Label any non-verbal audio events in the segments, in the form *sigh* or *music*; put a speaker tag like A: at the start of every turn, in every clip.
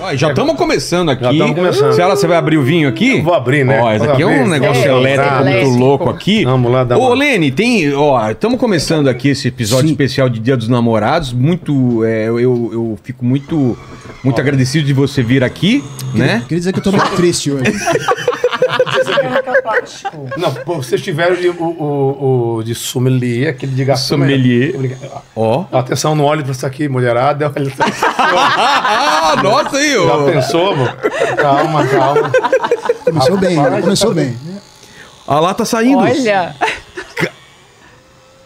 A: Ó, já estamos começando aqui.
B: É. Já tamo começando.
A: Se ela, você vai abrir o vinho aqui?
B: Vou abrir, né?
A: Ó, esse aqui é
B: Vamos
A: um
B: abrir.
A: negócio
B: É,
A: elétrico
B: tá.
A: muito
C: elétrico.
A: louco aqui.
B: Vamos lá, dá
A: Ô,
B: uma-
A: Lene, tem. Ó, estamos começando aqui esse episódio especial de Dia dos Namorados. Muito. é, eu, eu fico muito. Muito agradecido de você vir aqui, né?
D: Queria dizer que eu tô muito triste hoje.
B: Não, pô, vocês tiveram de, o, o, o de sommelier, aquele de garçom.
A: Sommelier.
B: Obrigado.
A: Ó. *laughs*
B: Atenção, não olhe pra isso aqui, mulherada. Olha isso aqui.
A: Ah, nossa aí,
B: Já
A: ó.
B: pensou, mano? Calma, calma.
D: Começou bem, né? começou bem.
A: A lá tá saindo.
C: Olha!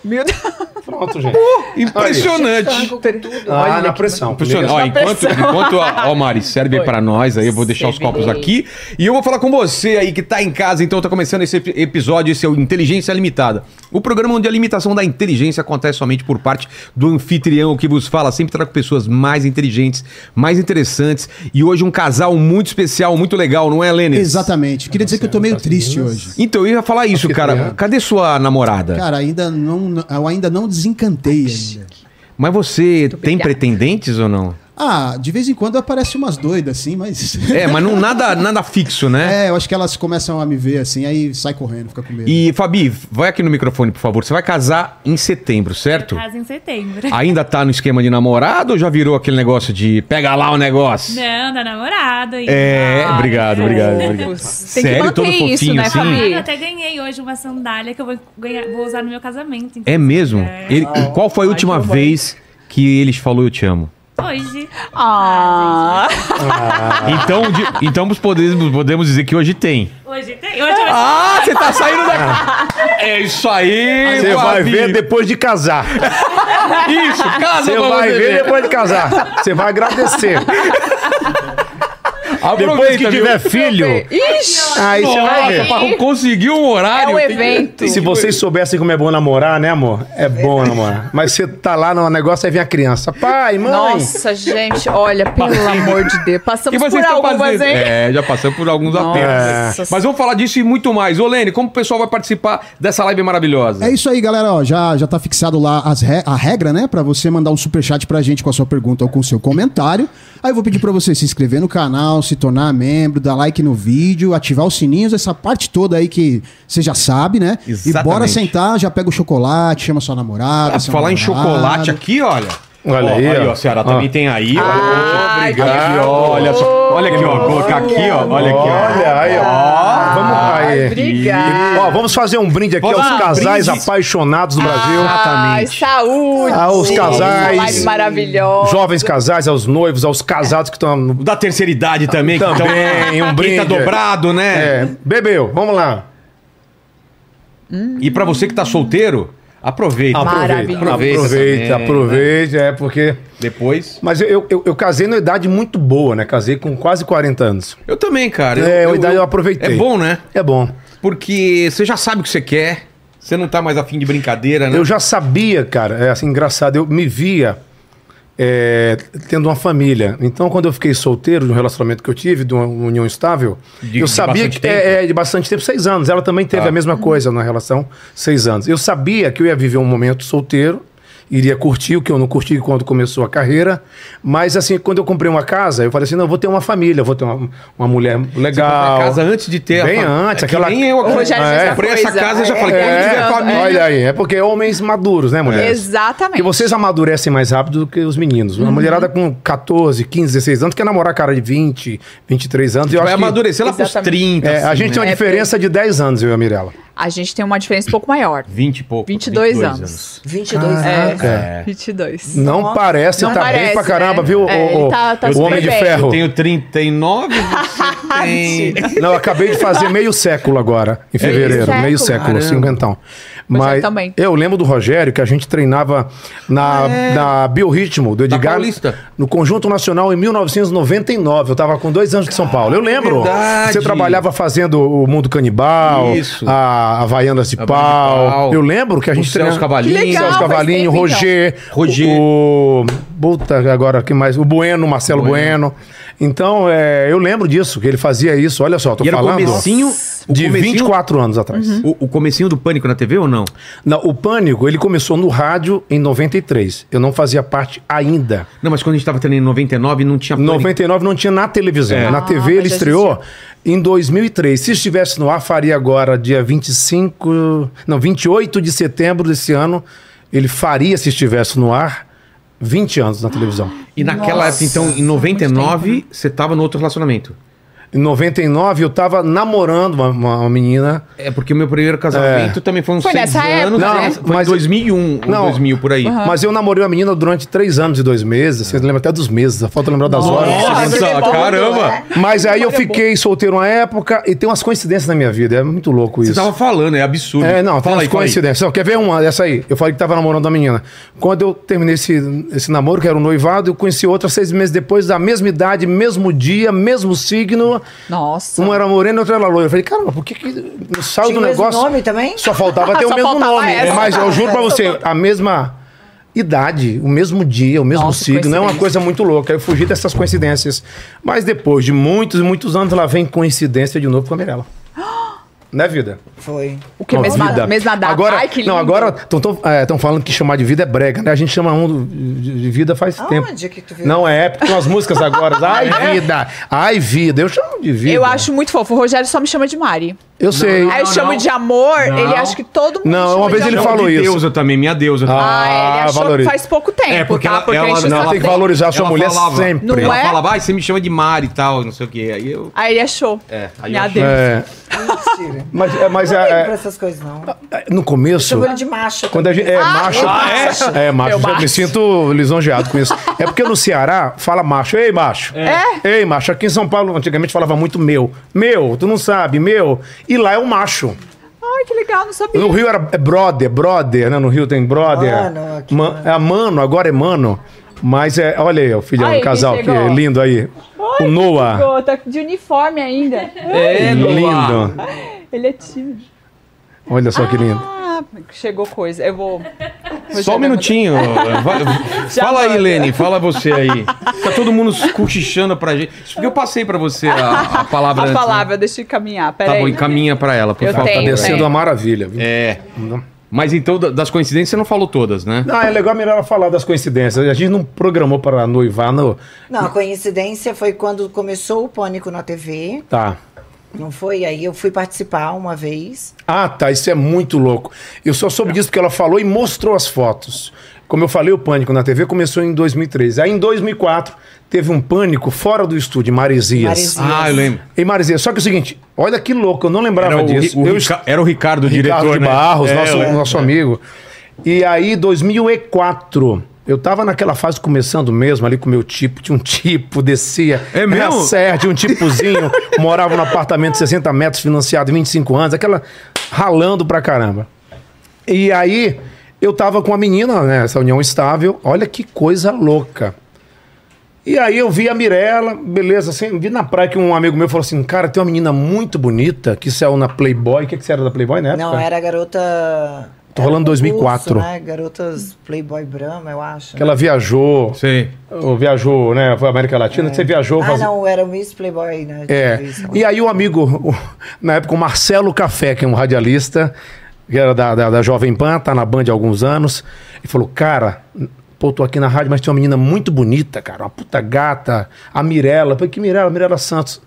C: Meu Deus!
B: Pronto, gente.
A: Tá
B: tá
A: Impressionante.
B: Ah, na pressão.
A: Impressionante. Ó, enquanto, enquanto a, ó, Mari, serve
C: Oi.
A: pra nós aí, eu vou deixar os
C: Servirei.
A: copos aqui. E eu vou falar com você aí que tá em casa, então tá começando esse ep- episódio, esse é o Inteligência Limitada. O programa onde a limitação da inteligência acontece somente por parte do anfitrião que vos fala. Sempre trago pessoas mais inteligentes, mais interessantes. E hoje um casal muito especial, muito legal, não é, Lene?
D: Exatamente. Queria dizer que eu tô meio triste hoje.
A: Então, eu ia falar isso, cara.
B: Anfitriã.
A: Cadê sua namorada?
D: Cara, ainda não, eu ainda não desencantei ainda.
A: Mas você tem
C: pilhada.
A: pretendentes ou não?
D: Ah, de vez em quando aparece umas doidas assim, mas *laughs*
A: É, mas não, nada, nada fixo, né?
D: é, eu acho que elas começam a me ver assim, aí sai correndo, fica com medo.
A: E, Fabi, vai aqui no microfone, por favor. Você vai casar em setembro, certo?
E: Casa em setembro. *laughs*
A: Ainda tá no esquema de namorado ou já virou aquele negócio de pega lá o negócio?
E: Não, da namorada. ainda.
A: É, obrigado, obrigado, obrigado.
C: Tem que
A: Sério,
C: manter
A: todo fofinho
C: isso, né,
A: assim?
C: Fabi?
E: Eu até ganhei hoje uma sandália que eu vou, ganhar- vou usar no meu casamento. então.
A: É mesmo?
E: É.
A: Ele-
C: Ah,
A: qual foi a última vez que eles falou eu te amo?
E: É. Hoje.
C: Ah!
A: Então, de- então nós podemos, podemos dizer que hoje tem.
E: Hoje tem. Hoje vai
A: Ah, você tá saindo da... É isso aí,
B: Você vai
A: Fabi.
B: ver depois
A: *laughs*
B: de casar.
A: Isso, casa
B: Você
A: pra
B: vai ver depois de casar. Você
A: *laughs*
B: vai agradecer. Depois
A: Aproveita, viu?
B: que tiver filho,
C: Ixi!
B: aí você vai
A: Nossa,
B: ver.
A: pra conseguir um horário.
C: É
A: tem
C: um
A: que-
C: evento.
B: Se vocês soubessem como é bom namorar, né, amor? É bom namorar. Mas você tá lá no negócio, aí vem a criança. Pai, mãe.
C: Nossa, gente, olha, pelo amor de Deus.
A: E
C: Passamos
A: vocês
C: por
A: estão
C: algumas,
A: fazendo?
C: hein?
A: É, já passamos por alguns
C: Nossa.
A: apelos.
B: É.
A: Mas vamos falar disso e muito mais. Ô, Lene, como o pessoal vai participar dessa live maravilhosa?
D: É isso aí, galera. Ó, já, já tá fixado lá as re- a regra, né? Pra você mandar um superchat pra gente com a sua pergunta ou com o seu comentário. Aí eu vou pedir pra você se inscrever no canal, se tornar membro, dar like no vídeo, ativar os sininhos, essa parte toda aí que você já sabe, né? E
A: Exatamente.
D: bora sentar, já pega o chocolate, chama sua namorada.
A: Ah,
D: seu
A: falar em
D: namorado.
A: chocolate aqui, olha.
B: Olha
A: Ó,
B: aí,
A: ó.
B: ó.
A: Ceará
B: Ó.
A: também tem aí.
C: Ah,
A: Olha,
C: que
A: aqui, ó, olha só. Olha aqui, ó. Colocar aqui, ó. Olha aqui, ó.
B: Olha aí, ó. vamos aí.
C: Obrigada.
B: Ó, vamos fazer um brinde aqui
A: Ah, Vamos lá,
B: aos casais
A: brinde. Ah,
B: apaixonados do Brasil.
C: Ai, saúde!
B: Aos casais.
C: Essa live maravilhosa.
B: Jovens casais, aos noivos, aos casados que estão no.
A: O Da terceira idade também. que
B: Também, um
A: Quem tá
B: brinde.
A: dobrado, né?
B: É, bebeu, vamos lá.
A: E pra você que tá solteiro, aproveita.
B: Ah.
C: Maravilhoso.
B: Aproveita, aproveita,
A: também,
B: aproveita, é porque.
A: Depois...
B: Mas eu, eu, eu casei numa idade muito boa, né? Casei com quase 40 anos.
A: Eu também, cara.
B: É, eu- eu aproveitei.
A: É bom, né?
B: É bom.
A: Porque você já sabe o que você quer. Você não tá mais afim de brincadeira, né?
B: Eu já sabia, cara, é assim, engraçado, eu me via é, tendo uma família. Então, quando eu fiquei solteiro de um relacionamento que eu tive, de uma união estável,
A: De-
B: eu
A: de
B: sabia
A: bastante
B: que é,
A: tempo? Ah.
B: é, de bastante tempo, seis anos. Ela também teve a mesma coisa na relação, seis anos. Eu sabia que eu ia viver um momento solteiro, iria curtir o que eu não curti quando começou a carreira, mas assim, quando eu comprei uma casa, eu falei assim, não, eu vou ter uma família, eu vou ter uma, uma mulher legal.
A: Comprei a casa antes de ter
B: Bem
A: a fam-
B: antes,
A: É que
B: aquela-
A: nem eu
C: Hoje é a mesma
A: comprei essa
C: coisa.
A: casa e já
C: É,
A: falei,
C: é,
A: quando tiver
C: é.
A: família.
B: Olha aí, é porque homens maduros, né,
A: É.
B: mulher?
C: Exatamente.
B: Porque vocês amadurecem mais rápido do que os meninos. A mulherada com 14, 15, 16 anos quer namorar cara de 20, 23 anos. E eu
A: Vai
B: acho que-
A: amadurecer lá pros
C: Exatamente.
A: 30.
B: É, a
A: assim,
B: gente
A: né?
B: tem uma
C: É,
B: diferença de 10 anos, eu e a Mirella.
C: A gente tem uma diferença um pouco maior.
A: 20 e pouco.
C: 22, anos.
F: 22
A: Ah,
F: anos.
C: É, 22.
B: Não parece,
C: Não
B: tá bem
C: parece,
B: pra caramba,
C: né?
B: viu?
C: É,
B: o
C: ele tá- tá
B: o
C: super
B: Homem de
C: bem.
B: Ferro.
A: Eu tenho 39, você tem...
C: Mentira.
B: *laughs* Não, eu acabei de fazer meio século agora, em fevereiro.
C: século?
B: Meio século,
A: Caramba.
B: cinquentão.
C: Mas eu
B: Mas
C: também.
B: eu lembro do Rogério que a gente treinava na, na Biorritmo do Edgar
A: Paulista.
B: no Conjunto Nacional em 1999. Eu tava com dois anos de São Paulo. Eu lembro.
A: verdade.
B: Você trabalhava fazendo o Mundo Canibal,
A: Isso.
B: a Havaianas
A: Havaianas de
B: de pau.
A: Pau.
B: Eu lembro que a
A: O
B: gente
A: Celso
C: Que
A: Cavalinho.
C: legal.
B: Celso
C: faz
B: Cavalinho,
C: tempo,
B: Roger,
A: Roger.
B: o puta, agora que mais, o Bueno, Marcelo Bueno. Então, é, eu lembro disso que ele fazia isso. Olha só, tô
A: E era o
B: falando.
A: comecinho
B: de
A: comecinho- Uhum.
B: 24 anos atrás.
A: O, o comecinho do Pânico na TV ou não?
B: Não, o Pânico, ele começou no rádio em 93. Eu não fazia parte ainda.
A: Não, mas quando a gente tava treinando em 99 não tinha
B: Em
A: Pânico.
B: 99 não tinha na televisão.
A: É.
B: Na
C: Ah,
B: TV ele
C: mas já
B: estreou em 2003. Se estivesse no ar, faria agora dia 25, não, 28 de setembro desse ano, ele faria se estivesse no ar 20 anos na televisão.
C: Ah.
A: E naquela época,
C: Nossa,
A: então, em
C: muito né?
A: 99, você tava no outro relacionamento.
B: Em 99 eu tava namorando uma, uma- uma menina.
A: É porque o meu primeiro casamento também foi uns
C: Foi
A: seis
C: nessa
A: anos.
C: época, Uhum.
A: né?
B: né?
A: Foi
B: É. Mas-
A: em 2001, ou
B: Não.
A: 2000, um, por aí.
B: Mas eu namorei uma menina durante três anos e dois meses. Vocês lembram até dos meses, a falta lembrar das horas.
C: Nossa,
B: tá
C: você né?
A: Nossa,
C: levou
A: caramba!
B: Mas aí eu fiquei solteiro uma época e tem umas coincidências na minha vida. É muito louco
A: Você
B: isso.
A: tava falando, é absurdo.
B: É, não,
A: fala
B: fala
A: aí, fala aí.
B: coincidência. Não, quer ver uma dessa aí? Eu falei que tava namorando uma menina. Quando eu terminei esse, esse namoro, que era um noivado, eu conheci outra seis meses depois, da mesma idade, mesmo dia, mesmo signo.
C: Nossa.
B: Uma era morena, outra era loira. Eu falei, caramba, por que, que não saiu É do
F: Tinha o mesmo
B: negócio?
F: nome também?
B: Só faltava
C: *laughs*
B: ter
C: Só
B: o mesmo
C: faltava
B: nome.
C: essa.
B: Mas eu juro pra você, a mesma idade, o mesmo dia, o mesmo
C: Nossa,
B: signo, é uma
C: coincidência.
B: coisa muito louca. Eu fugi dessas coincidências. Mas depois de muitos e muitos anos, ela vem coincidência de novo com a Mirella. *gasps* Né, vida?
F: Foi.
C: O que?
B: Uma
C: Mesma,
B: vida.
C: mesma data.
B: Agora,
C: Ai, que lindo.
B: Não, agora é estão falando que chamar de vida é brega, né? A gente chama um do- de, de vida faz
F: Aonde
B: tempo.
F: que tu viu?
B: Não é época, tem umas músicas agora.
C: *laughs*
B: Ai, vida! Ai, vida! Eu chamo de vida.
C: Eu acho muito fofo. O Rogério só me chama de Mari.
B: Eu sei.
C: Aí eu
A: não,
C: chamo
A: não.
C: de amor,
A: Não.
C: ele acha que todo mundo.
B: Não,
C: chama
B: uma vez
C: de
B: ele
A: Chama
C: amor.
B: falou
A: de
B: isso.
A: Deusa também, minha deusa.
C: Ah, ele
B: Ah,
C: achou
B: valoriza.
C: que faz pouco tempo,
A: É, porque
C: tá?
A: ela-
C: porque
A: ela-
C: ele enche o
A: não,
B: Ela
C: saco
B: tem que
C: dele.
B: valorizar a sua
A: Ela
B: mulher
A: falava.
B: sempre.
C: Não
A: Ela
C: é?
A: falava, ai, você me chama de Mari e tal, não sei o quê. Aí eu...
C: Aí ele achou. É,
A: aí eu
C: Minha
A: achei.
C: Deus.
B: É.
F: Mentira.
B: Mas, *laughs* é, mas
F: não ligo
B: é,
F: pra essas coisas, não.
B: é, no começo.
F: Chamo ele de macho.
B: Quando a gente, é macho.
C: macho.
B: é? macho.
C: Meu
B: Eu
C: macho.
B: me sinto lisonjeado com isso. É porque no Ceará fala macho. Ei, macho. Ei, macho. Aqui em São Paulo, antigamente falava muito meu. Meu, tu não sabe, meu. E lá é o macho.
C: Ai, que legal, não sabia.
B: No Rio era é brother, brother, né? No Rio tem brother.
F: Mano, aqui,
B: Ma-
F: mano.
B: é mano, agora é mano. Mas é, olha aí, o filho,
C: Ai,
B: o casal
C: quem
B: que
C: chegou?
B: lindo aí.
C: Ai,
B: o
C: que
B: Noah.
C: chegou, Tá de uniforme ainda.
A: É,
B: lindo.
C: Ele é tímido.
B: Olha só que lindo.
C: Ah, chegou coisa. Eu vou.
A: Só um minutinho. *laughs* Vai- fala aí,
C: manda.
A: Lene, fala você aí. Tá todo mundo cochichando pra gente. Isso porque eu passei pra você a, a palavra.
C: A
A: antes, né?
C: palavra, deixa eu caminhar. Pera
A: Tá
C: aí.
A: bom, encaminha pra ela, por
C: Eu
A: favor.
C: tenho,
B: Tá descendo
C: é.
B: uma maravilha. Viu?
A: É. Mas então, da- das coincidências, você não falou todas, né?
B: Ah, é legal a Mirella falar das coincidências. A gente não programou para noivar, não.
F: Não, a coincidência foi quando começou o Pânico na TV.
B: Tá.
F: Não foi? Aí eu fui participar uma vez.
B: Ah, tá. Isso é muito louco. Eu só soube disso porque ela falou e mostrou as fotos. Como eu falei, o pânico na TV começou em 2003. Aí em 2004 teve um pânico fora do estúdio, em Maresias.
F: Maresias.
A: Ah, eu lembro.
B: Em Maresias. Só que é o seguinte, olha que louco, eu não lembrava
A: Era o, Ri-
B: disso.
A: o
B: eu
A: Rica- era o Ricardo, o diretor.
B: Ricardo de
A: né?
B: Barros,
A: É,
B: nosso,
A: eu-
B: nosso amigo. E aí, 2004, eu tava naquela fase começando mesmo ali com o meu tipo, tinha um tipo, descia.
A: É mesmo?
B: Era certo, tinha um
A: *laughs*
B: tipozinho, morava num apartamento de 60 metros, financiado, 25 anos, aquela ralando pra caramba. E aí, eu tava com a menina, né, essa união estável, olha que coisa louca. E aí eu vi a Mirella, beleza, assim, vi na praia que um amigo meu falou assim, cara, tem uma menina muito bonita que saiu na Playboy, o que que você era da Playboy na época?
F: Não, era a garota.
B: É, Tô
F: era
B: rolando
F: um
B: 2004.
F: concurso, né? Garotas Playboy Brahma, eu acho.
B: Que ela viajou,
A: Sei.
B: ou viajou, né, foi América Latina, você viajou...
F: Ah,
B: faz-
F: não, era Miss Playboy, né?
B: É, e aí o amigo, o- na época o Marcelo Café, que é um radialista, que era da, da, da Jovem Pan, tá na Band há alguns anos, e falou, cara, pô, tô aqui na rádio, mas tem uma menina muito bonita, cara, uma puta gata, a Mirella, falei, que Mirella? Mirella Santos.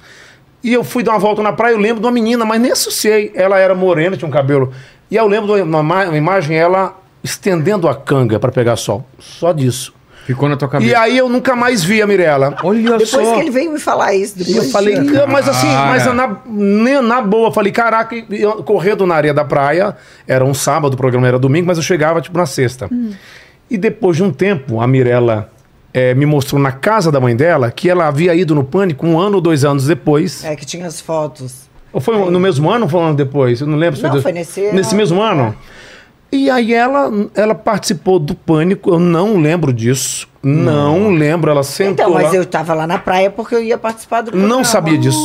B: E eu fui dar uma volta na praia, eu lembro de uma menina, mas nem associei, ela era morena, tinha um cabelo, e eu lembro de uma, ima- uma imagem, ela estendendo a canga pra pegar sol, só disso.
A: Ficou na tua
B: E
A: cabeça.
B: aí eu nunca mais vi a Mirella.
A: Olha
F: Depois
A: só.
F: que ele veio me falar isso,
B: E
F: depois
B: eu falei,
F: de-
B: "Não, mas assim,
A: Cara.
B: mas na, nem na boa, eu falei, caraca, e eu correndo na areia da praia, era um sábado, o programa era domingo, mas eu chegava tipo na sexta.
F: Hum.
B: E depois de um tempo, a Mirella eh, me mostrou na casa da mãe dela que ela havia ido no pânico um ano ou dois anos depois.
F: É que tinha as fotos.
B: Ou foi no mesmo ano ou foi um ano depois? Eu não lembro. se
F: Não,
B: dois-
F: foi nesse
B: Nesse
F: ano. É.
B: mesmo ano? E aí ela, ela participou do pânico, eu não lembro disso. Não lembro, ela sentou
F: Então, mas
B: lá.
F: eu tava lá na praia porque eu ia participar do programa.
B: Não sabia disso.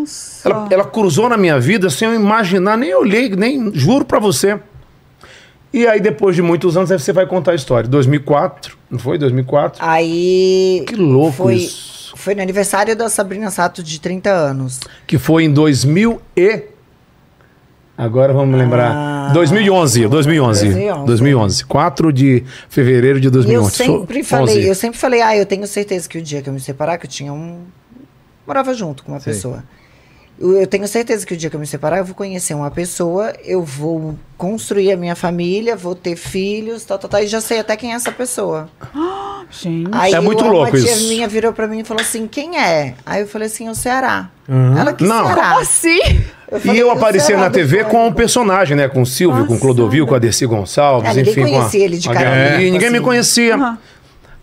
C: Nossa.
B: Ela, ela cruzou na minha vida sem eu imaginar, nem olhei, nem juro pra você. E aí, depois de muitos anos, aí você vai contar a história. 2004, não foi? 2004?
F: Aí.
B: Que louco
F: foi,
B: isso.
F: Foi no aniversário da Sabrina Sato de 30 anos.
B: Que foi em 2003. Agora vamos lembrar.
F: Ah.
B: 2011, 2011.
F: 2011.
B: 2011. 4 de fevereiro de
F: E
B: 2011.
F: eu sempre falei,
B: 11.
F: eu sempre falei, ah, eu tenho certeza que o dia que eu me separar, que eu tinha um. Morava junto com uma
A: Sei.
F: pessoa. Eu, eu tenho certeza que o dia que eu me separar, eu vou conhecer uma pessoa, eu vou construir a minha família, vou ter filhos, tal, tal, tal, e já sei até quem é essa pessoa.
C: Gente.
F: Aí
B: É muito
F: uma
B: louco
F: tia
B: isso.
F: minha virou pra mim e falou assim: quem é? Aí eu falei assim: é o Ceará. Ela que
B: Não.
F: Ceará.
B: *laughs*
C: Assim?
B: E
F: falei,
B: eu
F: "O
B: aparecia
F: Ceará
B: na
F: do
B: TV com um
F: Pânico."
B: personagem, né? Com o Silvio, com o Clodovil, com a Dercy Gonçalves,
F: É, ninguém
B: enfim. com a-
F: conhecia ele de
B: a-
F: cara
B: É,
F: limpa,
B: Ninguém me
F: assim.
B: conhecia.
C: Aham.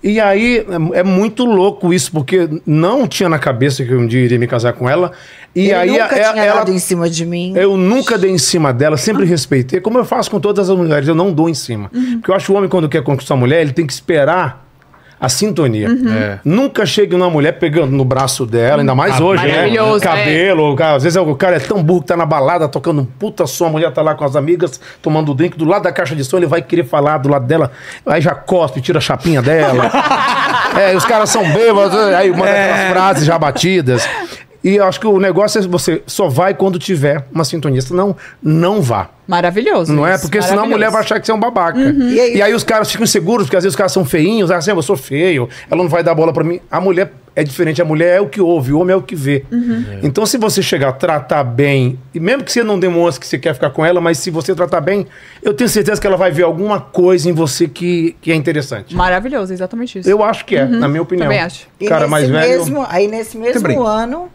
B: E aí, é é muito louco isso, porque não tinha na cabeça que um dia iria me casar com ela. E
F: Ele
B: aí,
F: nunca
B: a-
F: tinha
B: ela,
F: dado em cima de mim.
B: eu nunca dei em cima dela, sempre respeitei. Como eu faço com todas as mulheres, eu não dou em cima. Porque eu acho que o homem, quando quer conquistar a mulher, ele tem que esperar a sintonia.
A: É.
B: Nunca chega numa mulher pegando no braço dela, ainda mais hoje, né?
G: Maravilhoso,
B: Cabelo, cara, às vezes o cara é tão burro que tá na balada tocando um puta som, a mulher tá lá com as amigas, tomando drink, do lado da caixa de som, ele vai querer falar do lado dela, aí já cospe, tira a chapinha dela. é, e os caras são bêbados, aí manda aquelas frases já batidas. E eu acho que o negócio é você só vai quando tiver uma sintonia, senão não vá.
C: Maravilhoso.
B: Não é?
C: isso,
B: Porque senão a mulher vai
C: maravilhoso.
B: achar que você é um babaca. E,
F: E
B: aí,
F: aí-
B: os caras ficam inseguros, porque às vezes os caras são feinhos, ah, assim, eu sou feio, ela não vai dar bola pra mim. A mulher é diferente, a mulher é o que ouve, o homem é o que vê. Então, se você chegar a tratar bem, e mesmo que você não demonstre que você quer ficar com ela, mas se você tratar bem, eu tenho certeza que ela vai ver alguma coisa em você que, que é interessante.
C: Maravilhoso, exatamente isso.
B: Eu acho que é, na minha opinião.
C: Uhum. Também acho.
F: E
B: Cara
F: nesse
B: mais velho.
F: mesmo, aí nesse
A: Também.
F: mesmo ano,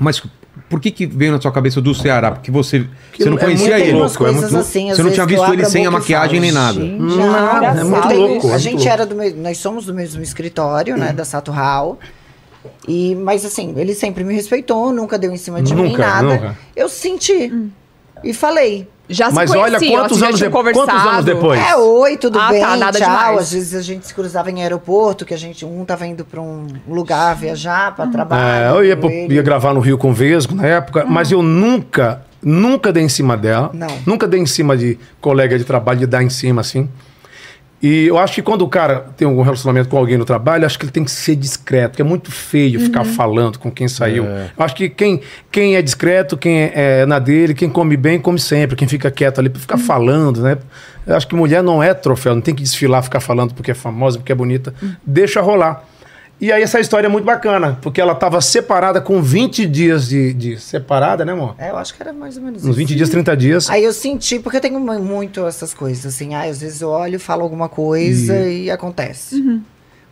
A: Mas por que que veio na sua cabeça do Ceará? Porque você,
B: Que
A: você não
B: é
A: conhecia
B: muito
A: ele.
B: louco, é muito-
F: assim, às
A: você não tinha
F: vezes, que eu
A: visto
F: abro
A: ele sem a
F: boca e
A: maquiagem
F: falo,
A: nem nada.
F: "Gente,
B: Não,
F: ah,
B: é muito
F: tem-
B: louco, é
F: A
B: muito
F: gente
B: louco.
F: era do mesmo, nós somos do mesmo escritório, né, da Sato Hall. E, mas assim, ele sempre me respeitou, nunca deu em cima de mim,
B: Nunca,
F: nada.
B: nunca.
F: Eu senti
C: Hum.
F: e falei.
C: Já se
B: Mas olha
C: conheciam,
B: quantos
C: assim, já
B: anos
C: tinham
B: de- quantos
C: conversado.
B: anos depois? Pois.
F: É, oi, tudo
C: Ah, tá,
F: bem,
C: nada
F: tchau.
C: demais.
F: Às vezes a gente se cruzava em aeroporto, que a gente, um tava indo pra um lugar viajar,
C: Hum.
F: pra trabalho.
B: É, eu ia, pro-
F: ele- Uhum.
B: ia gravar no Rio com o Vesgo na época, mas eu nunca, nunca dei em cima dela.
F: Não.
B: Nunca dei em cima de colega de trabalho, de dar em cima assim. E eu acho que quando o cara tem algum relacionamento com alguém no trabalho, eu acho que ele tem que ser discreto, que é muito feio ficar falando com quem saiu. Eu acho que quem, quem é discreto, quem é, é na dele, quem come bem, come sempre. Quem fica quieto ali, ficar falando, né? Eu acho que mulher não é troféu, não tem que desfilar, ficar falando porque é famosa, porque é bonita. Deixa rolar. E aí essa história é muito bacana, porque ela estava separada com 20 dias de, de separada, né, amor?
F: É, eu acho que era mais ou menos
B: Uns
F: isso.
B: 20 dias, 30 dias.
F: Aí eu senti, porque eu tenho mu- muito essas coisas, assim, ah, às vezes eu olho, falo alguma coisa e, acontece.
C: Uhum.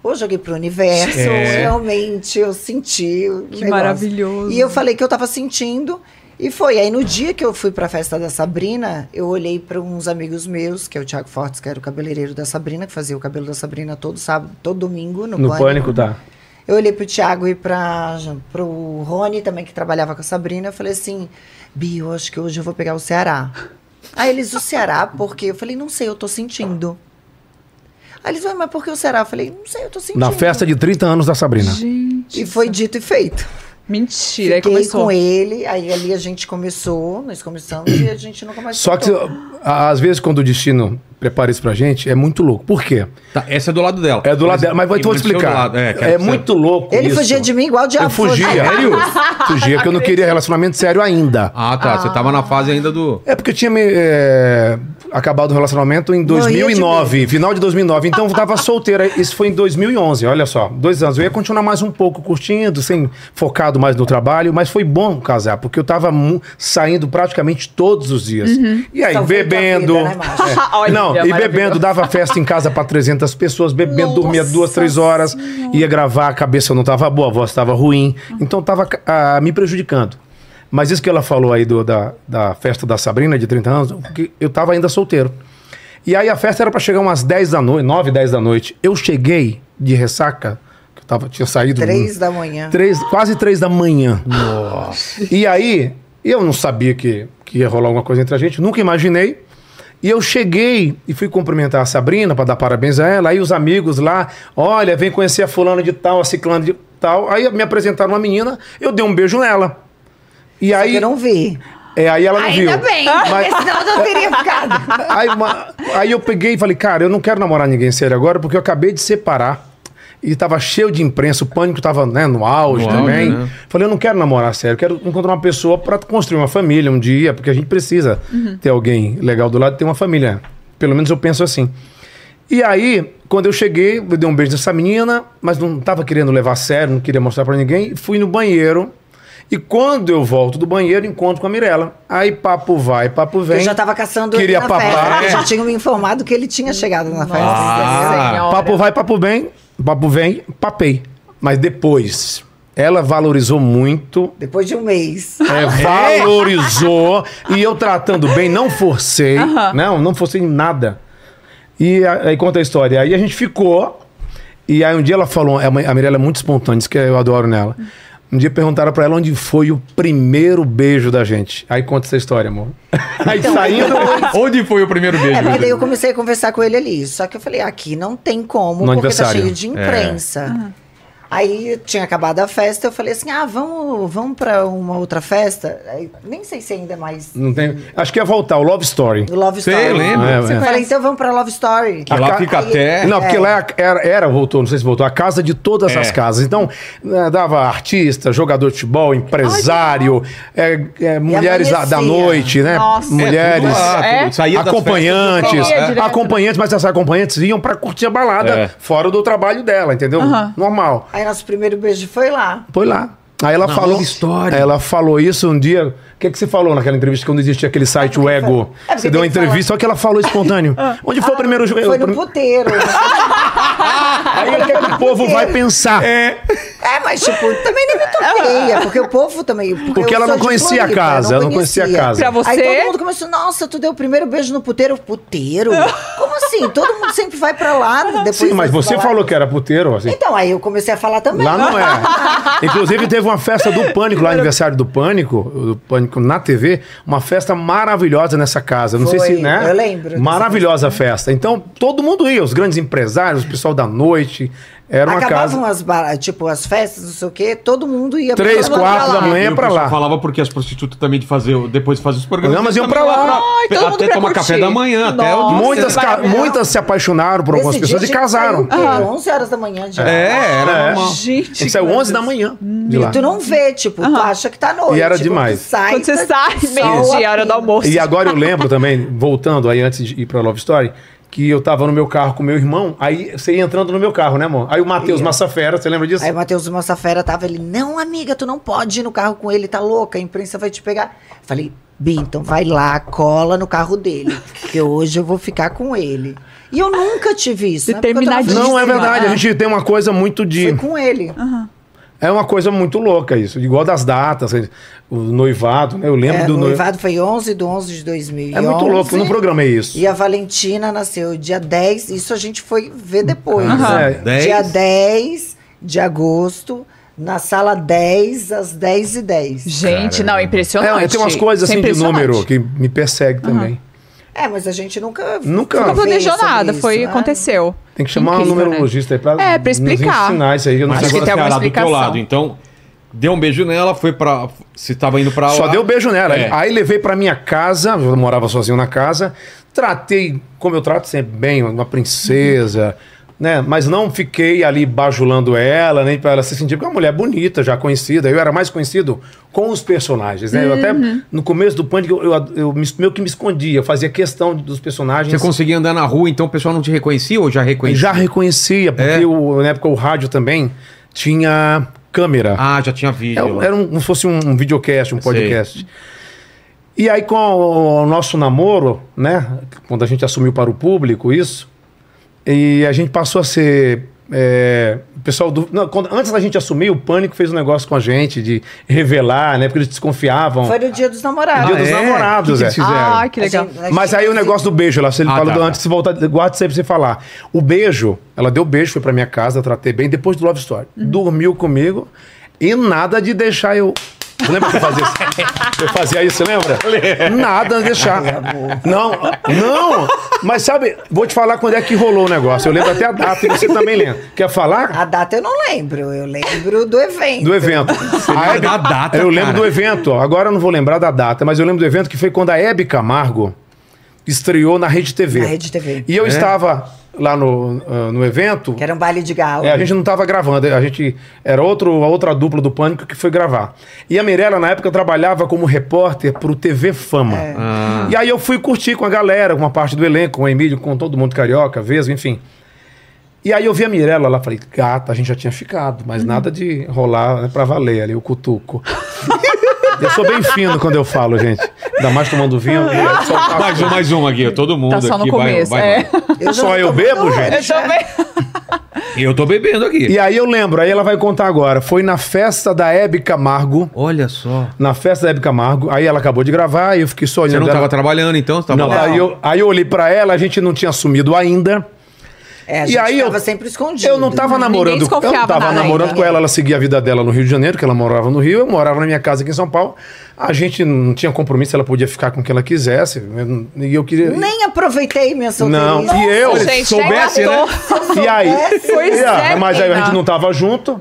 F: Ou joguei pro universo,
B: É.
F: ou realmente eu senti. o
C: Que
F: negócio.
C: maravilhoso.
F: E eu falei que eu tava sentindo. E foi. Aí no dia que eu fui pra festa da Sabrina, eu olhei pra uns amigos meus, que é o Thiago Fortes, que era o cabeleireiro da Sabrina, que fazia o cabelo da Sabrina todo sábado, todo domingo no,
B: no
F: Pânico.
B: pânico, tá.
F: Eu olhei pro Thiago e pra, pro Rony também, que trabalhava com a Sabrina. Eu falei assim, Bi, eu acho que hoje eu vou pegar o Ceará. Aí eles, o Ceará, porque eu falei, não sei, eu tô sentindo. Aí eles, "Ué, mas por que o Ceará? Eu falei, não sei, eu tô sentindo.
B: Na festa de 30 anos da Sabrina.
C: Gente.
F: E foi dito e feito.
C: Mentira, aí
F: Fiquei
C: começou.
F: com ele, aí ali a gente começou, nós começamos e a gente nunca mais
B: Só que
F: voltou.
B: a- às vezes quando o destino prepara isso pra gente, é muito louco. Por quê?
A: Tá, essa é do lado dela.
B: É do lado dela, mas vou te
A: Mas do seu
B: explicar.
A: lado, é, quero
B: É,
A: que você-
B: muito louco
F: Ele
B: isso.
F: fugia de mim igual o diabo.
B: Eu fugia.
F: fugia. *laughs*
A: Sério?
B: Fugia, porque eu não queria relacionamento sério ainda.
A: Ah, tá. Você tava na fase ainda do.
B: É porque eu tinha me, é, acabado o relacionamento em
F: Morria de
B: 2009, final de 2009. Então eu tava solteira. Isso foi em 2011, olha só. Dois anos. Eu ia continuar mais um pouco curtindo, sem focado mais no trabalho, mas foi bom casar, porque eu tava mu- saindo praticamente todos os dias. E aí,
F: Salvou tua
B: bebendo.
F: Uhum. vida, né, Márcio?
B: É.
C: *laughs* Olha,
B: Não, e
C: maravilhoso.
B: bebendo, dava festa em casa pra 300 pessoas, bebendo, dormia duas, três horas, ia gravar, a cabeça não tava boa, a voz tava ruim, então tava ah, me prejudicando. Mas isso que ela falou aí do, da, da festa da Sabrina de 30 anos, porque eu tava ainda solteiro. E aí a festa era pra chegar umas 10 da noite, 9, 10 da noite. Eu cheguei de ressaca, que eu tava, tinha saído.
F: Três da manhã.
B: Três, quase três da manhã. Nossa. E aí, eu não sabia que, que ia rolar alguma coisa entre a gente, nunca imaginei. E eu cheguei e fui cumprimentar a Sabrina para dar parabéns a ela. Aí os amigos lá, olha, vem conhecer a fulana de tal, a ciclana de tal. Aí me apresentaram uma menina, eu dei um beijo nela. E
F: Só que
B: aí,
F: eu não vi.
B: é, aí ela não viu.
G: Ainda bem,
B: Mas-
F: *laughs*
G: porque senão eu já teria ficado.
B: Aí, uma- aí eu peguei e falei, cara, eu não quero namorar ninguém sério agora, porque eu acabei de separar. E tava cheio de imprensa, o pânico tava né, no auge
A: No auge,
B: também.
A: né?
B: Falei, eu não quero namorar sério, eu quero encontrar uma pessoa pra construir uma família um dia, porque a gente precisa ter alguém legal do lado e ter uma família. Pelo menos eu penso assim. E aí, quando eu cheguei, eu dei um beijo nessa menina, mas não tava querendo levar a sério, não queria mostrar pra ninguém. Fui no banheiro. E quando eu volto do banheiro, encontro com a Mirella. Aí papo vai, papo vem.
F: Eu já tava caçando
B: Queria
F: ele na
B: papar,
F: festa. *laughs*
B: né?
F: Já tinham me informado que ele tinha chegado na festa.
A: Ah.
C: Senhora.
B: Papo vai, papo bem, papo vem, papei. Mas depois, ela valorizou muito,
F: Depois de um mês.
B: é, valorizou, e eu tratando bem, não forcei, né? não, não forcei em nada. E a- aí conta a história. Aí a gente ficou, e aí um dia ela falou, a Ma- a Mirella é muito espontânea, isso que eu adoro nela. Um dia perguntaram pra ela onde foi o primeiro beijo da gente. Aí conta essa história, amor. Aí saindo,
A: Onde foi o primeiro beijo?
F: *laughs* É, porque daí eu
A: Rodrigo?
F: comecei a conversar com ele ali. Só que eu falei, aqui não tem como,
B: No
F: porque
B: aniversário. É.
F: tá cheio de imprensa. Aí tinha acabado a festa, eu falei assim: ah, vamos, vamos pra uma outra festa? Aí, nem sei se ainda é mais.
B: não tem, acho que ia voltar, o Love Story.
F: Love
A: Sei,
F: Story.
A: lembra?
B: É,
F: Eu
B: é.
F: falei, então vamos pra Love Story.
A: Que lá
B: ca-
A: fica até.
B: Não, porque lá era, era, voltou, não sei se voltou, a casa de todas
A: É.
B: as casas. Então, né, dava artista, jogador de futebol, empresário, é, é, mulheres da, da
F: amanhecia.
B: noite, né?
C: Nossa.
B: Mulheres.
A: tudo lá,
C: É?
A: tudo. Saía das
B: Acompanhantes,
A: festas, tudo lá.
C: direto.
B: acompanhantes, mas essas acompanhantes iam pra curtir a balada
A: É.
B: fora do trabalho dela, entendeu?
C: Aham.
B: Normal.
F: Aí nosso primeiro beijo foi lá.
B: Foi lá. Aí ela
A: Na
B: falou.
A: Love Story.
B: Ela falou isso um dia. O que, que você falou naquela entrevista quando existia aquele site o Ego?
F: é porque
B: você deu uma
F: tem que
B: entrevista, só que ela falou espontâneo. Onde foi o primeiro jogo?
F: Foi no puteiro.
B: Aí o que é que o povo vai pensar?
F: é, mas tipo, também nem me
C: *laughs*
F: toquei. é Porque o povo também. Porque,
B: Porque
F: eu
B: ela
F: sou
B: não
F: de
B: conhecia a
F: Floripa,
B: casa, ela não conhecia a casa.
C: Pra você?
F: Aí todo mundo começou, nossa, tu deu o primeiro beijo no puteiro. Eu, Puteiro? Como assim? Todo mundo sempre vai pra lá. Depois
B: Sim, mas
F: vai pra
B: você
F: lá.
B: falou que era puteiro, assim.
F: Então, aí eu comecei a falar também. né?
B: Lá não é. Inclusive, teve uma festa do Pânico, lá aniversário do Pânico, do Pânico na TV, uma festa maravilhosa nessa casa. Não sei
F: Foi,
B: se, né?
F: eu lembro dessa
B: Maravilhosa festa. Então, todo mundo ia, os grandes empresários, o pessoal da noite. Era uma
F: Acabavam
B: casa.
F: as, ba- tipo, as festas, não sei o quê, todo mundo ia
B: Três,
F: todo mundo
B: quatro
F: ia lá.
B: da manhã.
A: E o
B: pra
A: pessoal
B: lá.
A: falava porque as prostitutas também de fazer, depois de fazer os programas.
B: Não, mas iam
A: também
B: pra lá.
C: Ai, todo mundo
A: até
C: pra
A: tomar
C: curtir.
A: café da manhã, até o
C: Nossa.
B: Muitas, ca-
C: maravilhoso.
B: muitas se apaixonaram por algumas
F: Nesse
B: pessoas
F: dia a
B: e
F: gente saiu,
B: casaram.
F: o quê? 11 horas da manhã já.
A: É, era
B: É.
A: normal.
B: A
C: Gente.
B: gente saiu
C: meu
B: 11 da
C: Deus.
B: manhã. De lá.
F: Tu não vê, tipo, tu acha que tá noite.
B: E era
F: Quando
B: demais.
F: tu Sai,
C: Quando você
F: tá
C: sai,
F: sol
C: meio-dia, hora do
F: apindo.
C: almoço.
B: E agora eu lembro também, voltando aí antes de ir pra Love Story, que eu tava no meu carro com meu irmão, aí você ia entrando no meu carro, né, amor? Aí o Matheus Massafera, você lembra disso?
F: Aí o Matheus Massafera tava ele, não, amiga, tu não pode ir no carro com ele, tá louca, a imprensa vai te pegar. Falei, Bi, então vai lá, cola no carro dele, porque hoje eu vou ficar com ele. E eu nunca tive isso. né? Porque eu tava
C: Determinadíssima.
B: Não, é
F: feliz,
B: verdade, a
F: né?
B: gente tem uma coisa muito de...
F: Foi com ele.
B: É uma coisa muito louca isso, igual das datas, assim, o noivado, né? Eu lembro
F: É,
B: do
F: o
B: noivado.
F: noivado foi 11 de 11 de 2011.
B: É muito louco, eu não programei isso.
F: E a Valentina nasceu dia 10, isso a gente foi ver depois.
B: Aham. É.
F: Dia
A: 10.
F: 10 de agosto, na sala 10, às 10 e 10.
C: Gente, não, é impressionante.
B: É, tem umas coisas
C: É
B: assim de
C: impressionante.
B: número que me persegue também.
F: É, mas a gente nunca.
B: Nunca-
F: vê
B: Nunca
C: Não planejou
F: sobre
C: nada,
F: isso,
C: foi,
F: né?
C: aconteceu.
B: Tem que chamar
C: Incrível,
B: um numerologista aí pra,
C: É, pra explicar.
B: nos ensinar isso aí. Eu não
A: Mas
B: sei
C: Acho
A: agora
B: agora-
C: tem
A: você
C: alguma
A: era do teu
C: explicação.
A: lado, então deu um beijo nela, foi pra. Se tava indo pra lá.
B: Só deu beijo nela.
A: É.
B: Aí levei pra minha casa, eu morava sozinho na casa. Tratei, como eu trato sempre, bem, uma princesa, né? Mas não fiquei ali bajulando ela, nem pra ela se sentir, porque é uma mulher bonita, já conhecida. Eu era mais conhecido com os personagens, né? Eu até, no começo do pânico, eu, eu, eu me- meio que me escondia, eu fazia questão dos personagens.
A: Você conseguia andar na rua, então o pessoal não te reconhecia ou já reconhecia?
B: Já reconhecia, porque
A: É.
B: o- na época o rádio também tinha câmera.
A: Ah, já tinha vídeo.
B: É, era um, como se fosse um, um videocast, um
A: Sei.
B: podcast. E aí, com o, nosso namoro, né? Quando a gente assumiu para o público isso, e a gente passou a ser. é, o pessoal do. não, quando- antes da gente assumir, o pânico fez um negócio com a gente de revelar, né? Porque eles desconfiavam.
F: Foi no dia dos namorados. Ah,
B: Dia dos namorados,
A: O Ah, que
B: é.
A: eles fizeram?
C: Ai, Ah, que legal.
F: A gente- a
B: Mas
F: gente-
B: aí o negócio do beijo, ela, se ele
A: Ah,
B: falou
A: tá,
B: do-
A: tá.
B: antes de voltar, guarda isso aí pra você falar. O beijo, ela deu beijo, foi pra minha casa, eu tratei bem, depois do Love Story. Dormiu comigo e nada de deixar eu. Você lembra que eu fazia isso? Eu fazia isso, você lembra? Nada de deixar. Não, não! Mas sabe, vou te falar quando é que rolou o negócio. Eu lembro até a data, e você também lembra. Quer falar?
F: A data eu não lembro, eu lembro do evento.
B: Do evento. A Hebe-
A: da data,
B: eu lembro
A: cara.
B: do evento. Agora eu não vou lembrar da data, mas eu lembro do evento que foi quando a Hebe Camargo estreou na Rede TV.
A: É?
F: Na Rede TV.
B: E eu estava lá no, ah, no evento.
F: Que era um baile de galo.
B: É, a gente não estava gravando, a gente era outro, a outra dupla do Pânico que foi gravar. E a Mirella, na época, trabalhava como repórter pro TV Fama. E aí eu fui curtir com a galera, com uma parte do elenco, com o Emílio, com todo mundo carioca, Vesgo, enfim. E aí eu vi a Mirella lá, falei, gata, a gente já tinha ficado, mas nada de rolar né, pra valer ali, o cutuco. *laughs* eu sou bem fino quando eu falo, gente. Ainda mais tomando vinho. eu só-
A: *laughs* Mais um, mais um aqui. Todo mundo
C: Tá só no
A: aqui vai-
C: começo,
A: vai.
C: é. *laughs*
F: Eu já
B: Só
F: não
B: eu
F: tô
B: bebo,
F: muito
B: gente?
F: longe, né?
A: Eu tô bebendo aqui.
B: E aí eu lembro, aí ela vai contar agora. Foi na festa da Hebe Camargo.
A: Olha só.
B: na festa da Hebe Camargo. Aí ela acabou de gravar e eu fiquei só olhando.
A: Você não
B: ela.
A: tava trabalhando então? Você tava
B: Não,
A: lá.
B: Aí, eu, aí eu olhei pra ela, a gente não tinha sumido ainda.
F: É, a gente
B: e aí
F: tava
B: eu
F: sempre escondido.
B: Eu não tava namorando, eu
C: desconfiava
B: não tava
C: nada
B: namorando
F: ainda.
B: com ela, ela seguia a vida dela no Rio de Janeiro, que ela morava no Rio, eu morava na minha casa aqui em São Paulo. A gente não tinha compromisso, ela podia ficar com quem ela quisesse. eu não- E eu queria
F: Nem aproveitei minha
B: Não,
F: solteirice.
B: e eu
C: Nossa, gente, é
A: soubesse,
C: nem
A: né?
C: ator.
B: E aí,
C: Pois
B: E aí,
C: é,
B: mas aí a
C: menina.
B: gente não tava junto.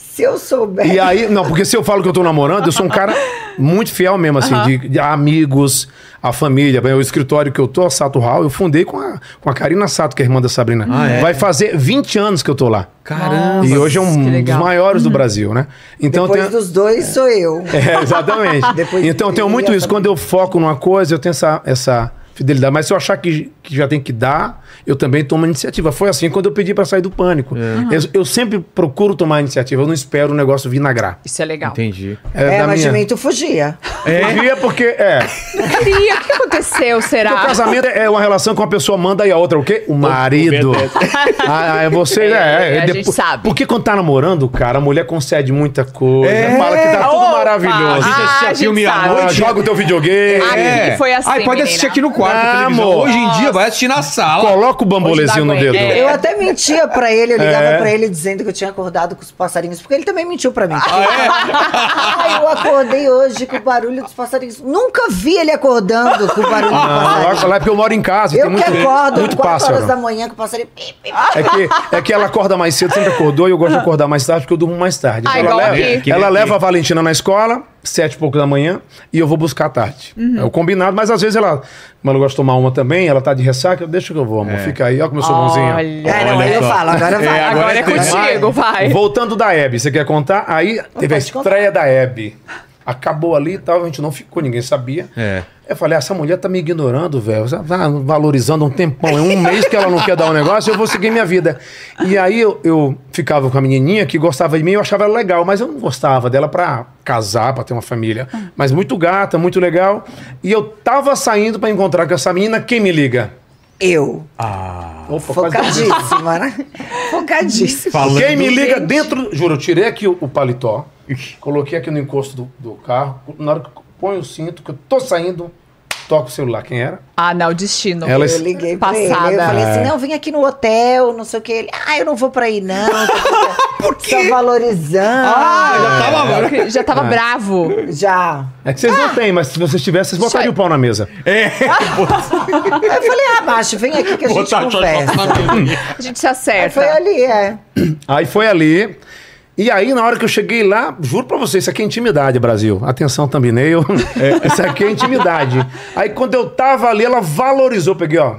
F: Se eu soubesse.
B: é- E aí, não, porque se eu falo que eu tô namorando, eu sou um cara muito fiel mesmo, assim, de, de amigos, a família. Bem, O escritório que eu tô, a Sato Hall, eu fundei com a, com a Karina Sato, que é irmã da Sabrina. Vai fazer 20 anos que eu tô lá.
A: Caramba.
B: e hoje é
C: que
B: um dos
C: legal.
B: maiores do Brasil, né? Então
F: Depois
B: tem-
F: dos dois sou eu.
B: *laughs* é, exatamente.
F: Depois
B: então, eu tenho muito
F: eu
B: isso. Quando eu foco numa coisa, eu tenho essa, essa fidelidade. Mas se eu achar que, que já tem que dar, eu também tomo iniciativa. Foi assim quando eu pedi pra sair do pânico. Eu, eu sempre procuro tomar iniciativa. Eu não espero o negócio vinagrar.
C: Isso é legal.
A: Entendi.
F: É,
B: da
F: mas
B: minha-
F: de mim tu fugia.
B: É. Fugia porque, é.
C: Eu queria, o que aconteceu,
B: Porque o
C: será?
B: casamento é uma relação que uma pessoa manda e a outra o quê? O marido. ah, é você, é.
C: É, a gente
B: depois-
C: sabe.
B: Porque quando tá namorando, cara, a mulher concede muita coisa.
A: É.
B: Fala que tá tudo
C: Opa!
A: A
B: maravilhoso.
A: gente
C: Ah,
A: assistia
C: a gente
A: filme à
C: sabe.
B: Ah,
A: noite.
B: joga o teu videogame.
C: Ah,
B: É.
C: que foi assim,
A: Ai, pode assistir
C: menina.
A: aqui no quarto.
B: Não,
A: televisão.
B: amor.
A: Hoje em dia vai assistir na sala.
B: Coloca o bambolezinho no
C: Hoje dá
B: dedo.
C: aguenta.
F: Eu até mentia pra ele, eu ligava
B: É.
F: pra ele dizendo que eu tinha acordado com os passarinhos, porque ele também
B: *laughs*
F: mentiu pra mim.
A: Ah,
F: Ah, eu acordei hoje com o barulho dos passarinhos. Nunca vi ele acordando com o barulho dos
B: Ah,
F: passarinhos.
B: coloca lá, porque eu moro em casa e
F: Eu
B: tem muito,
F: que acordo
B: muito
F: 4 horas da
B: pássaro.
F: manhã com o passarinho. Pi, pi,
B: É que, é que ela acorda mais cedo, sempre acordou, e eu gosto de acordar mais tarde, porque eu durmo mais tarde.
C: Ah,
B: ela
C: igual
B: leva,
A: aqui.
B: ela leva a Valentina na escola, sete e pouco da manhã, e eu vou buscar à tarde.
C: Uhum.
B: É o combinado, mas às vezes ela. Mas ela gosta de tomar uma também, ela tá de ressaca, deixa que eu vou, amor. Fica aí, ó, como eu sou bonzinho.
C: Olha.
F: Ah, não,
A: Olha
F: aí eu
A: só.
F: falo, agora vai.
A: É,
C: Agora é
A: tem.
C: contigo, vai.
B: Voltando da Hebe, você quer contar? Aí teve a
F: pode contar.
B: estreia da Hebe. Acabou ali e tal, a gente não ficou, ninguém sabia.
A: É.
B: Eu falei, ah, essa mulher tá me ignorando, velho. Você Tá valorizando um tempão. É um mês que ela não quer dar um negócio, eu vou seguir minha vida. E aí eu, eu ficava com a menininha que gostava de mim, eu achava ela legal, mas eu não gostava dela pra casar, pra ter uma família. Mas muito gata, muito legal. E eu tava saindo pra encontrar com essa menina, quem me liga?
F: Eu.
B: Opa, quase-
F: Focadíssima, né? Focadíssima.
A: Falando.
B: Quem me liga dentro. Juro, eu tirei aqui o, o paletó, coloquei aqui no encosto do, do carro. Na hora que eu ponho o cinto, que eu tô saindo, toco o celular. Quem era?
C: Ah, não, destino.
B: Ela-
F: Eu liguei pra
C: Passada.
F: ele. Eu falei assim: não, vem aqui no hotel, não sei o que. Ele, ah, eu não vou pra aí, não. Por quê? Tô valorizando.
A: Ah, já tava.
C: Eu que- Já tava bravo.
F: Já.
B: É que vocês não têm, mas se vocês tivessem, vocês botariam o pau na mesa.
F: Aí eu falei, ah, macho, vem aqui que a gente
A: Botar a
F: conversa.
C: A gente se
F: Aí Foi
C: acerta.
F: ali, é.
B: Aí foi ali. E aí, na hora que eu cheguei lá, juro pra vocês, isso aqui é intimidade, Brasil. Atenção, thumbnail. Isso aqui é intimidade. Aí, quando eu tava ali, ela valorizou. Peguei, ó.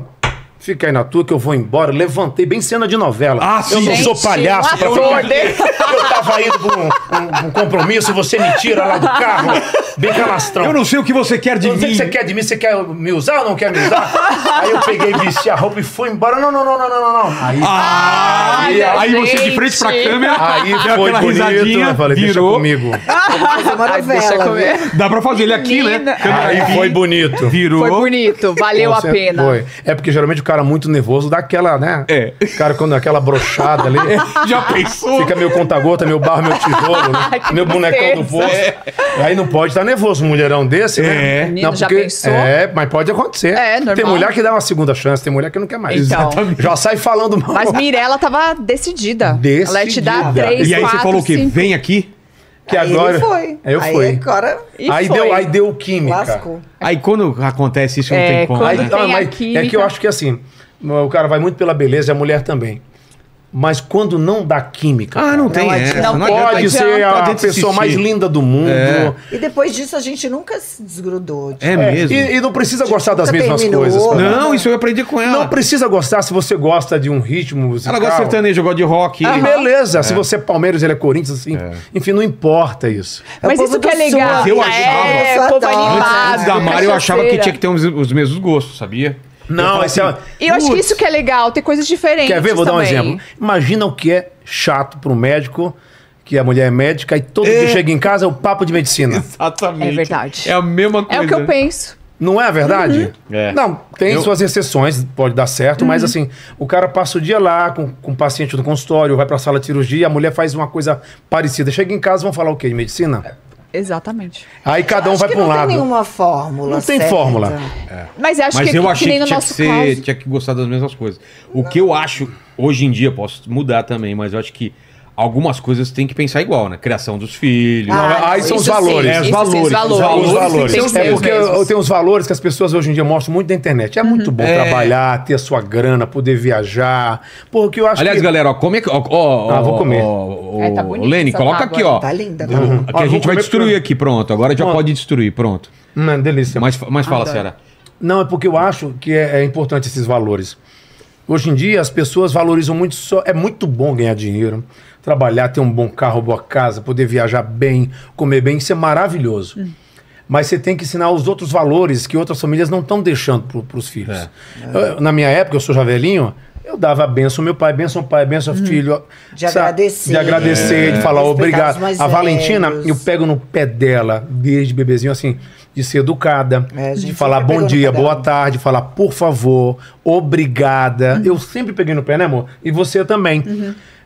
B: Fica aí na tua que eu vou embora. Levantei, bem cena de novela.
A: Ah,
B: eu
A: sim.
B: não sou
C: Gente,
B: palhaço
C: um
B: pra
C: ator
B: ficar. Eu tava indo pra um, um- um compromisso, você me tira lá do carro. Bem calastrão.
A: Eu não sei o que você quer de
B: Eu não sei o
A: mim.
B: que você quer de mim, você quer me usar ou não quer me usar?
C: *laughs*
B: aí eu peguei, vesti a roupa e fui embora. Não, não, não, não, não, não, não. Aí
A: Ah, aí,
C: Olha,
A: aí você de frente pra
C: gente.
A: câmera,
B: Aí
A: deu
B: foi
A: aquela
B: bonito,
A: risadinha,
B: eu falei,
A: virou.
B: deixa comigo.
F: Fazer uma
C: Ai,
F: novela. né?
C: deixa eu comer.
A: Dá pra fazer ele aqui, né?
C: Menina.
A: Câmera
B: Aí
A: aqui,
B: foi bonito.
A: Virou.
C: Foi bonito, valeu a
B: Você-
C: pena.
B: Foi. É porque geralmente o cara muito nervoso dá aquela, né?
A: É.
B: O cara quando dá aquela brochada ali,
A: Já pensou?
B: fica meu conta-gota, meu barro, meu tijolo,
C: *laughs*
B: né?
C: Que
B: meu bonecão do
C: tristeza.
B: poço. Aí não pode estar nervoso um mulherão desse, né?
A: É.
C: Menino, já pensou?
B: É, mas pode acontecer.
C: É, normal.
B: Tem mulher que dá uma segunda chance, tem mulher que não quer mais.
C: Então.
A: Exatamente.
B: Já sai falando mal.
C: Mas Mirella tava decidida. Ela ia te dar
B: Decidida.
C: três,
A: E aí
C: quatro,
A: você falou o quê?
C: cinco.
A: Vem aqui.
B: que
F: Aí
B: agora
F: ele foi.
B: Aí eu
F: aí
B: fui.
F: agora
C: E
B: aí
C: foi.
B: deu, aí deu química.
F: lascou.
A: Aí quando acontece isso, não
C: É,
A: tem como,
C: quando
B: Aí,
A: né?
C: tem
B: ah, mas
C: a química.
B: É que eu acho que assim, o cara vai muito pela beleza e a mulher também. Mas quando não dá química.
A: Ah, não tem
F: adianta,
A: essa.
F: não
A: Não
F: adianta.
A: adianta.
B: Pode ser a
A: Pode desistir.
B: pessoa mais linda do mundo.
A: É.
F: E depois disso a gente nunca se desgrudou. tipo,
A: É
B: É,
A: mesmo.
B: E, e não precisa gostar das
F: Nunca
B: mesmas
F: terminou.
B: coisas. cara.
A: Não, isso eu aprendi com ela.
B: Não precisa gostar se você gosta de um ritmo musical.
A: ela gosta de sertanejo, gosta de rock.
B: E Beleza, se você é Palmeiras, ele é Corinthians, assim. Enfim, não importa isso.
F: É o
C: Mas
F: povo
C: isso que
F: do
C: é
F: sul,
C: legal.
A: Mas eu
C: é,
F: achava-
C: povo
F: Antes-
A: Antes,
C: animado.
A: antes
B: um
A: da Mari, eu achava que
C: cachaceira.
A: tinha que ter os, os mesmos gostos, sabia?
B: Não, esse
A: assim,
B: é.
C: E eu acho que isso que é legal, ter coisas diferentes.
B: Quer ver? Vou dar um
C: também.
B: exemplo. Imagina o que é chato para um médico, que a mulher é médica, e todo dia chega em casa é o papo de medicina.
A: Exatamente.
C: É verdade.
A: É a mesma
C: É
A: coisa.
C: o que eu penso.
B: Não é a verdade?
A: É.
B: Não, tem
A: Eu- Uhum.
B: suas exceções, pode dar certo, mas assim, o cara passa o dia lá com, com o paciente no consultório, vai pra sala de cirurgia, a mulher faz uma coisa parecida. Chega em casa, vão falar o quê? De medicina?
C: Exatamente.
B: Aí cada um
F: acho
B: vai
F: que
B: pra um
F: não
B: lado.
F: tem nenhuma fórmula.
B: Não tem
F: certa.
B: fórmula.
C: Mas acho
A: Mas
C: que, é
A: eu
C: que
A: achei
C: nem
A: que, tinha,
C: no
A: que
C: nosso
A: ser-
C: caso.
A: tinha que gostar das mesmas coisas. O que eu acho, hoje em dia, posso mudar também, mas eu acho que algumas coisas tem que pensar igual, né? Criação dos filhos.
F: Ah,
B: Aí são os
C: isso sim,
B: valores.
C: isso
A: É, os
C: sim,
A: valores,
C: Os valores.
A: os valores.
C: Tem que ser
B: É
C: os
B: porque eu,
C: mesmos.
B: eu tenho os valores que as pessoas hoje em dia mostram muito na internet. É muito bom
A: É.
B: trabalhar, ter a sua grana, poder viajar. Porque eu acho
A: Aliás,
B: que...
A: galera, ó, come aqui. Ó, ó,
B: Ah, vou
A: ó,
B: comer.
A: ó,
C: É, tá bonita
A: Lene,
C: essa
A: coloca
C: água, né?
A: aqui, ó.
F: Tá linda.
A: O-
F: Tá?
A: Aqui a
B: Ah, vou
A: gente vai
B: comer
A: destruir
B: tudo.
A: aqui, pronto. Agora já
B: Pronto.
A: pode destruir, pronto.
B: Hum, delícia.
A: Mas, mas fala, Sara.
B: Não, é porque eu acho que é, é importante esses valores. Hoje em dia as pessoas valorizam muito só. É muito bom ganhar dinheiro, trabalhar, ter um bom carro, boa casa, poder viajar bem, comer bem, isso é maravilhoso.
F: Hum.
B: Mas você tem que ensinar os outros valores que outras famílias não estão deixando para os filhos.
F: É.
B: Eu- na minha época, eu sou javelinho, eu dava a benção ao meu pai, benção ao pai, benção ao filho.
F: Hum. De
B: sabe?
F: agradecer. É.
B: De agradecer, de falar
F: Respeitar os
B: obrigado.
F: mais
B: A Valentina,
F: velhos.
B: eu pego no pé dela, desde bebezinho, assim, de ser educada,
F: É, a gente
B: de falar
F: sempre pegou
B: bom
F: no
B: dia,
F: pé
B: boa
F: dela.
B: tarde, falar por favor, obrigada.
F: Uhum.
B: Eu sempre peguei no pé, né, amor? E você também.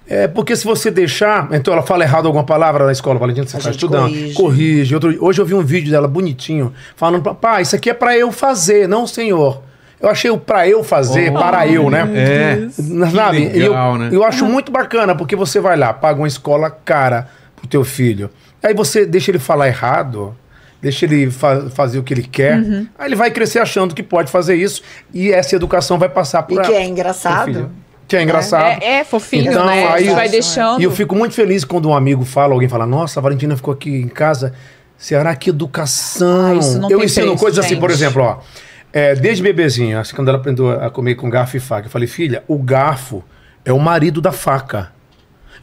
B: É porque se você deixar. Então ela fala errado alguma palavra na escola, Valentina, você
F: A
B: está
F: gente
B: estudando. Corrige.
F: corrige.
B: Outro- hoje eu vi um vídeo dela bonitinho, falando: papai, isso aqui é pra eu fazer, não senhor. Eu achei o pra eu fazer, para eu, né?
A: Oh. É.
B: Sabe?
A: Que legal,
B: eu,
A: né?
B: eu acho muito bacana, porque você vai lá, paga uma escola cara pro teu filho. Aí você deixa ele falar errado, deixa ele fa- fazer o que ele quer.
F: Uhum.
B: Aí ele vai crescer achando que pode fazer isso e essa educação vai passar
F: E
B: por
F: que é
B: filho.
F: engraçado.
B: Que é engraçado.
C: É, é fofinho,
B: Então, aí
C: né? a gente vai
B: eu-
C: deixando.
B: E eu fico muito feliz quando um amigo fala, alguém fala, nossa, a Valentina ficou aqui em casa. Ceará, que educação.
C: Ah, isso não
B: eu
C: tem
B: ensino
C: preço,
B: coisas assim, por
C: gente.
B: exemplo, ó. é, desde bebezinha, assim, quando ela aprendeu a comer com garfo e faca, eu falei, filha, o garfo é o marido da faca.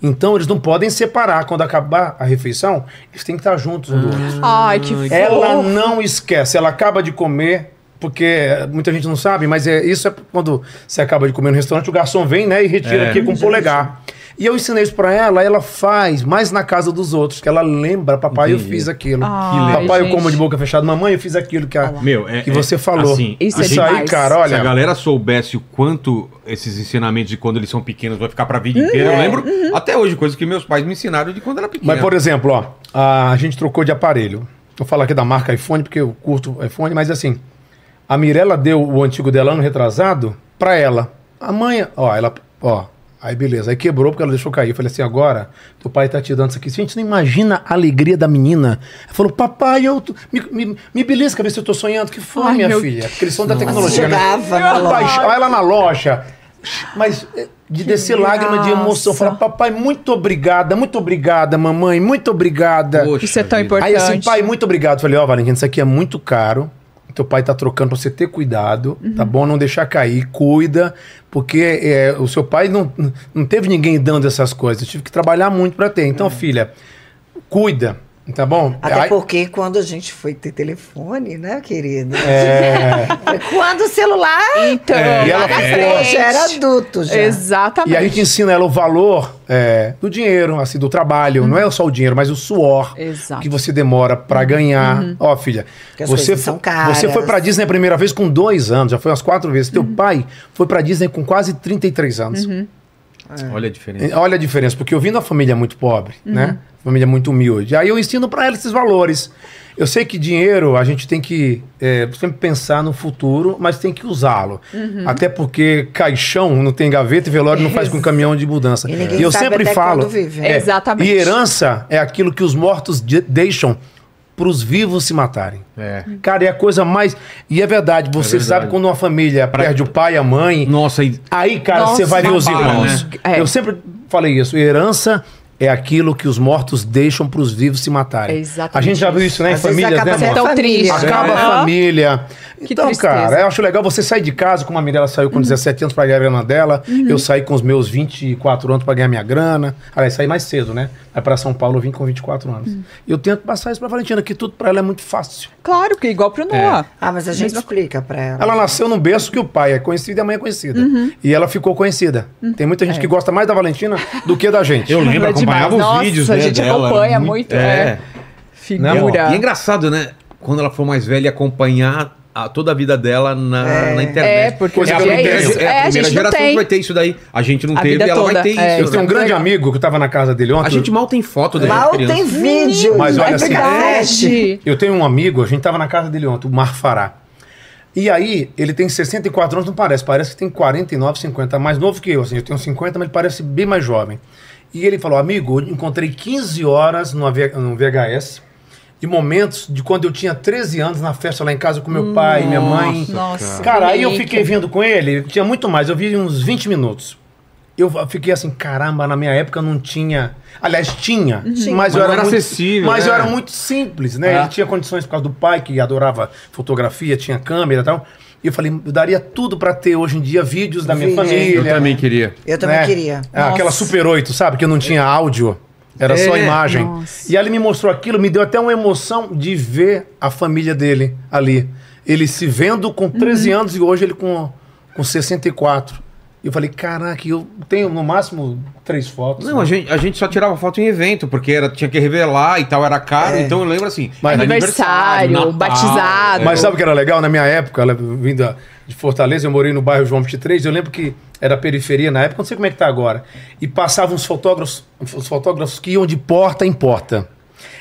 B: Então eles não podem separar. Quando acabar a refeição, eles têm que estar juntos um do
C: Hum.
B: outro.
C: Ai, que fofo.
B: Ela não esquece, ela acaba de comer, porque eh, muita gente não sabe, mas é, isso é quando você acaba de comer no restaurante, o garçom vem, né, e retira
A: É.
B: aqui com o polegar. E eu ensinei isso pra ela, ela faz, mas na casa dos outros, que ela lembra, papai, eu
A: Entendi.
B: fiz aquilo.
C: Ai,
B: papai, eu
C: Ah, gente. Ah.
B: como de boca fechada, mamãe, eu fiz aquilo que, a-
A: Meu, é-
B: que
A: é-
B: você falou.
A: assim,
C: Isso é
B: isso aí,
C: demais.
A: Se
B: cara,
A: a
B: olha.
A: galera soubesse o quanto esses ensinamentos de quando eles são pequenos vai ficar pra vida inteira, eu lembro até hoje, coisas que meus pais me ensinaram de quando era pequeno.
B: É. Mas, por exemplo, ó, a gente trocou de aparelho. Vou falar aqui da marca iPhone, porque eu curto iPhone, mas assim, a Mirella deu o antigo dela ano retrasado pra ela. A mãe, ó, ela, ó, aí beleza, aí quebrou porque ela deixou cair. Eu falei assim, agora, teu pai tá te dando isso aqui. Gente, não imagina a alegria da menina. Ela falou, papai, eu, tô- me, me, me belisca, vê se eu tô sonhando. Que foi,
C: Ai,
B: minha
C: meu
B: filha? Porque eles são da tecnologia, né?
F: Jogava na
B: Ela
F: loja.
B: baixou ela na loja. Mas eh, de descer lágrima de emoção.
C: graça.
B: Falar, papai, muito obrigada, muito obrigada, mamãe, muito obrigada.
A: Poxa
C: Isso é tão
A: vida.
C: importante.
B: Aí assim, pai, muito obrigado. Falei, ó, Valentina, isso aqui é muito caro. Teu pai tá trocando pra você ter cuidado, tá bom? Não deixar cair, cuida, porque eh, o seu pai não, não teve ninguém dando essas coisas. Eu tive que trabalhar muito pra ter. Então, filha, cuida, tá bom?
F: Até
B: Aí-
F: porque quando a gente foi ter telefone, né, querido?
B: É.
F: Quando o celular
C: Então,
B: e ela
C: lá na
B: ficou-
C: frente.
F: já era adulto, já.
B: né?"
C: Exatamente.
B: E a gente ensina ela o valor é, do dinheiro, assim, do trabalho. Não é só o dinheiro, mas o
C: É.
B: suor
C: Exato.
B: que você demora pra ganhar. Ó, filha,
F: Porque as
B: você,
F: coisas são
B: fo-
F: caras.
B: você foi pra Disney a primeira vez com dois anos, já foi umas quatro vezes. Teu pai foi pra Disney com quase 33 anos.
A: É. Olha a diferença.
B: Olha a diferença, porque eu vim de uma família muito pobre, né? Família muito humilde. Aí eu ensino pra ela esses valores. Eu sei que dinheiro a gente tem que é, sempre pensar no futuro, mas tem que usá-lo. Até porque caixão não tem gaveta e velório não faz com caminhão de mudança.
F: E ninguém
B: eu
F: sabe
B: sempre
F: até
B: falo.
F: quando vive.
B: é,
C: Exatamente.
B: E herança é aquilo que os mortos de- deixam pros vivos se matarem.
A: É.
B: Cara, é a coisa mais. E é verdade, você
A: verdade.
B: sabe quando uma família perde o pai, a mãe.
A: Nossa, e...
B: Aí, cara,
C: Nossa,
B: você vai ver
C: não
B: os
A: para,
B: irmãos.
C: né? É.
B: Eu sempre falei isso. Herança é aquilo que os mortos deixam pros vivos se matarem.
C: É exatamente
B: a gente já viu isso, né? Em
F: Às vezes
B: famílias, né,
F: acaba sendo
B: amor?
C: Tão triste.
F: família.
B: Acaba
C: É.
B: a família.
C: Que
B: então,
C: tristeza.
B: cara, eu acho legal você sair de casa, como a Mirella saiu com 17 anos pra ganhar a grana dela. Eu saí com os meus 24 anos pra ganhar minha grana. Aliás, saí mais cedo, né? Aí pra São Paulo eu vim com 24 anos. E eu tento passar isso pra Valentina, que tudo pra ela é muito fácil.
C: Claro que é igual pro Noah.
F: Ah, mas a gente explica pra ela.
B: Ela nasceu num berço que o pai é conhecido e a mãe é conhecida. E ela ficou conhecida. Tem muita gente que gosta mais da Valentina do que da gente.
A: Eu lembro,
C: É demais.
A: acompanhava os
C: Nossa,
A: vídeos
C: a
A: né,
C: gente
A: dela,
C: acompanha
A: era
C: muito, é.
A: Né, amor?
C: Figura.
A: E é engraçado, né? Quando ela for mais velha, acompanhar a- toda a vida dela na, na internet.
C: É, porque
B: Coisa que eu não
A: primeira- é a
B: tenho.
C: É, a
A: primeira
C: gente não
A: geração
C: tem.
A: que vai ter isso daí. A gente não
C: A
A: teve
C: vida
A: e ela vai
C: toda,
A: ter isso.
C: é.
A: né?
B: Eu tenho um grande amigo que estava na casa dele ontem.
A: A gente mal tem foto dela.
F: Mal
A: criança.
F: tem vídeo.
B: Mas olha
F: Vai
B: assim,
F: pegar
C: é.
F: flash.
B: Eu tenho um amigo, a gente tava na casa dele ontem, o Marfará. E aí, ele tem 64 anos, não parece, parece que tem 49, 50, mais novo que eu, assim, eu tenho 50, mas ele parece bem mais jovem. E ele falou, amigo, eu encontrei 15 horas no, AV no VHS de momentos de quando eu tinha 13 anos na festa lá em casa com meu pai, minha mãe.
C: Nossa,
B: Cara, aí eu
C: relíquia.
B: fiquei vendo com ele, tinha muito mais, eu vi uns 20 minutos. Eu fiquei assim, caramba, na minha época não tinha. Aliás, tinha, mas, eu
A: não
B: era,
A: era
B: muito,
A: acessível,
B: Mas
A: né?
B: eu era muito simples, né?
A: É.
B: Ele tinha condições por causa do pai, que adorava fotografia, tinha câmera e tal. E eu falei, eu daria tudo pra ter hoje em dia vídeos da minha
F: Vídeo.
B: família.
A: Eu
C: né?
A: também queria.
F: Eu também
B: né?
F: queria.
B: É, Aquela
C: Nossa.
B: Super 8, sabe? Que não tinha áudio, era
A: É.
B: só imagem.
C: Nossa.
B: E aí ele me mostrou aquilo, me deu até uma emoção de ver a família dele ali. Ele se vendo com 13
C: Uhum.
B: anos e hoje ele com, com 64. E eu falei, caraca, eu tenho no máximo três fotos.
A: Não, a gente, a gente só tirava foto em evento, porque era, tinha que revelar e tal, era caro. Então eu lembro assim.
B: Mas-
A: era
C: É.
A: é.
C: Aniversário, batizado.
B: Mas sabe o que era legal? Na minha época, ela vinda de Fortaleza, eu morei no bairro João 23, eu lembro que era periferia na época, não sei como é que tá agora. E passavam os fotógrafos, os fotógrafos que iam de porta em porta.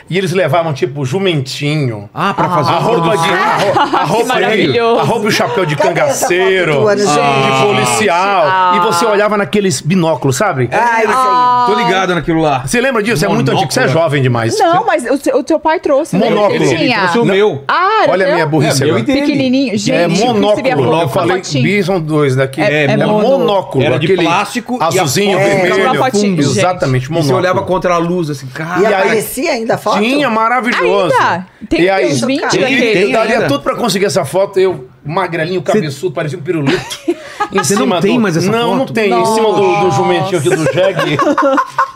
B: E eles levavam, tipo, jumentinho.
A: Ah, pra fazer
B: a
A: a
B: roupa de.
A: produção. Ah,
B: A, ro- a roupa de.
C: maravilhoso.
B: A roupa e o chapéu de
F: Cadê essa
B: cangaceiro.
F: foto tua, né, gente?
B: De policial.
A: Ah.
B: E você olhava naqueles binóculos, sabe?
A: É.
F: Ah, isso aí.
A: Tô ligado naquilo lá.
B: Você lembra disso? É muito
A: Monóculo.
B: antigo. Você é jovem demais.
C: Não, mas o, seu- o teu pai trouxe. né?
B: Monóculo.
C: Ele
A: Ele
C: tinha.
A: trouxe o
B: Não.
A: meu.
C: Ah, era
B: Olha a
C: teu?
B: minha burrice
A: É, meu
B: agora.
A: e dele.
C: Pequenininho. Gente,
B: é
C: seria
B: monóculo.
C: pouco,
B: Eu falei
C: fotinho.
B: Bison 2 daqui.
A: É,
B: É,
A: é
C: mono.
B: monóculo.
A: Era de
B: aquele
A: plástico e a
B: Azulzinho,
A: foto-
F: É,
B: vermelho.
C: uma fotinho,
B: fundo.
C: gente.
B: Exatamente,
A: E
B: monóculo.
A: você olhava contra a luz, assim, cara.
F: E,
B: aí-
F: aparecia ainda a foto?
B: Tinha, maravilhoso.
C: Ainda? Tem que ter uns 20
F: Tem,
C: daquele.
A: tem.
B: Eu daria
A: ainda.
B: tudo pra conseguir essa foto. Eu, magrelinho, cabeçudo, parecia um pirulito.
A: *laughs*
B: Em
A: Você não
B: cima
A: tem mais essa
B: Não, não
A: foto?
B: tem. Em cima do, do jumentinho aqui
C: *laughs*
B: do jegue.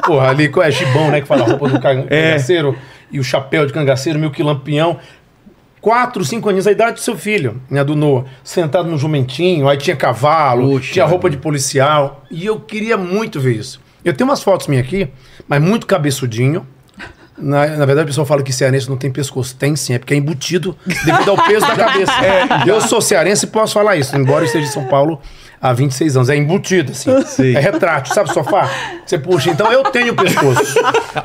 B: Porra, ali qual é gibão, né? Que fala a roupa do ca-
A: É.
B: cangaceiro e o chapéu de cangaceiro, meio que lampião. Quatro, cinco aninhos, a idade do seu filho, né? Do Noah. Sentado no jumentinho, aí tinha cavalo,
A: Puxa
B: tinha roupa de policial. E eu queria muito ver isso. Eu tenho umas fotos minhas aqui, mas muito cabeçudinho. Na, na verdade, o pessoal fala que cearense não tem pescoço. Tem sim, é porque é embutido devido ao peso
A: *laughs*
B: da cabeça.
A: É.
B: eu sou cearense e posso falar isso, embora eu esteja em São Paulo há 26 anos. É embutido, assim.
A: Sei.
B: É retrátil, sabe sofá? Você puxa. Então eu tenho pescoço.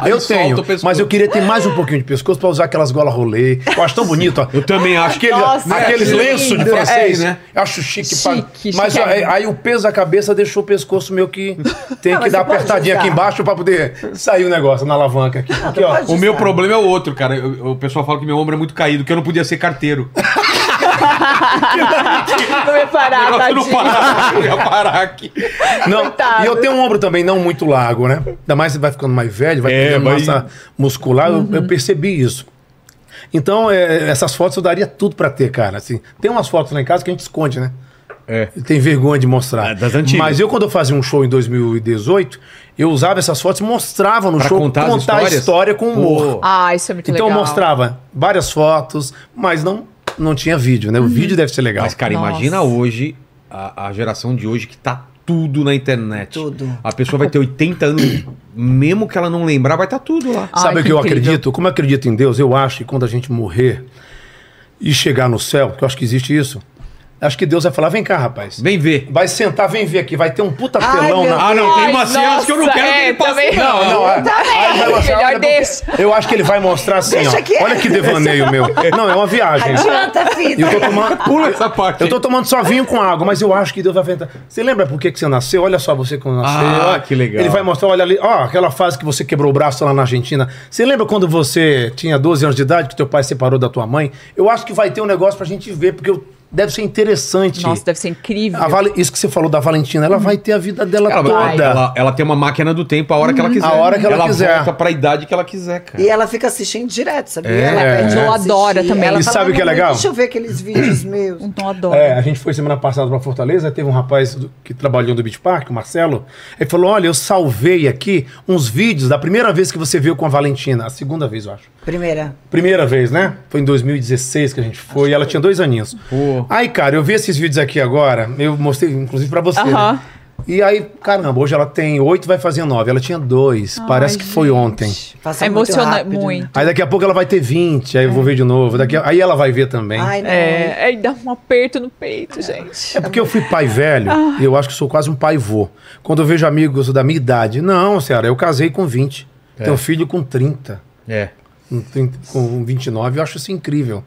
B: eu
A: solta
B: tenho.
A: o pescoço.
B: Mas eu queria ter mais um pouquinho de pescoço pra usar aquelas gola rolê. Eu acho tão bonito, ó.
A: Eu também acho que
B: Aquele,
C: Nossa,
B: aqueles
C: que
B: lenços de
C: lindo.
B: francês,
A: É,
B: né?
A: né?
B: Eu acho chique. pra-
C: Chique,
B: mas
C: chique.
B: Aí, aí o peso da cabeça deixou o pescoço meio que... Tem
F: Não,
B: que
F: mas
B: dar
F: você pode
B: apertadinha aqui
F: usar.
B: embaixo pra poder sair o negócio na alavanca aqui. Aqui, ó.
F: pode
A: O meu
F: Sabe?
A: problema é o outro, cara. Eu- eu- o pessoal fala que meu ombro é muito caído, que eu não podia ser carteiro.
C: Não
B: *laughs*
C: ia parar,
A: Nossa, *laughs* eu não
C: Ah, tadinho.
A: parava, eu ia parar aqui.
B: Não,
C: Coitado.
B: e eu tenho um ombro também não muito largo, né? Ainda mais você vai ficando mais velho, vai
A: É,
B: perdendo
A: vai-
B: massa muscular. eu- Eu, percebi isso. Então, é, essas fotos eu daria tudo pra ter, cara. Assim, tem umas fotos lá em casa que a gente esconde, né?
A: É.
B: Tem vergonha de mostrar.
A: É, das antigas.
B: Mas eu, quando eu fazia um show em 2018, eu usava essas fotos e mostrava no
A: Pra
B: show
A: contar as
B: a
A: histórias?
B: história com humor.
A: Pô.
C: Ah, isso é muito
B: então
C: legal.
B: eu mostrava várias fotos, mas não, não tinha vídeo,
C: Uhum.
B: né? O vídeo deve ser legal.
A: Mas, cara,
C: Nossa.
A: imagina hoje, a, a geração de hoje que tá tudo na internet.
F: Tudo.
A: A pessoa vai ter 80 anos, mesmo que ela não lembrar, vai estar tudo lá.
C: Ah,
B: Sabe
C: Ai,
B: o que,
C: que
B: eu
C: incrível.
B: acredito? Como eu acredito em Deus, eu acho que quando a gente morrer e chegar no céu, que eu acho que existe isso, acho que Deus vai falar: vem cá, rapaz.
A: Vem ver.
B: Vai sentar, vem ver aqui. Vai ter um puta
F: Ai,
B: telão
F: meu
B: na.
A: Ah, não, tem umas
C: Ai,
A: cenas que eu não
C: nossa,
A: quero que
C: é,
A: ele passe.
C: também.
B: Não, não, é. Aí vai mostrar,
C: Melhor
B: olha, porque-
C: deixa.
B: Eu acho que ele vai mostrar assim,
F: Deixa
B: ó.
F: quieto.
B: Olha que devaneio meu. Não, é uma viagem.
F: Adianta a tá
B: E
F: vida.
B: eu tô
A: *laughs*
B: tomando.
A: Pula essa parte.
B: Eu tô tomando só vinho com água, mas eu acho que Deus vai enfrentar. Você lembra por que, que você nasceu? Olha só você quando nasceu.
A: Ah,
B: Olha.
A: que legal.
B: Ele vai mostrar, olha ali, ó, aquela fase que você quebrou o braço lá na Argentina. Você lembra quando você tinha 12 anos de idade, que teu pai separou da tua mãe? Eu acho que vai ter um negócio pra gente ver, porque eu- deve ser interessante.
C: Nossa, deve ser Hum. incrível.
B: A Vale- Isso que você falou da Valentina, ela vai ter a vida dela
A: Ela,
B: toda.
A: ela, ela tem uma máquina do tempo a hora que ela
C: Uhum.
A: quiser.
B: A hora que ela quiser.
A: volta pra idade que ela quiser, cara.
C: é-
F: E ela fica assistindo direto, sabia?
A: É.
F: Ela pede
C: Eu
F: pra
C: adoro
F: assistir.
C: também.
F: Ela
B: E
F: fala,
B: sabe o que é
F: "Mamãe,
B: legal?
F: Deixa eu ver aqueles vídeos meus.
C: Então adoro.
B: É, a gente foi semana passada pra Fortaleza, teve um rapaz do- que trabalhou no Beach Park, o Marcelo, ele falou: olha, eu salvei aqui uns vídeos da primeira vez que você veio com a Valentina, a segunda vez, eu acho.
F: Primeira.
B: Primeira vez, né? Foi em 2016 que a gente foi, e ela tinha dois aninhos.
A: Pô.
B: Aí, cara, eu vi esses vídeos aqui agora, eu mostrei, inclusive, pra você.
C: Aham.
B: né? E aí, caramba, hoje ela tem oito, vai fazer nove. Ela tinha dois, parece que foi ontem.
F: Passa
C: É
F: muito
C: emocionante
F: rápido,
C: muito.
F: né?
B: Aí daqui a pouco ela vai ter 20, aí eu vou ver de novo. Daqui a- Aí ela vai ver também.
F: Ai, não.
C: É, aí dá um aperto no peito, gente.
B: É porque eu fui pai velho e eu acho que sou quase um pai vô. Quando eu vejo amigos da minha idade, não, Ceará, eu casei com 20. Tenho filho com 30.
A: É.
B: Com 30, Com 29, eu acho isso incrível.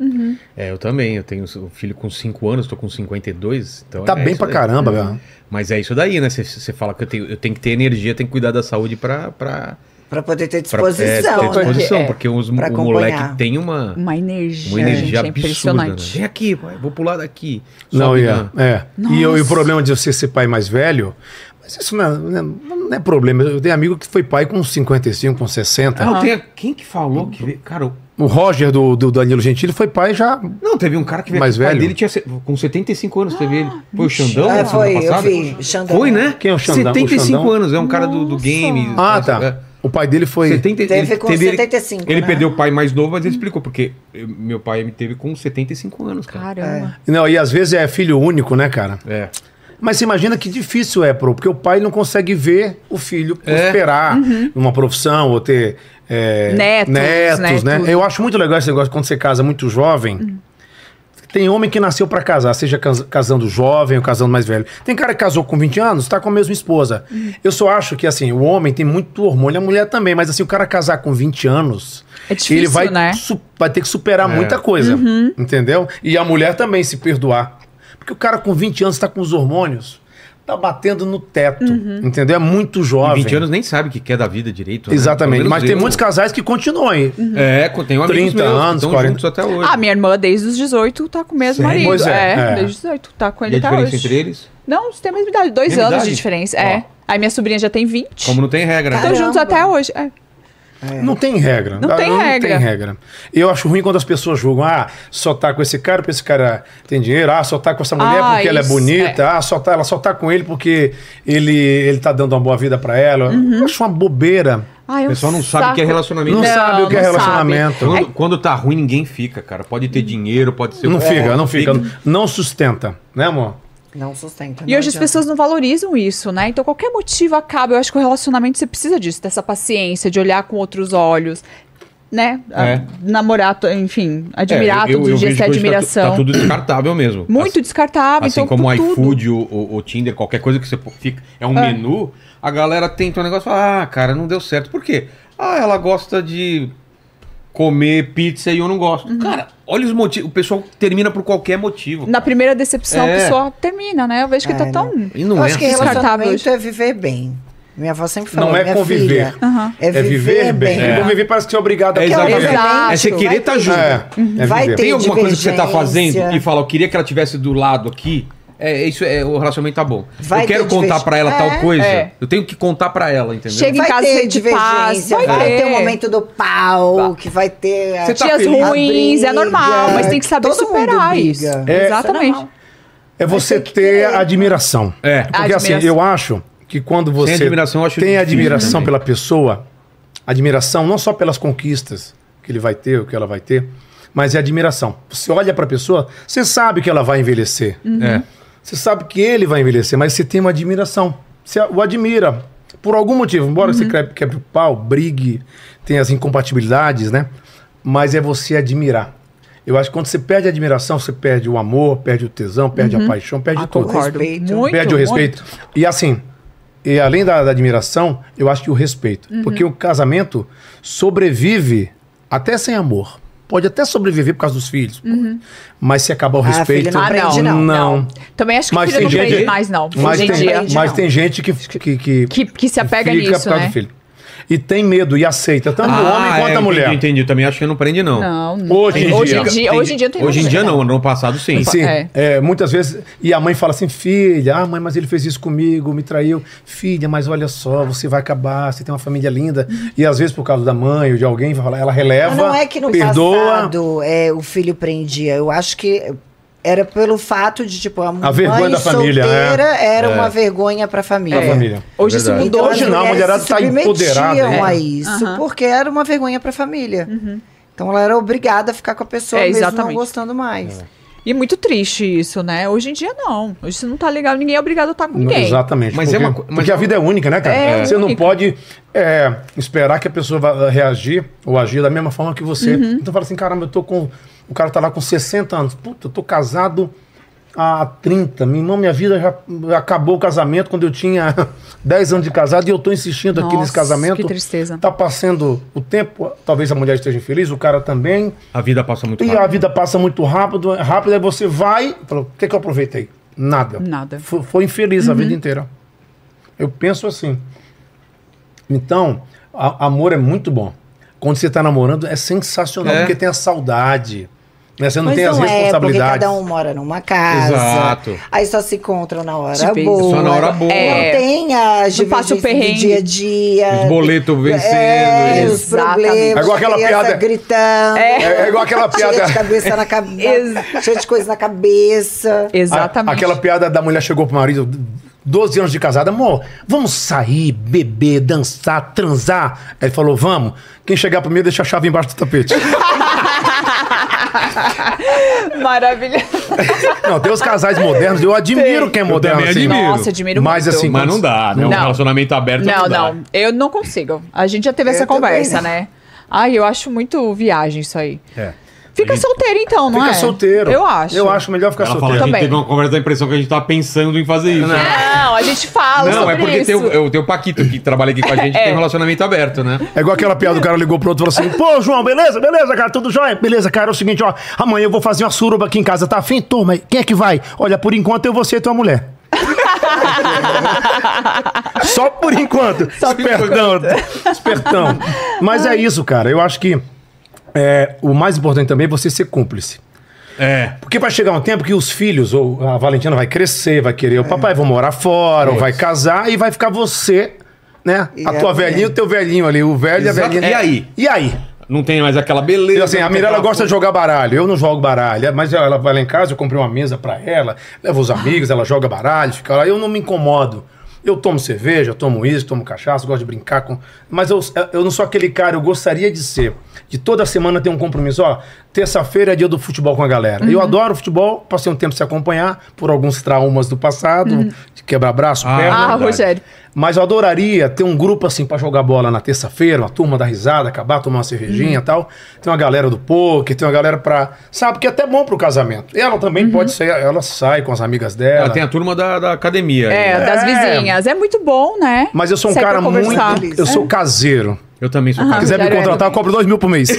A: É, eu também. Eu tenho um filho com 5 anos, tô com 52. Então
B: Tá
A: é
B: bem
A: isso
B: pra
A: daí.
B: caramba,
C: Uhum.
B: velho.
A: Mas é isso daí, né? Você fala que eu tenho, eu tenho que ter energia, tenho que cuidar da saúde pra. pra,
F: Pra poder
A: pra
F: ter
A: é,
F: disposição.
A: ter disposição,
C: né?
A: porque os,
F: Pra
A: o moleque
F: acompanhar.
A: tem uma,
C: Uma energia,
A: uma energia
C: gente, é
A: absurda. né?
C: impressionante.
A: Vem aqui, pai, vou pular daqui. um
B: Não,
A: Sobe
B: Ian.
A: na-
B: É. E, eu- e o
C: Nossa.
B: problema de você ser pai mais velho. Mas isso não é, não é- não é problema. Eu tenho amigo que foi pai com 55, com 60.
A: Ah, eu tenho- quem que falou que. veio- Cara, eu-
B: O Roger do, do Danilo Gentili foi pai já.
A: não, teve um cara que veio
B: Mais
A: aqui, o pai
B: velho?
A: dele tinha, se- com 75 anos, teve ele. Foi o Xandão?
F: Ah,
A: na semana
F: foi, eu
A: passada?
F: vi, Xandão.
A: né? Foi, né?
B: Quem é o Xandão? O
A: 75
B: Xandão?
A: anos, é um cara do, do game. é.
B: Ah,
A: sabe?
B: tá. O pai dele foi.
A: 70,
F: Teve com 75,
A: Ele, ele
F: né?
A: perdeu o pai mais novo, mas ele explicou, porque eh, meu pai me teve com 75 anos, cara.
C: Caramba.
B: Não, e às vezes é filho único, né, cara?
A: É.
B: Mas você imagina que difícil é, pro, porque o pai não consegue ver o filho prosperar numa profissão ou ter é,
C: Uhum. Netos,
B: netos, né?
C: netos.
B: Eu acho muito legal esse negócio quando você casa muito jovem.
C: Hum.
B: Tem homem que nasceu pra casar, seja cas- casando jovem ou casando mais velho. Tem cara que casou com 20 anos, tá com a mesma esposa.
C: Hum.
B: Eu só acho que, assim, o homem tem muito hormônio, a mulher também, mas, assim, o cara casar com 20 anos.
C: É difícil,
B: ele vai,
C: né?
B: su- vai ter que
A: É.
B: superar muita coisa,
C: Uhum.
B: entendeu? E a mulher também se perdoar. Porque o cara com 20 anos tá com os hormônios, tá batendo no teto,
C: Uhum.
B: entendeu? É muito
A: E
B: jovem.
A: 20 anos nem sabe o que quer da vida direito. né?
B: Exatamente.
A: Pelo menos
B: Mas tem
A: eu.
B: muitos casais que continuam aí.
A: É, co- tem um
B: 30 anos, 40.
A: juntos até hoje.
C: Uhum. Ah, minha irmã desde os 18 tá com o mesmo
A: Sério?
C: marido.
B: É. Pois é, é.
C: desde os 18 tá com
A: e
C: ele
A: a
C: até
A: diferença
C: hoje.
A: entre eles?
C: Não, você tem a mesma idade, dois
A: Mesma
C: anos
A: idade?
C: de diferença. É. Aí minha sobrinha já tem 20.
A: Como não tem regra. né?
C: Estão
F: Caramba.
C: juntos até hoje. É.
B: Não tem regra.
C: Não tem regra.
B: Não tem regra. Eu acho ruim quando as pessoas julgam, ah, só tá com esse cara porque esse cara tem dinheiro, ah, só tá com essa mulher
C: Ah,
B: porque ela é
C: isso,
B: bonita, ah, só tá, ela só tá com ele porque ele, ele tá dando uma boa vida pra ela. Eu acho uma bobeira.
C: Ai,
A: O
C: é um
A: pessoal não sabe o que é
C: saco.
A: relacionamento.
B: Não,
C: Uhum. Não,
B: sabe o que é
C: não
B: relacionamento.
A: Quando, quando tá ruim, ninguém fica, cara. Pode ter dinheiro, pode ser...
B: Não fica, não Tipo, é, fica. Não sustenta, né, amor?
F: Não sustenta.
C: E
F: não
C: hoje as
F: adianta.
C: pessoas não valorizam isso, né? Então qualquer motivo acaba. Eu acho que o relacionamento você precisa disso, dessa paciência, de olhar com outros olhos, né?
A: É.
C: A- Namorar, to- enfim, admirar
A: É, eu- eu-
C: todo
A: eu
C: dia,
A: vejo
C: ser
A: que hoje tá tu-
C: admiração.
A: Tá, tudo descartável mesmo.
C: Muito
A: Assim-
C: descartável,
A: Assim
C: então
A: como o
C: por tudo.
A: iFood, o, o- o Tinder, qualquer coisa que você pô- fica, é um
C: É.
A: menu, a galera tenta um negócio e fala, ah, cara, não deu certo. Por quê? Ah, ela gosta de comer pizza e eu não gosto.
C: Uhum.
A: Cara, olha os motivos. O pessoal termina por qualquer motivo.
C: Na
A: cara.
C: primeira decepção
A: É.
C: a pessoa termina, né? Eu vejo que
F: É,
C: tá
F: né?
C: tão.
A: E não
F: Eu
A: é
F: acho que
A: assim.
C: descartável
F: relacionamento
C: hoje.
F: é viver bem. Minha avó sempre falou.
B: Não é
F: minha
B: conviver.
F: filha,
C: Aham.
F: É viver, bem.
B: É. Conviver parece que você é obrigado a
A: É, exatamente.
F: Porque
C: é
A: É você
F: exato.
A: querer tá junto.
B: É, é
F: Uhum. Vai
B: viver.
F: ter-
A: Tem alguma coisa que você tá
F: divergência.
A: fazendo e fala, eu queria que ela tivesse do lado aqui. É, isso é, o relacionamento tá bom.
F: Vai
A: eu quero
F: ter
A: contar
F: divergência.
A: pra ela tal
F: É,
A: coisa.
C: é.
A: Eu tenho que contar pra ela, entendeu?
C: Chega- Em
F: Vai
C: casa
F: ter
C: rede de paz,
F: divergência, vai,
C: vai
F: ter o
C: ter.
F: momento do pau, que vai ter... a-
A: Você tá
C: Dias
A: feliz?
C: ruins, é
F: briga,
C: normal, mas tem que saber
F: todo mundo
C: superar
F: briga.
C: isso.
F: É.
C: Exatamente.
B: É você
F: tem que
B: ter
F: querer.
B: admiração.
A: É.
B: Porque assim,
C: Admiração.
B: eu acho que quando você
A: admiração, eu acho
B: tem
A: difícil
B: admiração
A: também.
B: pela pessoa, admiração não só pelas conquistas que ele vai ter, ou que ela vai ter, mas é admiração. Você olha pra pessoa, você sabe que ela vai envelhecer.
A: É.
B: Você sabe que ele vai envelhecer, mas você tem uma admiração. Você o admira. Por algum motivo. Embora
C: Uhum.
B: você quebre, quebre o pau, brigue, tenha as incompatibilidades, né? Mas é você admirar. Eu acho que quando você perde a admiração, você perde o amor, perde o tesão, perde a paixão, perde
C: Ah,
B: tudo.
C: concordo.
F: Respeito.
C: Muito,
B: perde o
C: muito.
B: respeito. E assim, e além da, da admiração, eu acho que o respeito.
C: Uhum.
B: Porque o casamento sobrevive até sem amor. Pode até sobreviver por causa dos filhos. Mas se acabar o
F: Ah,
B: respeito.
F: filho não aprende,
C: Uhum. não,
B: não.
C: Também acho que
B: Mas
C: filho não
B: tem gente-
C: aprende mais, não.
B: Mas,
C: hoje em
B: tem,
C: dia.
F: aprende,
B: mas
F: não.
B: tem gente que, que, que,
C: Que- que se apega
B: fica
C: nisso,
B: por causa
C: né?
B: do filho. E tem medo e aceita, tanto o homem
A: Ah,
B: quanto
A: é,
B: a
A: entendi,
B: mulher.
A: Entendi, também acho que não prende, não.
C: Não, não.
B: Hoje em
C: hoje
B: dia.
C: em dia, hoje em dia não tem
A: Hoje em
C: mais,
A: dia
C: né?
A: não, ano passado sim.
B: Sim,
C: É.
B: é, muitas vezes. E a mãe fala assim: filha, ah, mãe, mas ele fez isso comigo, me traiu. Filha, mas olha só, você vai acabar, você tem uma família linda. E às vezes, por causa da mãe ou de alguém, vai falar, ela releva.
F: Mas não é que no
B: perdoa.
F: passado é, o filho prendia. Eu acho que era pelo fato de, tipo, a, mãe
B: vergonha da família,
F: solteira era
B: É.
F: uma vergonha pra família.
B: Pra família. Então,
C: Hoje isso
A: É Verdade.
C: mudou. né? É,
B: Hoje
F: as
B: não, a
F: mulheres
B: mulherada
F: se
B: tá empoderada,
F: submetiam
B: né?
F: a isso,
C: Aham. Uhum.
F: porque era uma vergonha pra família. Então ela era obrigada a ficar com a pessoa
C: É,
F: mesmo não
C: exatamente.
F: gostando mais.
C: E é muito triste isso, né? Hoje em dia não. Hoje você não tá ligado, ninguém é obrigado a estar com ninguém.
B: Exatamente.
A: Mas
B: porque,
A: é uma co- mas
B: porque
A: é
B: a vida é única, né, cara?
C: É
B: Você não
C: única.
B: pode é, esperar que a pessoa vá eh, reagir ou agir da mesma forma que você.
C: Uhum.
B: Então fala assim, caramba, eu tô com. O cara tá lá com 60 anos. Puta, eu tô casado há 30. Minha, irmã, minha vida já acabou o casamento quando eu tinha *laughs* 10 anos de casado e eu tô insistindo aqui
C: Nossa,
B: nesse casamento.
C: que tristeza.
B: Tá passando o tempo, talvez a mulher esteja infeliz, o cara também.
A: A vida passa muito
B: E
A: rápido.
B: a vida passa muito rápido, é rápido, aí você vai. Fala, o que, que eu aproveitei? Nada.
C: Nada.
B: Fo- foi infeliz a vida inteira. Eu penso assim. Então, a- amor é muito bom. Quando você está namorando, é sensacional,
A: É.
B: porque tem a saudade. né? Você não
F: Mas
B: tem as
F: não é, porque
B: responsabilidades.
F: cada um mora numa casa.
A: Exato.
F: Aí só se encontram na hora
C: De vez.
F: boa.
A: Só na hora boa.
C: É.
F: Não tem as
C: Não passa o
F: divergências
C: perrengue.
F: do dia a dia.
A: Os boletos vencendo.
F: É,
A: e-
F: os
C: Exatamente.
F: problemas.
B: É igual aquela
F: criança
B: piada-
F: gritando.
B: É, é igual aquela
F: Cheia de
B: piada.
F: cabeça na cabeça.
C: Ex-
F: cheia de coisa na cabeça.
B: a-
C: Exatamente.
B: Ah, aquela piada da mulher chegou pro marido, 12 anos de casada, amor, vamos sair, beber, dançar, transar. Aí ele falou, vamos. Quem chegar primeiro deixa a chave embaixo do tapete.
C: *laughs* Maravilha.
B: não, tem os casais modernos, eu admiro
C: Tem.
B: quem é
A: Eu
B: moderno.
A: também
B: assim.
A: admiro.
C: Nossa, admiro
B: Mas
C: muito.
B: assim,
A: Mas não dá, né? Um
C: Não.
A: relacionamento aberto
B: Então
C: Não,
A: dá.
C: não. Eu não consigo. A gente já teve
F: Eu
C: essa
F: também
C: conversa,
F: não.
C: né? Ai, eu acho muito viagem isso aí.
B: É.
C: Fica
A: Gente,
C: solteiro então, não
B: Fica
C: é?
B: solteiro.
C: Eu acho.
B: Eu acho melhor ficar
A: Ela fala, a
B: solteiro.
A: gente
C: Também.
A: teve uma conversa da impressão que a gente tá pensando em fazer isso. né?
C: Não, a gente fala
A: Não,
C: sobre
A: é porque
C: isso. É.
A: tem o, eu tenho o Paquito que trabalha
C: *laughs*
A: aqui com a gente, que tem um relacionamento aberto, né?
B: É igual aquela piada, o cara ligou pro outro e falou assim: Pô, João, beleza, beleza, cara, tudo jóia? Beleza, cara, é o seguinte, ó, amanhã eu vou fazer uma suruba aqui em casa, tá afim? Turma, quem é que vai? Olha, por enquanto eu vou ser tua mulher. *laughs* Só por enquanto. Espertão, espertão. Mas é isso, cara, eu acho que é, o mais importante também é você ser cúmplice.
A: É.
B: Porque vai chegar um tempo que os filhos, ou a Valentina vai crescer, vai querer, o
A: É.
B: papai vai morar fora, ou vai casar, e vai ficar você, né?
F: E
B: a tua
F: a mulher.
B: velhinha e o teu velhinho ali, o velho e a
A: Exato.
B: velhinha.
A: E aí?
B: E aí?
A: Não tem mais aquela beleza.
B: E assim, a
A: não tem
B: Mirella
A: aquela
B: gosta de jogar baralho, eu não jogo baralho, é, mas ela vai lá em casa, eu comprei uma mesa pra ela, levo os amigos, ela joga baralho, fica lá, eu não me incomodo. Eu tomo cerveja, tomo isso, tomo cachaça, gosto de brincar com. Mas eu, é, eu não sou aquele cara, eu gostaria de ser. De toda semana ter um compromisso, ó. Terça-feira é dia do futebol com a galera.
C: Uhum.
B: Eu adoro futebol, passei um tempo se acompanhar por alguns traumas do passado, de quebrar braço,
A: Ah,
B: perna.
C: Uhum. Ah,
A: verdade.
C: Rogério.
B: Mas eu adoraria ter um grupo assim pra jogar bola na terça-feira, uma turma da risada, acabar, tomar uma cervejinha
C: Uhum.
B: e tal. Tem uma galera do poker, tem uma galera pra. Sabe, que é até bom pro casamento. Ela também
C: Uhum.
B: pode sair, ela sai com as amigas dela.
A: Ela tem a turma da, da academia.
C: É,
A: né?
C: das
B: É.
C: vizinhas. É muito bom, né?
B: Mas eu sou um
C: Sai pra
B: cara muito.
C: conversar.
B: Eu sou caseiro.
A: Eu também sou
B: Se
A: casado.
B: quiser me
C: Rogério é
B: contratar, eu
C: também.
B: cobro dois mil por
C: *laughs*
B: mês.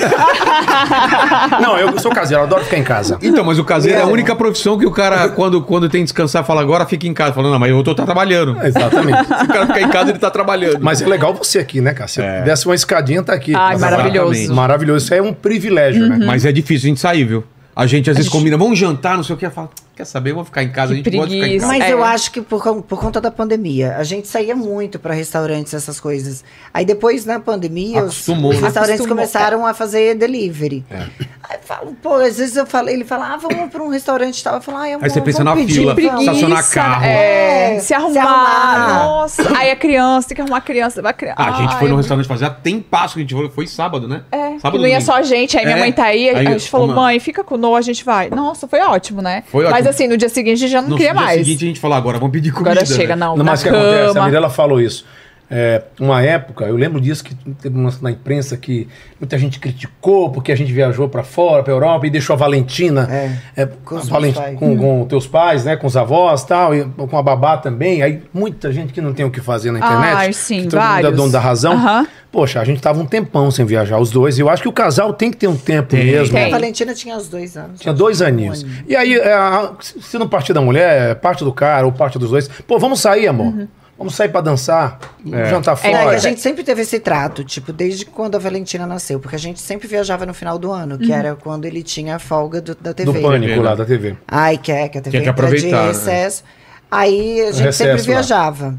B: Não, eu sou caseiro, eu adoro ficar em casa.
A: Então, mas o caseiro é a única profissão que o cara, quando, quando tem que descansar, fala agora fica em casa. Falando, não, mas eu tô tá trabalhando.
B: Exatamente.
A: Se o cara ficar em casa, ele tá trabalhando.
B: É. Mas é legal você aqui, né, cara? Se
A: É.
B: desse uma escadinha, tá aqui.
C: Ai, Uhum.
B: Exatamente.
A: maravilhoso.
B: Maravilhoso. Isso aí é um privilégio, né?
A: Mas é difícil a gente sair, viu? A gente às vezes combina, vamos jantar, não sei o que. Fala, quer saber, vamos ficar em casa, a gente gosta de ficar em
C: preguiça.
A: casa.
F: Mas
C: É.
F: eu acho que por, con- por conta da pandemia, a gente saía muito pra restaurantes, essas coisas. Aí depois, na pandemia, os-
A: Acostumou,
F: os
A: né?
F: restaurantes
C: Acostumou,
F: começaram a fazer delivery. Aí eu falo, pô, às vezes eu falo, ele fala, ah, vamos pra um restaurante e tal. Eu falo, ai, amor,
A: Aí você pensa
F: vamos
A: na
F: pedir, um
A: fila.
F: vamos."
A: Preguiça. Estacionar carro.
C: É,
F: É,
C: se
F: se
C: arrumar.
F: arrumar.
C: Nossa. Aí a criança, tem que arrumar a criança. Vai criar.
A: Ah, a gente foi
C: Ai,
A: no restaurante fazer há tem passo que a gente foi, foi sábado, né? sábado
C: É, e não ia
A: domingo.
C: só a gente, aí minha
A: É.
C: mãe tá aí,
A: Aí
C: a gente falou,
A: uma-
C: mãe, fica com o Noah, a gente vai. Nossa, foi ótimo, né?
A: Foi
C: Mas
A: ótimo.
C: assim, no dia seguinte a gente já não
A: No
C: queria
A: dia
C: mais.
A: seguinte a gente falou, agora vamos pedir comida.
C: Agora chega,
A: né?
C: não,
B: Não,
C: na
B: mas o que acontece? A
C: cama.
B: Mirella falou isso. É, uma época, eu lembro disso que teve uma na imprensa que muita gente criticou porque a gente viajou para fora, para Europa e deixou a Valentina é,
F: com os
B: a Valen-
F: meus pais.
B: com, com teus pais, né, com os avós, tal, e com a babá também. Aí muita gente que não tem o que fazer na internet,
C: Ai, sim,
B: que todo mundo é
C: vários.
B: dono da razão.
C: Aham.
B: Poxa, a gente tava um tempão sem viajar os dois. E eu acho que o casal tem que ter um tempo mesmo.
C: Tem.
F: A Valentina tinha os dois anos.
B: Tinha dois aninhos.
F: Um aninho.
B: E aí, é, a- se não partir da mulher, é parte do cara ou parte dos dois. Pô, vamos sair, amor. Vamos sair pra dançar, um jantar
F: Uhum. É,
B: fora.
F: e a gente sempre teve esse trato, tipo, desde quando a Valentina nasceu, porque a gente sempre viajava no final do ano, que era quando ele tinha a folga do- da TV.
B: do pânico
A: né?
B: lá da TV.
F: Ai, quer que a TV
A: Tinha que
F: entra
A: aproveitar, né?
F: de recesso. Aí a gente
B: Recesso
F: sempre
B: lá.
F: viajava.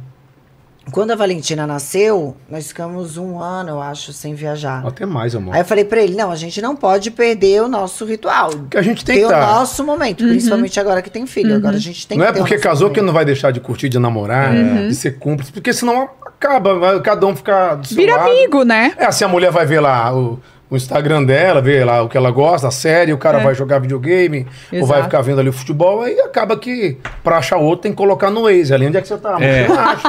F: Quando a Valentina nasceu, nós ficamos um ano, eu acho, sem viajar.
B: Até mais, amor.
F: Ah. Aí eu falei pra ele, não, a gente não pode perder o nosso ritual.
B: Porque a gente tem
F: Tem
B: que
F: o
B: tá.
F: nosso momento, principalmente agora que tem filho. Agora a gente um tem
B: Não
F: que
B: é
F: ter um Uhum. o
B: porque
F: nosso
B: casou que
F: momento.
B: não vai deixar de curtir, de namorar, de ser cúmplice. Porque senão acaba, vai- cada um fica do seu
C: Vira
B: lado.
C: amigo, né?
B: É, assim, a mulher vai ver lá o, o Instagram dela, ver lá o que ela gosta, a série, o cara vai jogar videogame, ou
C: É. Exato.
B: vai ficar vendo ali o futebol, aí acaba que pra achar outro tem que colocar no Waze, ali onde é que você tá, mas
A: É.
B: eu não
C: *laughs*
B: acho.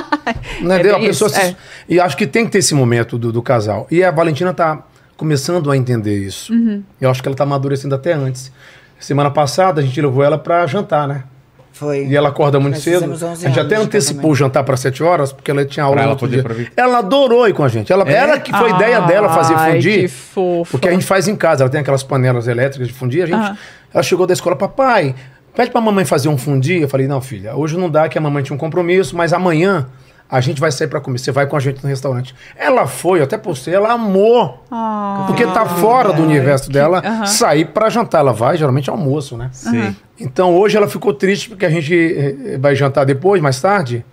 B: Né,
C: É
B: deu? a
C: bem
B: pessoa
C: isso,
B: se-
C: é.
B: E acho que tem que ter esse momento do, do casal. E a Valentina tá começando a entender isso.
C: Uhum.
B: Eu acho que ela tá amadurecendo até antes. Semana passada a gente levou ela pra jantar, né?
F: Foi.
B: E ela acorda muito
F: Nós
B: cedo.
F: fizemos
B: A
F: 11
B: gente
F: anos
B: até
F: de
B: antecipou
F: casamento.
B: o jantar para 7 horas, porque ela tinha aula.
A: Pra
B: no
A: ela
B: outro
A: poder
B: dia.
A: aproveitar. É?
B: Ela adorou ir com a gente. Ela, ela que foi a ideia dela fazer
C: Ai,
B: fundir.
C: que fofa.
B: Porque a gente faz em casa. Ela tem aquelas panelas elétricas de fundir. A gente,
C: Aham.
B: Ela chegou da escola, papai, pede pra mamãe fazer um fundir. Eu falei, não, filha, hoje não dá, que a mamãe tinha um compromisso, mas amanhã a gente vai sair pra comer. Você vai com a gente no restaurante. Ela foi, eu até postei, ela amou.
C: Ah,
B: Porque tá fora do universo dela
C: aham.
B: sair pra jantar. Ela vai, geralmente é almoço, né?
A: Sim.
B: Então hoje ela ficou triste porque a gente eh, eh, vai jantar depois, mais tarde.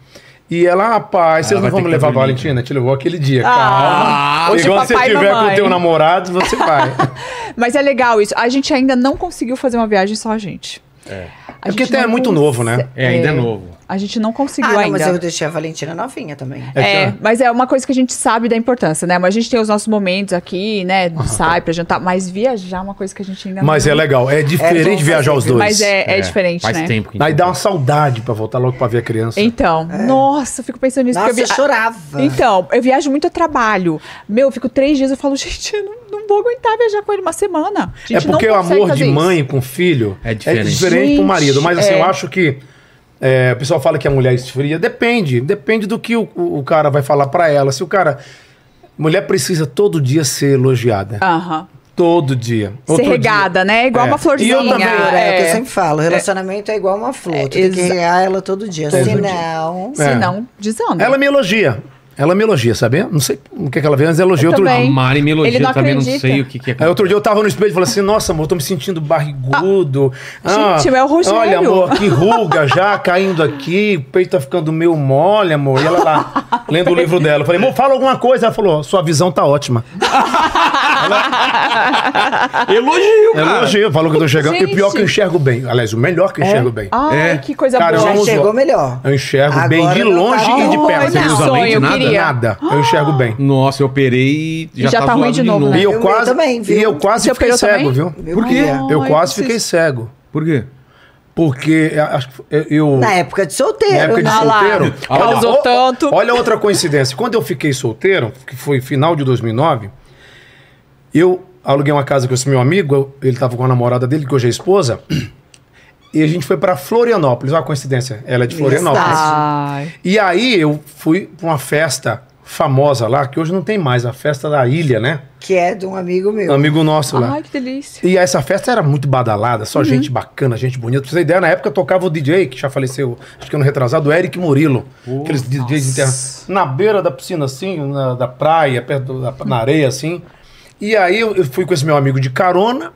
B: E ela, rapaz, vocês
A: Ela
B: não
A: Ah, vai
B: vão
A: ter
B: me
A: que
B: levar a
A: dormir.
B: Valentina? Te levou aquele dia,
C: Ah,
B: calma.
C: hoje
B: Igual você
C: papai e
B: tiver com
C: mamãe.
B: o teu namorado, você vai.
C: Mas é legal isso. A gente ainda não conseguiu fazer uma viagem só a gente. É.
B: É porque até é muito novo, né?
A: É, ainda é novo.
C: A gente não
F: Ah,
C: conseguiu
F: não,
C: ainda.
F: mas eu deixei a Valentina novinha também.
B: É que
C: *laughs* É,
B: ela-
C: mas é uma coisa que a gente sabe da importância, né? Mas a gente tem os nossos momentos aqui,
B: *laughs*
C: né? Sai pra jantar, mas viajar é uma coisa que a gente ainda
B: Mas
C: não...
B: é legal, é
F: É,
B: diferente
F: vamos
B: viajar os
F: fazer.
B: dois.
C: Mas é, é diferente,
A: Faz
C: né?
A: tempo que a gente
B: Aí dá
A: não
B: uma saudade pra voltar logo pra ver a criança.
C: Então, nossa, eu fico pensando nisso.
F: É. Nossa,
C: porque
F: eu
C: vi- Ah,
F: chorava.
C: Então, eu viajo muito a trabalho. Meu, eu fico três dias, eu falo, *laughs* gente, eu não, não vou aguentar viajar com ele uma semana. A
B: É
C: gente
B: porque
C: não
B: o
C: consegue
B: amor
C: fazer
B: de
C: isso.
B: mãe com filho
A: É diferente.
B: pro marido.
C: Gente,
B: Mas assim,
C: é.
B: eu acho que. é, o pessoal fala que a mulher esfria. Depende. Depende do que o, o cara vai falar pra ela. Se o cara. Mulher precisa todo dia ser elogiada.
C: Aham.
B: Todo né? dia.
C: Ser regada, né? Igual
B: É.
C: uma
B: E eu
C: florzinha.
B: também,
F: Flor, é, o que eu
C: é.
F: sempre falo, relacionamento é, igual uma flor, tu
C: É,
F: tem que
C: exa-
F: regar ela todo dia,
B: Todo dia.
F: senão...
B: É.
C: Se não, desanda. *laughs*
B: Ela me elogia. Ela me elogia, sabe? Não sei o que, é que ela vê, mas elogia
C: Eu
B: outro
C: também.
B: dia.
C: hein?
A: A Mari me elogia,
C: Ele
A: eu
C: não
A: também não
C: acredita.
A: sei o que, que é.
B: Aí outro dia Ah, eu tava no espelho e falei assim, nossa amor, tô me sentindo barrigudo. Ah,
C: Gente, é o Rogério.
B: Olha amor, que ruga já caindo aqui, o peito tá ficando meio mole amor. E ela lá, lendo o livro dela. Eu falei, amor, fala alguma coisa. Ela falou, sua visão tá ótima.
C: Ah, tá.
A: Elogio,
B: Eu
A: cara.
B: É elogio, falou que eu tô chegando. E pior
C: Gente.
B: que eu enxergo bem. Aliás, o melhor que eu enxergo bem.
C: Ai,
A: É.
C: que coisa
B: Cara,
C: boa.
B: eu
F: Já
B: não uso
F: chegou
B: óculos.
F: melhor.
B: Eu enxergo
F: Agora
B: bem de
F: não tá
B: longe
F: bom.
B: e de perto.
A: Você não usa lente,
C: eu
A: nada?
C: queria.
B: Nada, eu enxergo bem.
A: Nossa, eu operei e já,
C: já
A: tá,
C: tá ruim
A: zoado
C: de novo, né?
B: E eu
F: meu
B: quase,
F: também, viu?
B: E eu quase
C: Seu
B: fiquei
C: peru
B: cego,
C: também?
B: viu?
F: Meu
A: Por quê?
F: Deus.
B: Eu
C: Ai,
B: quase
C: preciso.
B: fiquei cego.
A: Por quê?
B: Porque eu acho que eu- eu.
F: Na época de solteiro,
B: na época de
F: né?
C: Ah lá, *laughs*
B: solteiro.
C: causou
B: o-
C: tanto.
B: Olha outra coincidência. Quando eu fiquei solteiro, que foi final de 2009, eu aluguei uma casa com esse meu amigo, eu- ele estava com a namorada dele, que hoje é esposa, e a gente foi para Florianópolis. Olha a coincidência. Ela é de Florianópolis.
C: Tá. Ai.
F: Verdade.
B: E aí eu fui para uma festa famosa lá, que hoje não tem mais, a festa da ilha, né?
F: que é de um amigo meu.
B: Amigo nosso lá.
C: Ai, que delícia.
B: E essa festa era muito badalada, só gente bacana, gente bonita. Pra você ter ideia, na época tocava o DJ, que já faleceu, acho que ano retrasado, o Eric Murilo. aqueles DJs internos. Na beira da piscina, assim, na- da praia, perto da, na areia, assim. E aí eu, eu fui com esse meu amigo de carona.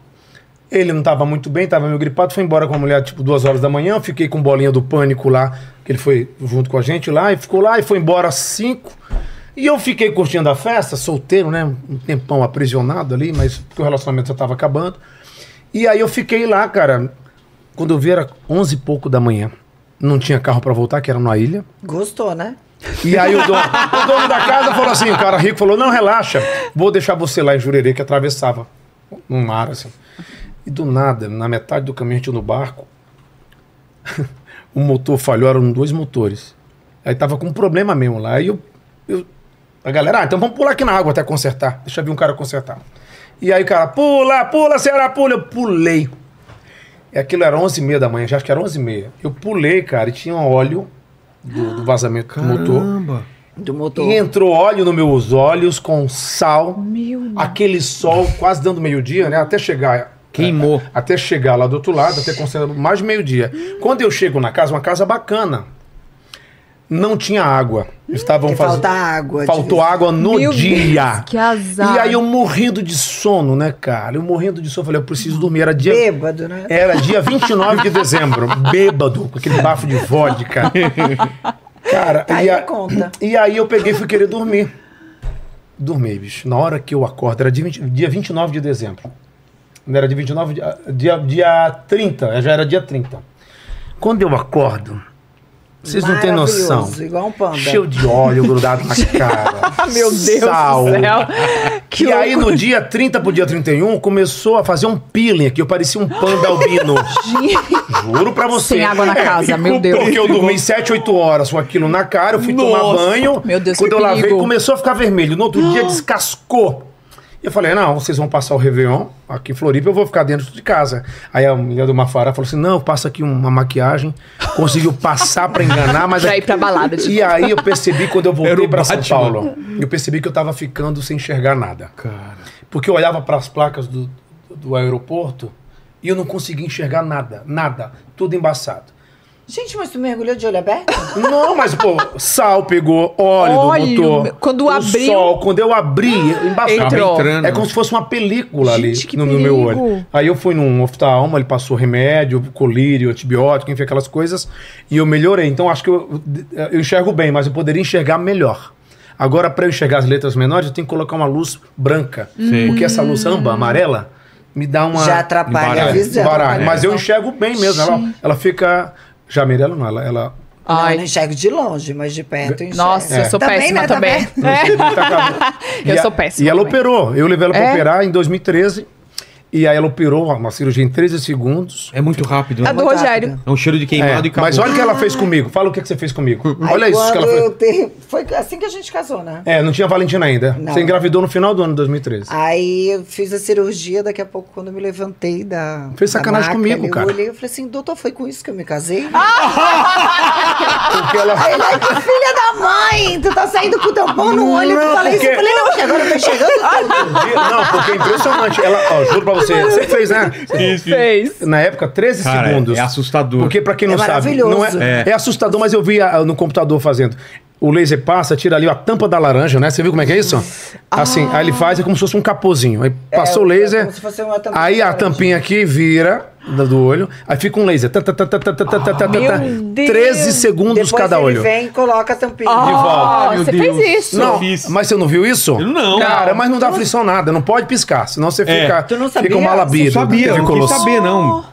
B: Ele não tava muito bem, tava meio gripado, foi embora com a mulher, tipo, duas horas da manhã. Eu fiquei com bolinha do pânico lá, que ele foi junto com a gente lá, e ficou lá, e foi embora às cinco. E eu fiquei curtindo a festa, solteiro, né? Um tempão aprisionado ali, mas porque o relacionamento já tava acabando. E aí eu fiquei lá, cara. Quando eu vi era 11 e pouco da manhã. Não tinha carro pra voltar, que era numa ilha.
F: Gostou, né?
B: E aí o dono, o dono da casa falou assim, o cara rico falou, não, relaxa, vou deixar você lá em Jurerê, que atravessava um mar, assim. E do nada, na metade do caminho, a gente no barco, *laughs* um o motor falhou, eram dois motores. Aí tava com um problema mesmo lá. Aí eu, eu A galera, ah, então vamos pular aqui na água até consertar. Deixa eu ver um cara consertar. E aí, o cara, pula, pula, Ceará, pula. Eu pulei. E aquilo era 11 h 30 da manhã, já acho que era 11 h 30 Eu pulei, cara, e tinha óleo do, do vazamento do motor.
F: Do motor.
B: E entrou óleo nos meus olhos com sal. Aquele sol quase dando meio-dia, né? Até chegar. é,
A: Queimou.
B: Até chegar lá do outro lado, até considerando mais de meio-dia. Quando eu chego na casa, uma casa bacana. Não tinha água. Estavam
F: Porque
B: fazendo.
F: falta água,
B: Faltou
F: diz.
B: água no
C: Meu
B: dia.
C: Deus, que azar.
B: E aí eu morrendo de sono, né, cara? Eu morrendo de sono. Falei, eu preciso dormir. Era dia.
F: Bêbado, né?
B: Era dia 29 de dezembro, bêbado, com aquele bafo de vodka. Cara,
F: Tá
B: e,
F: aí
B: a-
F: a conta.
B: e aí eu peguei e fui querer dormir. Dormi, bicho. Na hora que eu acordo, era dia, 20 dia 29 de dezembro. Não era dia 29, dia, dia, dia 30, já era dia 30. Quando eu acordo, vocês não têm noção.
F: Maravilhoso, igual um panda.
B: Cheio de óleo grudado na cara.
C: Meu Deus
B: sal,
C: do céu. Que
B: e aí,
C: loucura.
B: no dia 30 pro dia 31, começou a fazer um peeling aqui. Eu parecia um panda
C: *laughs*
B: albino. Juro pra você. É,
C: Sem água na casa, meu Deus.
B: Porque eu dormi 7, 8 horas com aquilo na cara, eu fui tomar banho.
C: Meu Deus,
B: Quando
C: que
B: eu lavei,
C: perigo.
B: começou a ficar vermelho. No outro
C: *gasps*
B: dia, descascou. E eu falei, não, vocês vão passar o Réveillon aqui em Floripa, eu vou ficar dentro de casa. Aí a mulher do Mafara falou assim, não, passa aqui uma maquiagem. Conseguiu passar pra enganar, mas...
C: *laughs*
B: é
C: Pra ir pra balada, tipo.
B: E aí eu percebi, quando eu
A: Era
B: voltei
A: o
B: pra São
A: Batman.
B: Paulo, eu percebi que eu tava ficando sem enxergar nada. Porque eu olhava para as placas do, do aeroporto e eu não conseguia enxergar nada, nada, tudo embaçado.
F: Gente, mas tu mergulhou de olho aberto?
B: Não, mas pô, sal pegou, óleo,
C: Óleo,
B: do motor.
C: meu, quando
B: o
C: abriu- Ah,
B: sol, quando eu abri, embaçou.
C: Entrou.
A: entrando. né?
B: É como se fosse uma película
C: Gente, que
B: ali no, no meu
C: perigo.
B: olho. Aí eu fui num oftalmo, ele passou remédio, colírio, antibiótico, enfim, aquelas coisas, e eu melhorei. Então acho que eu, eu enxergo bem, mas eu poderia enxergar melhor. Agora, para eu enxergar as letras menores, eu tenho que colocar uma luz branca.
A: Sim.
B: Porque essa luz
C: Hum.
B: amba, amarela, me dá uma. É,
F: Já atrapalha
A: Embaralha.
F: a visão. né?
B: baralho.
F: Atrapalha a
B: Mas eu
F: visão.
B: enxergo bem mesmo. Ela, ela fica. Já amarela não, ela. ela
F: Não, eu
C: Ai,
F: não enxergo de longe, mas de perto eu enxergo.
C: nossa, eu sou
F: Também,
C: péssima
F: né?
C: também.
B: E
C: *laughs* Eu
B: a-
C: sou péssima.
B: tá E ela
C: também.
B: operou. Eu levei ela pra
C: É?
B: operar em 2013. E aí ela operou uma cirurgia em 13 segundos.
A: É muito rápido.
C: A
A: Né?
C: do
F: Muito
C: Rogério.
A: É um cheiro de queimado
B: É,
A: e acabou.
B: mas olha o que ela fez comigo. Fala o que, que você fez comigo.
F: Aí
B: olha isso que
F: quando
B: ela fez.
F: eu ter- Foi assim que a gente casou, né?
B: É, não tinha Valentina ainda.
F: Não.
B: Você engravidou no final do ano de
A: Ah.
B: 2013.
F: Aí eu fiz a cirurgia, daqui a pouco, quando eu me levantei da.
B: Fez
F: da
B: sacanagem
F: maca,
B: comigo, cara. Ah!
F: Eu olhei e falei assim, doutor, foi com isso que eu me casei?
B: Porque ela.
F: Ele, ai, que filha da mãe! Tu tá saindo com o teu pão no olho,
B: Não,
F: tu falei isso.
B: porque-
F: Eu falei, não, porque agora eu
B: *laughs*
F: tô enxergando tudo.
B: Não, porque é impressionante. Ela, ó, juro pra você. Você fez, né?
C: Fez.
B: Na época, 13
A: Cara,
B: segundos.
A: é assustador.
B: Porque, pra quem não
F: É
B: sabe,
F: maravilhoso.
B: não é, é. assustador, mas eu vi ah, no computador fazendo. O laser passa, tira ali a tampa da laranja, né? Você viu como é que é isso? Assim, aí ele faz, é como se fosse um capozinho. Aí passou o
F: Ah. é
B: laser,
F: como se fosse uma tampinha
B: aí a
F: laranja.
B: tampinha aqui vira da- do olho, aí fica um laser. Tá, tá, tá, tá, tá, tá, tá, tá, tá,
C: meu
B: tá.
C: Deus.
B: 13 segundos
F: Depois
B: Um cada
F: ele
B: olho.
F: vem e coloca a tampinha.
B: Oh,
C: Ó,
A: meu
C: você
A: Deus.
C: fez isso.
B: Não,
A: Eu fiz.
B: mas você não viu isso?
A: Eu não.
B: Cara, mas não dá aflição nada, não pode piscar, senão você
A: É.
B: fica,
F: Tu não
B: fica
F: sabia?
B: um malabido.
A: Eu sabia, eu não quis
B: tuberculoso.
A: saber, não.
C: Oh.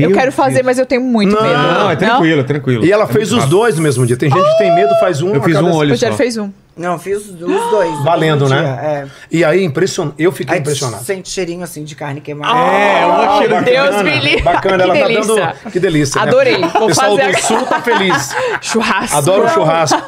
C: eu quero fazer, mas eu tenho muito
B: Não.
C: medo.
A: Não, é tranquilo, é tranquilo.
B: E ela
A: É
B: fez
A: muito
B: os
A: rápido.
B: dois no mesmo dia. Tem gente que tem medo, faz um.
A: Eu
B: a
A: fiz
B: cada-
A: um
C: O
A: olho só.
C: Rogério fez um.
F: Não, fiz os os dois.
B: Valendo,
F: um dia,
B: né?
F: É.
B: E aí, impression... eu fiquei
F: Aí tu
B: impressionado.
F: sente cheirinho assim de carne queimada.
A: É, eu
C: Oh,
A: achei
C: Deus
B: Bacana,
C: me livre.
B: Bacana,
C: que
B: ela
C: delícia.
B: tá dando. Que delícia. né?
C: Adorei, vou
B: O pessoal
C: fazer
B: do
C: agora.
B: sul tá feliz.
C: Churrasco.
B: Adoro o churrasco.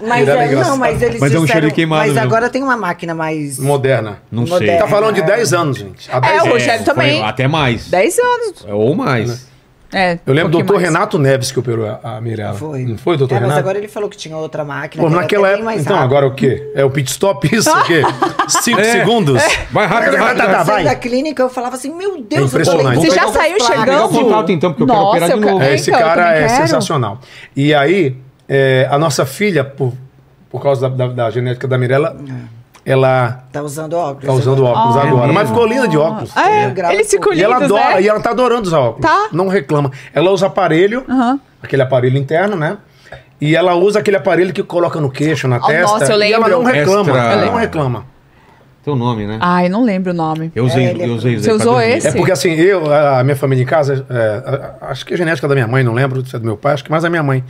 F: Mas,
B: Virada
F: é- não,
B: engraçada.
F: mas eles
A: Mas é um
F: disseram,
A: cheiro de queimado
F: Mas
A: mesmo.
F: agora tem uma máquina mais...
B: Moderna.
A: Não sei.
F: Moderno.
B: Tá falando de 10 anos, gente. Há 10
C: É, o
B: anos.
C: Rogério
A: Foi
C: também.
A: Até mais.
C: 10 anos.
A: Ou mais.
C: É,
B: Eu lembro do
C: um pouquinho
B: doutor
C: mais.
B: Renato Neves que operou a, a Mirella.
F: Foi.
B: Não foi, doutor
F: é,
B: Renato?
F: Mas agora ele falou que tinha outra máquina.
B: Pô,
C: é
F: que era
B: naquela
F: até bem
B: época.
F: mais
B: Então,
F: rápida.
B: agora o quê? É o pit stop isso? O
C: *laughs*
B: quê? 5
A: É.
B: segundos?
A: Vai rápido,
B: Tá,
A: rápido.
B: tá, tá,
A: rápido.
F: Saindo
B: vai. É
F: da clínica, eu falava assim, meu Deus, eu tô
B: impressionante.
F: lendo
B: Você
F: essas
C: já saiu
F: placas.
A: Pegar o
C: chegando?
A: contato então, porque eu quero
C: Nossa,
A: operar de
C: um eu
A: novo.
C: quero-
B: É, esse
C: Então, eu
B: cara
C: também
B: é
C: quero.
B: sensacional. E aí, é, a nossa filha, por, por causa da, da- da genética da Mirella,
C: É.
B: ela
F: Tá usando óculos.
B: tá usando
F: agora.
B: óculos
A: Ah. É
B: agora.
A: mesmo?
B: Mas ficou linda de óculos.
C: É, eles ficam
B: E ela
C: lindos,
B: adora,
C: né?
B: e ela tá adorando usar óculos.
C: Tá.
B: Não reclama. Ela usa aparelho,
C: Aham.
B: aquele aparelho interno, né? E ela usa aquele aparelho que coloca no queixo, na
C: Oh,
B: testa.
C: nossa, eu
B: E ela
C: lembro.
B: não reclama.
A: Extra.
B: Ela não reclama.
A: Teu nome, né?
C: Ai, não lembro o nome.
A: Eu usei,
F: ele é-
A: eu usei.
C: Você usou
A: pra dormir.
C: esse?
B: É porque assim, eu, a minha família em casa, é, a- a- acho que é genética da minha mãe, não lembro se é do meu pai, acho que mais a minha mãe.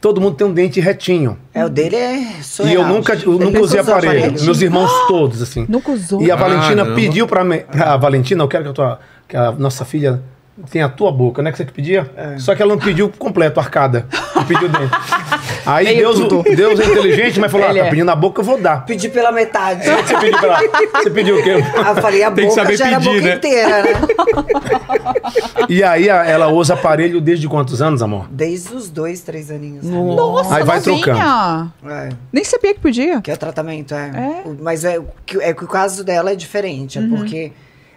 B: Todo mundo tem um dente retinho.
F: É, o dele é
B: E eu
F: surreal.
B: nunca, eu
F: Ele
B: nunca usei
F: usou
B: aparelho. Meus irmãos todos, assim.
C: Ah! Nunca usou.
B: E a Valentina
A: Caramba.
B: pediu pra, me, pra Valentina, eu quero que a, tua, que a nossa filha
C: É. *laughs*
B: tenha a tua boca, né? Que você que pedia? Só que ela não pediu completo, arcada. Não pediu dentro. Aí
C: Veio
B: Deus,
C: tudo.
B: Deus é inteligente, mas falou: ah,
C: Ele
B: tá
C: é.
B: pedindo na boca, eu vou dar.
F: Pedi pela metade.
B: Você pediu, pra... Você pediu o quê?
F: Ah, eu falei, a
A: Tem que
F: boca
A: saber
F: já era a
A: pedir,
F: boca
A: né?
F: inteira, né?
B: E aí a- ela usa aparelho desde quantos anos, amor?
F: Desde os dois, três aninhos. né?
C: Nossa,
B: Aí vai
C: novinha.
F: É,
C: Nem sabia que podia.
F: que é o tratamento, é.
C: É.
F: O- Mas é, o que- é que o caso dela é diferente, é porque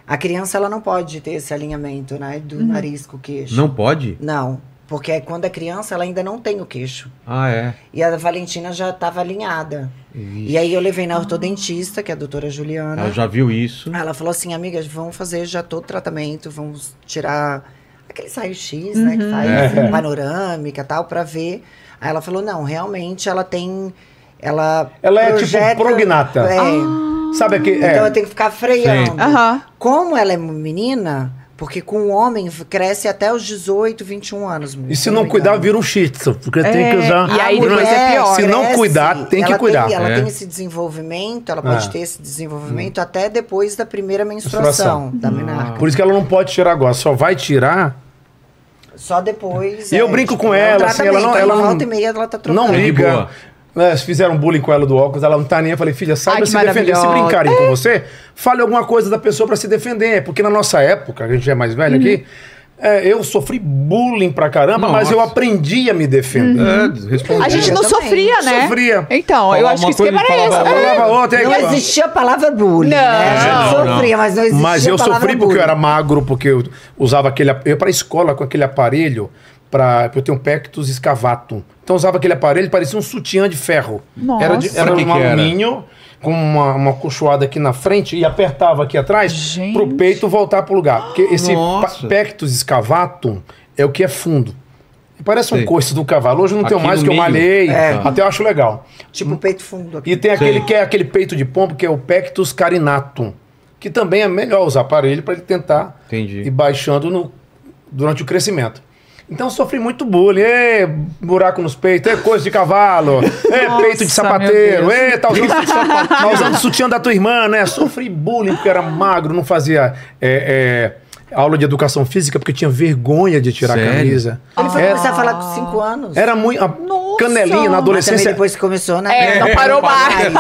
F: a criança ela não pode ter esse alinhamento, né? Do nariz com o queixo.
A: Não pode?
F: Não, porque é quando é criança ela ainda não tem o queixo.
A: Ah, é.
F: E a Valentina já estava alinhada. E aí eu levei na ortodentista, que é a doutora Juliana.
B: Ah,
A: Ela já viu isso.
F: Ela falou assim, amigas, vamos fazer já todo o tratamento, vamos tirar aquele raio-x, né, que
B: É.
F: faz panorâmica e tal, pra ver. Aí ela falou, não, realmente ela tem, ela
B: Ela é tipo prognata.
F: É,
B: Sabe aqui?
F: Então eu
B: É.
F: tenho que ficar freando.
C: Aham.
F: Como ela é menina, porque com o homem cresce até os 18, 21 anos.
B: E se
F: eu
B: não
F: me
B: cuidar,
F: engano.
B: vira um shih tzu, porque tem que usar.
C: e aí
F: A
C: depois é assim,
F: mulher
C: pior.
B: Ah, Se não
F: cresce,
B: cuidar, tem que
F: assim, ela
B: cuidar.
F: ela
A: É.
F: tem esse desenvolvimento, ela pode
B: É.
F: ter esse
B: Hum.
F: desenvolvimento até depois da primeira menstruação, da menarca.
B: Por isso que ela não pode tirar agora, só vai tirar.
F: Só depois. é, tipo,
B: E eu brinco com ela, assim, ela não-
F: um tratamento,
B: ela não-
F: volta e meia ela tá trocando.
B: Não
A: de
B: liga.
A: boa.
B: Né, se fizeram bullying com ela do óculos, ela não tá nem. Eu falei, filha,
C: Ai,
B: saiba
C: que
B: se defender. Se
C: maravilhosa.
B: brincarem com você, fale alguma coisa da pessoa pra se defender. Porque na nossa época, a gente já é mais velho aqui, é, eu sofri bullying pra caramba, mas
A: Nossa.
B: eu aprendi a me defender.
F: Uhum.
A: É, responde.
C: A gente
F: Eu
C: não
F: também.
C: sofria, né?
B: Sofria.
C: Então, eu
A: Falava
C: acho que
A: uma
C: o esquema
A: coisa e
B: *laughs*
C: era esse.
A: falava
B: Eu falava, "Ô, tem
F: Não
B: que-
F: existia a palavra bullying,
C: Não.
F: né? A gente
A: É, não,
F: sofria, mas não existia
B: Mas eu
F: a palavra
B: sofri porque eu
F: bullying.
B: era magro, porque eu usava aquele. ap- Eu ia pra escola com aquele aparelho, pra, eu tenho pectus excavatum. Então eu usava aquele aparelho, parecia um sutiã de ferro.
C: Nossa.
B: Era, de, era
A: Pra que
B: um
A: que era?
B: alumínio com uma, uma cochoada aqui na frente e apertava aqui atrás
C: Gente.
B: pro peito voltar pro lugar. Porque esse
A: Nossa.
B: pa- pectus excavatum é o que é fundo. Parece um
A: Sei.
B: coice do cavalo. Hoje eu não
A: Aqui
B: tenho mais,
A: no
B: que eu
A: meio.
B: malhei.
A: É.
B: Até eu acho legal.
F: Tipo peito fundo aqui.
B: E tem aquele que é aquele peito de pombo, que é o Pectus carinatum, que também é melhor usar aparelho para ele tentar
A: Entendi. *laughs*
B: ir baixando no, durante o crescimento. Então eu sofri muito bullying, Ê, buraco nos peitos, é coisa de cavalo, é
C: Nossa,
B: peito de
C: meu
B: sapateiro,
C: Deus.
B: é tá usando, tá usando sutiã da tua irmã, né? Sofri bullying porque era magro, não fazia é, é, aula de educação física porque tinha vergonha de tirar a
A: Sério?
B: camisa.
F: Ele foi
B: Era-
F: começar a falar com 5 anos.
B: É. Era muito. a
C: Nossa.
B: Canelinha na
F: Mas também
B: adolescência.
F: depois que começou, né?
C: É, não parou mais.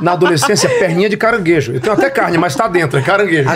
B: Na adolescência, perninha de caranguejo. Eu tenho até carne, mas tá dentro, é caranguejo.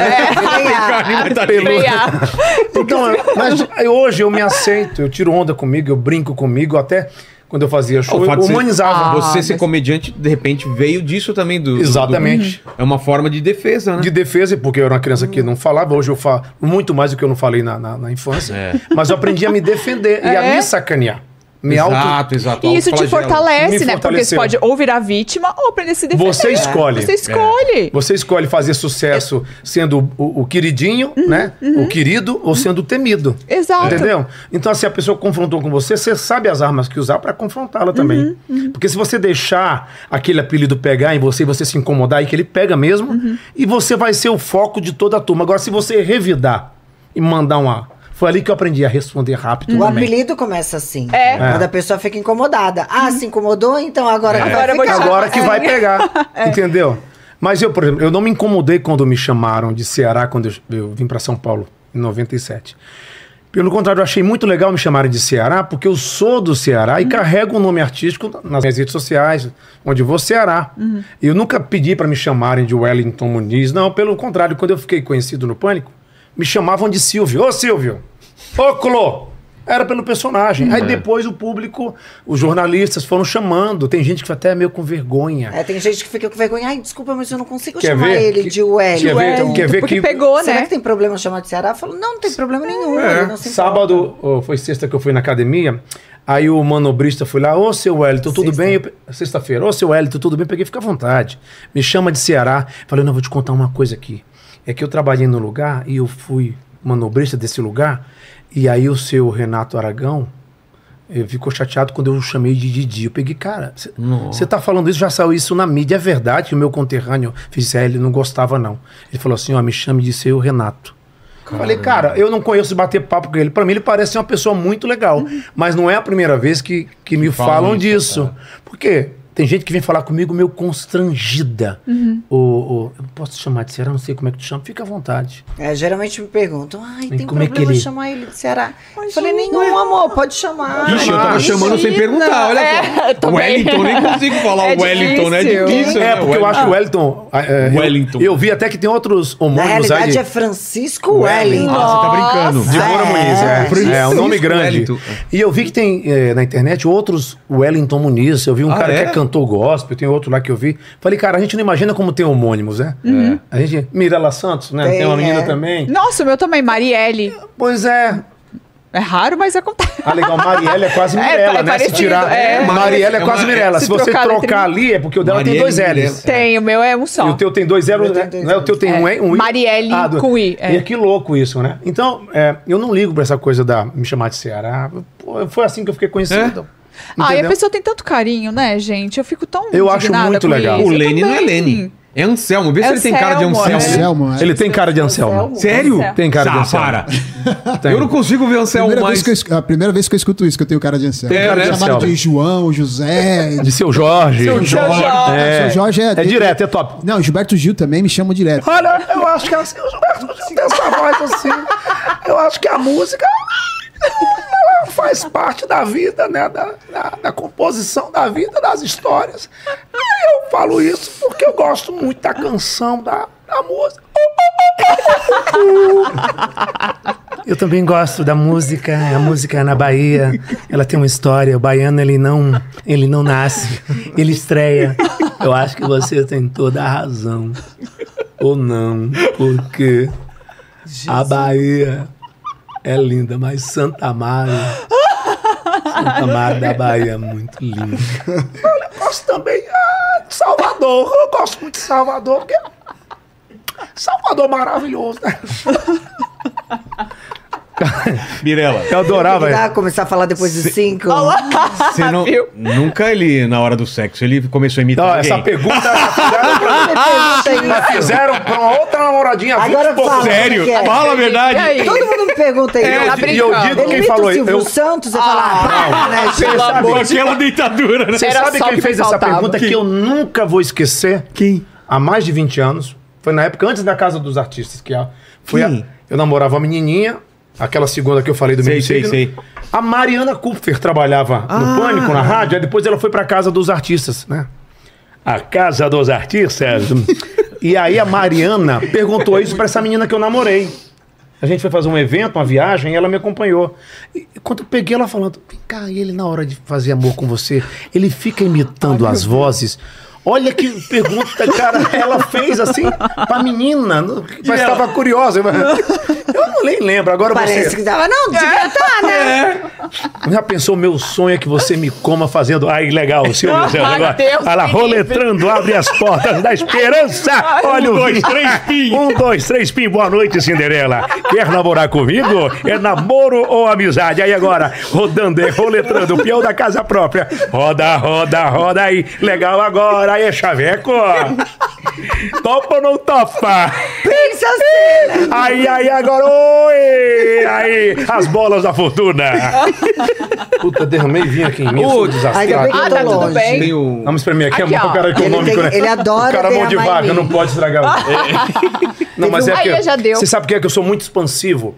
A: tá
C: Frear.
B: Então, eu- mas
A: um-
B: eu- hoje eu me aceito, eu tiro onda comigo, eu brinco comigo, até quando eu fazia show,
A: O fato
B: eu
A: de ser- Ah,
B: humanizava.
A: Você ser
C: mas-
A: comediante, de repente, veio disso também. Do, do-
B: Exatamente.
A: do- é uma forma de defesa, né?
B: De defesa, porque eu era uma criança que não falava, hoje eu falo muito mais do que eu não falei na, na- na infância.
A: É.
B: Mas eu aprendi a me defender e a me sacanear. Me auto.
A: Exato, exato.
C: E isso te
A: autoflagelo.
C: fortalece,
B: Me
C: né? Porque você
B: fortaleceu.
C: pode ou virar vítima ou aprender a se defender.
B: Você escolhe. É.
C: Você escolhe.
B: Você escolhe fazer sucesso sendo o, o queridinho,
A: Uhum,
B: né? O querido ou sendo o temido.
C: Exato.
B: Entendeu? Então, assim, a pessoa confrontou com você, você sabe as armas que usar pra confrontá-la também.
F: Uhum,
B: Porque se você deixar aquele apelido pegar em você e você se incomodar, e que ele pega mesmo,
F: Uhum.
B: e você vai ser o foco de toda a turma. Agora, se você revidar e mandar um A, foi ali que eu aprendi a responder rápido
C: Uhum.
F: O
B: também.
F: apelido começa assim.
C: É. Uhum.
F: Quando a pessoa fica incomodada. Ah, se incomodou? Então agora que vai
C: É. Agora eu vou
F: ficar. É.
C: te
B: Agora que vai
F: *laughs*
B: pegar. Entendeu? Mas eu, por exemplo, eu não me incomodei quando me chamaram de Ceará quando eu, eu vim pra São Paulo em 97. Pelo contrário, eu achei muito legal me chamarem de Ceará, porque eu sou do Ceará e carrego o nome artístico nas minhas redes sociais, onde eu vou Ceará. E Eu nunca pedi pra me chamarem de Wellington Muniz, não, pelo contrário, quando eu fiquei conhecido no Pânico, me chamavam de Silvio. Ô Silvio! Ô Clô! Era pelo personagem. Aí depois o público, os jornalistas foram chamando. Tem gente que foi até meio com vergonha.
F: É, tem gente que fica com vergonha. Ai, desculpa, mas eu não consigo
B: Quer
F: chamar
B: ver?
F: ele
B: Que-
F: de Wellington.
B: quer ver, quer ver
C: É. Porque
B: que
C: pegou,
F: Será
C: né?
F: que tem problema chamar de Ceará? Eu falo, não, não tem problema nenhum.
B: É,
F: um, ele não se importa.
B: sábado, ou foi sexta que eu fui na academia, aí o manobrista foi lá, ô seu Wellington, tudo bem? Eu pe- Sexta-feira, ô seu Wellington, tudo bem? Peguei, fica à vontade. Me chama de Ceará. Falei, não, vou te contar uma coisa aqui. É que eu trabalhei no lugar e eu fui manobrista desse lugar, e aí o seu Renato Aragão eh, ficou chateado quando eu o chamei de Didi. Eu peguei, cara, você tá falando isso, já saiu isso na mídia. É verdade que o meu conterrâneo fez, é, ele não gostava, não. Ele falou assim: ó, me chame de seu Renato. Eu Falei, cara, eu não conheço bater papo com ele. Pra mim, ele parece ser uma pessoa muito legal. Mas não é a primeira vez Uhum. que, que me
A: falam
B: falam
A: isso,
B: disso. Por quê? Tem gente que vem falar comigo meio constrangida. Ou, eu posso te chamar de Ceará? Não sei como é que tu chama. Fica à vontade.
F: É, geralmente me perguntam, ai,
B: E
F: tem
B: como é que
F: problema
B: ele-
F: chamar ele de Ceará? Eu falei, nenhum, amor, pode chamar.
A: Ixi, eu tava
F: Imagina.
A: chamando sem perguntar, olha
C: É,
A: só.
C: também.
A: Wellington, nem consigo falar
C: *laughs* É
A: o Wellington, né?
C: difícil.
A: Difícil,
B: É,
A: né?
B: porque eu acho o Wellington. é, é,
A: Wellington.
B: Eu, eu vi até que tem outros
F: Na
B: homônimos aí.
F: realidade
B: De,
F: é Francisco Wellington.
A: Ah, você tá brincando.
F: Nossa.
B: de Moura
F: é.
B: Muniz, é. É,
A: Francisco
B: um nome grande.
A: Wellington.
B: E eu vi que tem é, na internet outros Wellington Muniz. Eu vi um
A: Ah,
B: cara
A: é?
B: que é cantor gospel, tem outro lá que eu vi. Falei, cara, a gente não imagina como tem homônimos, né? A gente. Mirella Santos, né? Tem,
F: Tem,
B: uma menina
F: é.
B: também.
C: Nossa, o meu também, Marielle.
B: Pois é.
C: É raro, mas acontece.
B: Ah, legal. Marielle é quase
C: *laughs* É,
B: Mirella,
C: é
B: né? Se
C: parecido,
B: tirar.
C: é.
B: Marielle é
A: É
B: quase
A: uma-
B: Mirella.
C: se
B: Se você
C: trocar a
B: trocar,
C: letra-
B: ali, é porque o dela tem
A: Marielle
B: dois
A: e
B: L's.
A: Mirella.
C: Tem, o meu é um só.
B: E o teu tem dois L's,
F: Eu
B: né?
F: tenho dois
B: Não é? O teu tem um,
C: É.
B: I- um I.
C: Marielle
B: do-
C: com I, é.
B: E que louco isso, né? Então, é, eu não ligo pra essa coisa da me chamar de Ceará. Pô, foi assim que eu fiquei conhecido.
C: Ah, e a
B: Entendeu?
C: pessoa tem tanto carinho, né, gente? Eu fico tão.
B: Eu acho
C: indignada
B: muito
C: com
B: legal.
A: O
C: isso. Eu
A: Lene não é
C: também.
A: Lene. É Anselmo. Vê se ele tem cara de
C: Anselmo,
A: Anselmo.
C: né?
D: Anselmo, é.
B: Ele tem cara de Anselmo.
A: Sério?
C: Anselmo.
B: Tem cara de Anselmo.
A: Safara.
B: Tem.
A: Eu não consigo ver Anselmo
D: Primeira
A: é mais.
D: vez que eu esc- a primeira vez que eu escuto isso, que eu tenho cara de Anselmo.
A: É,
D: Cara,
A: né,
D: Chamado
B: Anselmo?
D: de João, José.
B: De seu Jorge. Seu
C: Jorge.
B: É,
D: Seu Jorge é-
B: é direto, é top.
D: Não, Gilberto Gil também me chama direto.
B: Olha, eu acho que assim, o Gilberto Gil tem essa voz assim. Eu acho que a música ela faz parte da vida, né? Da, da- da composição da vida, das histórias. E eu falo isso porque eu gosto muito da canção, da, da música. Eu também gosto da música, a música é na Bahia, ela tem uma história, o baiano ele não, ele não nasce, ele estreia. Eu acho que você tem toda a razão. Ou não, porque a Bahia é linda, mas Santa Maria, Santa Maria da Bahia é muito linda. Olha, eu gosto também ah, de Salvador, eu gosto muito de Salvador, porque Salvador é maravilhoso, né?
A: Mirella,
B: Eu
C: *laughs*
B: adorava, é.
F: Tem que dar, começar a falar depois dos cinco.
A: você não.
C: Viu?
A: Nunca ele, na hora do sexo, ele começou a imitar.
B: Não,
A: alguém.
B: essa pergunta fizeram pra, *laughs*
F: Ah,
B: fizeram pra uma outra namoradinha.
F: Agora
B: 20 e pouco.
F: fala.
A: Sério?
F: Como é que é?
A: Fala a verdade.
C: E aí?
F: Todo mundo me pergunta
C: É,
F: isso.
C: tá
B: E eu
C: brincando.
B: digo
F: Ele
B: quem
F: imita o
B: falou
F: Silvio
B: eu,
F: Santos, eu falo,
C: Ah,
F: ah, para, né,
B: Você
F: gente?
B: sabe,
A: Aquela deitadura, né?
B: você
C: Era
B: sabe
C: só o
B: quem
C: que
B: fez essa
C: faltava.
B: pergunta que eu nunca vou esquecer?
A: Quem?
B: Há mais de 20 anos. Foi na época antes da Casa dos Artistas. que a, foi a-
A: Quem?
B: Eu namorava uma menininha, aquela segunda que eu falei do
A: Sei,
B: meu
A: sei,
B: signo.
A: sei.
B: A Mariana Kupfer trabalhava
A: Ah.
B: no Pânico, na rádio, aí depois ela foi pra Casa dos Artistas, né? A Casa dos Artistas. *laughs* e aí a Mariana perguntou isso pra essa menina que eu namorei. A gente foi fazer um evento, uma viagem, e ela me acompanhou. E quando eu peguei ela falando, vem cá, e ele na hora de fazer amor com você, ele fica imitando as vozes. Olha que pergunta, cara, ela fez assim pra menina, no- mas
A: ela?
B: estava curiosa. *laughs* Eu não nem lembro, agora
F: Parece
B: você...
F: que dava, não,
C: É.
F: devia tá, né?
B: Já pensou, meu sonho é que você me coma fazendo. Ai,
C: *laughs*
B: legal, o seu museu.
C: Ai,
B: Agora,
C: Deus
B: olha lá,
C: me livre. um,
B: roletrando, abre as portas da esperança. Olha o dois, três, pim. Um, dois, três, pim. Boa noite, Cinderela. Quer namorar comigo? É namoro ou amizade? Aí agora, rodando, é roletrando, o peão da casa própria. Roda, roda, roda aí. Legal agora, aí é chaveco. Topa ou não topa?
F: Pensa assim, né?
B: Aí, aí, agora, oi! Aí, as bolas da fortuna! Puta, derramei vinho aqui em mim,
A: Ô,
B: sou um
F: ainda bem
B: desastrado.
F: que
C: Ah,
F: eu
C: tá
F: tô
C: tudo
F: longe.
C: bem.
A: Tem o.
B: Vamos espremer aqui,
C: Aqui,
B: é
C: ó.
B: bom cara econômico,
F: Ele tem-
B: né?
F: ele adora
B: O cara mão de
F: derramar em
B: vaca,
F: mim.
B: não pode estragar.
F: *laughs*
B: não, mas é
C: Aí,
B: porque,
C: já deu.
B: Você sabe o que é que eu sou muito expansivo?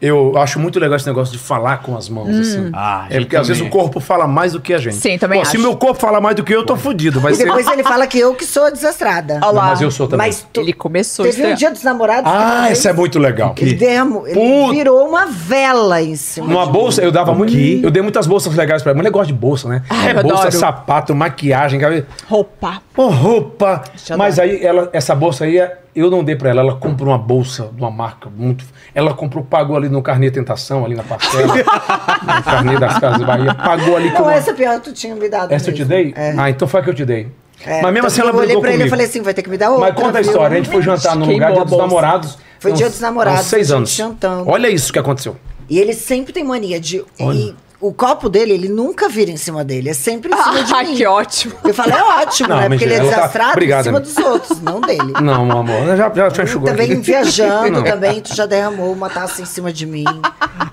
B: Eu acho muito legal esse negócio de falar com as mãos,
F: Hum.
B: assim.
A: Ah,
B: é
A: eu
B: porque às vezes o
A: também.
B: corpo fala mais do que a gente.
C: Sim, também
B: Pô, Se
C: acho.
B: meu corpo falar mais do que eu, eu tô fudido. Vai
F: E
B: ser...
F: depois ele fala que eu que sou desastrada.
C: Olha lá.
B: Mas eu sou também.
F: Mas tu,
C: Ele começou
F: teve um
C: estranho.
F: dia dos namorados. que
B: Ah,
F: ele
B: essa é muito legal.
F: Ele, derramou- ele
B: Puta.
F: virou uma vela em cima.
B: Numa bolsa, eu dava muito. Eu dei muitas bolsas legais pra ela. Mulher gosta de bolsa, né?
C: Ai,
B: é
C: eu
B: bolsa,
C: adoro.
B: sapato, maquiagem, cabelo.
C: Roupa.
B: Pô, roupa.
C: Te adoro.
B: Mas aí, ela, essa bolsa aí, eu não dei pra ela. Ela comprou uma bolsa de uma marca muito. Ela comprou, pagou ali no carnê Tentação, ali na
C: *laughs*
B: parcela. no carnê das Casas Bahia. Pagou ali com.
F: Não,
B: uma-
F: essa é pior tu tinha me dado.
B: Essa eu te
F: mesmo.
B: dei?
F: É.
B: Ah, então foi a que eu te dei.
F: É,
B: Mas mesmo assim, ela
F: eu olhei
B: brigou
F: pra
B: comigo.
F: ele e falei assim, vai ter que me dar outra.
B: Mas conta a
F: viu?
B: história. A gente foi jantar num lugar,
C: Queimou
B: dia
C: a
B: dos
C: bolsa.
B: namorados.
F: Foi dia
B: uns-
F: dos namorados,
B: uns Seis
F: a gente
B: anos.
F: jantando.
B: Olha isso que aconteceu.
F: E ele sempre tem mania de.
B: Olha.
F: E o copo dele, ele nunca vira em cima dele. É sempre em
B: *laughs*
F: cima
C: *laughs*
F: de
C: Ah,
F: mim.
C: que ótimo.
F: Eu falo, é ótimo,
B: Não,
F: né? Porque ele é
B: mentira, ela tá-
F: desastrado
B: Obrigado,
F: em cima
B: amiga.
F: dos outros, não dele.
B: Não, meu amor, *laughs* eu já, já, já enxugou aqui.
F: Também viajando,
B: Não.
F: também tu já derramou uma taça em cima de mim.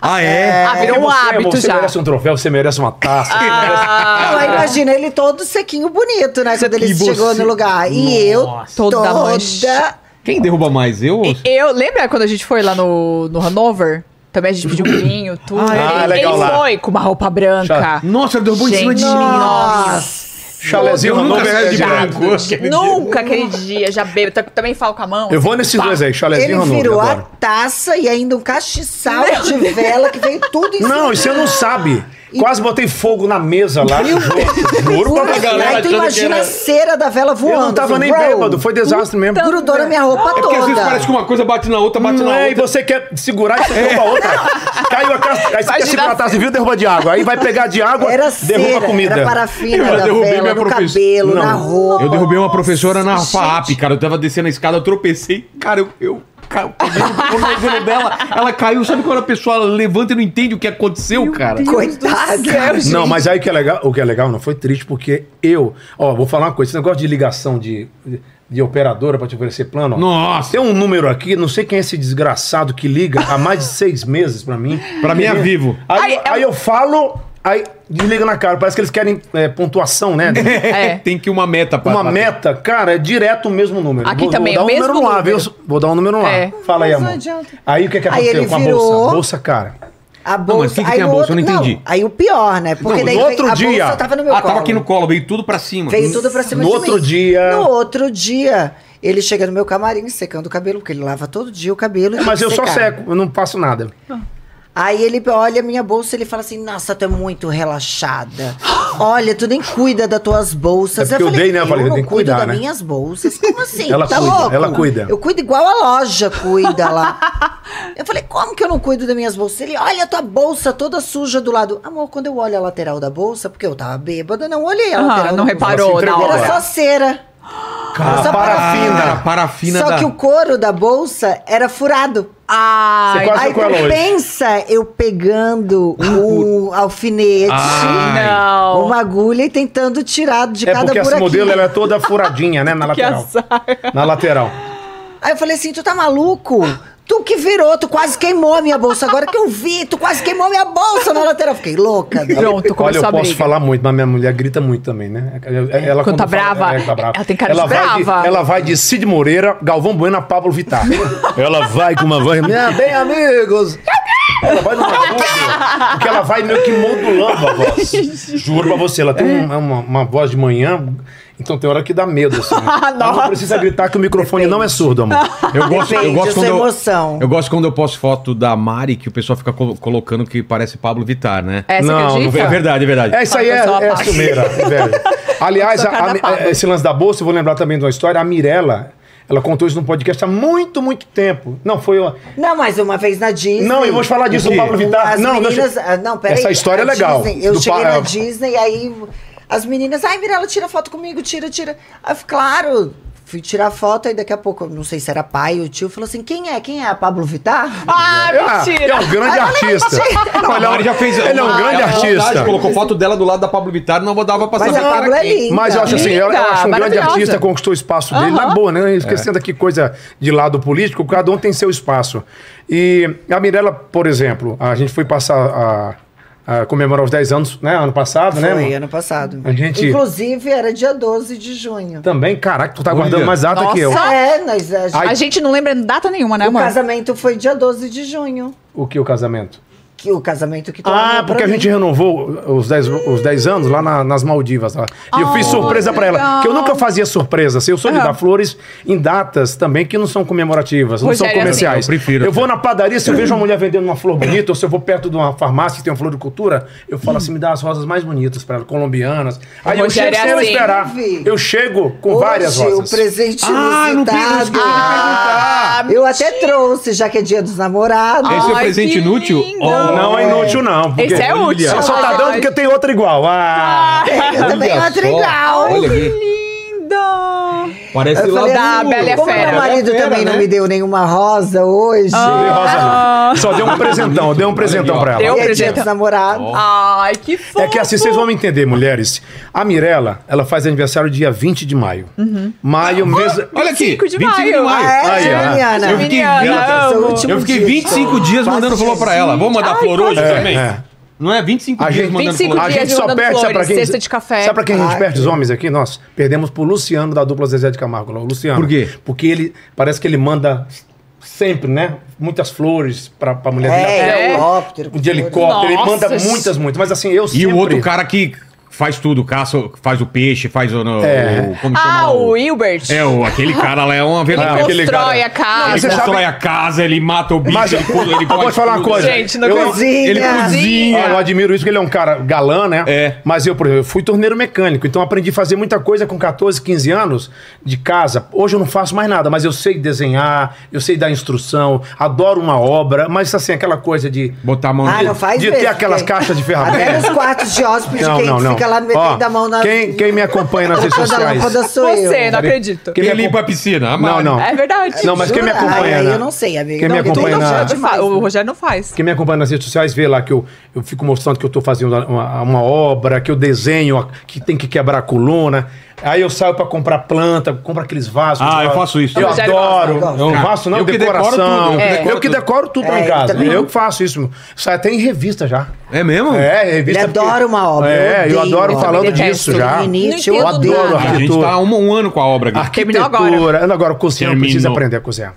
A: Ah, é?
C: Ah, virou
B: Porque você,
C: um
B: amor,
C: hábito
B: Você
C: já. Ah,
B: merece um troféu, você merece uma taça. você merece-
F: Não, aí Então, imagina ele todo sequinho bonito, né? Quando ele
A: E você-
F: chegou no lugar. E eu
C: Toda
F: toda,
C: mancha.
A: Quem derruba mais? Eu? ou-
C: E- Eu, lembra quando a gente foi lá no, no Hanover? Também a gente pediu um vinho, tudo.
A: Ah, é?
C: ele,
B: Ah, legal
C: ele
B: lá.
C: foi com uma roupa branca.
B: Já-
F: É.
A: Nossa, ele derrubou em cima de mim.
C: Nossa.
B: Chalezinho é
A: Eu nunca
B: Hanover
A: saio de
B: já-
A: branco. aquele
C: Nunca aquele dia, já bebo. Tá- Também falo com a mão.
B: Eu vou
C: assim,
B: nesses
C: pá.
B: dois aí,
F: Ele
B: chalezinho Hanover
F: virou a
B: agora.
F: taça e ainda um castiçal de vela que veio tudo em cima.
B: Não, e você não sabe. Quase botei fogo na mesa lá. Juro, juro é pra
F: Aí
B: galera.
F: tu
B: achando que
F: imagina
B: era-
F: a cera da vela voando.
B: Eu não tava
F: assim,
B: nem
F: bro,
B: bêbado, foi desastre mesmo.
F: Grudou na minha roupa
A: É porque às vezes parece que
F: toda.
A: uma coisa bate na outra, bate
B: Não
A: na
B: é, e
A: outra.
B: você quer segurar e você derruba
F: É.
B: a outra. Caiu a taça, aí você quer
C: Vai girar
B: segurar a taça e viu, derruba de água. Aí vai pegar de água,
F: Era
B: derruba a
F: cera,
B: comida.
F: era
A: Eu
F: parafina da
A: derrubei
F: vela,
A: minha
F: no
A: profess-
F: cabelo, na
B: Não.
F: roupa.
A: Eu derrubei uma professora na
F: Gente.
A: FAAP, cara. Eu tava descendo a escada, eu tropecei. Cara, eu. eu ca- peguei no tornozelo dela, ela caiu. Sabe quando a pessoa levanta e não entende o que aconteceu, cara?
F: Coitada.
B: Não, mas aí o que é legal, o que é legal não foi triste, porque eu, ó, vou falar uma coisa, esse negócio de ligação de, de operadora pra te oferecer plano, ó.
A: Nossa.
B: Tem um número aqui, não sei quem é esse desgraçado que liga há mais de seis meses pra mim.
A: *laughs* Pra mim é vivo.
B: Aí,
C: Ai, é
B: aí eu falo, aí desliga na cara, parece que eles querem é, pontuação,
A: *laughs*
B: né?
C: É.
A: Tem que uma meta pra
B: Uma
A: bater.
B: meta, cara, é direto o mesmo número.
C: Aqui também, é
B: vou dar
C: o
B: um
C: mesmo
B: número no ar, viu?
C: número.
B: Vou dar um número no ar.
C: É.
B: Fala aí,
F: Mas não
B: amor.
F: adianta.
B: Aí o que, que
F: Aí
B: aconteceu
F: ele
B: com a
F: virou-
B: bolsa? Bolsa,
C: *laughs*
B: cara.
F: A bolsa.
A: Não, mas o que que
F: aí
A: tem a
F: o
A: bolsa? Eu não
F: outro-
A: entendi.
F: aí o pior, né? Porque
B: Não,
F: daí
B: no
F: veio-
B: outro
F: a
B: dia-
F: bolsa tava no meu
A: Ah,
F: colo.
A: tava aqui no colo, veio tudo pra cima.
F: Veio tudo pra cima
B: No
F: de
B: outro
F: mim.
B: dia-
F: No outro dia, ele chega no meu camarim secando o cabelo, porque ele lava todo dia o cabelo. e tem
B: É, Mas
F: que
B: eu só
F: secar.
B: seco, eu não faço nada. É
F: Aí ele olha a minha bolsa e ele fala assim: Nossa, tu é muito relaxada. Olha, tu nem cuida das tuas bolsas.
B: É porque eu dei, né? Eu falei,
F: não
B: tem que
F: cuido
B: cuidar,
F: das
B: né?"
F: minhas bolsas. Como
B: *laughs*
F: assim?
B: Ela
F: tá
B: cuida,
F: louco?
B: ela cuida.
F: Eu cuido igual a loja cuida lá. *laughs* Eu falei, como que eu não cuido das minhas bolsas? Ele, olha a tua bolsa toda suja do lado. Amor, quando eu olho a lateral da bolsa, porque eu tava bêbada, não olhei a
C: Ah,
F: lateral.
C: não né?
F: da bolsa.
C: reparou
B: Ela se
C: na
B: entregou,
F: Era
B: Olha.
F: só
C: hora.
F: cera.
A: Cara,
F: só
A: parafina.
F: parafina.
A: Parafina
F: Só
A: da...
F: que o couro da bolsa era furado.
C: Ai,
B: Você quase-
F: Aí
B: com ela
F: tu
B: hoje.
F: pensa eu pegando
B: Ah,
F: um alfinete,
A: Ai.
C: não.
F: uma agulha e tentando tirar de
B: É
F: cada
B: porque essa
F: buraquinho.
B: modelo ela é toda furadinha, né? Na
C: *laughs* assim, Que
B: lateral.
C: azar.
B: Na lateral. é-
F: Aí eu falei assim, tu tá maluco? Tu que virou, tu quase queimou a minha bolsa. Agora que eu vi, tu quase queimou a minha bolsa na lateral. Eu Fiquei louca. né?
C: Pronto,
B: Olha,
C: começou
B: eu
C: a
B: posso
C: briga.
B: falar muito, mas minha mulher grita muito também, né? Ela, ela
C: Quando tá
B: fala-
C: brava,
B: é, tá brava.
C: ela tem cara de
B: ela vai
C: brava.
B: ela vai de Cid Moreira, Galvão Bueno a Pablo Vittar. *laughs* ela vai com uma voz. Minha bem, amigos! Ela vai numa voz, porque ela vai meio que modulando a voz.
C: *laughs*
B: Juro pra você, ela tem um- uma, uma voz de manhã, então tem hora que dá medo,
C: *laughs*
B: assim. Ela
C: Nossa.
B: não precisa gritar que o microfone não é surdo,
C: *laughs*
B: amor.
A: Eu gosto, eu
F: Depende,
A: gosto
F: eu sou
A: quando eu-
F: emoção.
A: Eu, gosto quando eu posto foto da Mari que o pessoal fica col- colocando que parece Pablo Vittar, né?
C: É, você
B: Não, não
A: É
C: acredita?
A: verdade, é verdade.
B: É, isso aí é,
C: Pessoal,
B: é
C: apaga.
B: sumeira,
C: *laughs*
B: velho. Aliás,
C: Só cada
B: a- a-
C: papo.
B: esse lance da bolsa, eu vou lembrar também de uma história. A Mirella, ela contou isso num podcast há muito, muito tempo. Não, foi... uma-
F: Não, mas uma vez na Disney...
B: Não, eu vou falar disso,
A: O quê?
B: o Pablo Vittar.
F: As
B: não,
F: meninas...
B: deixa-
F: ah, Não, peraí.
B: Essa história é
F: A
B: legal.
F: Disney- eu
B: Do
F: cheguei
B: pa- é.
F: na Disney, aí as meninas... Ai, Mirella, tira foto comigo, tira, tira. Aí eu, claro... Fui tirar foto, aí daqui a pouco, não sei se era pai ou tio, falou assim, quem é? Quem é? A Pablo Vittar?
C: Ah,
B: Ah,
C: mentira.
B: é um grande artista.
A: Olha,
B: Olha,
A: a Mari já fez. Ah,
B: Ele é um
A: ela-
B: grande
A: ela-
B: artista.
A: ela colocou foto dela do lado da Pablo Vittar, não dava pra
F: Mas
A: saber
F: a
A: quem era
F: Pablo é
A: quem.
F: linda.
B: Mas eu acho assim, eu, eu acho um
C: Linda,
B: grande
C: maravilhosa.
B: artista, conquistou o espaço dele na boa, né?
A: É.
B: Esquecendo aqui coisa de lado político, cada um tem seu espaço. E a Mirella, por exemplo, a gente foi passar a, a comemorar os 10 anos, né? Ano passado, né?
F: Foi,
B: amor?
F: ano passado.
B: A gente-
F: Inclusive, era dia 12 de junho.
B: Também, caraca, tu tá
A: Olha.
B: guardando mais data que eu.
C: Nossa.
F: É, nós, a gente-
C: A gente não lembra data nenhuma, né,
F: o
C: amor?
F: casamento foi dia 12 de junho.
B: O que o casamento?
F: Que o casamento que tu
B: Ah,
F: arrumou pra
B: porque a
F: mim.
B: gente renovou os 10 os 10 anos lá na- nas Maldivas. Lá. E eu fiz
C: Ah,
B: surpresa pra ela.
C: legal.
B: Que eu nunca fazia surpresa. Assim, eu sou de dar flores em datas também que não são comemorativas, não são
C: Rogério,
B: comerciais.
A: assim- Eu prefiro.
B: Eu vou na padaria, se eu vejo uma mulher vendendo uma flor bonita, ou se eu vou perto de uma farmácia que tem uma floricultura, eu falo assim: me dá as rosas mais bonitas pra ela, colombianas. Aí eu
C: Rogério
B: chego
C: é
B: sem ela
C: assim.
B: esperar. Eu chego com
F: Hoje,
B: várias rosas.
F: o presente
A: Ah, eu não fiz isso,
F: inusitado.
A: eu não fiz
F: Ah, eu até trouxe, já que é dia dos namorados.
A: Esse é o
C: Ai,
A: presente
C: que
A: inútil?
C: lindo.
A: Oh,
B: Não é inútil, não. porque-
C: Esse é útil.
B: Ela só tá
C: Olha.
B: dando porque tem outra igual. Ah!
F: eu é também
A: olha
F: é
A: só.
F: legal.
A: Olha aqui.
C: Linda!
A: Parece
F: Eu
A: lá
F: falei, "Ah, é
A: do- é
C: Da Bela e a
F: como
C: Fera.
F: meu marido
A: Bela e a
F: também
A: Fera,
F: não
A: né?
F: me deu nenhuma rosa hoje.
B: Dei rosa
A: Ah.
B: não. Só deu um presentão, deu um presentão pra ela.
C: Deu
F: e é dia
C: presente.
F: dos namorados.
C: Ai, que fofo.
B: É que assim, vocês vão me entender, mulheres. A Mirella, ela faz aniversário dia 20 de maio.
A: Uhum.
B: Maio, mês.
A: Olha aqui,
C: 25 de maio.
F: É,
B: Aí, ó.
F: Geminiana.
A: Eu fiquei
C: Geminiana,
F: Seu
C: amo.
F: último
A: Eu fiquei
F: dia. assim.
A: 25 dias
F: Quase
A: mandando flor pra
F: Jesus.
A: ela. Vou mandar
C: Ai,
A: flor hoje
C: quase
A: também?
B: É.
A: Não é? 25
B: A
A: dias
B: gente-
A: mandando
C: 25
A: flor.
B: A
C: dias
B: gente só
C: mandando
B: perde, sabe pra
C: flores,
B: quem?
C: cesta de café.
B: Sabe pra quem a gente
F: Ai,
B: perde os
F: Deus.
B: homens aqui? Nós perdemos pro Luciano da dupla Zezé de Camargo, lá, o Luciano.
A: Por quê?
B: Porque ele parece que ele manda sempre, né? Muitas flores pra, pra mulher dele. Até
F: É,
C: É.
F: helicóptero.
B: o de helicóptero, Um ele
C: Nossa.
B: manda muitas, muitas. Mas assim, eu
A: E
B: sempre.
A: o outro cara que faz tudo, caça, faz o peixe, faz o. no-
B: É.
A: o- como chama?
C: Ah,
A: lá?
C: o Wilbert.
A: É, o, aquele cara lá é uma
B: Ah,
A: vergonha.
B: aquele
C: Constrói
B: cara.
C: a casa.
B: Não, mas
A: Ele
B: você sabe-
A: constrói a casa, ele mata o bicho,
B: Mas *laughs* eu
A: ele pula, ele
B: vou te
A: faz
B: falar uma
A: tudo. né?
B: coisa.
C: Gente, não
B: eu,
C: consigo.
A: Ele
F: Cozinha.
A: cozinha.
B: Ah, eu admiro isso, porque ele é um cara galã, né?
A: É.
B: Mas eu, por exemplo, eu fui torneiro mecânico, então aprendi a fazer muita coisa com 14, 15 anos de casa. Hoje eu não faço mais nada, mas eu sei desenhar, eu sei dar instrução, adoro uma obra, mas assim, aquela coisa de.
A: Botar a mão
F: Ah,
A: nele.
F: não faz
B: De
F: mesmo,
B: ter aquelas
F: porque-
B: caixas de ferramenta.
F: Até nos quartos de hóspede,
B: Não,
F: quem
B: não, não.
F: fica lá metendo
B: Ó,
F: a mão na...
B: quem, quem me acompanha
F: *laughs*
B: nas redes
F: na
B: sociais.
F: lâmpada sou eu.
C: Você, né? não acredito.
A: Quem
B: Quem me
A: limpa a piscina? A
B: é Não,
A: Mari.
B: não.
C: É verdade.
B: Não, mas quem me
F: Jura?
B: acompanha.
F: Ai, aí
B: né?
F: eu não sei, amiga.
B: Quem me
F: Não, me
B: acompanha
F: tudo
B: na-
F: já
C: Não fa- O Rogério não faz.
B: Quem me acompanha nas redes sociais vê lá que eu, eu fico mostrando que eu tô fazendo uma, uma obra, que eu desenho, a- que tem que quebrar a coluna. Aí eu saio pra comprar planta, compro aqueles vasos.
A: Ah, eu
B: vaso.
A: faço isso.
B: Eu
C: Eu já
B: adoro.
F: gosto.
B: Eu não faço, não,
A: Eu que decoro tudo, eu
B: decoração. É.
A: que decoro
B: Eu que
A: tudo.
B: decoro tudo lá
F: É,
B: em
F: eu
B: casa.
F: também.
B: Eu que faço isso. Sai até em revista já.
A: É mesmo?
B: É, revista.
F: Ele
B: porque-
F: adora uma obra, eu
B: É, eu,
F: odeio
B: adoro
F: obra.
B: falando
C: Eu detesto.
B: disso já.
F: No início,
C: Não
F: eu
C: entendo
F: odeio.
B: nada.
A: A gente
B: Arquitetura.
A: tá há um, um ano com a obra aqui.
C: Terminou
B: Arquitetura.
C: agora.
B: Agora, agora cozinhar, eu
A: Terminou.
B: preciso aprender a cozinhar.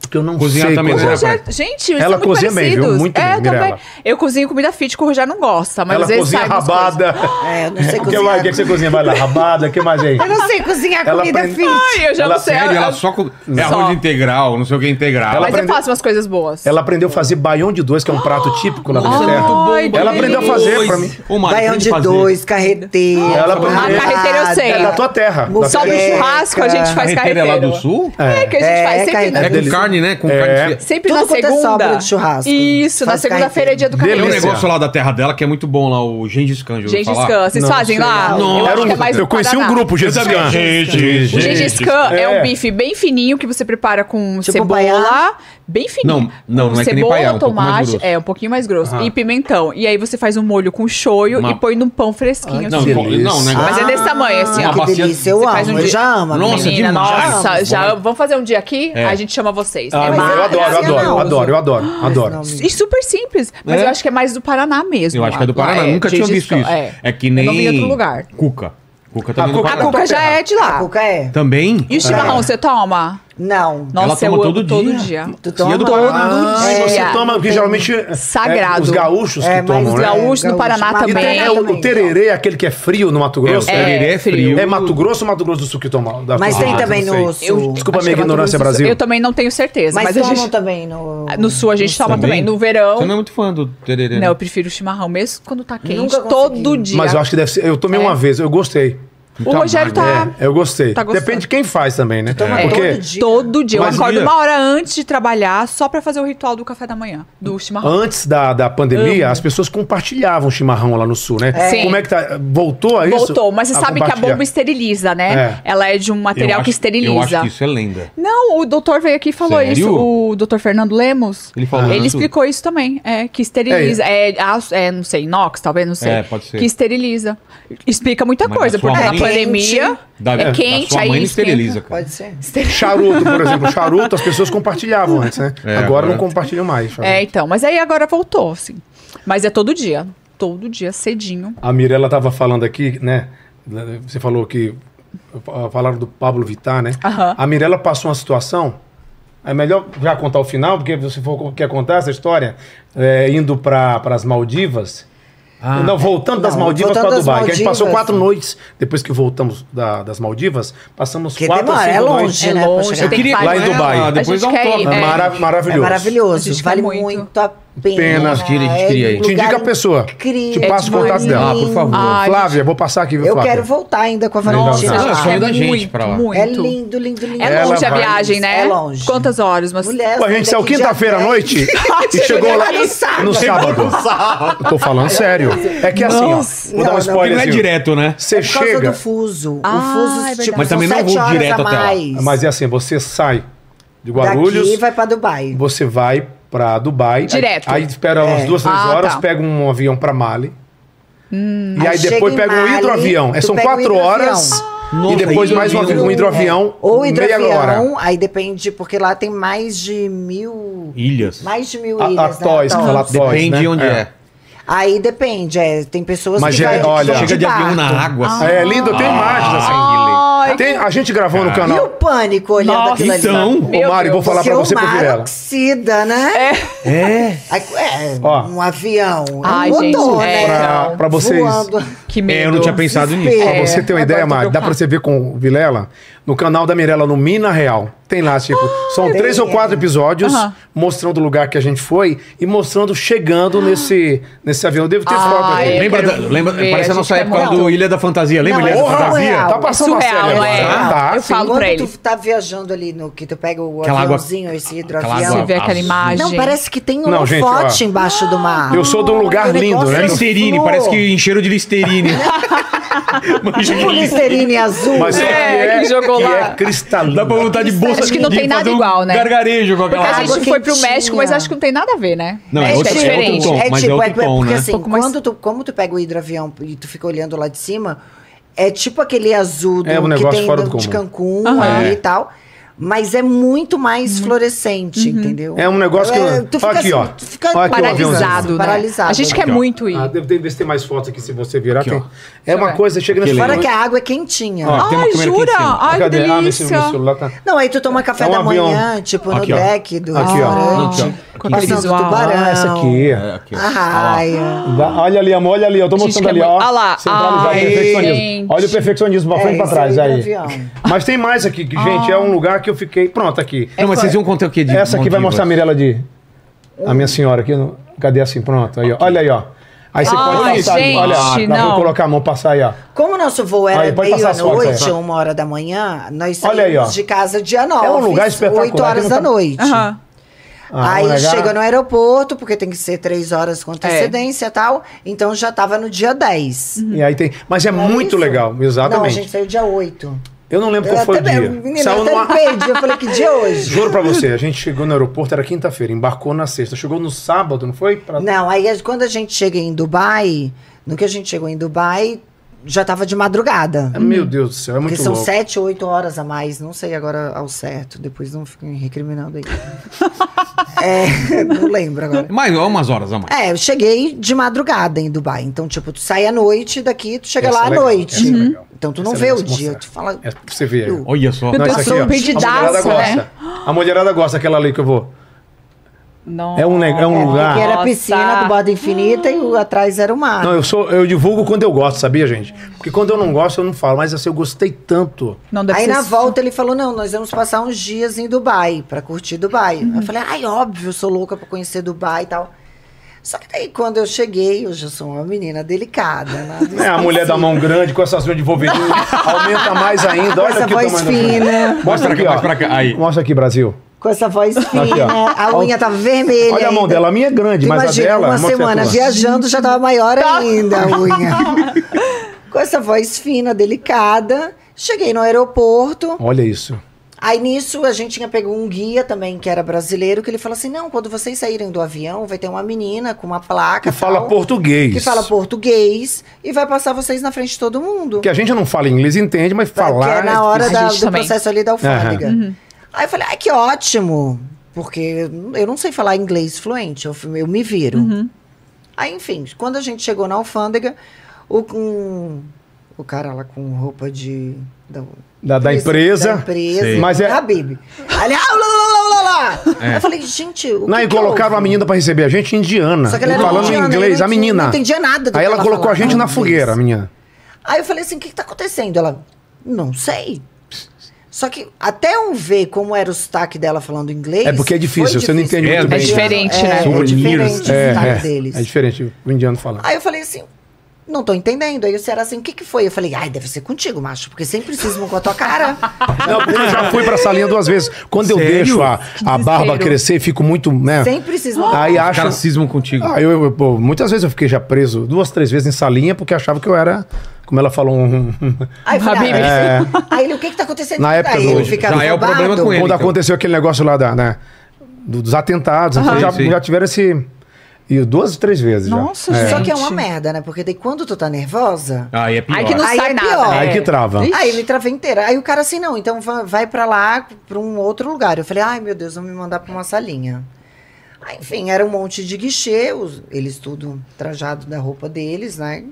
B: Porque eu não
A: Cozinhar
B: sei
A: também, né?
B: cozinhar.
A: Rogério,
C: Rogério- gente, eles
B: Ela
C: são muito
B: cozinha bem, viu?
C: parecidos.
B: Muito
C: é,
B: bem, Mirella.
C: também. Eu cozinho comida fit que o Rogério não gosta, mas
B: Ela
C: às vezes
B: cozinha
C: sai umas
B: rabada.
F: *laughs* É, eu não
B: O
F: sei
B: que, mais-
F: cozinhar.
B: o que que você cozinha? Vai lá, rabada, o que mais aí?
F: Eu não sei cozinhar
B: Ela
F: comida
B: aprende-
F: fit.
C: coisas. Ai, eu já
B: Ela
C: não sei.
A: Sério,
C: eu-
A: ela só. co- É
C: Só.
A: arroz integral, não sei o que é integral.
B: Ela
C: Mas
B: aprendeu-
C: eu faço umas coisas boas.
B: Ela aprendeu a fazer baião de dois, que é um prato típico lá do
A: Nossa,
B: terra.
A: muito bom,
C: Ai,
B: Ela
C: que
B: aprendeu a fazer pra mim.
A: Ô, Mari,
F: Baião
A: aprende
F: de
A: a fazer.
F: dois, carreteiro.
B: Ela aprendeu-
C: Ah, carreteiro eu sei.
B: É da tua terra. da
C: Só
F: Só
B: terra.
C: no churrasco a gente faz
A: Carreteiro é
C: carreteiro.
A: lá do sul?
C: É, que a gente
F: É,
C: faz sempre,
A: É
C: na,
F: carreteiro.
A: com
B: Delícia.
A: carne, né? Com
B: É.
A: carne. fria.
C: sempre
F: Tudo
C: na
F: quanto é sobra
C: segunda.
F: de churrasco.
C: Isso, na
F: Faz
C: segunda-feira é dia do
A: Tem um
B: Delícia.
C: carreteiro.
A: negócio lá da terra dela que é muito bom lá, o Gengis Khan. já ouviu
C: Gengis
A: falar?
C: Khan, vocês
B: Não,
C: fazem
B: sei
C: lá?
B: não.
C: eu
B: Era
C: acho
B: um-
C: que é mais
B: eu
C: no
B: conheci um
C: Paraná.
B: grupo,
A: Eu
B: Jesus
A: também.
B: Khan.
A: Gengis
C: O Gengis Khan é.
B: É.
C: um bife bem fininho que você prepara com
F: Tipo
C: cebola,
F: paiá?
C: bem fininho.
A: Não, não,
C: com
A: não é que nem
C: cebola,
A: paiá, é um pouco mais
C: tomate,
A: grosso.
C: é um pouquinho mais grosso
B: Aham.
C: e pimentão. E aí você faz um molho com shoyu
A: Uma-
C: e põe num pão fresquinho.
A: Não,
C: assim.
A: não, não, né?
C: Mas é desse tamanho, assim,
A: Uma
C: ó.
F: Que
A: bacia-
F: delícia, eu
A: Você
C: faz um
F: amo. Eu
C: dia-
F: já amo. amiga.
A: Nossa,
C: Menina,
A: demais.
C: nossa, já vamos fazer um dia aqui,
A: É.
C: a gente chama vocês.
B: Ah,
C: É
B: não,
C: mais
B: eu adoro, eu
F: maravilhoso.
B: adoro, eu adoro, eu adoro, eu adoro.
F: Não, menina.
C: E super simples, mas
A: É?
C: eu acho que é mais do Paraná mesmo.
A: Eu acho que é do
C: lá,
A: Paraná,
C: é,
A: nunca tinha
C: Gengis
A: visto
C: Khan,
A: isso.
C: É.
A: É que
C: Eu
A: nem.
C: não vi em outro lugar.
A: Cuca. Cuca também
B: A
A: do
B: cuca-
C: A
A: Paraná.
C: cuca já é de
F: A
C: lá.
F: cuca é?
A: Também?
C: E o
A: é.
C: chimarrão, você toma?
F: Não.
A: Ela
C: Nossa, eu
A: toma
C: amo
A: todo dia. E
F: Tu
A: é
F: toma?
A: do
B: Ah,
C: Todo
B: você
C: dia.
B: toma, porque geralmente. é,
C: Sagrado.
B: os gaúchos que
F: É, mas
B: tomam,
C: Os
B: né?
F: gaúcho
C: gaúchos no Paraná
F: mas-
B: E
C: também.
B: tem, é, o, o tererê é aquele que é frio no Mato Grosso.
A: É,
C: É,
A: é frio.
C: frio.
B: É Mato Grosso ou Mato Grosso do Sul que toma? Da-
F: Mas
B: Ah,
F: tem
B: não
F: também
B: sei.
F: no sul.
B: Desculpa a
C: Acho
B: minha
C: que é Mato
B: ignorância,
C: Grosso do Sul.
B: Brasil.
C: Eu também não tenho certeza, mas,
F: Mas
C: a
F: tomam
C: gente...
F: também no...
C: Ah, No sul a gente toma também. No verão.
A: Você não é muito fã do tererê. né?
C: Não, eu prefiro chimarrão mesmo quando tá quente.
F: Nunca consegui.
C: Todo dia.
B: Mas eu acho que deve ser. Eu tomei
C: É.
B: uma vez, eu gostei.
C: O Rogério tá.
B: É, eu gostei.
C: Tá gostando.
B: Depende de quem faz também, né?
F: Toma
B: Porque
F: todo dia.
C: Então, Todo dia. Eu
A: é. Mas,
C: acordo
A: Mia-
C: uma hora antes de trabalhar só pra fazer o ritual do café da manhã, do chimarrão.
B: antes da, da pandemia, as pessoas compartilhavam chimarrão lá no sul, né?
C: Sim.
B: Como é que tá? Voltou a
A: Ah,
B: isso?
C: Voltou, mas você sabe que a
B: compartilhar?
C: bomba esteriliza, né? Ela é de um
A: Eu
C: material
A: acho- Eu acho
C: que esteriliza.
A: que isso é lenda.
C: Não, o doutor veio aqui e falou
A: Sério?
C: isso. O doutor Fernando Lemos.
A: Ele falou
C: Ele
A: isso?
C: explicou isso também. É, que esteriliza. É, aço- é, não sei, inox, talvez, não sei.
A: É, pode ser.
C: Que esteriliza. Explica muita
A: Mas
C: coisa,
A: da sua
C: porque na
A: mãe-
C: pandemia
A: Da,
C: é
A: da
C: quente,
A: sua
C: aí
A: mãe não
C: esquenta.
A: esteriliza, cara.
F: Pode ser.
B: Charuto, por exemplo. Charuto, as pessoas compartilhavam antes, né?
A: É,
B: agora,
A: agora-
B: não compartilham mais. charuto.
C: É, então. Mas aí agora voltou, assim. Mas é todo dia. Todo dia, cedinho.
B: A Mirella estava falando aqui, né? Você falou que. ah, Falaram do Pablo Vittar, né?
C: Aham.
B: A Mirella passou uma situação. É melhor já contar o final, porque se for quer contar essa história, é, indo para as Maldivas. não, voltando das
F: Não,
B: Maldivas
F: voltando
B: para
F: das
B: Dubai. que a gente passou
F: Maldivas.
B: quatro noites depois que voltamos da- das Maldivas, passamos
F: Porque
B: quatro
F: demora,
B: ou
F: é
B: cinco noites.
C: É
F: longe, né? pra
C: longe,
F: chegar.
C: tem que
A: Queria
C: parar.
B: Lá em
A: ir com
B: Dubai.
A: ela,
B: A
A: Depois
C: gente
A: dá um
C: quer ir,
A: toque.
C: é.
B: Mara-
F: É
B: maravilhoso.
F: maravilhoso.
C: A gente
F: Vale
C: quer muito.
F: muito a Pena.
B: Pena.
A: Tira, a gente queria aí.
F: um
B: Te
F: lugar
B: indica a pessoa.
F: Incrível.
B: Te passa o contato dela.
A: Ah, por favor.
C: Ai,
B: Flávia, vou passar aqui, viu,
F: Eu
B: Flávia?
F: quero voltar ainda com Ah, a
A: Nossa,
F: Valentina.
A: Não,
C: gente,
A: é sonho
C: é
A: da gente
C: muito,
A: pra lá.
C: muito.
F: É lindo, lindo, lindo.
C: É longe a
B: Ela vai.
C: viagem, né?
F: É longe.
C: Quantas horas? Mas...
F: Mulher, é
B: Pô, a gente
F: daqui
B: saiu
F: dia
B: quinta-feira à
F: 10. *laughs*
B: noite e chegou lá
F: no sábado.
B: no sábado. Eu Tô falando sério. É que assim, ó. Vou dar
F: Não,
B: um
F: não,
A: Porque
B: spoiler.
A: não é direto, né?
B: Você
F: É por causa
B: chega.
F: do fuso.
C: Ah,
F: o fuso,
C: é verdade.
F: tipo,
A: Mas também
F: são
A: não vou
F: sete horas
A: direto
F: a
A: até lá.
F: mais.
B: Mas é assim, você sai de
F: Daqui
B: Guarulhos,
F: vai pra Dubai.
B: você vai pra Dubai. aí-
C: Direto.
B: Aí, espera umas
F: É.
B: duas, três
C: Ah,
B: horas,
C: tá. Hum.
B: pega um avião pra Mali. E aí,
F: Aí chega
B: depois
F: em
B: pega um
F: Mali,
B: hidroavião. É,
F: tu
B: são
F: pega um
B: quatro
F: hidroavião.
B: horas.
A: Nossa,
B: e depois mais um, avi-
A: hidroavião.
B: um hidroavião.
F: É. Ou
B: Meia hora.
F: hidroavião, aí depende, porque lá tem mais de mil...
A: Ilhas.
F: Mais de mil
B: A-
F: ilhas,
B: Atóis, que
F: Então,
B: fala atóis,
A: Depende
B: né?
A: de onde é.
F: Aí depende, é, tem pessoas
B: Mas
F: que
B: é,
F: vai Tipo,
B: olha-
F: só
A: Chega de avião
F: barco.
A: na água. assim.
B: É lindo,
C: Ah.
B: tem imagens assim.
C: Ai,
B: Tem, a gente gravou no
F: E
B: canal.
F: o pânico olhando
C: Nossa.
F: aquilo ali? né?
A: Então,
B: Ô,
C: Meu
B: Mário, vou
C: Deus.
B: falar
F: Porque
B: pra você
F: o
B: por
F: mar
B: ela.
F: oxida, né?
A: é.
F: Aí, É,
B: Ó.
F: um avião, é
C: Ai,
F: um motor,
C: gente,
F: né?
C: é,
B: Pra- pra vocês.
F: Voando.
C: que
A: É,
C: medo.
A: eu não tinha pensado nisso.
B: Pra você ter uma
C: É, agora
B: ideia,
C: eu tô
B: Mário, dá pra
C: preocupada.
B: você ver com o Vilela no canal da Mirella no Mina Real. Tem lá, tipo, são
F: tem,
B: três ou
F: é.
B: quatro episódios
C: Ah, Aham.
B: mostrando o lugar que a gente foi e mostrando chegando nesse, nesse avião. Eu devo ter
C: Ah,
B: foto aqui.
C: é.
A: Lembra,
C: quero
A: da- lembra
C: ver,
A: parece a
C: a
A: nossa
C: gente quer
A: época
C: muito.
A: do Ilha da Fantasia. Lembra
F: Não,
A: Ilha
F: é
A: da
F: surreal.
A: Fantasia?
B: Tá passando uma
C: Surreal,
B: série agora.
C: é.
B: né? Tá,
C: Eu
B: sim.
C: falo
F: Quando
C: pra ele.
F: tu tá viajando ali no que tu pega o
A: Aquela água-
F: aviãozinho, esse hidroavião.
A: Aquela água
C: Você vê aquela
A: azul.
C: imagem.
F: Não, parece que tem um
B: Não, gente,
F: holofote
B: ó.
F: embaixo do mar.
B: Eu sou de um lugar
F: O negócio
B: lindo, né?
F: é
A: Listerine,
F: flor.
A: parece que encheram de
C: *laughs*
A: Listerine. Mas-
F: Tipo Listerine azul.
B: é Mas só que
C: É,
B: é,
C: que jogou
B: que
C: lá.
B: é cristalino.
A: Dá pra vontade de bolsa
C: Acho que não
A: de-
C: tem
A: de
C: nada
A: fazer um
C: igual, né?
A: Gargarejo com aquela
C: Porque a
A: água.
C: gente
F: Água
C: foi pro
F: quentinha.
C: México, mas acho que não tem nada a ver, né?
A: Não, é,
C: Acho
A: outro,
C: que
A: é outro
C: diferente.
A: tom, mas é outro tom,
F: porque
A: né?
F: assim,
C: pouco mais-
F: quando tu, como tu pega o hidroavião e tu fica olhando lá de cima, é tipo aquele azul do,
B: É um
F: que
B: negócio
F: tem
B: fora
F: do-
B: do
F: de
B: comum.
F: Cancún
C: Aham. Uhum.
F: ali
A: É.
F: e tal. Mas é muito mais fluorescente, entendeu?
B: É um negócio que eu-
F: É, tu fica
B: Aqui,
F: assim,
B: ó.
F: Tu fica
B: Olha aqui o aviãozinho.
C: Paralisado, né?
F: Paralisado.
C: A gente quer
A: Aqui, ó.
C: muito ir.
B: Ah, devo ter- ver se tem mais fotos aqui, se você virar.
A: Aqui,
B: tem-
A: ó.
B: É uma
C: ver.
B: coisa, chega nesse
F: Fora que a água é quentinha.
B: Ó,
A: tem uma
C: Ai,
A: câmera aqui em
C: jura?
A: cima.
C: Ai, que
B: Cadê? Ah, meu
C: delícia.
B: celular tá...
F: Não, aí tu toma café
B: É um
F: da
B: avião.
F: manhã, tipo,
A: Aqui, ó. um
F: no deck do
B: Aqui, ó.
F: restaurante.
A: Aqui, ó. Com
F: Passando
C: aquele visual.
F: tubarão.
B: Ah, essa aqui.
A: É, aqui, ó.
F: A raia.
B: Dá- olha ali, amor, olha ali, eu tô
C: Gente,
B: mostrando
C: que
B: ali,
C: é
B: ó.
C: muito- Ah lá,
B: Centralizar
C: ai,
B: o perfeccionismo.
C: gente.
B: Olha o perfeccionismo pra frente e pra
F: esse
B: trás.
F: é o Ah.
B: Aí.
F: avião.
B: Mas tem mais aqui, que, gente, é um lugar que eu fiquei. Pronto, aqui.
A: Não,
C: É,
A: mas vocês iam contar o quê? De
B: Essa aqui vai
A: Maldivas?
B: mostrar a Mirella de. A
F: Hum.
B: minha senhora aqui. no- Cadê assim? Pronto. Aí, ó. Olha aí, ó. Aí você
C: Ai,
B: pode passar.
C: gente,
B: olha, dá pra eu
C: não.
B: colocar a mão passar aí, ó.
F: Como o nosso voo
B: Aí,
F: era
B: pode passar as fotos
F: meia-noite,
B: aí.
F: uma hora da manhã, nós
B: Olha aí, ó.
F: saímos de casa dia 9.
B: É um lugar espetacular,
F: 8 horas
B: que não tá-
F: da noite.
C: Aham.
B: Ah,
F: Aí
B: vamos negar?
F: chega no aeroporto, porque tem que ser três horas com antecedência e tal. Então já tava no dia 10.
B: E aí tem. Mas é
F: Não é
B: muito
F: isso?
B: legal,
F: Não, a
B: exatamente.
F: gente saiu dia 8.
B: Eu não lembro qual foi o dia.
F: Menina,
B: Saiu
F: eu até
B: numa.
F: perdi. Eu falei, que dia é
B: *laughs*
F: hoje?
B: Juro pra você, a gente chegou no aeroporto, era quinta-feira, embarcou na sexta. Chegou no sábado, não foi? Pra-
F: Não, aí as- quando a gente chega em Dubai, no que a gente chegou em Dubai, já tava de madrugada.
B: Meu Deus do céu, é
F: Porque
B: muito
F: são
B: louco.
F: sete, oito horas a mais, não sei agora ao certo, depois não fiquem recriminando
B: *laughs*
F: aí. é, não lembro agora.
A: Mais ó, umas horas a mais.
F: É, eu cheguei de madrugada em Dubai, então tipo, tu sai à noite daqui, tu chega
B: Essa
F: lá
B: é
F: à
B: legal,
F: noite.
B: essa é legal.
F: Então tu não
B: Essa é
F: vê o
B: legal se
F: dia,
B: mostrar.
F: tu fala...
B: É, pra você ver.
F: Eu-
A: Olha só.
C: Meu
B: Não,
C: Deus,
B: isso
C: sou
B: aqui, ó.
C: perdidaça,
B: A mulherada gosta.
C: né?
B: A mulherada gosta, aquela ali que eu vou.
C: Nossa.
B: É um neg- é um lugar.
F: Porque era a piscina com borda infinita e o atrás era o mar.
B: Não, eu sou, eu divulgo quando eu gosto, sabia, gente? Porque quando eu não gosto, eu não falo. Mas assim, eu gostei tanto.
C: Não deve
F: Aí
C: ser
F: na
C: su-
F: volta ele falou: não, nós vamos passar uns dias em Dubai pra curtir Dubai.
B: Uhum.
F: Eu falei, ai, óbvio, eu sou louca pra conhecer Dubai e tal. Só que daí quando eu cheguei, eu já sou uma menina delicada, né?
B: *laughs* É a mulher da mão grande com essas unhas de
F: *laughs*
B: Wolverine. aumenta mais ainda. Olha
F: Essa
B: aqui
F: voz
B: o tamanho da-
F: fina.
B: Mostra aqui,
A: Mais pra cá,
B: ó.
A: aí.
B: Mostra aqui, Brasil.
F: Com essa voz
B: Aqui,
F: fina, né?
B: ó.
F: a unha tava vermelha.
B: Olha a mão
F: ainda.
B: dela. A minha é grande,
F: Tu
B: mas
F: imagina,
B: a dela.
F: uma
B: mostra aí a
F: semana
B: tua. Tá.
F: viajando já tava maior ainda
B: *laughs*
F: a unha. Com essa voz fina, delicada. Cheguei no aeroporto.
B: Olha isso.
F: Aí nisso a gente tinha pego um guia também que era brasileiro, que ele falou assim: "Não, quando vocês saírem do avião, vai ter uma menina com uma placa
B: Que fala
F: tal,
B: português.
F: que fala português e vai passar vocês na frente de todo mundo".
B: Porque a gente não fala inglês, entende, mas
F: Vai-
B: falar.
F: porque é na hora
C: difícil.
F: da-
C: A gente
F: do
C: também. Uhum.
F: processo ali da alfândega. Aí eu falei: "Ai, que ótimo". Porque eu- eu não sei falar inglês fluente, eu, eu me viro.
C: Uhum.
F: Aí, enfim, quando a gente chegou na alfândega, o, um- o cara lá com roupa de da-
B: Da, da empresa.
F: Da empresa.
A: Sim.
B: Mas é-
F: Habib. Ali, ah, lá, lá, lá, lá, lá.
A: É.
F: Eu falei, gente, o
B: Não,
F: que
B: e
F: que
B: colocaram
F: houve?
B: a menina pra receber a gente, indiana.
F: Só que ela era
B: falando
F: indiana,
B: em inglês,
F: eu não
B: a menina.
F: entendi- não entendia nada do
B: Aí
F: que
B: ela,
F: ela
B: colocou
F: falava.
B: a gente na
F: Meu
B: fogueira, a menina.
F: Aí eu falei assim, o que que tá acontecendo? Ela, não sei. Só que até um ver como era o sotaque dela falando inglês.
B: É porque é difícil,
F: foi
B: você não entende
A: É,
B: muito
A: é
B: bem.
C: diferente, né?
F: É, é
A: Souvenirs.
F: diferente o
B: É,
F: sotaque
B: é,
F: deles.
B: é diferente o indiano falar.
F: Aí eu falei assim, não tô entendendo. Aí o Ceará assim, o que que foi? Eu falei, ai, deve ser contigo, macho, porque sempre cismam com a tua
B: *laughs*
F: cara.
B: Não, porque eu já fui pra salinha duas vezes. Quando eu
A: Sério?
B: deixo a, a barba
C: desespero.
B: crescer, e fico muito, né?
F: sempre cismam.
B: Aí
A: Os
B: acho.
A: caras cismam contigo.
B: Ah, eu, eu- pô, muitas vezes eu fiquei já preso, duas, três vezes em salinha, porque achava que eu era, como ela falou, um.
F: Aí eu falei,
C: Habibi.
F: ah, aí ele, o que que tá acontecendo?
B: É. Na época
F: aí
B: do-
F: ele fica
A: já é o
F: afobado.
A: problema com ele.
B: quando
A: então.
B: aconteceu aquele negócio lá da, né, do- dos atentados, então já,
A: Sim, sim.
B: já tiveram esse. E duas, três vezes. já.
C: Nossa,
B: É.
F: Só que é uma
C: Gente.
F: merda, né? Porque daí quando tu tá nervosa,
A: Aí é pior.
C: Aí que não
F: Aí
C: sai
F: é
C: nada.
F: pior.
C: né?
B: Aí que trava.
C: Ixi.
F: Aí me travei inteira. Aí o cara assim, não, então va- vai pra lá, pra um outro lugar. Eu falei, ai meu Deus, vão me mandar pra uma salinha. Aí, enfim, era um monte de guichê, os- eles tudo trajado da roupa deles, né?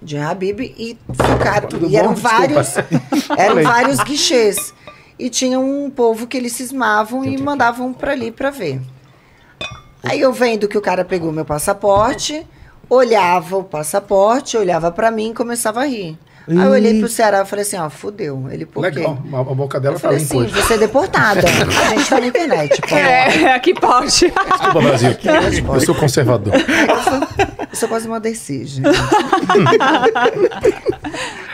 F: De Habib, e ficaram.
B: Tudo
F: e
B: bom?
F: eram
B: Desculpa.
F: vários. eram
B: Falei.
F: vários guichês. E tinha um povo que eles cismavam e mandavam pra ali pra ver. Aí eu vendo que o cara pegou meu passaporte, olhava o passaporte, olhava pra mim e começava a rir. Aí eu olhei pro Ceará e falei assim, ó, fudeu. Ele, por quê?
B: Legal. é A, a boca dela
F: Eu
B: tá
F: falei
B: limpa
F: assim,
B: hoje.
F: você é deportada. A gente tá na internet, pô.
C: É, *laughs* que pode.
B: Desculpa,
F: *laughs*
B: Brasil.
F: Tá.
B: Eu sou conservador.
F: Eu sou quase uma Dercy, gente.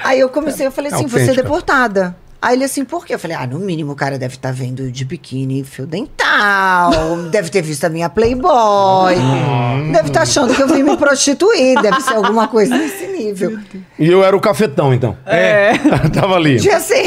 F: Aí eu comecei, eu falei
B: É
F: assim, você é
B: autêntica.
F: deportada. Aí ele assim, por quê? Eu falei, ah, no mínimo o cara deve estar vendo eu de biquíni, fio dental, deve ter visto a minha Playboy,
B: Uhum.
F: deve estar achando que eu vim me prostituir, deve ser alguma coisa nesse nível.
B: E eu era o cafetão, então.
A: É.
B: *laughs* Tava ali.
F: Dia assim.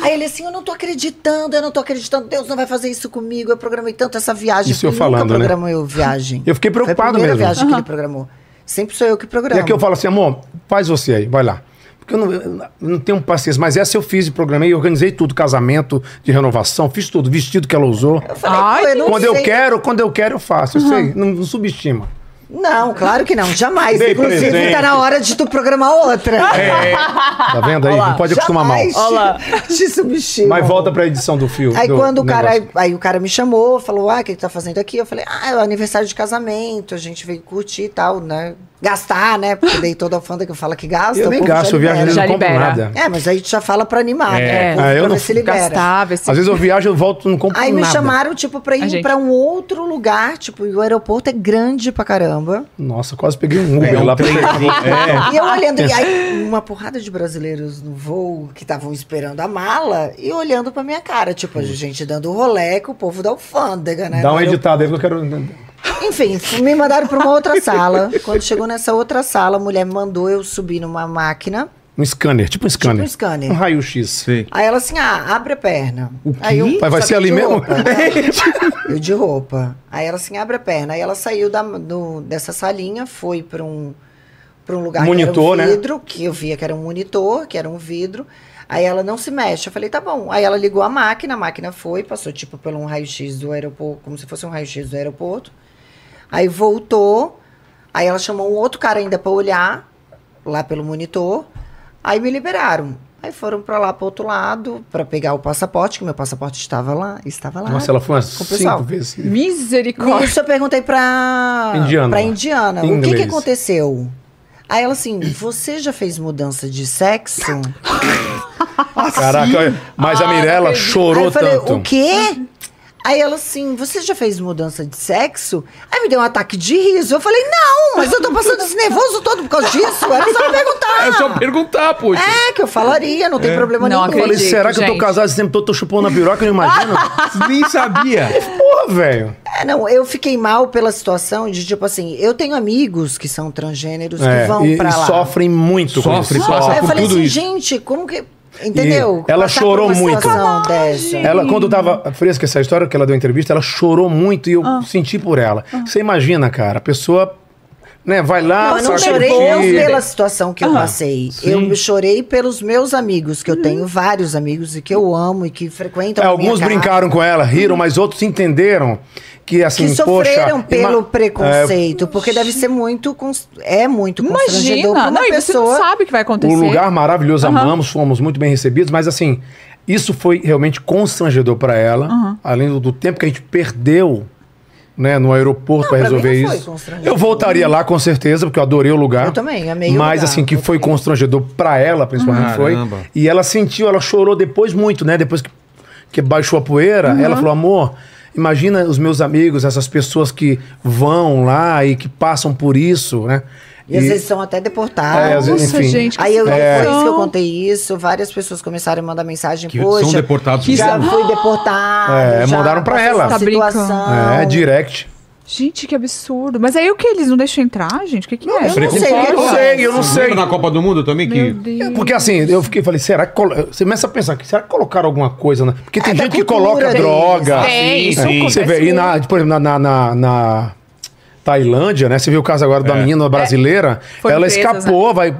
F: *laughs* Aí ele assim, eu não tô acreditando, eu não tô acreditando, Deus não vai fazer isso comigo, eu programei tanto essa viagem.
B: Isso eu
F: Ele nunca
B: falando, né?
F: programou eu viagem.
B: Eu fiquei preocupado
F: Foi a primeira
B: mesmo.
F: viagem que ele programou. Sempre sou eu que
B: E
F: programo.
B: aqui eu falo assim, amor, faz você aí, vai lá. Porque eu não, eu não tenho paciência, mas essa eu fiz e programei, organizei tudo, casamento, de renovação, fiz tudo, vestido que ela usou.
F: Eu falei,
C: Ai,
F: pô, eu não
B: Quando
F: sei.
B: eu quero, quando eu quero, eu faço. Eu sei, não, não subestima.
F: Não, claro que não, jamais.
B: Dei
F: Inclusive,
B: presente.
F: tá na hora de tu programar outra.
B: Tá vendo
F: *laughs*
B: aí? Não pode acostumar mal.
F: Jamais
C: Ó
F: *laughs*
C: lá.
F: Te, te subestima.
B: Mas volta pra edição do fio.
F: Aí
B: do
F: quando o cara,
B: negócio.
F: aí, aí o cara me chamou, falou: "Ah, o que que tá fazendo aqui?" Eu falei: "Ah, é o aniversário de casamento, a gente veio curtir e tal, né? Gastar, né? Porque daí toda alfândega fala que gasta,
B: Eu
F: o
B: nem
F: povo já
B: gasto, eu viajo,
F: libera.
B: eu
C: Já
B: não compro
C: libera.
B: nada.
F: É, mas aí tu já fala pra animar,
A: É.
F: né? O povo
B: Ah, eu
F: pra
B: não-
F: ver se libera.
C: Gastava esse
B: Às vezes eu viajo, eu volto, não compro
F: assim. Aí me
B: nada.
F: chamaram, tipo, pra
C: A
F: ir
C: gente-
F: pra um outro lugar, tipo, e o aeroporto é grande pra caramba.
B: Nossa, quase peguei um Uber
A: É um
B: lá pra É.
A: trem,
B: chegar.
A: assim,
F: E eu olhando, e aí uma porrada de brasileiros no voo que estavam esperando a mala e olhando pra minha cara, tipo, a gente dando rolê com o povo da alfândega, né?
B: Dá um
F: No
B: uma
F: aeroporto.
B: editada aí que eu quero. um,
F: Enfim, me mandaram pra uma outra sala. Quando chegou nessa outra sala, a mulher me mandou eu subir numa máquina,
B: Um scanner, tipo um
F: tipo
B: scanner.
F: um
B: um
F: scanner.
B: raio-x.
A: Sim.
F: Aí ela assim, ah, abre a perna.
A: O
F: Aí
A: quê?
B: Mas vai
F: só
B: ser
F: que
B: ali
F: de
B: mesmo? *laughs*
F: roupa. Eu de roupa. Aí ela assim, abre a perna. Aí ela saiu da, do- dessa salinha, foi pra um, pra um lugar
B: Monitor,
F: que
B: né?
F: era um vidro, que eu via que era um monitor, que era um vidro. Aí ela não se mexe. Eu falei, tá bom. Aí ela ligou a máquina, a máquina foi, passou tipo por um raio-x do aeroporto, como se fosse um raio-x do aeroporto. Aí voltou. Aí ela chamou um outro cara ainda pra olhar, lá pelo monitor. Aí me liberaram. Aí foram pra lá, pro outro lado, pra pegar o passaporte, que meu passaporte estava lá, estava lá.
B: Nossa, ela foi umas
F: Com o
B: cinco
F: pessoal.
B: vezes.
C: Misericórdia.
F: Isso eu perguntei pra
B: Indiana.
F: pra Indiana. O que que,
B: Inglês.
F: aconteceu? Aí ela assim, você já fez mudança de sexo?
B: Caraca, olha, mas a Mirella
F: ah, Aí
B: chorou
F: eu falei,
B: tanto.
F: o quê? Aí ela assim, você já fez mudança de sexo? Aí me deu um ataque de riso. Eu falei, não, mas eu tô passando esse nervoso todo por causa disso. Era só me perguntar.
A: É
C: Ah!
A: só perguntar, poxa.
F: É, que eu falaria, não tem problema
C: Não
F: nenhum.
B: Eu falei,
C: acredito,
B: será que eu tô
C: gente.
B: casado esse tempo todo, tô chupando a piroca, eu não
F: *laughs*
B: imagino?
C: Ah!
A: Nem sabia.
B: Porra, velho.
F: É, não, eu fiquei mal pela situação de, tipo assim, eu tenho amigos que são transgêneros
B: É,
F: que vão
B: e,
F: pra
B: e
F: lá.
B: sofrem muito. com
A: Sofre,
B: isso.
A: passa
F: Aí
A: por
F: eu falei
A: tudo
F: assim,
A: isso.
F: gente, como que. Entendeu?
B: E ela
F: Passar
B: chorou
F: por uma
B: muito.
F: situação dessa.
B: Ela, quando tava fresca essa história, que ela deu entrevista, ela chorou muito e eu
F: Ah.
B: senti por ela. Você imagina, cara, a pessoa né, vai lá,
F: Não, eu não
B: saca
F: chorei
B: o
F: eu
B: filho.
F: pela situação que eu passei. Eu chorei pelos meus amigos,
C: Uhum.
F: que eu tenho vários amigos e que eu amo e que frequentam.
B: É,
F: a Então, minha
B: alguns
F: casa.
B: brincaram com ela, riram, mas outros entenderam que assim,
F: Que sofreram
B: poxa, ima-
F: pelo
B: é,
F: preconceito, porque deve ser muito. cons- É muito constrangedor pra
C: Imagina.
F: uma
C: Não, e você não
F: pessoa.
C: sabe o que vai acontecer.
B: O Um lugar maravilhoso, amamos, fomos muito bem recebidos, mas assim, isso foi realmente constrangedor pra ela, além do, do tempo que a gente perdeu né, no aeroporto
F: Não,
B: pra
F: pra mim
B: resolver
F: não foi
B: isso.
F: constrangedor.
B: Eu voltaria lá com certeza, porque eu adorei o lugar.
F: Eu também, amei o
B: Mas
F: lugar,
B: assim, que
F: eu
B: foi
F: também.
B: constrangedor pra ela, principalmente
A: Uhum. Caramba.
B: foi. E ela sentiu, ela chorou depois muito, né? Depois que, que baixou a poeira, ela
F: Uhum.
B: falou: amor, imagina os meus amigos, essas pessoas que vão lá e que passam por isso, né?
F: E às
B: E-
F: vezes são até deportados.
B: É, às vezes-
C: Nossa,
B: enfim.
C: gente. que
F: Aí eu, foi isso que eu
C: situação.
F: contei isso, várias pessoas começaram a mandar mensagem,
A: Que
F: poxa,
A: são deportados
C: que
F: já
A: mesmo.
F: fui deportado.
B: É,
F: já
B: mandaram pra
F: passei
B: ela.
C: Tá
F: essa
C: brincando.
F: situação.
B: É, direct.
C: Gente, que absurdo. Mas aí o que? Eles não deixam entrar, gente? O que, que é?
F: eu não sei,
B: Eu não sei, eu não
A: Você
B: sei.
A: lembra na Copa do Mundo também
C: Meu
A: que
C: Deus.
B: É, Porque assim, eu fiquei falei, será que colo- você começa a pensar que será que colocaram alguma coisa, né? Porque tem
F: É da
B: gente que
F: cultura
B: coloca
F: deles. né?
B: droga.
C: É,
A: Tem, isso
B: Sim. É, Você vê, e na, por exemplo, na, na, na- na Tailândia, né? Você viu o caso agora da
F: É.
B: menina brasileira,
C: Foi
B: ela
C: presa,
F: né?
B: escapou, vai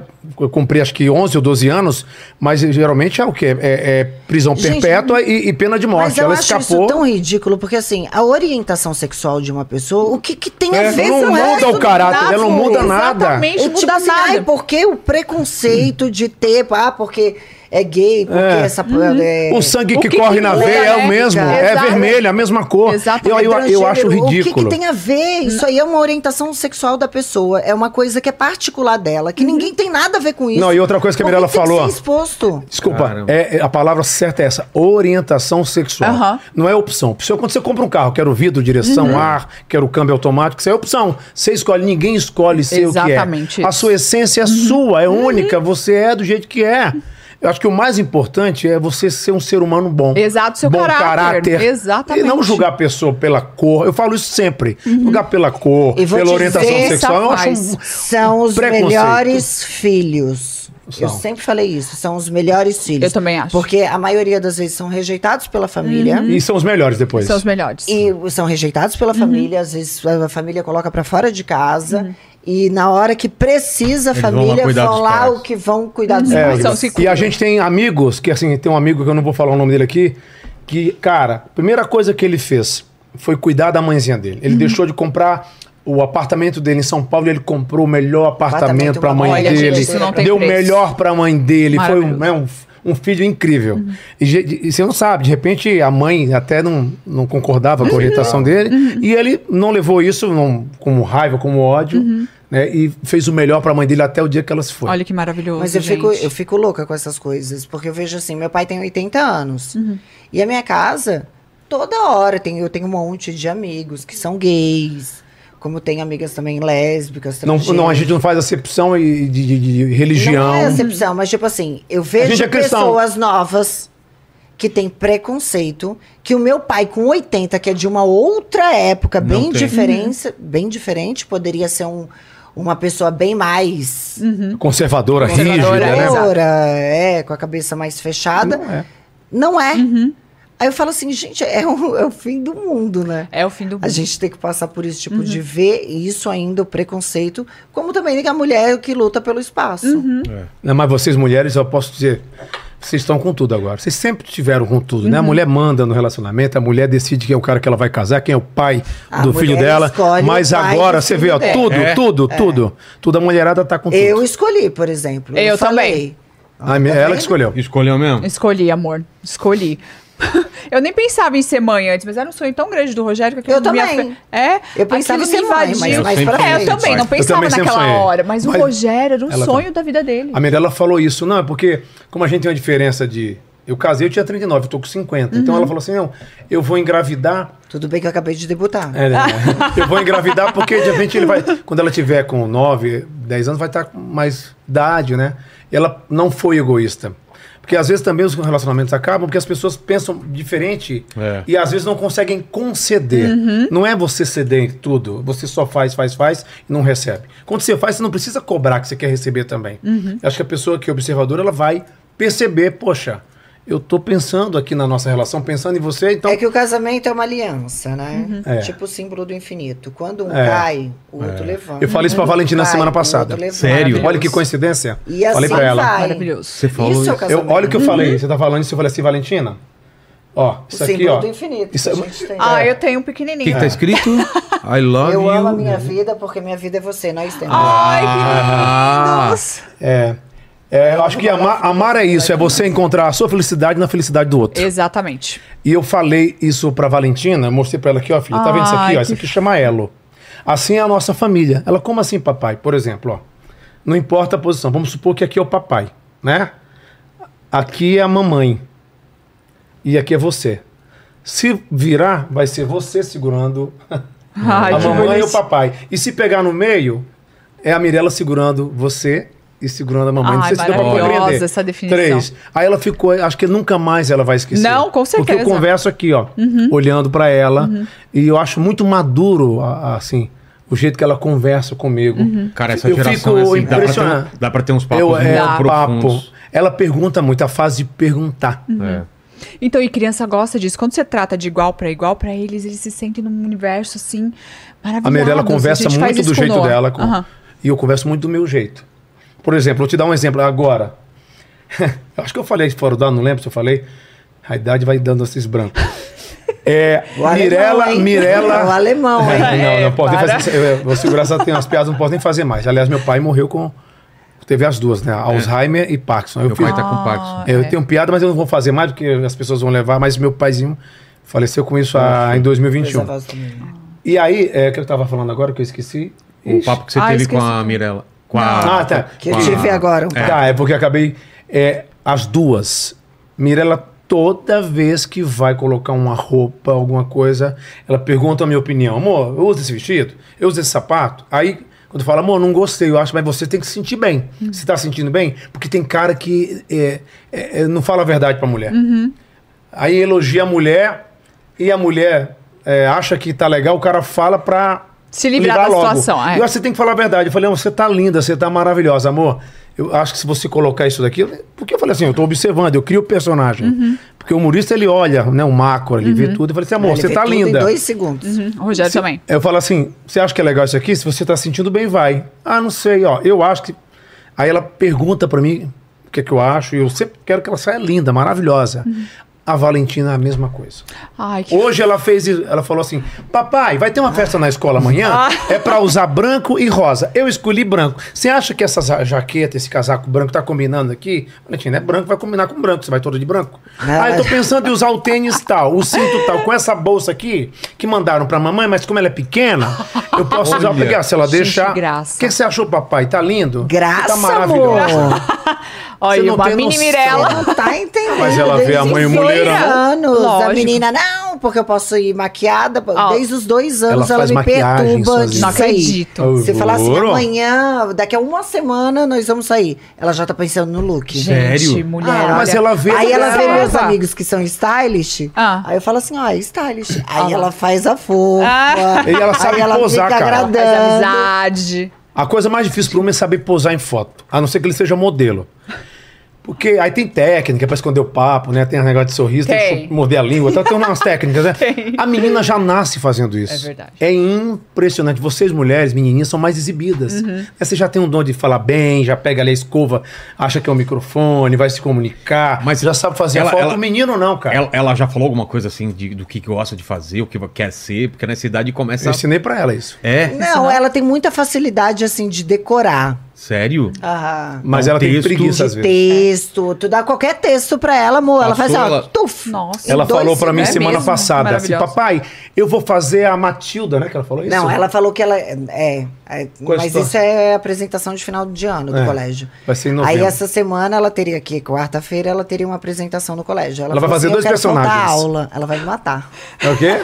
B: cumprir acho que 11 ou 12 anos, mas geralmente é o quê? É, é prisão
F: Gente,
B: perpétua e, e pena de morte.
F: Mas eu
B: ela
F: acho
B: escapou.
F: isso tão ridículo, porque assim, a orientação sexual de uma pessoa, o que, que tem
B: É,
F: a ver
B: não
F: com
B: muda
F: resto
B: o
F: do
B: caráter dela, não
F: nabo?
B: muda nada.
C: Exatamente,
F: É
C: não
F: tipo
C: muda
F: assim, ai,
C: nada.
F: por que o preconceito de ter, ah, porque é gay, porque
B: É.
F: essa...
C: Uhum.
F: é-
B: O sangue
C: O
B: que,
C: que
B: corre
C: que
B: na
C: muda,
B: veia é o
C: né?
B: mesmo,
C: Exato.
B: é vermelho, a mesma cor.
C: Exato.
B: Eu, eu, eu acho
F: é Transgênero,
B: ridículo.
F: O que que, tem a ver? Isso aí é uma orientação sexual da pessoa. É uma coisa que é particular dela,
C: Uhum.
F: que ninguém tem nada a ver com isso.
B: Não, e outra coisa que a
F: Por
B: Mirella
F: tem
B: falou?
F: ser exposto.
B: Desculpa,
A: Caramba.
B: é, é- a palavra certa é essa, orientação sexual.
C: Aham. Uhum.
B: Não é opção. Se- Quando você compra um carro, quero vidro, direção, ar, quero câmbio automático, isso é opção. Você escolhe, ninguém escolhe ser o que
C: Exatamente Uhum.
B: é. A
C: isso.
B: sua essência é sua, é única, você é do jeito que é. Eu acho que o mais importante é você ser um ser humano bom.
C: Exato, seu
B: bom
C: caráter.
B: E
C: Exatamente. Uhum.
B: não julgar a pessoa pela cor. Eu falo isso sempre. Julgar pela cor,
F: E vou
B: pela
F: te
B: orientação
F: dizer,
B: sexual. Eu acho
C: rapaz,
B: um-
F: São os
B: Preconceito.
F: melhores filhos. Eu
B: São.
F: sempre falei isso, são os melhores filhos.
C: Eu também acho.
F: Porque a maioria das vezes são rejeitados pela família.
B: E são os melhores depois.
C: São os melhores.
F: E são rejeitados pela
B: Uhum.
F: família, às vezes a família coloca pra fora de casa. E na hora que precisa, a
A: Eles vão lá
F: família vão
A: cuidar dos
F: lá,
A: pais.
F: o que vão cuidar dos
B: É,
F: pais.
C: São se
B: e a
C: cuidam.
B: gente tem amigos, que assim, tem um amigo que eu não vou falar o nome dele aqui, que, cara, a primeira coisa que ele fez foi cuidar da mãezinha dele.
C: Uhum.
B: Ele deixou de comprar o apartamento dele em São Paulo e ele comprou o melhor apartamento
F: Apartamento,
B: pra
F: uma
B: mãe
F: maravilha,
B: dele.
F: isso não
C: tem
B: Deu o
C: preço.
B: melhor pra mãe dele. Foi um,
C: Maravilhoso. Uhum.
B: né, um, um filho incrível. E, ge- e você não sabe, de repente a mãe até não, não concordava
C: Uhum.
B: com a orientação dele. E ele não levou isso não, como raiva, como ódio.
C: Uhum.
B: Né, e fez o melhor pra mãe dele até o dia que ela se foi.
C: Olha que maravilhoso.
F: Mas eu fico,
C: gente.
F: eu fico louca com essas coisas, porque eu vejo assim, meu pai tem 80 anos. E a minha casa, toda hora, tem, eu tenho um monte de amigos que são gays. Como tem amigas também lésbicas,
B: Não,
F: transgêneros.
B: não, a gente não faz acepção e- de, de- de religião.
F: Não é excepção, mas tipo assim, eu
B: A gente
F: vejo
B: é cristão.
F: pessoas novas que têm preconceito, que o meu pai com 80, que é de uma outra época,
A: Não
F: bem
A: tem.
F: diferente, bem diferente, poderia ser um, uma pessoa bem mais
B: Conservadora,
C: Conservadora,
B: rígida, né?
C: exato. Uhum.
F: conservadora, é, com a cabeça mais fechada.
B: Não é.
F: Não é. Aí eu falo assim, gente, é o, é o fim do mundo, né?
C: É o fim do mundo.
F: A gente tem que passar por esse tipo
C: Uhum.
F: de ver isso ainda, o preconceito, como também a mulher que luta pelo espaço.
C: Uhum.
B: Não, Mas vocês, mulheres, eu posso dizer, vocês estão com tudo agora. Vocês sempre tiveram com tudo, né? A
F: Uhum.
B: mulher manda no relacionamento, a mulher decide quem é o cara que ela vai casar, quem é o pai
F: A
B: do
F: mulher
B: filho dela.
F: escolhe
B: Mas
F: o pai
B: agora
F: do
B: você vê,
F: filho
B: ó,
F: dela. É.
B: tudo, tudo, tudo. Tudo a mulherada tá com tudo.
F: Eu escolhi, por exemplo.
C: Eu
F: falei.
B: Ah, me- ela que escolheu.
A: escolheu mesmo.
C: Escolhi, amor. Escolhi. *laughs* eu nem pensava em ser mãe antes, mas era um sonho tão grande do Rogério que aquilo
F: Eu
C: me
F: também.
C: afe- É,
F: Eu
C: aquilo
F: pensava em ser
C: me
F: mãe, mas-
C: invadiu.
A: mas pra
C: é, eu
A: frente.
C: também, não
A: Eu
C: pensava
B: também sempre
C: naquela
B: sonhei.
C: hora. Mas,
B: Mas-
C: o Rogério era um
B: Ela tá-
C: sonho da vida dele.
B: A Mirella falou isso, não, é porque, como a gente tem uma diferença de. Eu casei, eu tinha 39, eu tô com 50. Então
F: Uhum.
B: ela falou assim: não, eu vou engravidar
F: Tudo bem que eu acabei de debutar.
B: É, né? *laughs* Eu vou engravidar porque de repente ele vai. Quando ela tiver com 9, 10 anos, vai estar com mais idade, né? E ela não foi egoísta. Porque às vezes também os relacionamentos acabam porque as pessoas pensam diferente
A: É.
B: e às vezes não conseguem conceder.
F: Uhum.
B: Não é você ceder em tudo, você só faz, faz, faz e não recebe. Quando você faz, você não precisa cobrar que você quer receber também.
F: Uhum.
B: Eu Acho que a pessoa que é observadora, ela vai perceber, poxa, eu tô pensando aqui na nossa relação, pensando em você, então
F: É que o casamento é uma aliança, né?
C: Uhum.
B: É.
F: Tipo o símbolo do infinito. Quando um
B: É.
F: cai, o outro levanta.
B: Eu falei isso pra
F: Quando um
B: Valentina
F: cai,
B: semana
F: o
B: passada.
F: outro levanta.
A: Sério?
B: Olha que coincidência.
F: E assim
B: falei pra ela.
F: vai.
C: Maravilhoso.
A: Você falou
F: Isso é o
A: isso.
B: Eu,
F: casamento. Uhum.
B: olha o que eu falei. Você tá falando isso, eu falei assim, Valentina. Ó, isso
F: O
B: aqui,
F: símbolo
B: ó.
F: do infinito.
B: Isso é-
F: a gente tem.
C: Ah, eu tenho um
A: O que,
C: pequenininho.
A: que tá
B: *laughs*
A: escrito? I
B: Ah,
A: love
F: Eu
A: you.
F: amo a minha vida porque minha vida é você, nós temos.
C: Ai, Ah, que
A: Ah.
C: lindos.
B: É. É, eu acho que amar, amar é isso, é você encontrar a sua felicidade na felicidade do outro.
C: Exatamente.
B: E eu falei isso pra Valentina, mostrei pra ela aqui, ó, filha, tá vendo isso aqui?
C: Ai,
B: Ó, isso
C: que
B: aqui chama elo. Assim é a nossa família. Ela, como assim, papai? Por exemplo, ó. Não importa a posição, vamos supor que aqui é o papai, né? Aqui é a mamãe. E aqui é você. Se virar, vai ser você segurando
C: Ai,
B: Ah. a
C: que
B: mamãe e o
C: bonito.
B: papai. E se pegar no meio, é a Mirella segurando você e segurando a mamãe.
C: Ai,
B: dá pra
C: maravilhosa
B: compreender.
C: essa definição.
B: Três. Aí ela ficou, acho que nunca mais ela vai esquecer.
C: Não, com certeza. Uhum.
B: Porque eu converso aqui, ó, olhando pra ela, e eu acho muito maduro, a- a- assim, o jeito que ela conversa comigo.
C: Uhum.
A: Cara, essa
B: eu
A: geração
B: fico
A: é assim, dá pra, ter,
B: impressionado.
A: um- dá pra ter uns papos
B: Eu,
A: muito
B: é, papo.
A: profundos.
B: Ela pergunta muito, a fase de perguntar.
C: Uhum.
A: É.
C: Então, e criança gosta disso. Quando você trata de igual pra igual pra eles, eles se sentem num universo assim maravilhoso.
B: A Mirella conversa
C: gente faz
B: muito
C: isso
B: do
C: com o
B: jeito
C: Noah.
B: dela. com-
C: Aham.
B: E eu converso muito do meu jeito. Por exemplo, vou te dar um exemplo agora. *laughs* Eu Acho que eu falei fora do ar, não lembro se eu falei. A idade vai dando esses brancos. É,
F: O alemão,
B: Mirella,
F: hein?
B: Mirella.
F: O alemão, hein?
B: É, *laughs* não, não posso nem
C: para.
B: fazer. Eu vou segurar essa, tem umas piadas, não posso nem fazer mais. Aliás, meu pai morreu com. Teve as duas, né? Alzheimer e Parkinson. Eu
A: É. Meu
B: fiz-
A: pai tá com Parkinson.
B: é, Eu tenho piada, mas eu não vou fazer mais, porque as pessoas vão levar. Mas meu paizinho faleceu com isso ah, em 2021. E aí, é, o que eu tava falando agora que eu esqueci?
A: O papo que você
C: Ah,
A: teve
C: esqueci.
A: com a Mirella. Com a,
B: Ah, tá.
F: Que eu tive agora. um-
B: Tá, é porque eu acabei. É, as duas. Mirella, toda vez que vai colocar uma roupa, alguma coisa, ela pergunta a minha opinião. Amor, eu uso esse vestido? Eu uso esse sapato? Aí. Quando fala, amor, não gostei, eu acho, mas você tem que se sentir bem.
C: Uhum.
B: Você tá se sentindo bem? Porque tem cara que é, é, é, não fala a verdade pra mulher.
C: Uhum.
B: Aí elogia a mulher e a mulher é, acha que tá legal, o cara fala pra.
C: Se livrar da situação, é.
B: Eu acho que você tem que falar a verdade. Eu falei, "Não, você tá linda, você tá maravilhosa, amor. Eu acho que se você colocar isso daqui. eu- Porque eu falei assim, eu tô observando, eu crio o personagem.
F: Uhum.
B: Porque o humorista, ele olha, né, o macro, ele vê tudo. Eu falei assim, amor,
F: Ele
B: você
F: vê
B: tá
F: tudo Em
B: linda.
F: dois segundos.
C: Uhum, O Rogério
B: Se-
C: também.
B: Eu falo assim, você acha que é legal isso aqui? Se você tá sentindo bem, vai. Ah, não sei, ó, eu acho que... Aí ela pergunta pra mim o que é que eu acho, e eu sempre quero que ela saia linda, maravilhosa.
F: Uhum.
B: A Valentina é a mesma coisa.
C: Ai, que
B: Hoje ela fez, isso, ela falou assim: "Papai, vai ter uma festa na escola amanhã,
F: Ah.
B: é pra usar branco e rosa. Eu escolhi branco. Você acha que essa za- jaqueta, esse casaco branco tá combinando aqui? Valentina, é branco, vai combinar com branco, você vai toda de branco.
F: Ah,
B: ah, eu tô
F: mas-
B: pensando em usar o tênis tal, o cinto tal, com essa bolsa aqui que mandaram pra mamãe, mas como ela é pequena, eu posso usar,
A: Olha.
B: pegar se ela
C: Gente,
B: deixar.
C: graça.
B: O que, que você achou, papai? Tá lindo?
F: Graça,
B: tá
F: amor.
C: Olha,
B: não
C: uma
B: tem
C: mini
B: noção.
C: Mirella.
F: Não tá entendendo.
B: Mas ela vê a
F: Desde
B: mãe
F: os
B: mulherão.
F: dois anos.
C: Lógico.
F: A menina, não, porque eu posso ir maquiada.
C: Ó.
F: Desde os dois anos
B: Ela
F: ela,
B: faz
F: me
B: maquiagem
F: perturba de
B: sozinha.
C: Não
F: sair.
C: acredito.
F: Você fala assim,
B: Juro?
F: amanhã, daqui a uma semana, nós vamos sair. Ela já tá pensando no look.
A: Sério?
C: Gente, mulher.
F: Ah,
B: mas
C: olha.
B: ela vê
F: Aí ela vê meus
C: Observa.
F: amigos que são stylish.
C: Ah.
F: Aí eu falo assim, ó, stylist. Aí
C: lá.
F: ela faz a fofa.
C: Ah.
B: Ah. E ela sabe
F: aí ela
B: posar,
F: fica
B: cara. Faz
F: agradando.
C: Faz amizade.
B: A coisa mais difícil para homem é saber posar em foto, a não ser que ele seja modelo. Porque aí tem técnica pra esconder o papo, né? Tem negócio de sorriso, tem,
C: Tem.
B: que so- morder a língua, tá? tem
C: *laughs*
B: umas técnicas, né? A menina já nasce fazendo isso.
C: É verdade.
B: É impressionante. Vocês, mulheres, menininhas, são mais
C: Uhum.
B: exibidas. Aí Você já tem um dom de falar bem, já pega ali a escova, acha que é o microfone, vai se comunicar.
A: Mas
B: Mas já sabe fazer
A: ela-
B: a foto.
A: ela-
B: O menino não, cara.
A: Ela, ela já falou alguma coisa assim de- do que que gosta de fazer, o que quer ser, porque nessa idade começa.
B: Eu ensinei pra ela isso.
A: É,
C: né?
F: Não, ela tem muita facilidade, assim, de decorar.
A: sério?
F: Ah.
B: Mas
A: Dá um
B: ela tem
A: texto
B: preguiça às
F: de
B: vezes.
F: texto. Tu dá qualquer texto pra ela, amor. Ela
A: Passou,
F: faz, ó,
A: ela-
F: tuf.
C: Nossa.
B: Ela
F: Em dois
B: falou pra mim
C: segundos.
B: semana
C: É mesmo?
B: passada, assim,
C: Maravilhosa.
B: papai, eu vou fazer a Matilda, né? Que ela falou isso.
F: Não, ela falou que ela. É. é,
B: Coisa
F: mas
B: toda.
F: isso é apresentação de final de ano do
B: É,
F: colégio.
B: vai ser em
F: Aí
B: novembro.
F: essa semana ela teria que, quarta-feira, ela teria uma apresentação no colégio.
B: Ela vai
F: falou
B: fazer
F: assim,
B: dois
F: eu quero faltar
B: personagens.
F: aula. Ela vai me matar.
B: É o quê?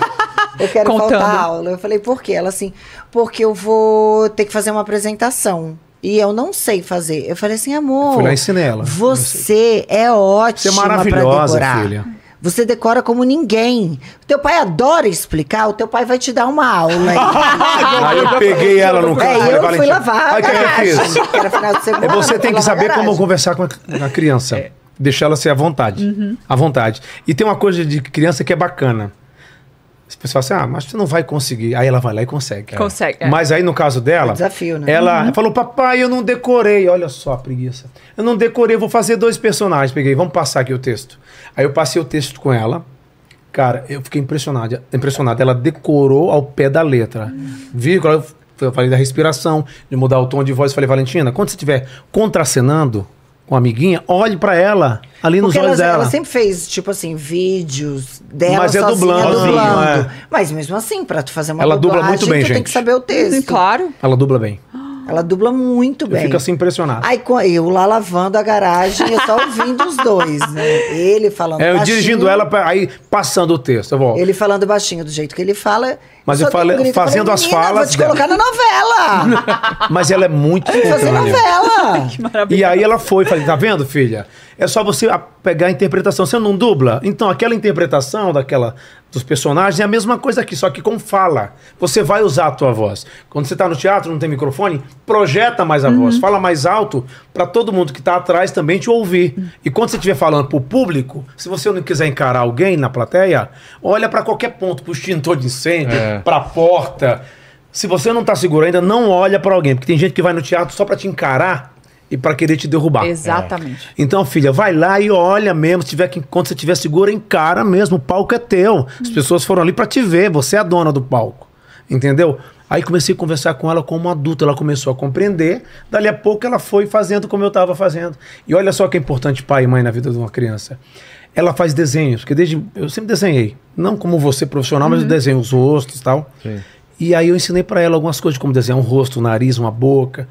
F: Eu quero
C: Contando.
F: faltar aula. Eu falei, por quê? Ela assim, porque eu vou ter que fazer uma apresentação. E eu não sei fazer. Eu falei assim, amor.
B: Fui lá e ensinei ela.
F: Você é ótima
B: Você é maravilhosa,
F: pra decorar.
B: filha.
F: *laughs* Você decora como ninguém. O teu pai adora explicar, o teu pai vai te dar uma
B: *laughs*
F: aula.
B: Aí eu peguei ela no carro.
F: é,
B: falei,
F: eu fui
B: "Valentina,
F: lavar.
B: Aí o que que
F: *laughs*
B: eu fiz?
F: garagem, que era final de semana,
B: É, você tem
F: fui
B: que
F: lavar
B: saber
F: garagem.
B: como conversar com a, com a criança. Deixar ela ser à vontade.
C: Uhum.
B: À vontade. E tem uma coisa de criança que é bacana. As pessoas falam assim, ah, mas você não vai conseguir. Aí ela vai lá e consegue.
C: Consegue, é. Uhum.
B: Mas aí no caso dela...
F: É desafio, né?
B: Ela falou, papai, eu não decorei. Olha só a preguiça. Eu não decorei, eu vou fazer dois personagens. Peguei, vamos passar aqui o texto. Aí eu passei o texto com ela. Cara, eu fiquei impressionado. impressionado. Ela decorou ao pé da letra.
F: Hum.
B: Vírgula, eu f- eu falei da respiração, de mudar o tom de voz. Falei, Valentina, quando você estiver contracenando, com a amiguinha, olhe pra ela ali nos
F: Porque ela,
B: olhos
F: já-
B: dela.
F: ela sempre fez, tipo assim, vídeos dela
B: Mas é
F: sozinha,
B: dublando,
F: dublando.
B: é.
F: Mas mesmo assim, pra tu fazer uma
B: Ela dubla
F: dublagem,
B: muito bem,
F: tu tem
B: gente.
F: que saber o texto.
C: Claro.
B: Ela dubla bem.
F: Ela dubla muito
B: Eu
F: bem.
B: fico assim impressionado.
F: Aí co- eu lá lavando a garagem, eu só ouvindo os dois, né? Ele falando
B: É, eu
F: baixinho,
B: dirigindo ela, pra- aí passando o texto. Eu vou.
F: tá assim. Ele falando baixinho do jeito que ele fala.
B: Mas
F: só
B: eu
F: dei
B: falei-
F: grito,
B: fazendo as
F: "Menina,
B: falas
F: Vou te
B: dela."
F: colocar na
B: *laughs*
F: novela!
B: Mas ela é muito
F: fazer
B: espontânea. *laughs*
F: novela!
B: E aí ela foi, falei, tá vendo, filha? É só você a- pegar a interpretação. Você não dubla? Então, aquela interpretação daquela dos personagens é a mesma coisa aqui, só que com fala. Você vai usar a tua voz. Quando você tá no teatro, não tem microfone, projeta mais a voz, fala mais alto pra todo mundo que tá atrás também te ouvir. E quando você estiver falando pro público, se você não quiser encarar alguém na plateia, olha pra qualquer ponto, pro extintor de incêndio,
A: É.
B: pra porta. Se você não tá seguro ainda, não olha pra alguém, porque tem gente que vai no teatro só pra te encarar e pra querer te derrubar.
C: Exatamente.
B: Então, filha, vai lá e olha mesmo, se tiver que quando você tiver segura, encara mesmo, o palco é teu. As pessoas foram ali pra te ver, você é a dona do palco. Entendeu? Aí comecei a conversar com ela como adulta, ela começou a compreender. Dali a pouco ela foi fazendo como eu tava fazendo. E olha só que é importante pai e mãe na vida de uma criança. Ela faz desenhos, porque desde eu sempre desenhei, não como você profissional, mas eu desenho os rostos e tal. E aí eu ensinei pra ela algumas coisas, como desenhar um rosto, um nariz, uma boca,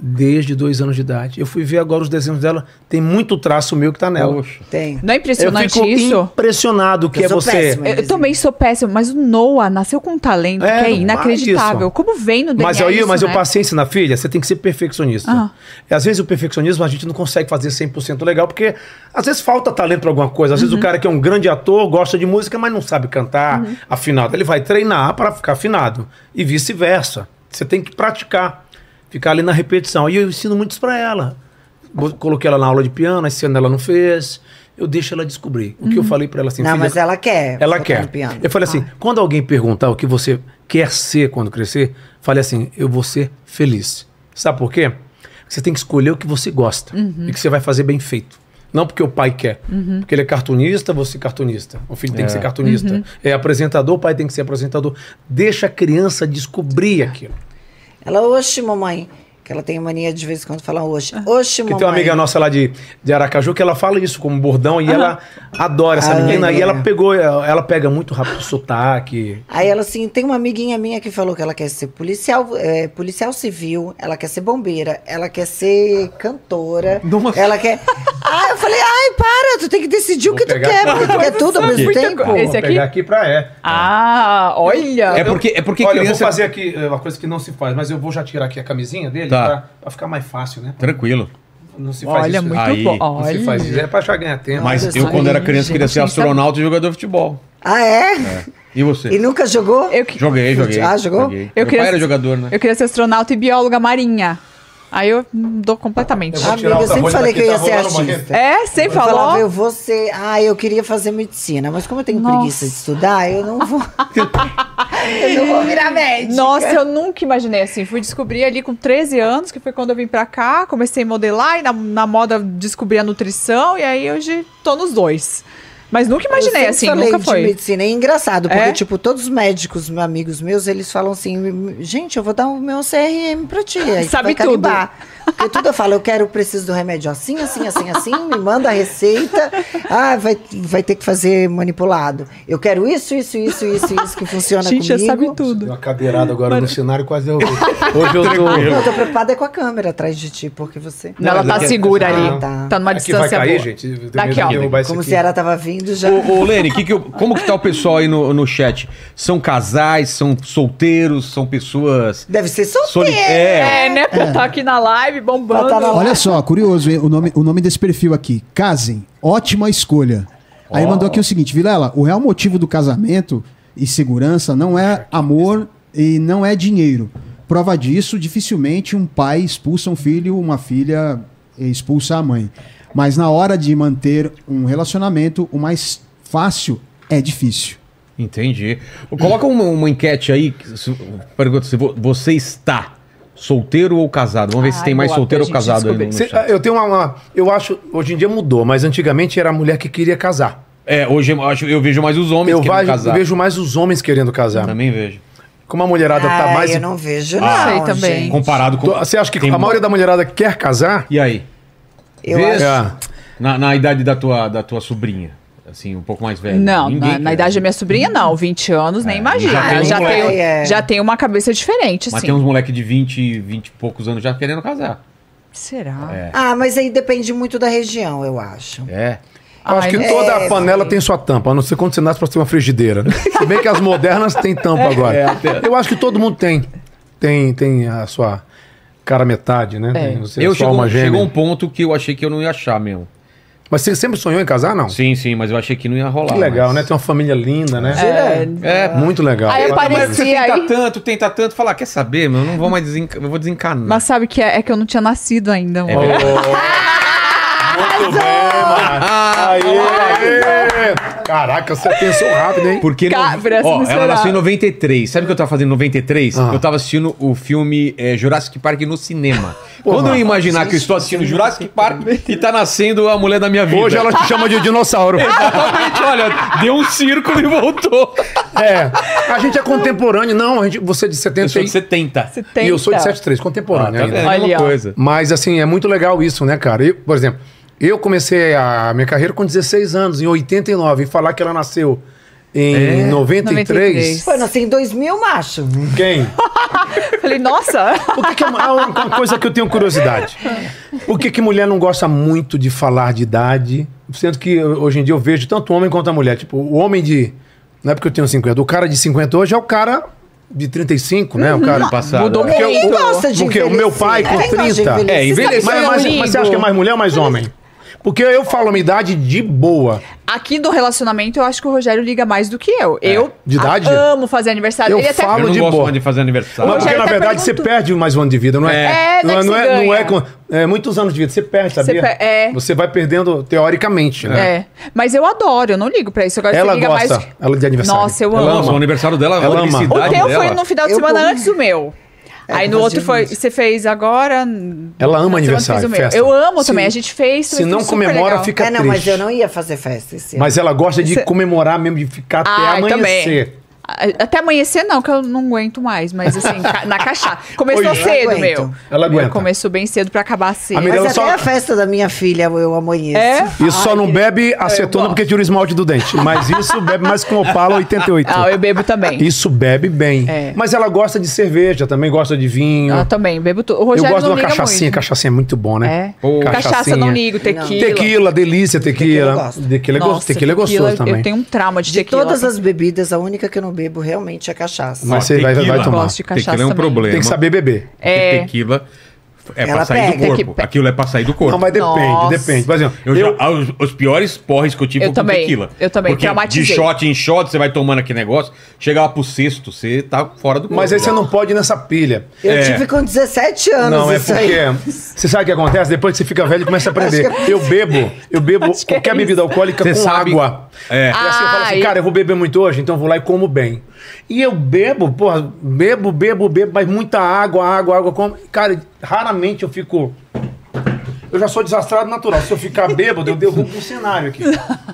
B: desde dois anos de idade. Eu fui ver agora os desenhos dela, tem muito traço meu que tá nela.
A: Poxa.
F: Tem.
C: Não é
B: eu
C: impressionante
B: fico
C: isso?
B: impressionado que
F: Eu
B: é
F: sou
B: você.
F: péssima.
C: Eu, eu também sou péssimo, mas o Noah nasceu com um talento
B: É,
C: que é
B: não
C: inacreditável.
B: faz isso.
C: Como vem no DNA
B: Mas aí,
C: isso,
B: mas eu
C: né?
B: paciência na filha, você tem que ser perfeccionista.
C: Ah.
B: E às vezes o perfeccionismo a gente não consegue fazer 100% legal, porque às vezes falta talento pra alguma coisa. Às
C: Uhum.
B: vezes o cara que é um grande ator, gosta de música, mas não sabe cantar afinado. Ele vai treinar pra ficar afinado e vice-versa. Você tem que praticar, ficar ali na repetição. E eu ensino muito isso pra ela. Bo- Coloquei ela na aula de piano, esse ano ela não fez. Eu deixo ela descobrir. O
C: Uhum.
B: que eu falei pra ela assim,
F: Não,
B: filha,
F: mas ela quer.
B: ela
F: botar
B: quer.
F: É, tá no piano. Ah.
B: Eu falei assim: quando alguém perguntar o que você quer ser quando crescer, fale assim: eu vou ser feliz. Sabe por quê? Você tem que escolher o que você gosta
F: Uhum.
B: e que você vai fazer bem feito. Não porque o pai quer. Porque ele é cartunista, você é cartunista. O filho tem que ser cartunista.
F: Uhum.
B: É apresentador, o pai tem que ser apresentador. Deixa a criança descobrir
F: Tá.
B: aquilo.
F: Ela, oxe, mamãe. Que ela tem mania de vez em quando falar oxe. Oxe,
B: Porque
F: mamãe.
B: Ah. tem uma amiga nossa lá de, de Aracaju que ela fala isso como bordão e ela adora essa
F: Ah,
B: menina. E
F: é.
B: ela pegou, ela pega muito rápido o sotaque.
F: Aí ela assim, tem uma amiguinha minha que falou que ela quer ser policial, é, policial civil, ela quer ser bombeira, ela quer ser cantora,
A: Nossa. *laughs*
F: ela quer. Ah, eu falei, ai, para, tu tem que decidir
B: Vou
F: o que tu
B: pegar
F: quer,
B: aqui.
F: porque tu quer tudo ao mesmo
C: Muita
F: tempo.
C: coisa. Esse
B: Vou
C: aqui?
B: pegar aqui pra é.
C: Ah, olha.
A: É porque, é porque
B: Olha,
A: criança.
B: eu vou fazer aqui é, uma coisa que não se faz, mas eu vou já tirar aqui a camisinha dele
A: Tá.
B: pra, pra ficar mais fácil, né?
A: Tranquilo.
B: Não se faz
C: Olha,
B: isso. né?
C: muito
A: Aí,
C: bom.
B: Não se
C: Olha.
B: faz isso. É pra já ganhar tempo.
A: Mas
F: Olha
A: eu,
F: só,
A: quando era
C: hein,
A: criança, queria
C: gente,
A: ser
C: isso é-
A: astronauta e jogador de futebol.
F: Ah, é?
A: E você?
F: E nunca jogou?
C: Eu, que-
A: Joguei, joguei.
F: Ah, jogou?
A: Joguei.
C: eu
A: Meu
C: queria
A: pai era
C: ser-
A: jogador, né?
C: Eu queria ser astronauta e bióloga marinha. Aí eu mudou completamente.
B: Eu vou tirar
F: Amiga,
B: outra
F: eu sempre
B: rolha
F: falei
B: daqui,
F: que eu
B: tá
F: ia ser
B: rolando uma
F: artista.
B: revista.
C: É, sem
F: Eu falava,
C: falar.
F: eu vou ser. Ah, eu queria fazer medicina, mas como eu tenho
C: Nossa.
F: preguiça de estudar, eu não vou. *laughs* eu não vou virar médica.
C: Nossa, eu nunca imaginei assim. Fui descobrir ali com 13 anos, que foi quando eu vim pra cá, comecei a modelar e na, na moda descobri a nutrição, e aí hoje tô nos dois. Mas nunca imaginei
F: Eu sempre
C: assim,
F: falei
C: nunca
F: de
C: foi.
F: medicina. É engraçado, porque,
C: É?
F: tipo, todos os médicos, meus amigos meus, eles falam assim: gente, eu vou dar o meu CRM pra ti.
C: *laughs*
F: aí tu
C: Sabe
F: vai
C: tudo.
F: carimbar." Porque tudo eu falo, eu quero, eu preciso do remédio assim, assim, assim, assim, me manda a receita. Ah, vai, vai ter que fazer manipulado. Eu quero isso, isso, isso, isso, isso que funciona
C: Gente, já
F: comigo.
C: sabe tudo.
B: Deu uma cadeirada agora no cenário, quase
F: *laughs*
B: eu. Hoje eu tô.
F: Não, eu tô preocupada é com a câmera atrás de ti, porque você.
C: Não, ela
A: Não,
C: tá
A: daqui-
C: segura
F: Ah,
C: ali.
F: tá.
C: Tá numa
B: Aqui vai
C: distância
B: cair,
C: boa.
B: gente. Eu tenho
C: Daqui,
B: medo de
C: ó.
B: derrubar isso
F: Como
B: aqui.
F: se ela tava vindo já.
A: Ô, ô Lene, que que eu- como que tá o pessoal aí no, no chat? São casais, são solteiros, são pessoas.
F: Deve ser
A: Soli...
F: solteiro.
A: É.
C: É, né? Pô, tá aqui na live bombando.
F: Tá na live.
D: Olha só, curioso hein, o nome, o nome desse perfil aqui. Casem, ótima escolha. Aí mandou aqui o seguinte, Vilela, o real motivo do casamento e segurança não é amor e não é dinheiro. Prova disso, dificilmente um pai expulsa um filho, uma filha expulsa a mãe. Mas na hora de manter um relacionamento, o mais fácil é difícil.
A: Entendi. Coloca uma, uma enquete aí. que se- Pergunta se vo- você está solteiro ou casado. Vamos ver se
C: Ai,
A: tem mais
C: boa,
A: solteiro ou
C: pra gente
A: casado aí no,
C: descobrir.
A: no
B: Cê- ah,
A: chat.
B: eu tenho uma, uma- Eu acho. Hoje em dia mudou, mas antigamente era a mulher que queria casar.
A: É, hoje eu, acho, eu vejo mais os homens
B: Eu,
A: querendo
B: vai- eu
A: casar.
B: vejo mais os homens querendo casar.
A: Também vejo.
B: Como a mulherada tá
F: Ai,
B: mais.
F: eu não vejo,
C: Ah,
F: não.
C: sei também.
F: gente.
A: Comparado com.
B: Você acha que
A: Tem
B: a
A: mu-
B: maioria da mulherada quer casar? É.
A: E aí?
F: Eu
A: Vê-
F: acho.
A: Na, na idade da tua, da tua sobrinha. Assim, um pouco mais velha.
C: Não,
A: Ninguém
C: na, na
A: quer.
C: idade da minha sobrinha, não. 20 anos, nem imagina.
A: já tem
C: Ela
A: um
C: Já
A: moleque.
C: tem,
F: É.
C: já tem uma cabeça diferente, assim.
A: Mas
C: sim.
A: tem um- uns moleque de 20, 20 e poucos anos já querendo casar.
C: Será?
A: É.
F: Ah, mas aí depende muito da região, eu acho.
A: É.
B: Eu acho
C: Ai,
B: que
C: não É,
B: toda
F: sei.
B: panela tem sua tampa, a não ser quando você nasce pra ser uma frigideira. Se bem que as modernas têm tampa
C: É,
B: agora. Eu acho que todo mundo tem. Tem, tem a sua cara metade,
C: É.
B: né? Tem, você-
A: Eu
B: sua
A: chegou,
B: alma
A: chegou
B: gêmea.
A: um ponto que eu achei que eu não ia achar mesmo.
B: Mas você sempre sonhou em casar, não?
A: Sim, sim, mas eu achei que não ia rolar.
B: Que legal, né?
A: mas-
B: Tem uma família linda, né?
A: É, é
B: Muito legal.
C: Aí
A: mas você
C: apareceu- Parecia
A: tenta
C: aí.
A: tanto, tenta tanto, falar, quer saber, meu, eu não vou mais desenca... eu vou desencanar.
C: Mas sabe que é, é que eu não tinha nascido ainda. amor.
A: verdade.
B: Muito bem, mano. Aê! Caraca, você pensou rápido, hein?
A: Porque
C: Cara,
A: no-
C: parece
A: ó,
C: não
A: ela
C: será.
A: nasceu em 93. Sabe o que eu tava fazendo em 93?
B: Ah.
A: Eu tava assistindo o filme é, Jurassic Park no *laughs* cinema. Quando eu
B: mano.
A: imaginar que eu estou assistindo Jurassic Park e tá nascendo a mulher da minha vida.
B: Hoje
A: *laughs*
B: ela te chama de
C: *laughs*
B: dinossauro.
A: Exatamente, olha, deu um círculo e voltou.
B: É. A gente é contemporâneo, não. A gente, você é de 70.
A: Eu sou de 70.
C: Você tem.
B: E eu sou de
C: tá?
B: 73,
A: Ah,
B: contemporâneo
A: tá
B: ainda.
A: vendo?
C: Olha,
A: Mesma
C: ó.
A: coisa.
B: Mas assim, é muito legal isso, né, cara? Eu, por exemplo, eu comecei a minha carreira com 16 anos, em 89, e falar que ela nasceu
A: É?
B: em 93.
C: 93.
F: Foi, nasci em 2000, assim, macho.
B: Quem?
C: Falei, nossa!
B: O que que é uma, ah, uma coisa que eu tenho curiosidade? Por que, que mulher não gosta muito de falar de idade? Sendo que eu- hoje em dia eu vejo tanto homem quanto a mulher. Tipo, o homem de. Não é porque eu tenho 50. O cara de 50 hoje é o cara de 35, né? O cara.
A: Passado.
C: Mudou
A: é.
C: muito.
F: Quem
B: o-
F: gosta de
B: porque o meu
F: envelhecer?
B: pai com
F: Quem gosta de
B: 30?
F: envelhecer?
A: É, envelhecer
B: Mas,
A: é
B: mas-
A: lindo.
B: mas você acha que é mais mulher ou mais homem? Porque eu falo uma idade de boa.
C: Aqui do relacionamento, eu acho que o Rogério liga mais do que eu. Eu
B: É. De idade?
C: amo fazer aniversário.
B: Eu
C: ele até
B: falo-
A: Eu não
B: de
A: gosto
B: boa.
A: mais de fazer aniversário.
B: Mas porque,
C: Rogério
B: na
C: tá
B: verdade, você
C: perguntando-
B: perde mais um ano de vida, não é?
C: É, não é que
B: não
C: se
B: é, não é,
C: ganha.
B: com- é muitos anos de vida. Você perde, sabia?
C: per- é.
B: Você vai perdendo teoricamente, né?
C: É. Mas eu adoro, eu não ligo pra isso. Agora
B: Ela
C: você liga
B: gosta.
C: mais.
B: Ela de aniversário.
C: Nossa, eu
A: Ela
C: amo.
A: ama. O aniversário dela, a
B: Ela ama.
A: felicidade
C: O teu
A: dela.
C: foi no final de
F: Eu
C: semana
F: como-
C: antes do meu.
F: É,
C: Aí
F: eu
C: no
F: vou
C: outro
F: fazer
C: foi.
F: isso.
C: Você fez agora.
B: Ela ama
C: na semana
B: aniversário,
C: fez o meu.
B: festa.
C: Eu amo
B: Se-
C: também. A gente fez.
B: Se não comemora, fica
F: É, não,
B: triste.
F: mas eu não ia fazer festa esse ano.
B: Mas ela gosta de
C: É. Você-
B: comemorar mesmo, de ficar até
C: Ah,
B: amanhecer.
C: também. A- Até amanhecer, não, que eu não aguento mais, mas assim, ca- na cachaça.
B: *laughs*
C: Começou
B: Hoje-
C: cedo,
F: Aguento.
C: meu.
B: é. Ela
C: Meu,
B: aguenta.
C: Começou bem cedo pra acabar cedo.
B: A Mirella-
F: Mas
B: ela
F: até
B: só-
F: a festa da minha filha eu amanheço.
C: É?
B: Isso só não bebe acetona
C: gosto.
B: porque tira o esmalte do dente. Mas isso bebe mais com Opala 88.
C: Ah, eu bebo também.
B: Isso bebe bem.
C: É.
B: Mas ela gosta de cerveja, também gosta de vinho.
C: Eu Ah, também, bebo tudo. O
B: eu
C: Rogério
B: gosto de
C: não
B: uma
C: liga
B: cachaçinha.
C: muito.
B: Cachaçinha é muito bom, né?
C: É. Cachaça eu não ligo, tequila.
B: Tequila, delícia,
F: Tequila eu
B: tequila.
F: gosto.
B: Tequila é, go-
C: Nossa,
B: tequila é gostoso
C: tequila,
B: também.
C: Eu tenho um trauma de
F: De
C: tequila.
F: todas as bebidas, a única que eu não bebo realmente é cachaça.
B: Mas você vai, vai
A: Tequila.
B: tomar.
C: Gosto de cachaça
A: Tequila é um
C: também.
A: problema.
B: Tem que saber beber.
A: Porque
C: É.
A: tequila é pra
F: Ela
A: sair
F: pega.
A: do corpo.
C: Tem que-
A: Aquilo é pra sair do corpo.
B: Não, mas depende,
C: Nossa.
B: depende. assim, Por exemplo,
A: Eu já- ah, os, os piores porres que eu tive
C: Eu
A: com
C: também,
A: tequila.
C: eu também,
A: Porque de
C: traumatizei.
A: shot em shot, você vai tomando aquele negócio, chega lá pro sexto, você tá fora do corpo.
B: Mas aí você
A: já.
B: não pode ir nessa pilha.
F: Eu
A: É.
F: tive com 17 anos
B: Não, é
F: isso
B: porque.
F: aí.
B: Você sabe o que acontece? Depois que você fica velho,
F: *laughs*
B: começa a aprender. Eu bebo, eu bebo
C: que é
B: qualquer
C: isso.
B: bebida alcoólica
A: Você
B: com
A: sabe-
B: água.
A: É.
B: E assim eu falo assim,
C: Ah,
B: cara, eu vou beber muito hoje, então eu vou lá e como bem. E eu bebo, porra, bebo, bebo, bebo, mas muita água, água, água. Como... Cara, raramente eu fico. Eu já sou desastrado natural. Se eu ficar bêbado, eu derrubo o cenário aqui.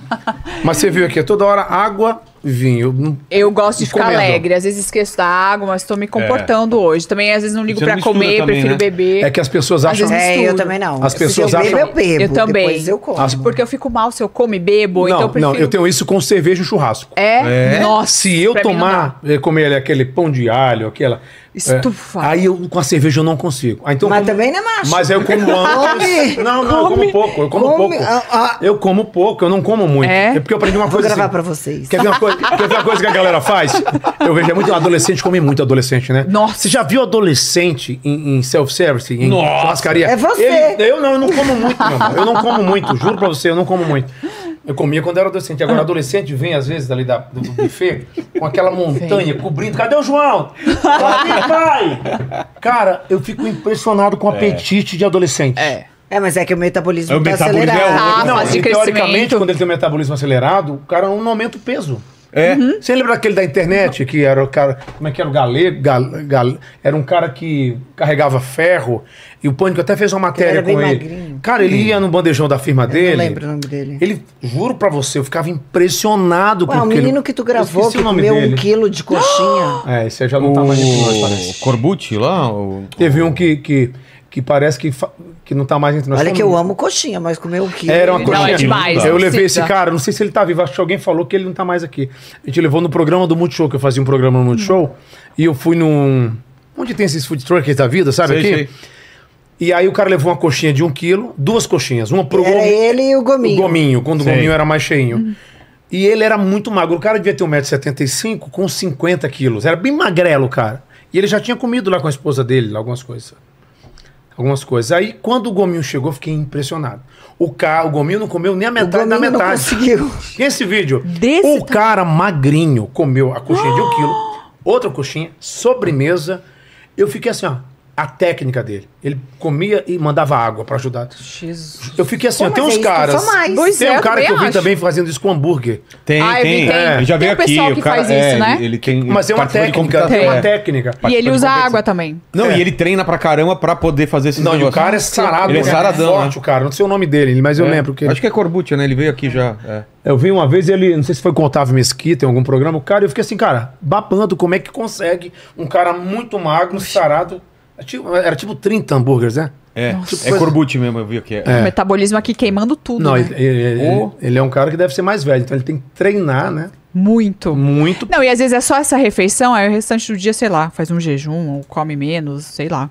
B: *laughs* Mas você viu aqui, é toda hora água, vinho. Não-
C: Eu gosto de ficar
B: Comendo.
C: alegre. Às vezes esqueço da água, mas
B: É.
C: tô me comportando hoje. Também, às vezes, não ligo
A: Você
C: pra
A: não
C: comer,
A: mistura também,
C: prefiro
A: né?
C: beber.
B: É que as pessoas
C: Às
B: acham.
C: vezes-
F: É, eu
C: Mistura.
F: também não.
B: As
F: Se
B: pessoas
F: eu bebo,
B: acham-
F: eu bebo.
C: eu também.
F: Depois eu como.
C: Porque eu fico mal se eu como e bebo, então eu
B: Não,
C: prefiro.
B: não, eu tenho isso com cerveja e churrasco.
C: É?
A: É?
C: Nossa.
B: Se eu
C: pra mim não
B: tomar, eh, comer ali aquele pão de alho, aquela.
C: Estufa.
B: eh, aí eu com a cerveja eu não consigo. Ah, então eu
F: Mas
B: como-
F: também não é macho.
B: Mas eu como antes.
F: *laughs* Come.
B: não, não, eu como pouco. Eu como
F: Come.
B: pouco.
F: Ah, ah.
B: Eu como pouco, eu não como muito.
C: É?
B: porque eu aprendi uma
F: Vou
B: coisa.
F: gravar
B: assim,
F: pra vocês.
B: Quer ver, uma coisa, quer ver uma coisa que a galera faz? Eu vejo é muito adolescente, come muito adolescente, né?
C: Nossa.
B: Você já viu adolescente em, em self-service, em
A: Nossa.
B: churrascaria?
F: É você.
B: Ele- eu não, eu não como muito, meu amor. Eu não como muito, juro pra você, eu não como muito. Eu comia quando era adolescente. Agora, adolescente vem, às vezes, ali da, do, do buffet, com aquela montanha cobrindo. Cadê o João? Cadê, pai? Cara, eu fico impressionado com o apetite de adolescente.
C: É.
F: É, mas é que o metabolismo
A: É, o
F: tá
A: metabolismo é
F: acelerado.
A: outro.
C: Ah,
B: Não,
C: fase
B: e
C: de
B: teoricamente,
C: crescimento.
B: quando ele tem o metabolismo acelerado, o cara não aumenta o peso.
A: É.
C: Uhum.
B: Você lembra aquele da internet que era o cara. Como é que era o galego? Gal, gal- era um cara que carregava ferro e o Pânico até fez uma matéria
F: Ele era
B: com
F: bem
B: ele.
F: magrinho.
B: Cara, ele ia no bandejão da firma dele.
F: não lembro o nome dele.
B: Ele, juro pra você, eu ficava impressionado
F: Ué, o
B: aquele-
F: menino que tu
B: Eu
F: gravou,
B: esqueci
F: que
B: o nome
F: comeu um
B: dele.
F: quilo
B: *gasps*
F: de coxinha. *gasps*
B: tá É, esse já não tá mais entre nós, parece.
A: O Corbucci lá? o-
B: Teve um que, que, que parece que, fa- que não tá mais entre nós.
F: Olha
B: Tá
F: que
B: no-
F: eu amo coxinha, mas comer o quilo.
B: Era uma
C: Não, é
B: coxinha.
C: demais,
B: eu
C: não
B: levei
C: precisa.
B: esse cara, não sei se ele tá vivo, acho que alguém falou que ele não tá mais aqui. A gente levou no programa do Multishow, que eu fazia um programa no Multishow, e eu fui num. Onde tem esses food truckers da vida, sabe
A: Sei,
B: aqui?
A: sei.
B: E aí o cara levou uma coxinha de um quilo, duas coxinhas, uma pro
F: Era
B: gomi-
F: ele e o
B: o
F: gominho. Uhum.
B: gominho, quando
A: Sei.
B: o gominho era mais cheinho. E ele era muito magro. O cara devia ter 1,75m com 50 quilos. Era bem magrelo, cara. E ele já tinha comido lá com a esposa dele, lá, algumas coisas. Algumas coisas. Aí, quando o gominho chegou, eu fiquei impressionado. O, ca... o gominho não comeu nem a
F: O
B: metade da
F: gominho não
B: metade.
F: conseguiu.
B: E *laughs* esse vídeo?
C: Desse
B: o cara magrinho comeu a coxinha de um quilo, outra coxinha, sobremesa. Eu fiquei assim, ó. A técnica dele. Ele comia e mandava água pra ajudar.
F: Jesus.
B: Eu fiquei assim, ó,
F: Pô,
B: tem
F: mas
B: uns
F: é isso,
B: caras.
F: só mais.
C: Pois
B: tem
C: é,
B: um
C: eu
B: cara que eu vi
C: acho.
B: também fazendo isso com hambúrguer.
A: Tem,
C: Ah, eu
A: tem.
C: vi, tem.
A: É, já
C: Tem
A: veio
C: um pessoal
A: aqui.
C: que
A: o cara,
C: faz
A: é,
C: isso, né?
A: Ele, ele tem,
B: Mas é uma
A: participa de
B: técnica,
A: competição,
B: é uma
A: é.
B: técnica.
C: E ele
A: Participou de
B: um
C: usa
A: competição.
C: água também.
A: Não,
B: É.
A: e ele treina pra caramba pra poder fazer esses
B: Não, e o
A: negócios.
B: cara é sarado.
A: Ele é
B: né?
A: saradão,
B: forte,
A: né?
B: o cara. Não sei o nome dele, mas eu lembro que ele...
A: Acho que é Corbucci, né? Ele veio aqui já. é.
B: Eu vi uma vez ele, não sei se foi com o Otávio Mesquita em algum programa, o cara, eu fiquei assim, cara, babando, como é que consegue um cara muito magro, sarado. Era tipo, era tipo 30 hambúrgueres, né?
A: É,
C: Nossa.
A: é Corbucci mesmo, eu vi aqui. É.
C: O metabolismo aqui queimando tudo,
B: Não,
C: né?
B: ele, ele- ele-
A: Ou-
B: ele é um cara que deve ser mais velho, então ele tem que treinar, né?
C: Muito.
B: Muito.
C: Não, e às vezes é só essa refeição, aí o restante do dia, sei lá, faz um jejum ou come menos, sei lá.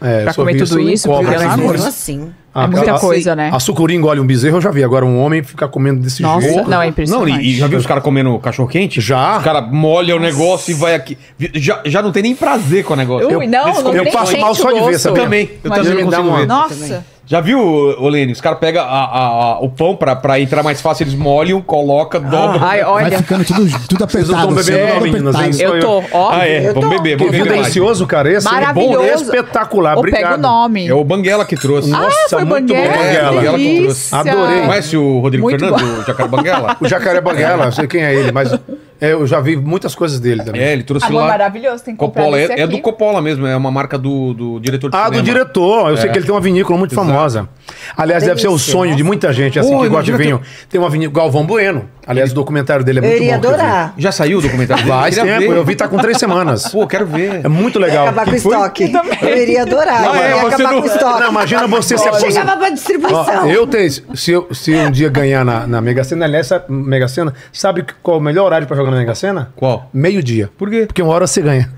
B: É,
C: Pra
B: só
C: comer
B: vi
C: tudo
B: em
C: isso,
B: cobra,
C: porque
B: né?
C: lá-
F: Mas
C: amor.
F: mesmo assim.
C: é muita coisa, né?
B: A sucuri engole um bezerro, eu já vi. Agora um homem ficar comendo desse
C: Nossa,
B: jeito.
C: não, é
A: Não,
C: impressionante.
A: e, e já viu os caras comendo cachorro quente?
B: Já.
A: Os caras molham o negócio e vai aqui. Vi- Já, já não tem nem prazer com o negócio.
C: Ui, não,
A: eles
C: não
A: comem-
B: eu
C: nem
B: passo
C: sente
B: mal só
C: o
B: de ver,
C: gosto.
B: sabia?
A: Também, eu
C: Imagina.
A: também não
B: Dá
A: consigo
B: uma-
A: ver.
C: Nossa.
A: Já viu, Olene? Os caras pegam a- a- a- o pão pra, pra entrar mais fácil, eles molham, colocam, dobram.
C: Ah. Ai,
D: Vai
C: olha,
D: ficando tudo, tudo
B: Vocês não
D: apertado.
B: estão
D: assim,
B: bebendo, não,
D: tudo
B: meninas, é hein?
D: apertado.
B: Só
C: eu tô, ó.
A: Ah, é.
F: Eu
A: Vamos
F: tô-
A: beber,
B: Que
A: vamos beber. mais.
B: Delicioso, cara. Esse
C: Maravilhoso.
B: é espetacular.
C: Ou pega o
B: Obrigado.
C: nome. Ah,
A: É o Banguela que trouxe.
B: Nossa,
C: foi
B: muito bom,
C: Banguela,
B: Banguela.
C: que
A: Banguela que
C: delícia.
A: trouxe.
B: Adorei.
A: Conhece o Rodrigo
C: Muito
A: Fernando, o Jacaré
C: *laughs*
A: Banguela?
B: O Jacaré Banguela, não sei quem é ele, mas é, eu já vi muitas coisas dele também.
A: É, ele trouxe
C: Amor
A: lá.
C: maravilhoso, tem que comprar
A: Coppola.
C: esse
A: É, é
C: aqui.
A: do Coppola mesmo, é uma marca do, do diretor de
B: Ah, do
A: cinema. É.
B: diretor. Eu sei que ele tem uma vinícola muito famosa. Aliás, deve ser o
F: Delícia,
B: sonho de muita gente assim
A: Pô,
B: que gosta de
A: imagina um-
B: vinho. Tem uma vinícola Galvão Bueno. Aliás, o documentário dele é
F: Eu
B: muito
F: iria
B: bom. que eu vi.
F: adorar.
A: Já saiu o documentário dele?
B: Faz
A: Queria
B: tempo,
A: ver.
B: eu vi tá com três semanas.
A: Pô, quero ver.
B: *laughs* É muito legal.
F: Acabar com o estoque. Eu iria adorar.
A: Não,
F: eu
A: é,
F: ia
A: você
F: acabar
A: não-
F: com o estoque.
B: Não, imagina você se
F: Eu
B: aposentar.
F: chegava pra distribuição.
B: Ó, eu tenho. Se, eu, se um dia ganhar na, na Mega Sena, aliás, sabe- Mega Sena, sabe que- qual é o melhor horário pra jogar na Mega Sena?
A: Qual?
B: Meio-dia.
A: Por quê?
B: Porque uma hora você
C: *laughs*
B: ganha.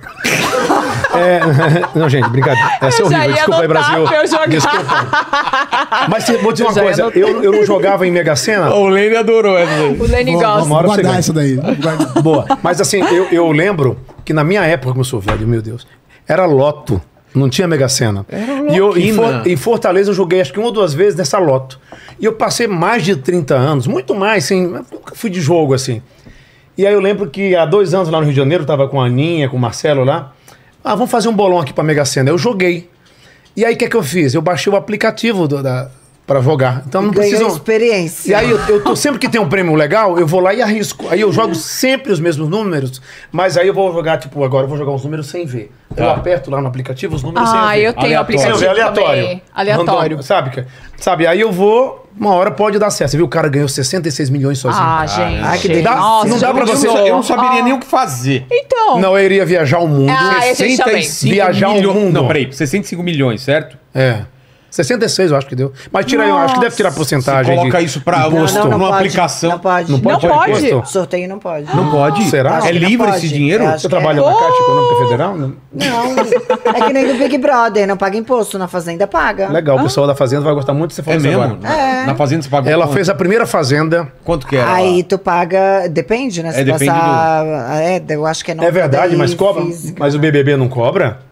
B: É, *laughs* não, gente, brincadeira. Essa é
C: Eu já
B: horrível.
C: ia
B: Desculpa aí,
C: anotar
B: Brasil.
C: pra eu jogar.
B: Desculpa. Mas se- vou dizer
C: Eu
B: uma
C: já ia
B: coisa:
C: anotar.
B: eu, eu não jogava em Mega Sena.
A: O Lene adorou essa. daí.
C: O Lenny
D: Vou-
C: gosta.
D: vou
B: Uma hora você
D: guardar
B: ganha.
D: essa daí. vou guardar.
B: Boa. Mas assim, eu, eu lembro que na minha época, como eu sou velho, meu Deus, era loto. Não tinha Mega Sena. E eu, em,
A: loquina.
B: For- em Fortaleza eu joguei acho que uma ou duas vezes nessa loto. E eu passei mais de 30 anos, muito mais, assim, eu nunca fui de jogo assim. E aí eu lembro que há dois anos lá no Rio de Janeiro, eu tava com a Aninha, com o Marcelo lá. Ah, vamos fazer um bolão aqui pra Mega Sena. Eu joguei. E aí o que é que eu fiz? Eu baixei o aplicativo do, da, pra jogar. Então não
F: Ganhou
B: precisa.
F: experiência.
B: E aí eu, eu tô sempre que tem um prêmio legal, eu vou lá e arrisco. Aí eu jogo sempre os mesmos números, mas aí eu vou jogar, tipo, agora eu vou jogar os números sem ver. Eu
A: Tá.
B: aperto lá no aplicativo os números sem
C: Ah,
B: ver.
C: eu tenho o
A: Aleatório.
B: Sem
C: aplicativo
B: ver, é aleatório.
C: também. Aleatório.
B: Random, sabe, que- sabe? Aí eu vou, uma hora pode dar certo. Você viu, o cara ganhou 66 milhões sozinho.
C: Ah, gente.
F: Ah, que delícia.
B: Dá-
C: Nossa,
B: não
C: já
B: dá pra
A: Eu não
B: você-
A: sa-
C: pensou?
A: Eu não saberia
C: Ah.
A: nem o que fazer.
C: Então.
B: Não, eu iria viajar o mundo.
C: Ah, esse eu chamei.
A: 65
B: Viajar o
A: milho-
B: mundo.
A: Não, peraí, 65 milhões, certo?
B: É. 66 eu acho que deu. Mas tira aí, eu acho que deve tirar a porcentagem.
A: Você coloca
B: de-
A: isso pra
B: de imposto.
A: agosto
F: não, não
A: numa
F: pode,
A: aplicação.
F: Não pode.
B: Não pode?
C: Não pode?
B: Imposto?
F: Sorteio não pode.
A: Não pode?
B: Será?
A: É
F: Acho que não
A: livre
F: pode.
A: esse dinheiro?
F: Eu acho
B: Você
F: que é.
B: trabalha tipo, na Caixa Econômica Federal?
F: Não, é que nem do Big Brother, não paga imposto, na Fazenda paga.
B: Legal, o pessoal da Fazenda vai gostar muito de você falar
A: É
B: isso
A: mesmo?
B: agora.
A: Na- Na fazenda você pagou
B: Ela
A: quanto?
B: fez a primeira Fazenda.
A: Quanto que era?
F: Aí
A: lá?
F: tu paga, depende, né? Se
A: É, depende
F: passar, é, eu acho que é nota
B: É verdade,
F: daí,
B: mas cobra.
F: física. né?
B: Mas o BBB não cobra?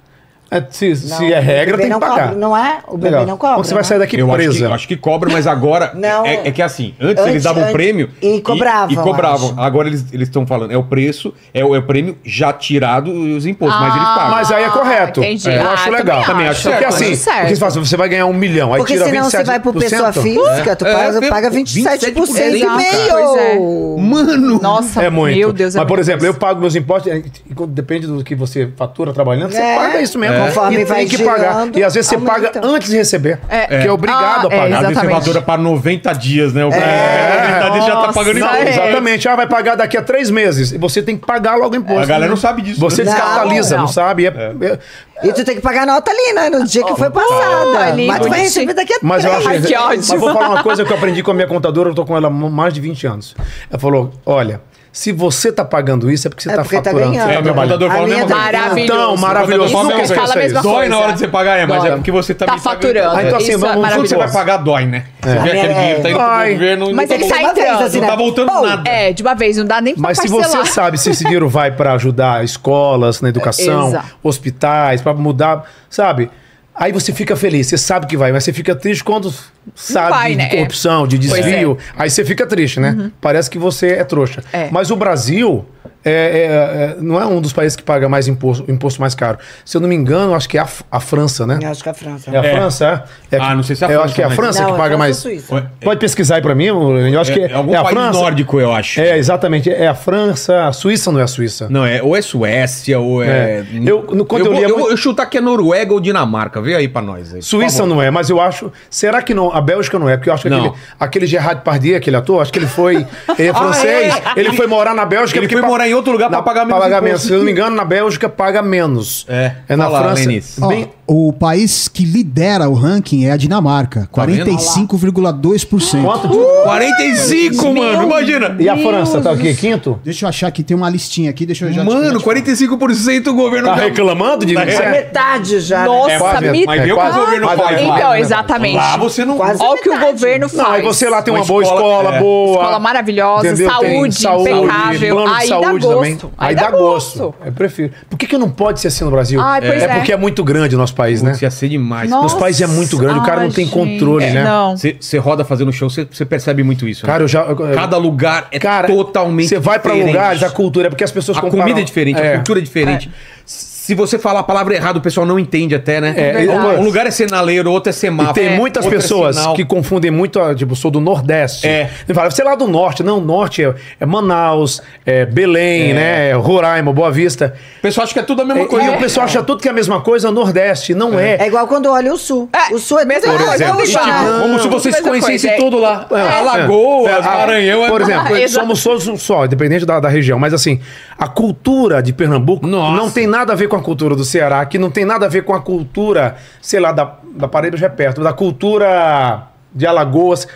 B: É, se,
F: Não,
B: se é
F: o
B: regra,
F: bebê
B: tem que
F: não
B: pagar.
F: cobra, não é? O bebê
B: Legal.
F: não cobra.
B: Então você vai
F: né?
B: sair daqui
A: Eu acho que,
B: presa.
A: acho que cobra, mas agora.
F: Não.
A: É, é que assim, antes,
F: Antes,
A: eles davam o
F: antes,
A: prêmio.
F: e cobravam,
A: E, cobravam.
F: acho.
A: Agora eles estão falando, é o preço, é o, é o prêmio já tirado e os impostos, mas eles pagam.
B: Mas aí é correto.
C: entendi.
B: Eu
C: Ah,
B: acho
C: também
B: legal.
C: acho.
A: Também acho
B: Porque
A: certo.
B: assim,
C: Acho certo.
B: o que eles fazem? Você vai ganhar um milhão, aí
F: Porque
B: tira
F: senão
B: 27%.
F: você vai pro pessoa física, tu
A: É,
F: paga,
A: é,
F: paga
A: 27%,
F: 27% e
A: cara.
C: Pois é.
A: *laughs*
F: meio.
A: Mano!
C: Nossa,
B: É muito.
C: meu Deus. é
B: Mas, por
C: muito.
B: exemplo, eu pago meus impostos, é, e quando- depende do que você fatura trabalhando, você
F: É.
B: paga isso mesmo.
F: É.
B: E
F: Conforme vai
B: tem que pagar.
F: girando,
B: E às vezes você
F: aumenta.
B: paga antes de receber.
C: É.
B: Que é obrigado
C: Ah,
B: a pagar.
C: é,
A: A
C: exatamente.
A: conservadora para 90 dias, né? O cara-
B: É,
A: verdade, ele já tá pagando
B: Não,
A: imposto.
B: exatamente. Ah, vai pagar daqui a três meses. E você tem que pagar logo o imposto.
A: A galera não sabe disso,
B: Você
A: né?
B: descataliza,
F: Não,
B: não,
F: não.
B: sabe? É- é-
F: E tu tem que pagar a nota ali, né? No dia que foi passada.
C: ali,
F: mas tu vai
C: bonitinho.
F: receber daqui a *laughs* né?
B: Mas eu acho
C: Ai, que
B: Mas
C: ódio.
B: vou falar uma coisa que eu aprendi com a minha contadora, eu tô com ela há mais de 20 anos. Ela falou: olha, se você tá pagando isso, é porque você
F: É
B: tá
F: porque tá
B: faturando.
F: ganhando.
B: você
A: É,
B: tá
A: meu
B: trabalhando.
A: contador fala a
F: A minha
A: mesma
F: tá-
A: coisa.
C: Maravilhoso.
B: Então, maravilhoso.
A: Meu
B: Nunca
A: contador
B: esqueça
C: fala a mesma
B: isso.
A: Dói
C: coisa.
A: na hora de você pagar, é, mas
C: Dói.
A: é porque você tá
C: Tá
A: me pagando.
C: faturando.
B: Ah, então assim,
C: Isso
B: vamos-
C: é
B: vamos-
A: Quando você vai
C: maravilhoso.
A: pagar, dói, né? Você vê
F: É.
A: aquele dinheiro tá indo pro
B: Ai.
A: governo.
C: Mas
A: não
C: ele
A: tá
C: sai
F: uma vez,
C: entrando.
F: assim,
A: Não tá voltando
F: Pum.
A: nada.
C: É, de uma vez, não dá nem pra
B: Mas se
C: parcelar.
B: você sabe se esse dinheiro vai para ajudar escolas, na educação,
C: Exato.
B: hospitais, para mudar, sabe? Aí você fica feliz, você sabe que vai, mas você fica triste quando sabe
C: vai, né?
B: de corrupção, de
C: Pois é. Uhum.
B: desvio. Aí você fica triste, né? Parece que você é trouxa.
C: É.
B: Mas o Brasil é- é- é- não é um dos países que paga mais imposto, imposto mais caro. Se eu não me engano, acho que é a, F- a França, né?
F: Eu acho que é a França.
B: É a
A: É.
B: França? É. É
A: Ah, não sei se é a
B: Eu
A: França,
B: acho que é a
A: mas-
B: França
F: Não,
B: que
F: é
B: paga
F: França
B: mais.
F: ou Suíça.
B: Pode pesquisar aí pra mim, eu acho que é,
A: É algum
B: é a
A: país
B: França.
A: nórdico, eu acho.
B: É, exatamente. É a França. A Suíça não é a Suíça.
A: Não, é, ou é Suécia, ou é.
B: É. Eu- no- quando eu
A: vou-
B: li a
A: eu
B: mu-
A: vou eu chutar que é Noruega ou Dinamarca. Vê aí pra nós. Aí, por
B: Suíça
A: favor.
B: não é, mas eu acho. Será que não? A Bélgica não é, porque eu acho que
A: Não.
B: aquele, aquele Gerard Depardieu, aquele ator, acho que ele foi.
A: *laughs*
B: Ele é francês,
A: é?
B: ele, foi morar na Bélgica.
A: Ele
B: porque
A: foi morar em outro lugar pra
B: na-
A: pagar menos imposto.
B: Se eu não me engano, na Bélgica paga menos.
A: É.
B: É na
A: Fala,
B: França.
A: Lenice.
D: Ó,
B: Bem-
D: o país que lidera o ranking é a Dinamarca,
A: vendo?
D: 45,2%.
B: Quanto de-
A: Uh, 45, mano. Imagina.
B: E a França tá o quê? Quinto?
D: Deixa eu achar aqui, tem uma listinha aqui, deixa eu já te- já
A: Mano,
D: te-
A: 45% o governo
B: Tá
A: já-
B: reclamando de
A: Tá
B: mim?
F: É a
A: reclamando.
F: metade já. né?
C: Nossa,
B: É quase,
C: me-
A: Mas
B: É
A: viu o que o
B: quase-
A: governo
B: quase
A: faz.
B: metade.
A: lá.
C: Então, exatamente.
A: né? Lá você não.
F: Quase.
C: Olha o que o governo faz.
B: Não, aí você lá tem um uma,
A: Uma
B: boa
A: escola,
B: escola,
A: é.
B: boa.
C: Escola maravilhosa, saúde impecável,
B: plano de
C: aí dá
B: saúde
C: gosto,
B: também. Aí, dá gosto. Eu prefiro. Por que, que não pode ser assim no Brasil?
C: Ai, pois
B: é
C: é.
B: porque é muito grande o nosso país, né?
A: Putz, ia ser demais.
C: Nossa.
B: Nos países é muito grande, o cara não
C: Ai,
B: tem
C: gente.
B: controle, né?
C: Não.
A: Você roda fazendo show, você percebe muito isso. né?
B: Cara, eu já. eu-
A: Cada lugar é
B: cara,
A: totalmente
B: Você vai pra
A: diferente.
B: lugares, a cultura, é porque as pessoas
A: A
B: comparam-
A: comida é diferente,
B: É.
A: a cultura é diferente. Se você falar a palavra errada, o pessoal não entende até, né?
B: É,
A: um
B: verdade.
A: um lugar é sinaleiro, outro é
B: E
A: semáforo.
B: tem
A: é,
B: muitas
A: outro é
B: pessoas
A: sinal.
B: que confundem muito, ah, tipo, sou do Nordeste.
A: É.
B: E fala, você é lá do Norte. Não, Norte é, é Manaus, é Belém, né? é Roraima, Boa Vista.
A: O pessoal acha que é tudo a mesma
B: E-
A: coisa.
B: E o pessoal acha tudo que é a mesma coisa, Nordeste. Não é.
F: É igual quando olha o sul.
C: É,
F: O sul é
C: mesma
F: tudo
C: coisa,
F: igual,
C: é o
F: bicho,
C: Estado.
F: né?
A: Como se vocês
C: Mesma
A: conhecessem
C: coisa, é-
A: tudo lá.
B: É,
A: É,
B: é,
A: Alagoas,
B: a-
A: Maranhão. é-
B: Por exemplo,
C: Exato.
B: somos todos um só, independente da, da região. Mas assim, a cultura de Pernambuco
A: Nossa.
B: não tem nada a ver com a cultura do Ceará, que não tem nada a ver com a cultura, sei lá, da, da parede já é perto, da cultura de Alagoas.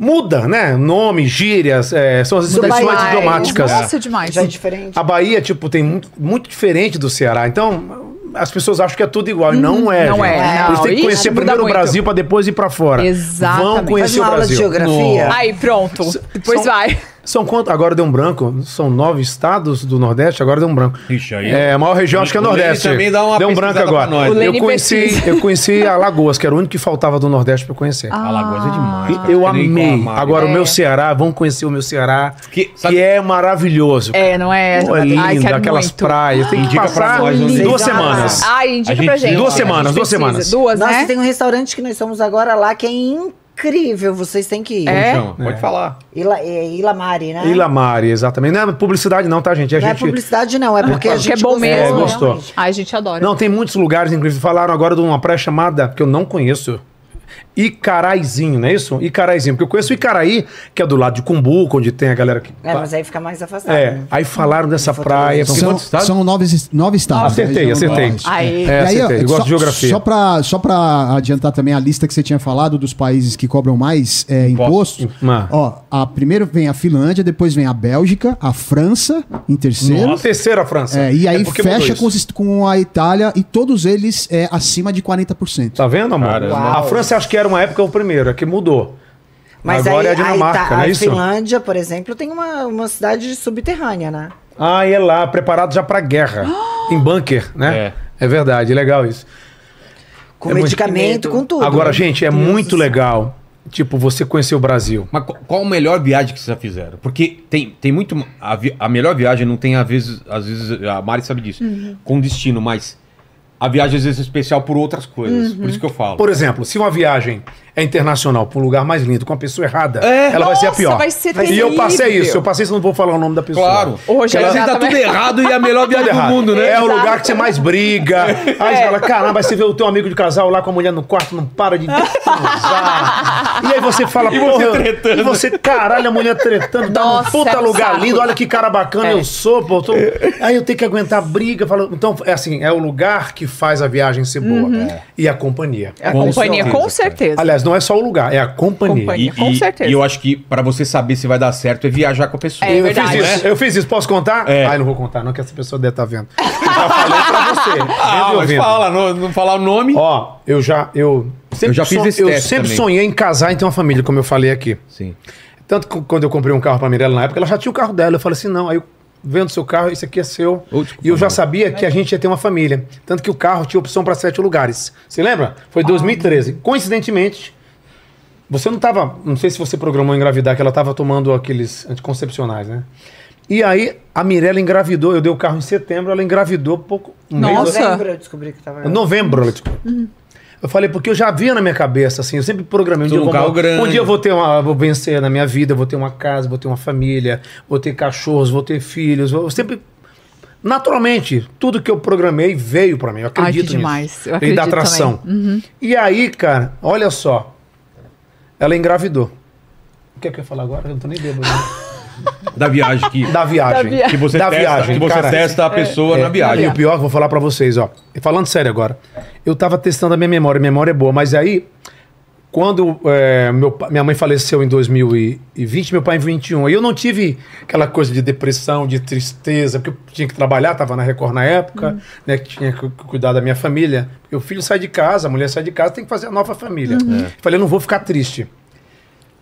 B: Muda, né? Nome, gírias, é, são as expressões
F: Baiano.
B: idiomáticas.
C: Nossa, demais.
F: Já é diferente.
B: A Bahia, tipo, tem muito, muito diferente do Ceará. Então, as pessoas acham que é tudo igual. E não é.
C: não
B: gente.
C: é,
B: Por isso
C: não.
B: tem que
C: Isso
B: conhecer
C: muda
B: primeiro o
C: muito.
B: Brasil pra depois ir pra fora. Vão
C: Exatamente.
F: Faz
B: conhecer
F: uma
B: o
F: aula de
B: Brasil.
F: geografia.
C: Aí, pronto. Depois
B: São-
C: vai.
B: São quanto? Agora deu um branco. São nove estados do Nordeste, agora deu um branco.
A: Ixi, aí-
B: É, a maior região acho que é
A: O
B: Nordeste.
A: Lene também dá uma
B: deu um branco
A: pesquisada
B: agora.
A: pra nós.
C: O
B: Eu
C: Lene
B: conheci,
C: pesquisa. Ah.
B: eu conheci Alagoas, que era o único que faltava do Nordeste pra eu conhecer.
A: Alagoas é demais. cara.
B: eu
A: Não tem nem como
B: amei.
A: amar.
B: Agora o
C: É.
B: meu Ceará, vão conhecer o meu Ceará,
A: Que-
B: que,
A: sabe-
B: é maravilhoso.
C: É, não é?
B: Pô, é lindo,
C: Ai, quero
B: aquelas
C: muito.
B: praias.
F: Ah,
B: Tem que
A: Indica pra
B: passar
A: nós,
B: duas
A: Lene.
F: Exato.
B: semanas.
F: Ah,
C: Ai, indica
A: A gente-
C: pra gente.
B: Duas
C: A
B: semanas,
C: gente
B: duas
C: precisa.
B: semanas.
C: Duas,
F: Nossa,
C: né?
F: tem um restaurante que nós estamos agora lá que é incrível. Vocês têm que ir.
C: É?
A: Chama, Pode falar.
F: Ila, é Ilamari, né?
B: Ilamari, exatamente. Não é publicidade não, tá, gente? A
F: Não é
B: gente...
F: publicidade, não. É porque
C: Porque
F: a
C: é
F: gente
C: bom mesmo.
B: É, gostou.
F: realmente.
C: Ai, a gente adora.
B: Não, tem muitos lugares, inclusive, falaram agora de uma praia chamada, que eu não conheço, Icaraizinho, não é isso? Icaraizinho, porque eu conheço Icaraí, que é do lado de Cumbuco, onde tem a galera que...
F: É, mas aí fica mais afastado.
B: É,
F: né?
B: aí falaram dessa
F: Fortaleza.
B: praia...
A: Tem
D: São,
A: quantos estados?
D: são nove, es- nove estados. né? da
B: Acertei,
D: região
B: acertei.
D: Nordeste.
C: Aí.
B: É,
D: E aí,
B: acertei.
D: ó,
B: Eu gosto
D: só,
B: de geografia.
D: Só pra, só pra adiantar também a lista que você tinha falado dos países que cobram mais é, imposto.
B: Ah.
D: Ó, a primeiro vem a Finlândia, depois vem a Bélgica, a França em terceiro.
B: Nossa, terceira França.
D: É, e aí
B: É porque mudou
D: fecha
B: isso.
D: com, os est- com a Itália e todos eles é acima de 40%.
B: Tá vendo, amor?
A: Caramba.
B: A França acho que era uma época o primeiro, é que mudou.
F: Mas
B: Agora
F: aí,
B: é a Dinamarca,
F: aí tá-
B: não é
F: a
B: isso?
F: Finlândia, por exemplo, tem uma, uma cidade subterrânea, né?
B: Ah, e é lá, preparado já pra guerra. em bunker, né? É. verdade, legal isso.
F: Com
B: É muito-
F: medicamento, com tudo.
B: Agora, gente, é muito legal, tipo, você conhecer o Brasil.
A: Mas qu- qual a melhor viagem que vocês já fizeram? Porque tem, tem muito. A, vi- a melhor viagem não tem, às vezes, às vezes, a Mari sabe disso, com destino,
C: Uhum.
A: mas a viagem às vezes é especial por outras coisas. Por isso que eu falo.
B: Por exemplo, se uma viagem é internacional, pro lugar mais lindo, com a pessoa errada,
A: É.
B: ela vai ser a
C: Nossa,
B: pior.
C: vai ser
B: e eu
C: terrível.
B: passei isso, eu passei isso, não vou falar o nome da pessoa.
A: Claro.
C: Ô, Rogério,
A: Às
C: já
A: vezes dá
C: tá
A: tudo
C: mais-
A: errado e é a melhor viagem do
B: Errado.
A: mundo, né? É.
B: É o
C: Exato.
B: lugar que você mais
A: *laughs*
B: briga. Aí você fala, caramba, aí você vê o teu amigo de casal lá com a mulher no quarto, não para de transar. E aí você fala,
A: E você
B: porra.
A: tretando.
B: E você, caralho, a mulher tretando, tá num
C: Nossa,
B: puta
C: é um
B: lugar
C: saco. É.
B: lindo, olha que cara bacana eu sou, pô. tô- Aí eu tenho que aguentar a briga. fala- Então, é assim, é o lugar que faz a viagem ser boa.
C: Uhum.
B: E a companhia.
C: É A
A: Com
C: companhia,
A: certeza,
C: com certeza.
B: Aliás, não é só o lugar, é a companhia.
C: Companhia. com certeza.
A: e eu acho que pra você saber se vai dar certo é viajar com a pessoa.
C: É
B: Eu fiz
C: verdade.
B: isso, eu fiz isso, posso contar?
A: É.
B: Ai, não vou contar, não, que essa pessoa deve estar
A: *laughs*
B: vendo. Eu já falei pra você.
A: Ah,
B: vendo e
A: mas
B: ouvindo.
A: fala, não, não falar o nome.
B: Ó, eu já. Eu, sempre
A: Eu já fiz esse
B: Eu
A: teste
B: sempre
A: também.
B: sonhei em casar e ter uma família, como eu falei aqui.
A: Sim.
B: Tanto que quando eu comprei um carro pra Mirella na época, ela já tinha o carro dela. Eu falei assim: não, aí eu vendo seu carro, esse aqui é seu.
A: Ô, desculpa,
B: e eu já
A: amor.
B: sabia que a gente ia ter uma família. Tanto que o carro tinha opção pra sete lugares. Você lembra? Foi 2013. Coincidentemente, você não tava. Não sei se você programou engravidar, que ela tava tomando aqueles anticoncepcionais, né? E aí a Mirella engravidou, eu dei o carro em setembro, ela engravidou pouco. um mês-
C: Nossa.
F: Novembro eu descobri que tava
B: em Novembro, ela tipo. Eu falei, porque eu já via na minha cabeça, assim, eu sempre programei um
A: Tu
B: dia, eu
A: um
B: vou,
A: carro grande.
B: um dia eu vou ter uma. Vou vencer na minha vida, vou ter uma casa, vou ter uma família, vou ter cachorros, vou ter filhos. vou- Eu sempre. Naturalmente, tudo que eu programei veio pra mim. Eu acredito nisso.
C: demais, eu
B: Veio da
C: acredito Uhum.
B: atração. E aí, cara, olha só. Ela engravidou. O que é que eu ia falar agora? Eu não tô nem bêbado.
C: *laughs*
B: né?
A: Da viagem que,
B: Da viagem.
C: Da viagem.
A: que você,
B: Da
A: testa,
B: viagem,
A: que você
B: cara.
A: testa a pessoa
B: É,
A: na viagem.
B: E o pior, vou falar pra vocês, ó. E Falando sério agora, eu tava testando a minha memória, minha memória é boa, mas aí, quando é, meu pa- minha mãe faleceu em 2020, meu pai em 21, aí eu não tive aquela coisa de depressão, de tristeza, porque eu tinha que trabalhar, tava na Record na época, né, que tinha que cu- cuidar da minha família. Porque o filho sai de casa, a mulher sai de casa, tem que fazer a nova família. Falei, eu não vou ficar triste.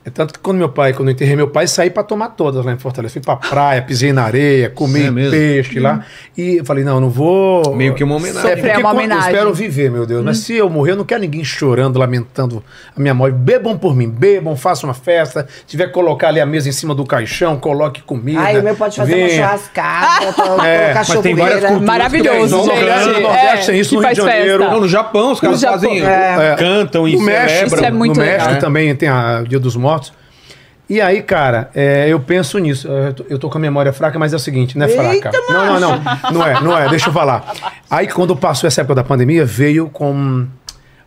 B: É tanto que quando meu pai, quando eu enterrei meu pai, saí pra tomar todas lá em Fortaleza. Fui pra praia, pisei na areia, comi
A: É mesmo?
B: peixe lá. E eu falei, não, eu não vou.
A: Meio que uma homenagem.
B: porque
F: É
C: Sofrer uma
B: quando-
C: homenagem.
B: Eu espero viver, meu Deus.
F: Hum.
B: Mas se eu morrer, eu não quero ninguém chorando, lamentando a minha morte. Bebam por mim, bebam, façam uma festa. Se tiver que colocar ali a mesa em cima do caixão, coloque comida.
F: Aí o meu pode fazer uma
B: Venha.
C: *laughs*
F: churrascada,
B: É, mas
A: tem várias
F: cachorro né?
A: culturas.
C: Maravilhoso,
A: Tudo
B: No
A: bem,
C: gente.
B: Nordeste, no
C: É,
B: Nordeste tem isso,
C: que
B: no Rio de
C: faz
B: Janeiro.
C: festa.
A: Não, no Japão, os caras
C: No Japão,
A: fazem.
F: é.
A: Cantam e
B: no México,
A: celebram.
C: Isso é muito
B: no
C: legal.
B: México
A: É.
B: também tem a- o Dia dos Mortos. E aí, cara, é, eu penso nisso. Eu tô, eu tô com a memória fraca, mas é o seguinte, não é fraca. Não, não, não. Não é, não é. Deixa eu falar. Aí, quando passou essa época da pandemia, veio com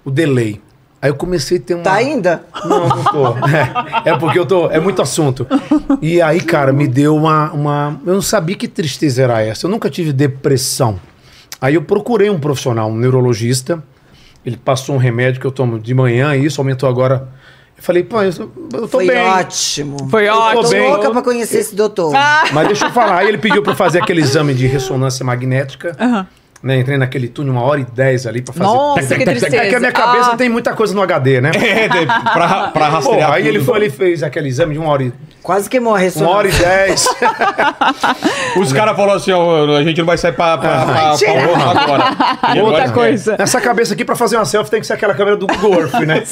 B: o delay. Aí eu comecei a ter uma...
F: Tá ainda?
B: Não, não tô. É, é porque eu tô. É muito assunto. E aí, cara, me deu uma, uma. Eu não sabia que tristeza era essa. Eu nunca tive depressão. Aí eu procurei um profissional, um neurologista. Ele passou um remédio que eu tomo de manhã e isso aumentou agora. Eu falei, pô, eu, eu tô
F: Foi
B: bem.
F: ótimo.
C: Foi
B: Eu tô
F: Tô
C: ótimo. Ah.
B: bem.
F: louca pra conhecer esse doutor.
B: Mas deixa eu falar. Aí ele pediu pra eu fazer aquele exame de ressonância magnética. Né, entrei naquele túnel uma hora e dez ali pra fazer.
C: Nossa, que
B: É que a minha
C: tristeza.
B: cabeça
C: Ah.
B: tem muita coisa no HD, né?
A: *laughs* É, de- pra, pra rastrear.
B: Pô, aí ele
A: tudo.
B: foi, ele fez aquele exame de uma hora e
F: Quase queimou a
B: Uma hora e *laughs*
F: ressonância.
B: dez.
A: Os caras falaram assim: ó, a gente não vai sair pra,
B: Ah.
A: pra, pra, pra
F: Mentira.
A: Wuhan agora. A gente
C: Outra
A: vai-
C: coisa.
B: Essa cabeça aqui, pra fazer uma selfie, tem que ser aquela câmera do Google Earth, *laughs* né?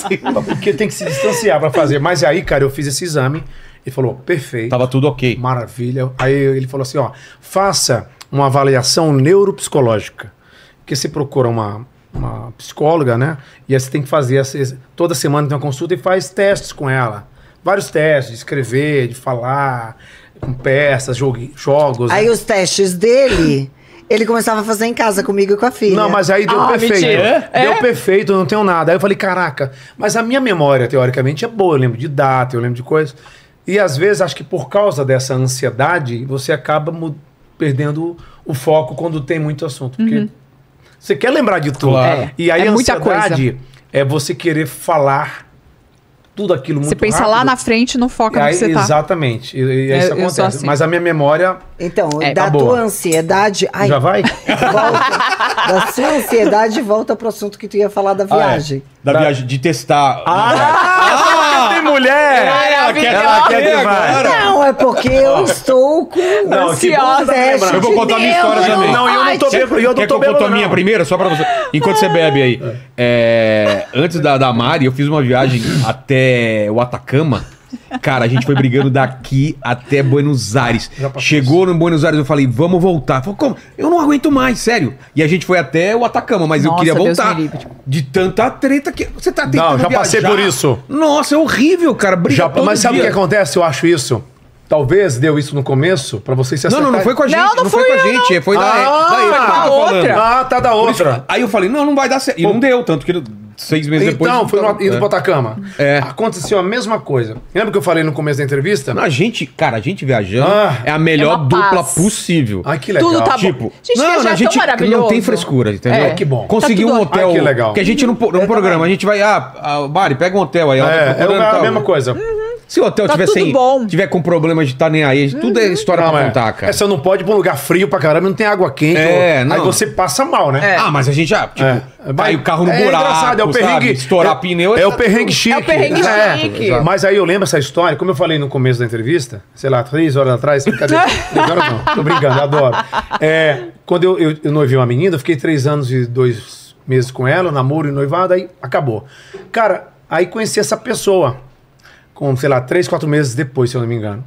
B: Porque tem que se distanciar pra fazer. Mas aí, cara, eu fiz esse exame e falou, perfeito,
A: Tava tudo ok.
B: maravilha. Aí ele falou assim, ó, faça uma avaliação neuropsicológica. Porque você procura uma, uma psicóloga, né? E aí você tem que fazer, essa- toda semana tem uma consulta e faz testes com ela. Vários testes, de escrever, de falar, com peças, jogue- jogos. né?
F: Aí os testes dele, ele começava a fazer em casa comigo e com a filha.
B: Não, mas aí deu
C: Ah,
B: perfeito.
C: mentira. É?
B: Deu
C: É?
B: perfeito, eu não tenho nada. Aí eu falei, caraca, mas a minha memória, teoricamente, é boa. Eu lembro de data, eu lembro de coisas. E às vezes, acho que por causa dessa ansiedade, você acaba mu- perdendo o foco quando tem muito assunto. Porque você quer lembrar de tudo.
A: Claro.
C: É,
B: E aí
C: Uhum. é
B: a
C: muita
B: ansiedade é você querer falar tudo aquilo muito
C: Você pensa lá na frente e não foca
B: e aí,
C: no que você tá.
B: Exatamente. E, e
C: Eu-
B: isso
C: eu sou
B: acontece.
C: assim.
B: Mas a minha memória.
F: Então,
C: É,
F: da
B: tá
F: tua
B: boa.
F: ansiedade. Ai,
B: Já
C: *laughs*
B: vai?
F: volta. da
B: *laughs*
F: sua ansiedade, volta pro assunto que tu ia falar da
A: Ah, é.
F: viagem.
A: Da, viagem, de testar.
C: Ah!
B: Ah, tem mulher!
A: ela quer
B: Ela quer
A: debater
B: que vá.
A: agora.
F: Não, é porque eu estou com
B: Ah,
F: é
B: Não, que bom
C: você tá
F: testes
B: lembrando.
A: Eu vou
F: de
A: contar a minha história
F: nervos.
A: também.
B: Não, eu não tô bêbado. Eu não
A: Quer que
B: tô
A: eu conto a
B: bêbado,
A: minha
B: não.
A: primeira? Só pra você. Enquanto você bebe
B: *laughs*
A: aí. É, antes da, da Mari, eu fiz uma viagem até o Atacama. Cara, a gente foi brigando daqui até Buenos Aires.
B: Já passou
A: Chegou no Buenos Aires, eu falei, vamos voltar. Falei, como? Eu não aguento mais, sério. E a gente foi até o Atacama, mas eu
C: Nossa,
A: queria
C: Deus
A: voltar.
C: me livre. tipo.
A: De tanta treta que. Você tá tentando.
B: já passei
A: viajar.
B: por isso.
A: Nossa, é horrível, cara. Briga
B: Já-
A: todo
B: mas sabe o
A: dia.
B: que acontece? Eu acho isso. Talvez deu isso no começo, pra vocês se
A: Não, não, não foi com a gente.
C: Não, não
A: foi
C: fui
A: com a
C: eu,
A: gente. Foi da,
B: tá Ah,
A: da Eva que tava
C: a outra.
A: falando.
B: Ah, tá da
A: Por isso-
B: outra.
A: Aí eu falei, não, não vai dar certo. E não deu, tanto que seis meses depois.
B: Então, foi no, indo
A: É.
B: pro Atacama.
A: É.
B: Aconteceu a mesma coisa. Lembra que eu falei no começo da entrevista?
A: A gente, cara, a gente viajando
B: Ah,
A: é a melhor
C: é uma
A: dupla
C: paz.
A: possível.
B: Ai, que legal.
C: Tudo tá bom.
A: Tipo,
C: Gente,
A: não,
C: viajar
A: não,
C: é
A: a
C: tão
A: gente não
C: maravilhoso.
A: tem frescura, entendeu?
C: É.
A: que bom.
B: Tá
A: Conseguiu
C: tudo
A: um
C: ótimo.
A: hotel.
B: Ah, que legal.
A: Que a gente não. pô- No programa, a gente vai. Ah, ah, Bari, pega um hotel aí. ela tá
B: É, é
A: procurando
B: a
A: tal. Hum.
B: mesma coisa.
A: Se o hotel
C: Tá
A: tiver,
C: tudo
A: sem,
C: bom. Uhum.
A: tiver com problema de estar nem aí, tudo é história
B: Não,
A: pra
B: é.
A: contar, cara.
B: É, você não pode ir pra um lugar frio pra caramba, não tem água quente.
A: É,
B: ou-
A: não.
B: Aí você passa mal, né?
A: Ah, mas a gente já. Tipo,
B: É.
A: cai o carro no
B: É
A: buraco.
B: engraçado, é o
A: sabe?
B: perrengue.
A: Estourar
B: é,
A: pneu. tá
B: É, o perrengue chique.
C: É o perrengue
B: Exato,
C: chique.
B: exato. Mas aí eu lembro essa história, como eu falei no começo da entrevista, sei lá, três horas atrás. *laughs* Brincadeira. três horas não, tô brincando, adoro. É, quando eu, eu, eu noivei uma menina, eu fiquei três anos e dois meses com ela, namoro e noivado, aí acabou. Cara, aí conheci essa pessoa, com, sei lá, três, quatro meses depois, se eu não me engano.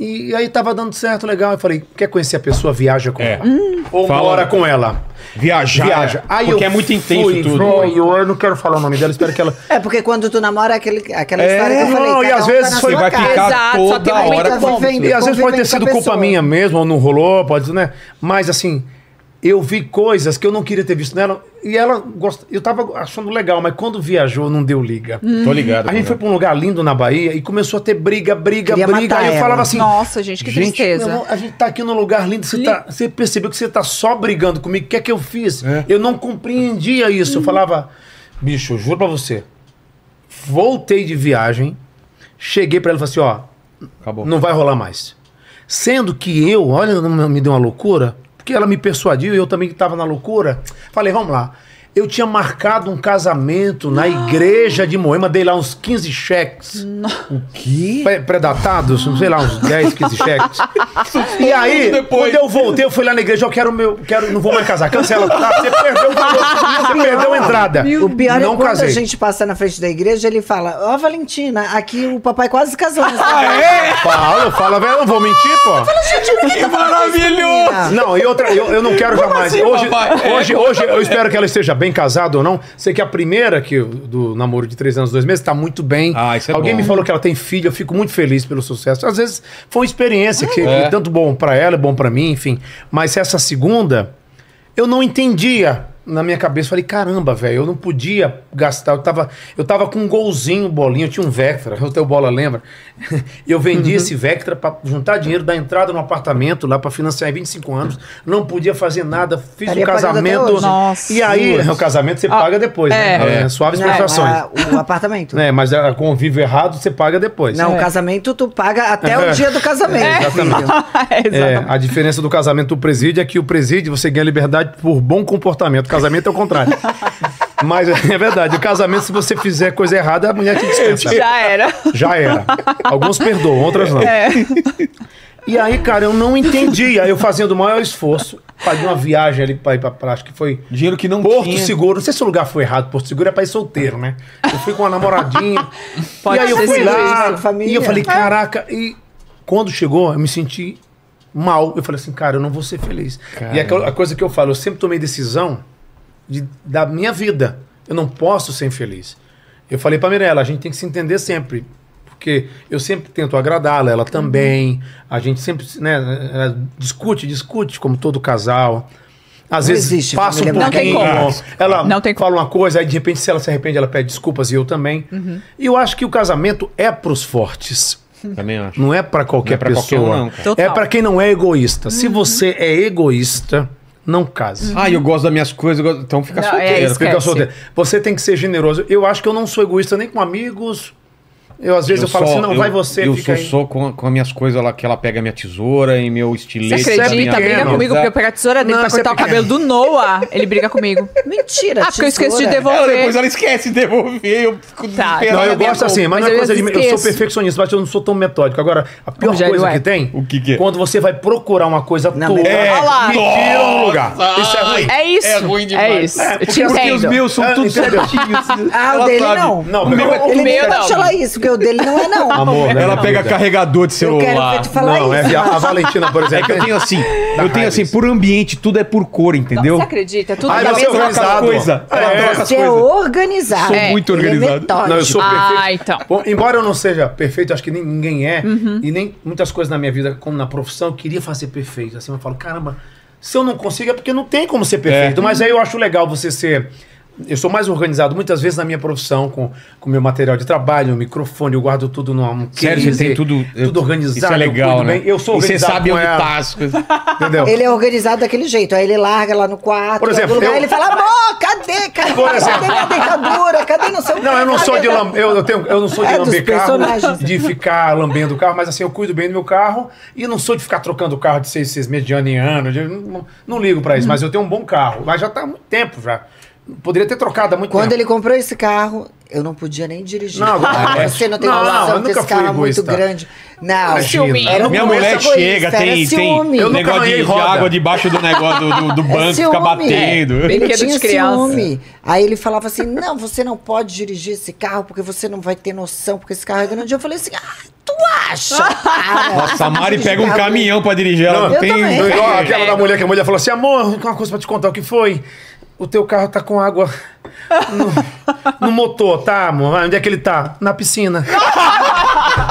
B: E aí tava dando certo, legal. Eu falei, quer conhecer a pessoa, viaja com
A: É.
B: ela. Ou
A: Fala.
B: mora com ela.
A: Viajar.
B: Viaja.
A: Aí porque é muito intenso
B: fui,
A: tudo.
B: velho, eu não quero falar o nome dela, espero que
F: *laughs*
B: ela.
F: É porque quando tu namora é aquele, aquela
A: É,
F: história que eu falei.
B: não, e
F: cada
B: às
F: um tá
B: vezes
F: na
B: foi-
F: sua
A: vai
F: casa.
A: ficar
C: Exato, só
A: toda
C: tem muita
A: hora.
F: vivência.
A: com-
F: Vivendo,
B: E às vezes pode ter
F: convivendo com a
B: sido culpa
F: pessoa.
B: minha mesmo, ou não rolou, pode, né? Mas assim, eu vi coisas que eu não queria ter visto nela, e ela gosta. Eu tava achando legal, mas quando viajou, não deu liga.
F: Hum.
A: Tô ligado. né?
B: A gente foi pra um lugar lindo na Bahia e começou a ter briga, briga,
F: Queria
B: briga.
F: matar
B: Aí eu
F: ela.
B: falava assim.
C: Nossa, gente, que
B: "Gente,
C: tristeza.
B: meu irmão, a gente tá aqui num lugar lindo, você, tá- você percebeu que você tá só brigando comigo, o que é que eu fiz?
A: É.
B: Eu não compreendia isso. Eu falava, bicho, eu juro pra você, voltei de viagem, cheguei pra ela e falei assim, ó,
A: Acabou.
B: não vai rolar mais. Sendo que eu, olha, não me deu uma loucura, porque ela me persuadiu e eu também estava na loucura. Falei, vamos lá. Eu tinha marcado um casamento na igreja de Moema, dei lá uns 15 cheques
A: Que?
B: pre- predatados, sei lá, uns 10, 15 cheques. E aí,
A: Depois.
B: quando eu voltei, eu fui lá na igreja, eu quero meu, quero, não vou mais casar, cancela, tá? Você perdeu o valor, você perdeu a entrada.
F: O pior é
B: não
F: quando
B: casei.
F: a gente passa na frente da igreja, ele fala, ó Valentina, aqui o papai quase casou.
A: Ah, é?
B: Fala, fala, velho, eu não vou mentir, pô.
A: Que maravilhoso!
B: *laughs* Não, e outra, eu, eu não quero jamais.
A: assim,
B: hoje,
A: papai? assim?
B: hoje, hoje eu espero que ela esteja bem casada ou não. Sei que a primeira que eu- do namoro de três anos, dois meses, tá muito bem.
A: Ah, isso é
B: Alguém
A: bom.
B: me falou que ela tem filho, eu fico muito feliz pelo sucesso. Às vezes foi uma experiência que,
A: É.
B: que tanto bom pra ela, é bom pra mim, enfim. Mas essa segunda, eu não entendia. Na minha cabeça, eu falei, caramba, velho, eu não podia gastar. Eu tava, eu tava com um golzinho, bolinho, eu tinha um Vectra, *laughs* o teu bola lembra? Eu vendi esse Vectra pra juntar dinheiro da entrada no apartamento lá pra financiar em 25 anos. Não podia fazer nada, fiz
F: Estaria
B: um
F: pagando até
B: casamento.
F: hoje.
C: Nossa.
B: E aí, *laughs* o casamento você paga depois, né?
A: é.
B: É, Suaves
F: Não,
B: prestações.
F: a- o apartamento.
B: Né, mas a convívio errado você paga depois.
F: Não, o
B: é.
F: casamento tu paga até o dia do casamento.
B: É,
C: *laughs*
B: exatamente.
F: filho.
B: É,
C: Exatamente.
B: a diferença do casamento do presídio é que o presídio você ganha liberdade por bom comportamento. O casamento é o contrário. Mas é verdade, o casamento, se você fizer coisa errada, a mulher te dispensa.
C: Já era.
B: Já era. Alguns perdoam, outras não. E aí, cara, eu não entendi. Aí eu fazendo o maior esforço, paguei uma viagem ali pra ir pra praia, acho que foi
A: Dinheiro que não
B: Porto
A: tinha.
B: Seguro. Não sei se o lugar foi errado, Porto Seguro é pra ir solteiro, né? Eu fui com uma namoradinha.
C: Pode
B: e aí eu
C: ser
B: fui
C: sim,
B: lá,
F: isso, família.
B: e eu falei, caraca, e quando chegou, eu me senti mal. Eu falei assim, cara, eu não vou ser feliz. E é aquela- a coisa que eu falo, eu sempre tomei decisão de- da minha vida. Eu não posso ser infeliz. Eu falei pra Mirella, a gente tem que se entender sempre. Porque eu sempre tento agradá-la, ela também. A gente sempre né, eh, discute, discute, como todo casal. Às
F: Não
B: vezes
F: existe
B: passa um
F: família
B: pouquinho.
C: Não tem
A: como.
B: Ela
C: Não tem como. Uhum.
B: fala uma coisa, aí de repente, se ela se arrepende, ela pede desculpas e eu também. E eu acho que o casamento é pros fortes.
A: Também acho.
B: Não é pra qualquer
A: Não é pra qualquer
B: pessoa.
A: um, não, cara.
B: é
C: Total. Uhum.
B: pra quem não é egoísta. Se você é egoísta, não case.
A: Ah, eu gosto das minhas coisas, eu gosto- então fica
C: Não, é
A: solteiro.
C: isso.
A: fica-
B: Fica
C: esquece.
B: solteiro. Você tem que ser generoso. Eu acho que eu não sou egoísta nem com amigos. Eu às vezes eu, falo
A: só-
B: assim, não,
A: eu-
B: vai você,
A: Eu
B: fica
A: sou
B: aí.
A: só com, com as minhas coisas lá, que ela pega minha tesoura e meu
C: Você
A: estilete. da minha
C: acredita? Briga
A: mesa.
B: tá pequeno.
C: comigo porque eu pego a tesoura dele
B: Não,
C: pra
B: isso é
C: cortar o
B: pequeno.
C: cabelo do Noah. Ele briga comigo.
F: Mentira,
C: Ah, porque eu esqueci de
F: tesoura.
A: Ela, depois
C: devolver.
A: ela esquece de devolver. Eu fico
C: Tá.
A: desesperado.
B: Não,
C: Ela
B: eu
C: também é
B: gosto
C: boa,
B: assim, mas,
C: mas
B: não é
C: eu
B: coisa de.
C: às vezes
B: Eu sou
C: esqueço.
B: perfeccionista, mas eu não sou tão metódico. Agora, a pior
C: Rogério
B: coisa
C: é.
B: que tem.
A: O que que é?
B: Quando você vai procurar uma coisa
F: Na
B: tua.
F: melhor-
B: É,
C: Olha lá.
B: me tira um lugar.
A: Nossa,
B: Isso é ruim.
C: É isso.
A: É ruim demais.
C: É isso.
A: É,
C: eu te
B: porque-
A: Porque os
C: entendo.
A: meus são
B: É,
A: tudo
B: entendeu?
A: certinhos.
F: Ah, o
A: Ela
F: dele
A: sabe.
F: não.
B: Não,
A: o meu
B: porque-
A: é
F: Ele
C: O meu
F: nem pode
C: não.
F: falar isso, porque nível dele não é, não.
B: Amor, né?
A: Ela pega carregador de
F: Eu
A: celular.
F: quero ver tu falar
B: Não, é
F: isso.
B: a,
F: mas-
B: a Valentina, por
A: É
B: exemplo.
A: que eu tenho assim,
B: Dá
A: eu tenho assim,
B: raiva
A: por ambiente tudo é por cor, entendeu?
C: Você acredita? É Tudo
B: Ai,
C: da
B: você
C: mesma
A: troca
B: vai-
A: as
B: organizado.
A: coisas. Ela
B: É.
A: troca as
F: Você é
A: coisas.
F: organizado.
A: Sou muito
F: Ele é
A: organizado.
F: metódico.
B: Não, eu sou perfeito.
C: Ah, então.
B: Bom, embora eu não seja perfeito, acho que nem, ninguém é, e nem muitas coisas na minha vida, como na profissão, eu queria fazer perfeito. Assim, eu falo, caramba, se eu não consigo é porque não tem como ser perfeito.
A: É.
B: Mas aí eu acho legal você ser. Eu sou mais organizado muitas vezes na minha profissão, com o meu material de trabalho, o microfone, eu guardo tudo num
A: Sério,
B: case,
A: você tem tudo,
B: tudo organizado.
A: Isso é
B: eu
A: legal,
B: cuido
A: né?
B: bem. Eu sou
A: e você
B: organizado
A: sabe
B: com
A: onde
B: ela,
A: tá as coisas.
B: Entendeu?
F: Ele é organizado daquele jeito. Aí ele larga lá no quarto.
B: Por
F: em
B: exemplo,
F: algum lugar,
B: eu-
F: ele fala, amor, cadê? Cadê,
B: Por exemplo.
F: cadê minha dentadura? Cadê não sei o
B: Não,
F: quê?
B: eu não sou
F: Cadê
B: de
F: minha-"
B: lam... eu, eu tenho, eu não sou de
F: É, dos
B: lamber carro,
F: personagens.
B: de ficar lambendo o carro, mas assim, eu cuido bem do meu carro e não sou de ficar trocando o carro de seis, seis meses de ano em ano. de- não, não ligo pra isso, mas eu tenho um bom carro. Mas já tá há muito tempo já. Poderia ter trocado há muito
F: Quando
B: tempo.
F: ele comprou esse carro, eu não podia nem dirigir.
B: Não, agora- é.
F: você não tem
B: Não, não, eu
F: noção que
B: nunca
F: esse carro
B: fui
F: é muito
B: egoísta.
F: grande. Não,
B: Imagina.
F: Era um
A: Minha
F: começo
A: mulher
F: egoísta,
A: chega,
F: era
A: tem, tem
F: ciúme.
B: Eu nunca
A: negócio de,
B: ganhei
A: de
B: roda.
A: água debaixo do negócio do, do, do
F: É
A: banco, fica
F: ciúme.
A: batendo.
F: É. Ele
C: Brinquedo
F: tinha
C: de criança.
F: ciúme. Aí ele falava assim: não, você não pode dirigir esse carro porque você não vai ter noção, porque esse carro é grande. Eu falei assim: ah, tu
C: *laughs*
F: acha? Tá Cara,
A: Nossa, a Mari
F: Dirigir
A: pega um
F: carro-
A: caminhão pra dirigir ela. Não,
B: eu
A: tem...
F: também.
B: Não, igual
A: É.
B: aquela da mulher que a mulher falou assim: amor, uma coisa pra te contar, o que foi? O teu carro tá com água no, no motor, tá, amor? Ah, Onde é que ele tá? Na piscina. *laughs*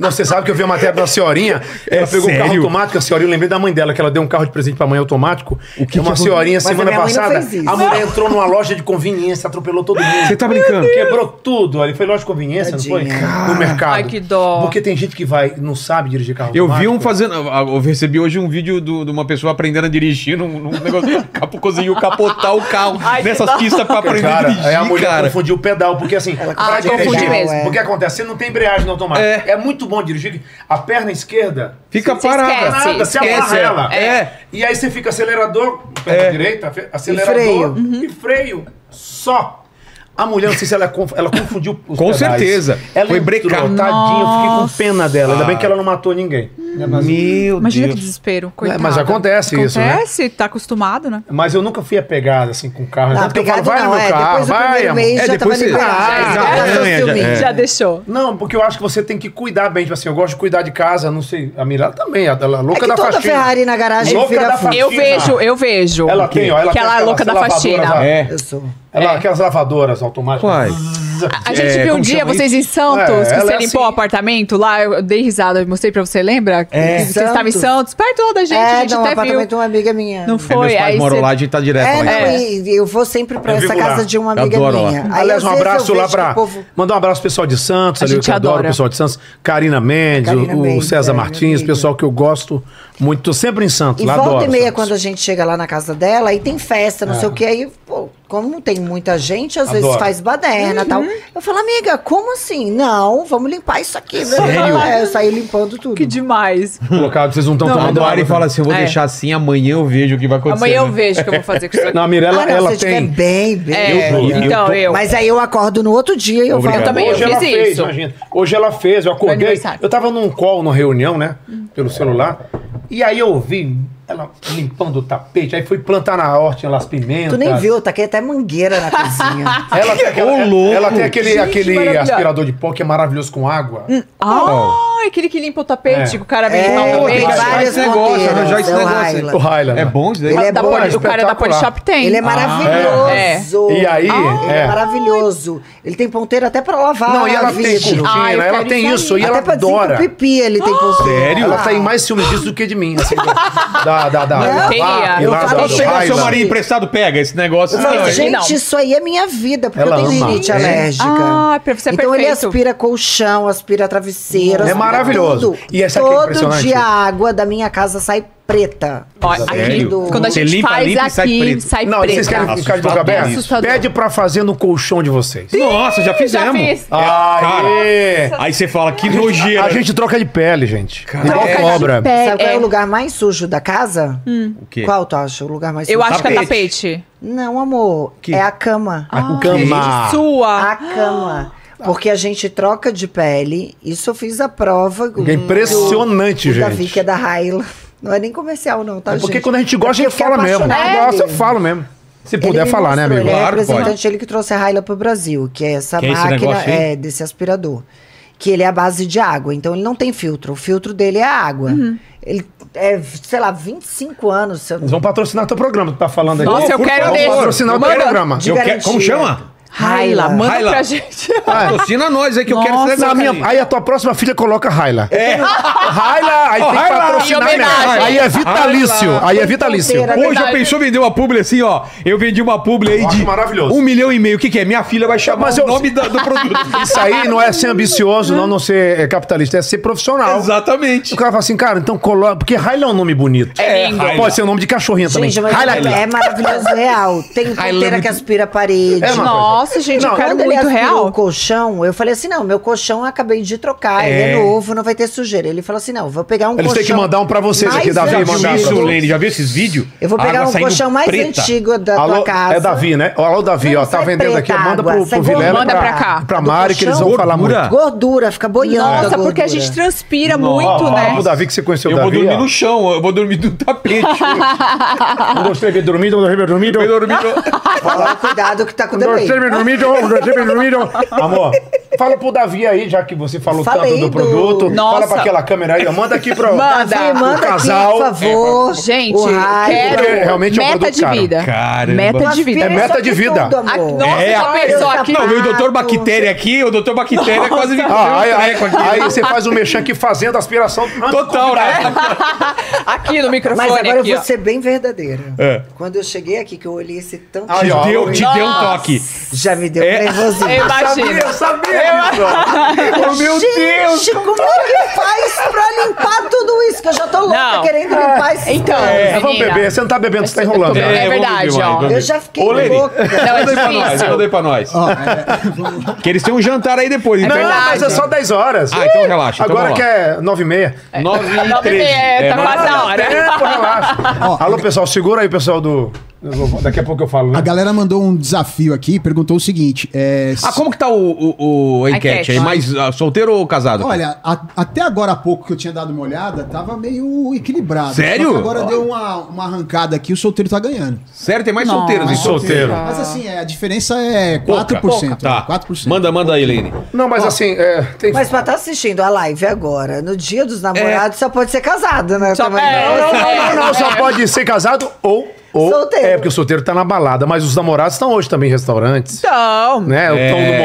B: Não, você sabe que eu vi uma matéria da senhorinha, ela pegou um carro
A: sério?
B: automático, a senhorinha, eu lembrei da mãe dela, que ela deu um carro de presente pra mãe automático. O que uma senhorinha,
F: Mas a
B: semana
F: minha mãe não
B: passada,
F: fez isso.
B: a mulher entrou numa loja de conveniência, atropelou todo mundo.
A: Você tá brincando?
B: Quebrou tudo. Ali foi loja de conveniência, não foi?
F: Tadinha.
B: No mercado.
C: Ai, que dó.
B: Porque tem gente que vai, não sabe dirigir carro
A: Eu vi um
B: automático.
A: fazendo. Eu recebi hoje um vídeo do- de uma pessoa aprendendo a dirigir num, num negócio. capo- Conseguiu capotar o carro
C: Ai, que
A: nessas
C: dó.
A: pistas pra aprender
B: cara,
A: a dirigir.
B: aí a mulher
A: cara.
B: confundiu o pedal, porque assim,
F: Ela
B: pra
C: confunde
B: dirigir,
C: mesmo,
F: é.
B: o que acontece? Você não tem embreagem no automático. É, muito bom dirigir. A perna esquerda
A: Fica
C: Você
A: parada.
B: fica
C: esquece.
B: nada, você amarra
A: é.
B: ela.
A: É.
B: E aí você fica acelerador, perna
A: É.
B: direita, fe- acelerador e
F: Uhum.
B: freio. Só. A mulher, não sei se ela, conf- ela confundiu os
A: Com
B: pedais.
A: certeza.
B: Ela
A: Foi Ah.
B: entrou,
A: brecar.
B: Tadinha, eu fiquei com pena dela. Ainda bem que ela não matou ninguém.
A: Meu
C: Imagina que
A: Deus.
C: desespero.
B: Mas
C: Coitado.
B: acontece isso, né?
C: Acontece, tá acostumado, né?
B: Mas eu nunca fui apegado assim com carro.
F: Não,
B: Tanto que eu falo,
F: pegado
B: vai no
F: não,
B: meu
F: é.
B: carro,
F: Depois do
B: vai,
F: primeiro
B: amor.
F: mês
A: É,
F: já tava
A: depois você-
F: liberado.
A: Ah,
F: já
A: já
F: sou
B: assim,
A: arranha, já-
F: ciumenta.
A: É.
C: Já deixou.
B: Não, porque eu acho que você tem que cuidar bem. Tipo assim, eu gosto de cuidar de casa, não sei. A Mirella também, ela é
F: É
B: louca
F: que
B: da
F: toda
B: faxina.
F: Ferrari na garagem
B: Louca
F: vira
B: da
F: fundo.
B: faxina.
C: Eu vejo, eu vejo.
B: Ela tem, ó. Ela
C: que
B: tem
C: ela é
B: aquelas
C: louca da
B: lavadoras, ó.
C: faxina.
A: É.
F: Eu sou.
B: Ela, Aquelas lavadoras automáticas.
A: Quais?
C: A gente
A: É,
C: viu um
A: como
C: dia
A: chama
C: vocês em
B: É,
C: Santos, que
B: ela
C: você
B: é
C: limpou
B: assim.
C: o apartamento lá, eu dei risada, eu mostrei pra você, lembra?
A: É.
C: Que Você estava em
F: Santos.
C: Santos, perto lá da gente, a
F: É,
C: gente
F: não,
C: até viu.
F: apartamento de uma amiga minha.
C: Não
A: É, meus
C: foi,
A: pais
C: aí
A: moram
C: você...
A: lá, a gente tá direto
F: É,
A: lá.
F: não,
A: embaixo.
F: e eu vou sempre pra
B: Eu
F: essa
B: vivo lá.
F: casa de uma
A: Eu
F: amiga
A: adoro lá.
F: minha. Aí,
B: Aliás,
F: às
B: um
F: vezes, eu
B: abraço
F: vejo
B: É lá
F: que
B: pra.
F: o povo-
B: Mandar um abraço pro pessoal de Santos,
C: A
B: ali,
C: gente
B: que eu adoro
C: adora.
B: o pessoal de Santos. Karina Mendes,
F: Karina
B: o, o
F: Mendes,
B: César
F: é, minha
B: Martins,
F: amiga.
B: pessoal que eu gosto muito. Tô sempre em Santos,
F: E
B: lá
F: volta
B: adoro.
F: e meia,
B: Santos. É.
F: quando a gente chega lá na casa dela, aí tem festa, não sei o que. Aí, pô, como não tem muita gente, às vezes
B: Adoro.
F: faz baderna e tal.
C: Uhum.
F: Eu falo, amiga, como assim? Não, vamos limpar isso aqui. né?
B: Sério?
F: É, eu saí limpando tudo.
C: Que demais.
B: Colocado, vocês não estão
A: Não, a
B: tomando
A: Mari
B: água. né?
A: fala assim: eu vou
C: É.
A: deixar assim, amanhã eu vejo o que vai acontecer.
C: Amanhã eu
A: né?
C: vejo o que eu vou fazer com isso aqui.
B: Não, a Mirella,
F: ah, não,
B: ela
F: se eu estiver
B: tem.
F: bem, bem.
C: É,
A: eu- eu
C: então
A: tô-
C: eu.
F: Mas aí eu acordo no outro dia e eu
A: Obrigado.
F: falo
C: também, eu
B: Hoje ela
C: fiz
B: fez,
C: isso.
B: imagina. Hoje ela fez, eu acordei.
C: aniversário.
B: Eu tava num call, numa reunião, né? Pelo celular. E aí eu ouvi ela limpando o tapete. Aí fui plantar na hortinha lá as pimentas.
F: Tu nem viu, eu taquei até mangueira
C: *laughs*
F: na cozinha.
B: Ela tem, aquela-
A: Ô, louco.
B: ela tem aquele,
C: Gente,
B: aquele
C: maravilhosa.
B: aspirador de pó que é maravilhoso com água.
C: Ah, aquele que limpa o tapete,
B: tá É.
C: que o cara vem
F: É,
C: limpar o
F: tem né?
A: Arranjar
C: tapete.
F: várias
A: esse negócio,
F: ponteiras,
A: arranjar esse
F: é o
A: negócio.
F: Highland.
B: O Highland.
A: É bom isso daí?
F: Ele é
C: Da
F: bom,
C: Poli- o cara da
B: espetacular.
C: Polishop tem. Ah, é.
F: Ele é maravilhoso.
B: Ah, E aí,
F: Ele é
B: é.
F: maravilhoso. Ele tem ponteiro até pra lavar.
B: Não, e ela tem
F: vidro.
B: cortina,
C: Ai, eu
B: ela
C: quero
B: tem
C: isso
B: isso,
C: aí.
B: e ela
F: Até pra
B: adora.
F: desentupipi ele tem ponteiro.
A: Sério?
B: Ela tá em mais ciúme disso do que de mim. Assim, da, da, da,
F: Não,
B: da-
C: queria.
B: da-
C: Eu
B: da-
F: falei
A: Vou
B: da-
A: pegar
F: Highland.
A: seu
B: Highland.
A: marido emprestado, pega esse negócio.
F: Eu falei,
A: Não,
F: gente,
C: não.
F: isso aí é minha vida, porque
B: Ela
F: eu tenho
B: ama.
F: rinite
B: É.
F: alérgica.
C: Ah, pra você é
F: então ele
C: perfeito.
F: aspira colchão, aspira travesseiro.
B: É
F: aspira
B: maravilhoso.
F: tudo.
B: E essa aqui é
F: Todo
B: impressionante.
F: dia a água da minha casa sai preta.
C: Ó, aqui,
A: Sério?
C: quando a
A: Você
C: gente
A: limpa,
C: faz
A: limpa e
C: aqui,
A: sai
C: sai,
A: preto.
B: Não,
C: preta.
B: vocês querem ficar de boca
A: Assustador
B: aberta?
C: isso.
B: Pede pra fazer no colchão de vocês.
A: Nossa, já
C: Já
A: fizemos.
B: Ah,
C: fiz.
B: Aê!
A: Aí você fala, que
B: A
A: nojeira.
B: gente troca de pele, gente.
A: Troca de
B: Igual cobra.
F: Sabe qual é,
C: É. Hum.
F: o lugar mais sujo da casa?
A: O quê?
F: Qual tu acha o lugar mais
C: Eu
F: sujo?
C: acho que é
A: Tapete.
C: tapete.
F: Não, amor.
A: Que?
F: É a cama.
B: A
C: Ah,
B: cama.
C: Sua.
F: A cama. Porque a gente troca de pele. Isso eu fiz a prova.
B: É impressionante,
F: o,
B: gente.
F: O Davi, que é da Raila. Não é nem comercial, não, tá,
B: É porque
F: gente?
B: quando a gente gosta,
F: É
B: a gente
F: porque eu
B: fala
F: fiquei
B: mesmo.
F: apaixonada
B: Nossa, eu
F: dele.
B: falo mesmo. Se puder
F: me
B: falar, né,
F: mostrou,
B: amigo?
F: Ele é
A: Claro que pode.
F: representante, ele que trouxe a Raila pro Brasil, que é essa
A: Que é esse
F: máquina
A: negócio aí?
F: é, desse aspirador. Que ele é a base de água, então ele não tem filtro. O filtro dele é a água. Ele é, sei lá, 25 anos. Se eu...
B: Eles vão patrocinar teu programa, tu tá falando aí.
C: Nossa, eu quero
B: Vão
C: desse.
B: patrocinar o teu
C: Manda.
B: programa.
F: De
A: Eu quero- como
F: garantia.
A: chama?
C: Raila, manda
A: Raila.
C: pra gente.
A: Patrocina nós aí que eu quero
C: Nossa,
A: esse
B: Não, a
A: negócio
B: minha- aí a tua próxima filha coloca Raila.
A: É.
B: Raila, aí
A: Ó,
B: tem que
A: Raila.
B: patrocinar,
A: Em
B: né?
A: homenagem.
B: Aí é vitalício.
A: Raila.
B: Aí é vitalício.
F: Ponteira.
A: Hoje a pessoa vendeu uma publi assim, ó. Eu vendi uma publi aí
B: Eu acho
A: de
B: maravilhoso.
A: um milhão e meio. O que, que é? Minha filha vai chamar
B: Mas
A: o
B: eu-
A: nome *laughs* da- do produto.
B: Isso aí não é ser ambicioso, não, não ser é, capitalista, é ser profissional.
A: Exatamente.
B: O cara fala assim, cara, então coloca. Porque Raila é um nome bonito.
A: É, Raila.
B: Pode ser um nome de cachorrinha também.
F: Gente, mas
B: Raila.
F: é maravilhoso real. Tem ponteira que aspira a parede.
B: É, mano.
C: Nossa, gente,
B: Não,
C: eu quero
F: Quando ele
C: muito
F: aspirou
C: real.
F: o colchão, eu falei assim: não, meu colchão eu acabei de trocar, ele é novo, não vai ter sujeira. Ele falou assim: não, vou pegar um
B: Eles
F: colchão.
B: têm que mandar um pra vocês
F: mais
B: aqui, Davi,
A: Já
B: mandar
A: viu
B: pra
F: antigo.
A: isso,
B: vocês.
A: Lene? Já viu esses vídeos? Ah,
F: Eu vou
A: A
F: pegar
A: água
F: um
A: saindo
F: colchão mais antigo da
B: Alô,
F: tua casa.
B: é Davi, né? Alô, Davi,
F: Não,
B: ó, tá
F: sai
B: vendendo aqui.
F: preta
B: Manda
F: água,
B: pro, pro
F: sai
B: Vilela.
C: gordura.
B: pra-
C: Manda pra cá.
B: Pra
F: Do
B: Mari, que eles vão
A: colchão?
B: falar muito.
A: Gordura?
F: Gordura, fica boiando. a
C: Nossa, porque a
F: gordura.
C: gente transpira
A: Nossa.
C: muito,
B: Fala
C: né?
B: pro Davi que você conheceu
A: Eu
B: o
A: vou
B: Davi.
A: dormir
B: ó.
A: no chão, eu vou dormir no tapete. *laughs*
B: Um, dois, três, bem dormido, um, dois, três, bem dormido.
A: eu vou dormir no...
F: Fala, cuidado que tá com
B: Um, dois, três,
F: defeito.
B: bem dormido, um, dois, três, bem dormido. *laughs* Amor, fala pro Davi aí, já que você falou
F: Falei
B: tanto do
F: do-
B: produto. Fala
C: Nossa.
B: pra aquela câmera aí, ó. Manda aqui pro,
C: Manda.
F: Davi,
B: pro
F: manda aqui,
B: casal.
F: por favor.
C: É, Gente,
F: O raio.
C: quero
B: Porque realmente é um
C: meta
B: produto
C: de
B: caro.
C: vida.
A: Caramba.
C: Meta de vida.
B: É meta de vida.
C: Ah,
F: amor.
C: nossa,
A: É,
C: já
A: a-
C: pensou aqui?
A: Não, veio o doutor
F: Exato.
A: Bactéria aqui, o doutor Bactéria quase me deu
B: Ah,
A: um
B: aí, aí-
A: treco aqui.
B: aí você faz o mexer aqui fazendo aspiração.
A: Total, né?
C: *laughs* Aqui no microfone.
F: Mas agora
C: aqui,
F: eu
C: ó.
F: vou ser bem verdadeira.
A: É.
F: Quando eu cheguei aqui, que eu olhei esse tanto
B: Aí,
F: de
B: ó,
A: Te deu,
F: coisa,
A: te deu um
C: Nossa.
A: toque.
F: já me deu
A: É.
F: nervosinho.
C: Eu imagino.
A: Oh, meu
F: Gente,
A: Deus!
F: como é que faz pra limpar tudo isso? Que eu já tô louca
C: Não.
F: querendo limpar esse
C: Então,
B: É, vamos
C: menina.
B: beber. Você não tá bebendo, você tá enrolando.
C: É
B: né?
A: vamos
C: verdade,
A: beber mais,
C: ó.
A: vamos
F: Eu
A: beber.
F: já fiquei
A: Ô, Lene,
F: louca.
C: Não,
A: *laughs*
C: é
A: Manda aí pra nós,
C: difícil. Ah.
A: manda aí pra nós.
D: é, *laughs*
A: Que eles têm um jantar aí depois,
B: Não,
A: então.
B: mas é só 10 horas.
A: Ah, então relaxa. então
B: Agora
A: vamos
B: que
A: lá.
B: é 9 e meia.
A: Nove e
C: Nove e
A: treze. É,
C: meia, tá
A: nove e
C: quase
A: treze.
C: a hora.
B: Tempo, relaxa. Alô, pessoal, segura aí, pessoal do... eu vou- Daqui a pouco eu falo,
D: A
B: né?
D: galera mandou um desafio aqui e perguntou o seguinte: é,
A: Ah, como que tá o, o, o a enquete,
C: enquete.
A: aí? Mais ah, solteiro ou casado?
D: Olha, a- até agora há pouco que eu tinha dado uma olhada, tava meio equilibrado.
A: Sério?
D: Só que agora deu uma, uma arrancada aqui, o solteiro tá ganhando.
A: Sério, tem mais solteiros.
B: Mais
A: hein?
B: solteiro.
D: Mas assim, é, a diferença é 4%.
A: Pouca. Tá.
D: né? 4%.
A: Manda, manda aí, Lene.
B: Não, mas assim, é, tem...
F: Mas pra estar assistindo a live agora, no dia dos namorados, só pode ser casado, né?
C: Só-
F: Também.
C: é,
B: Não, É. não, Ah, não, não, só pode ser casado ou... ou
F: Solteiro.
B: É, porque o solteiro tá na balada, mas os namorados estão hoje também em restaurantes,
C: Então,
B: né?
A: É.
B: Estão no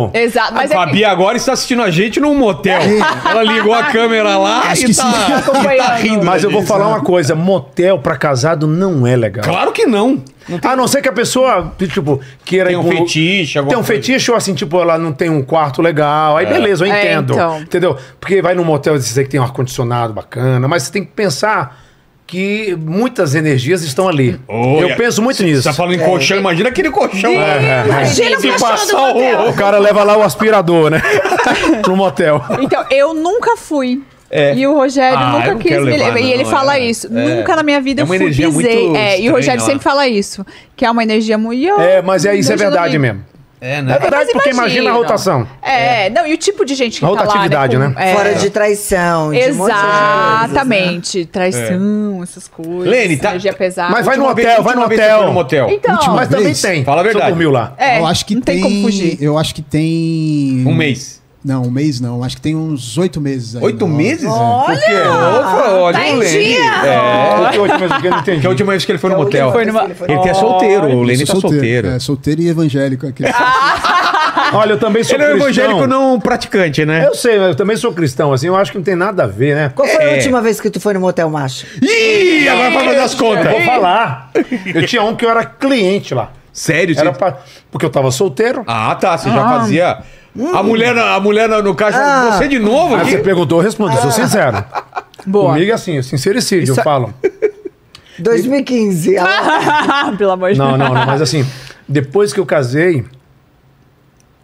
B: motel.
C: exato. Mas
A: a
C: é
A: Fabi
C: que...
A: agora está assistindo a gente num motel.
B: É.
A: Ela ligou a câmera lá
D: Acho
A: e
D: que
C: Então,
A: tá,
D: sim.
A: e tá rindo.
B: Mas eu vou falar uma coisa, motel pra casado não é legal.
A: Claro que não. Não tem-
B: A não ser que a pessoa, tipo, queira...
A: Tem
B: ir
A: um
B: pra
A: fetiche, alguma
B: Tem um
A: coisa.
B: fetiche ou assim, tipo, ela não tem um quarto legal. Aí beleza, eu
C: É,
B: entendo.
C: então.
B: Entendeu? Porque vai num motel e dizer que tem um ar-condicionado bacana, mas você tem que pensar que muitas energias estão ali.
A: Olha,
B: eu penso muito nisso.
A: Você tá falando em colchão, imagina aquele colchão.
B: é, é.
A: Imagina
F: o colchão do
A: o...
B: O cara leva lá o aspirador, né? *laughs* Pro motel.
C: Então, eu nunca fui.
A: É.
C: E o Rogério
A: Ah, eu
C: nunca
A: não
C: quis
A: quero
C: me
A: levar,
C: levar. E ele
A: não,
C: fala
A: é.
C: isso.
A: É.
C: Nunca na minha vida
A: É
C: eu
A: uma
C: fui
A: energia muito
C: pisei. É, e
A: estranha
C: o Rogério
A: lá.
C: sempre fala isso. Que é uma energia muito.
B: É, mas é, isso é
C: Deixa eu
B: verdade
C: dormir.
B: mesmo.
A: É,
B: É
A: né?
B: verdade,
C: Mas
B: porque imagina a rotação.
C: É, não, e o tipo de gente que
B: A
C: tá lá,
B: rotatividade,
C: com-
B: né?
C: é.
F: Fora de traição, de um monte de coisas, né?
C: Exatamente. Traição, essas coisas.
A: Lene, tá-
C: Energia pesada.
B: É. Mas vai no
A: Última
B: hotel,
A: vez-
B: vai no
A: última vez que
B: hotel.
A: foi no motel.
C: Então,
D: Última
B: Mas também
D: vez.
B: tem.
A: Fala a
B: Só
A: verdade.
B: dormiu lá.
C: é,
D: eu acho que
C: não tem,
D: tem,
C: como fugir.
D: Eu acho que tem.
A: Um mês.
D: Não, um mês não. Acho que tem uns oito meses aí.
A: Oito
D: não.
A: meses?
F: Olha!
A: Por quê? Opa, olha,
F: tá em
A: o Lene.
F: dia!
A: É.
B: Porque hoje mesmo que eu não entendi.
A: Que é a última vez que ele foi no
F: Que a última
A: motel.
F: vez que
A: Ele
F: ele foi
A: que
F: no
A: é solteiro, o Lene
D: Sou
A: tá solteiro.
D: É, solteiro e evangélico. Aquele...
C: *laughs*
B: Olha, eu também sou
A: Ele é um
B: cristão.
A: evangélico não praticante, né?
B: Eu sei, mas eu também sou cristão, assim, eu acho que não tem nada a ver, né?
F: Qual foi
A: É.
F: a última vez que tu foi no motel macho?
A: Ih, agora vai fazer as
B: Então, Eu vou
A: contas.
B: falar. Eu tinha um que eu era cliente lá.
A: Sério?
B: Era
A: você-
B: pra- Porque eu tava solteiro.
A: Ah, tá, você já fazia... A mulher, na- a mulher na- no caixa,
F: Ah.
A: você de novo?
B: Aí
A: Que-
B: você perguntou, eu respondo, eu sou sincero.
C: Boa.
B: Comigo é assim, é sincericídio, eu falo. Ah,
F: 2015. ela-
C: *laughs* Pelo amor de
B: Não, não, não, mas assim, depois que eu casei,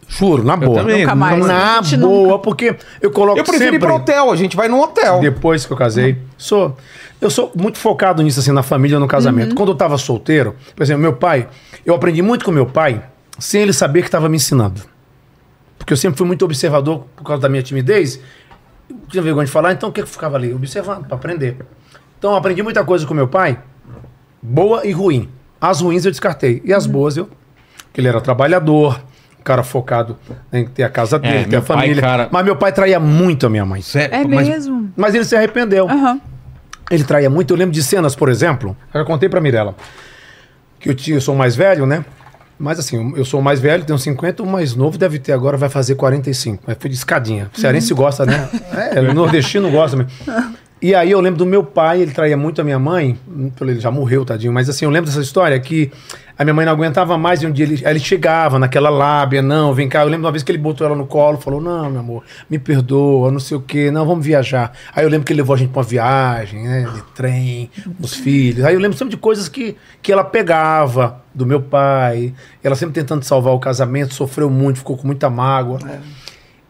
B: juro, na boa.
A: também, Nunca
C: mais.
B: Na
C: A gente
B: boa, porque eu coloco
A: Eu prefiro ir
B: sempre...
A: pro hotel, a gente vai num hotel.
B: Depois que eu casei, sou. Eu sou muito focado nisso, assim, na família, no casamento. Quando eu tava solteiro, por exemplo, meu pai, eu aprendi muito com meu pai, sem ele saber que estava me ensinando. Porque eu sempre fui muito observador por causa da minha timidez. Eu tinha vergonha de falar, então o que eu ficava ali? Observando, para aprender. Então eu aprendi muita coisa com meu pai, boa e ruim. As ruins eu descartei. E as boas eu. Porque ele era trabalhador, um cara focado em ter a casa dele,
A: É,
B: ter
A: meu
B: a
A: pai,
B: família.
A: cara-
B: Mas meu pai traía muito a minha mãe.
A: Sério?
C: É
A: mas-
C: mesmo?
B: Mas ele se arrependeu.
C: Aham.
B: Ele traía muito. Eu lembro de cenas, por exemplo, eu já contei pra Mirella, que eu, tinha, eu sou o mais velho, né? Mas assim, eu sou o mais velho, tenho 50, o mais novo deve ter agora, vai fazer 45. Mas É, foi de escadinha. Cearense gosta, né? É, nordestino gosta mesmo. E aí eu lembro do meu pai, ele traía muito a minha mãe, hum, ele já morreu, tadinho, mas assim, eu lembro dessa história que a minha mãe não aguentava mais e um dia ele, aí ele chegava naquela lábia, não, vem cá, eu lembro de uma vez que ele botou ela no colo, falou, não, meu amor, me perdoa, não sei o quê, não, vamos viajar. Aí eu lembro que ele levou a gente pra uma viagem, né, de trem, os filhos, aí eu lembro sempre de coisas que, que ela pegava do meu pai, ela sempre tentando salvar o casamento, sofreu muito, ficou com muita mágoa.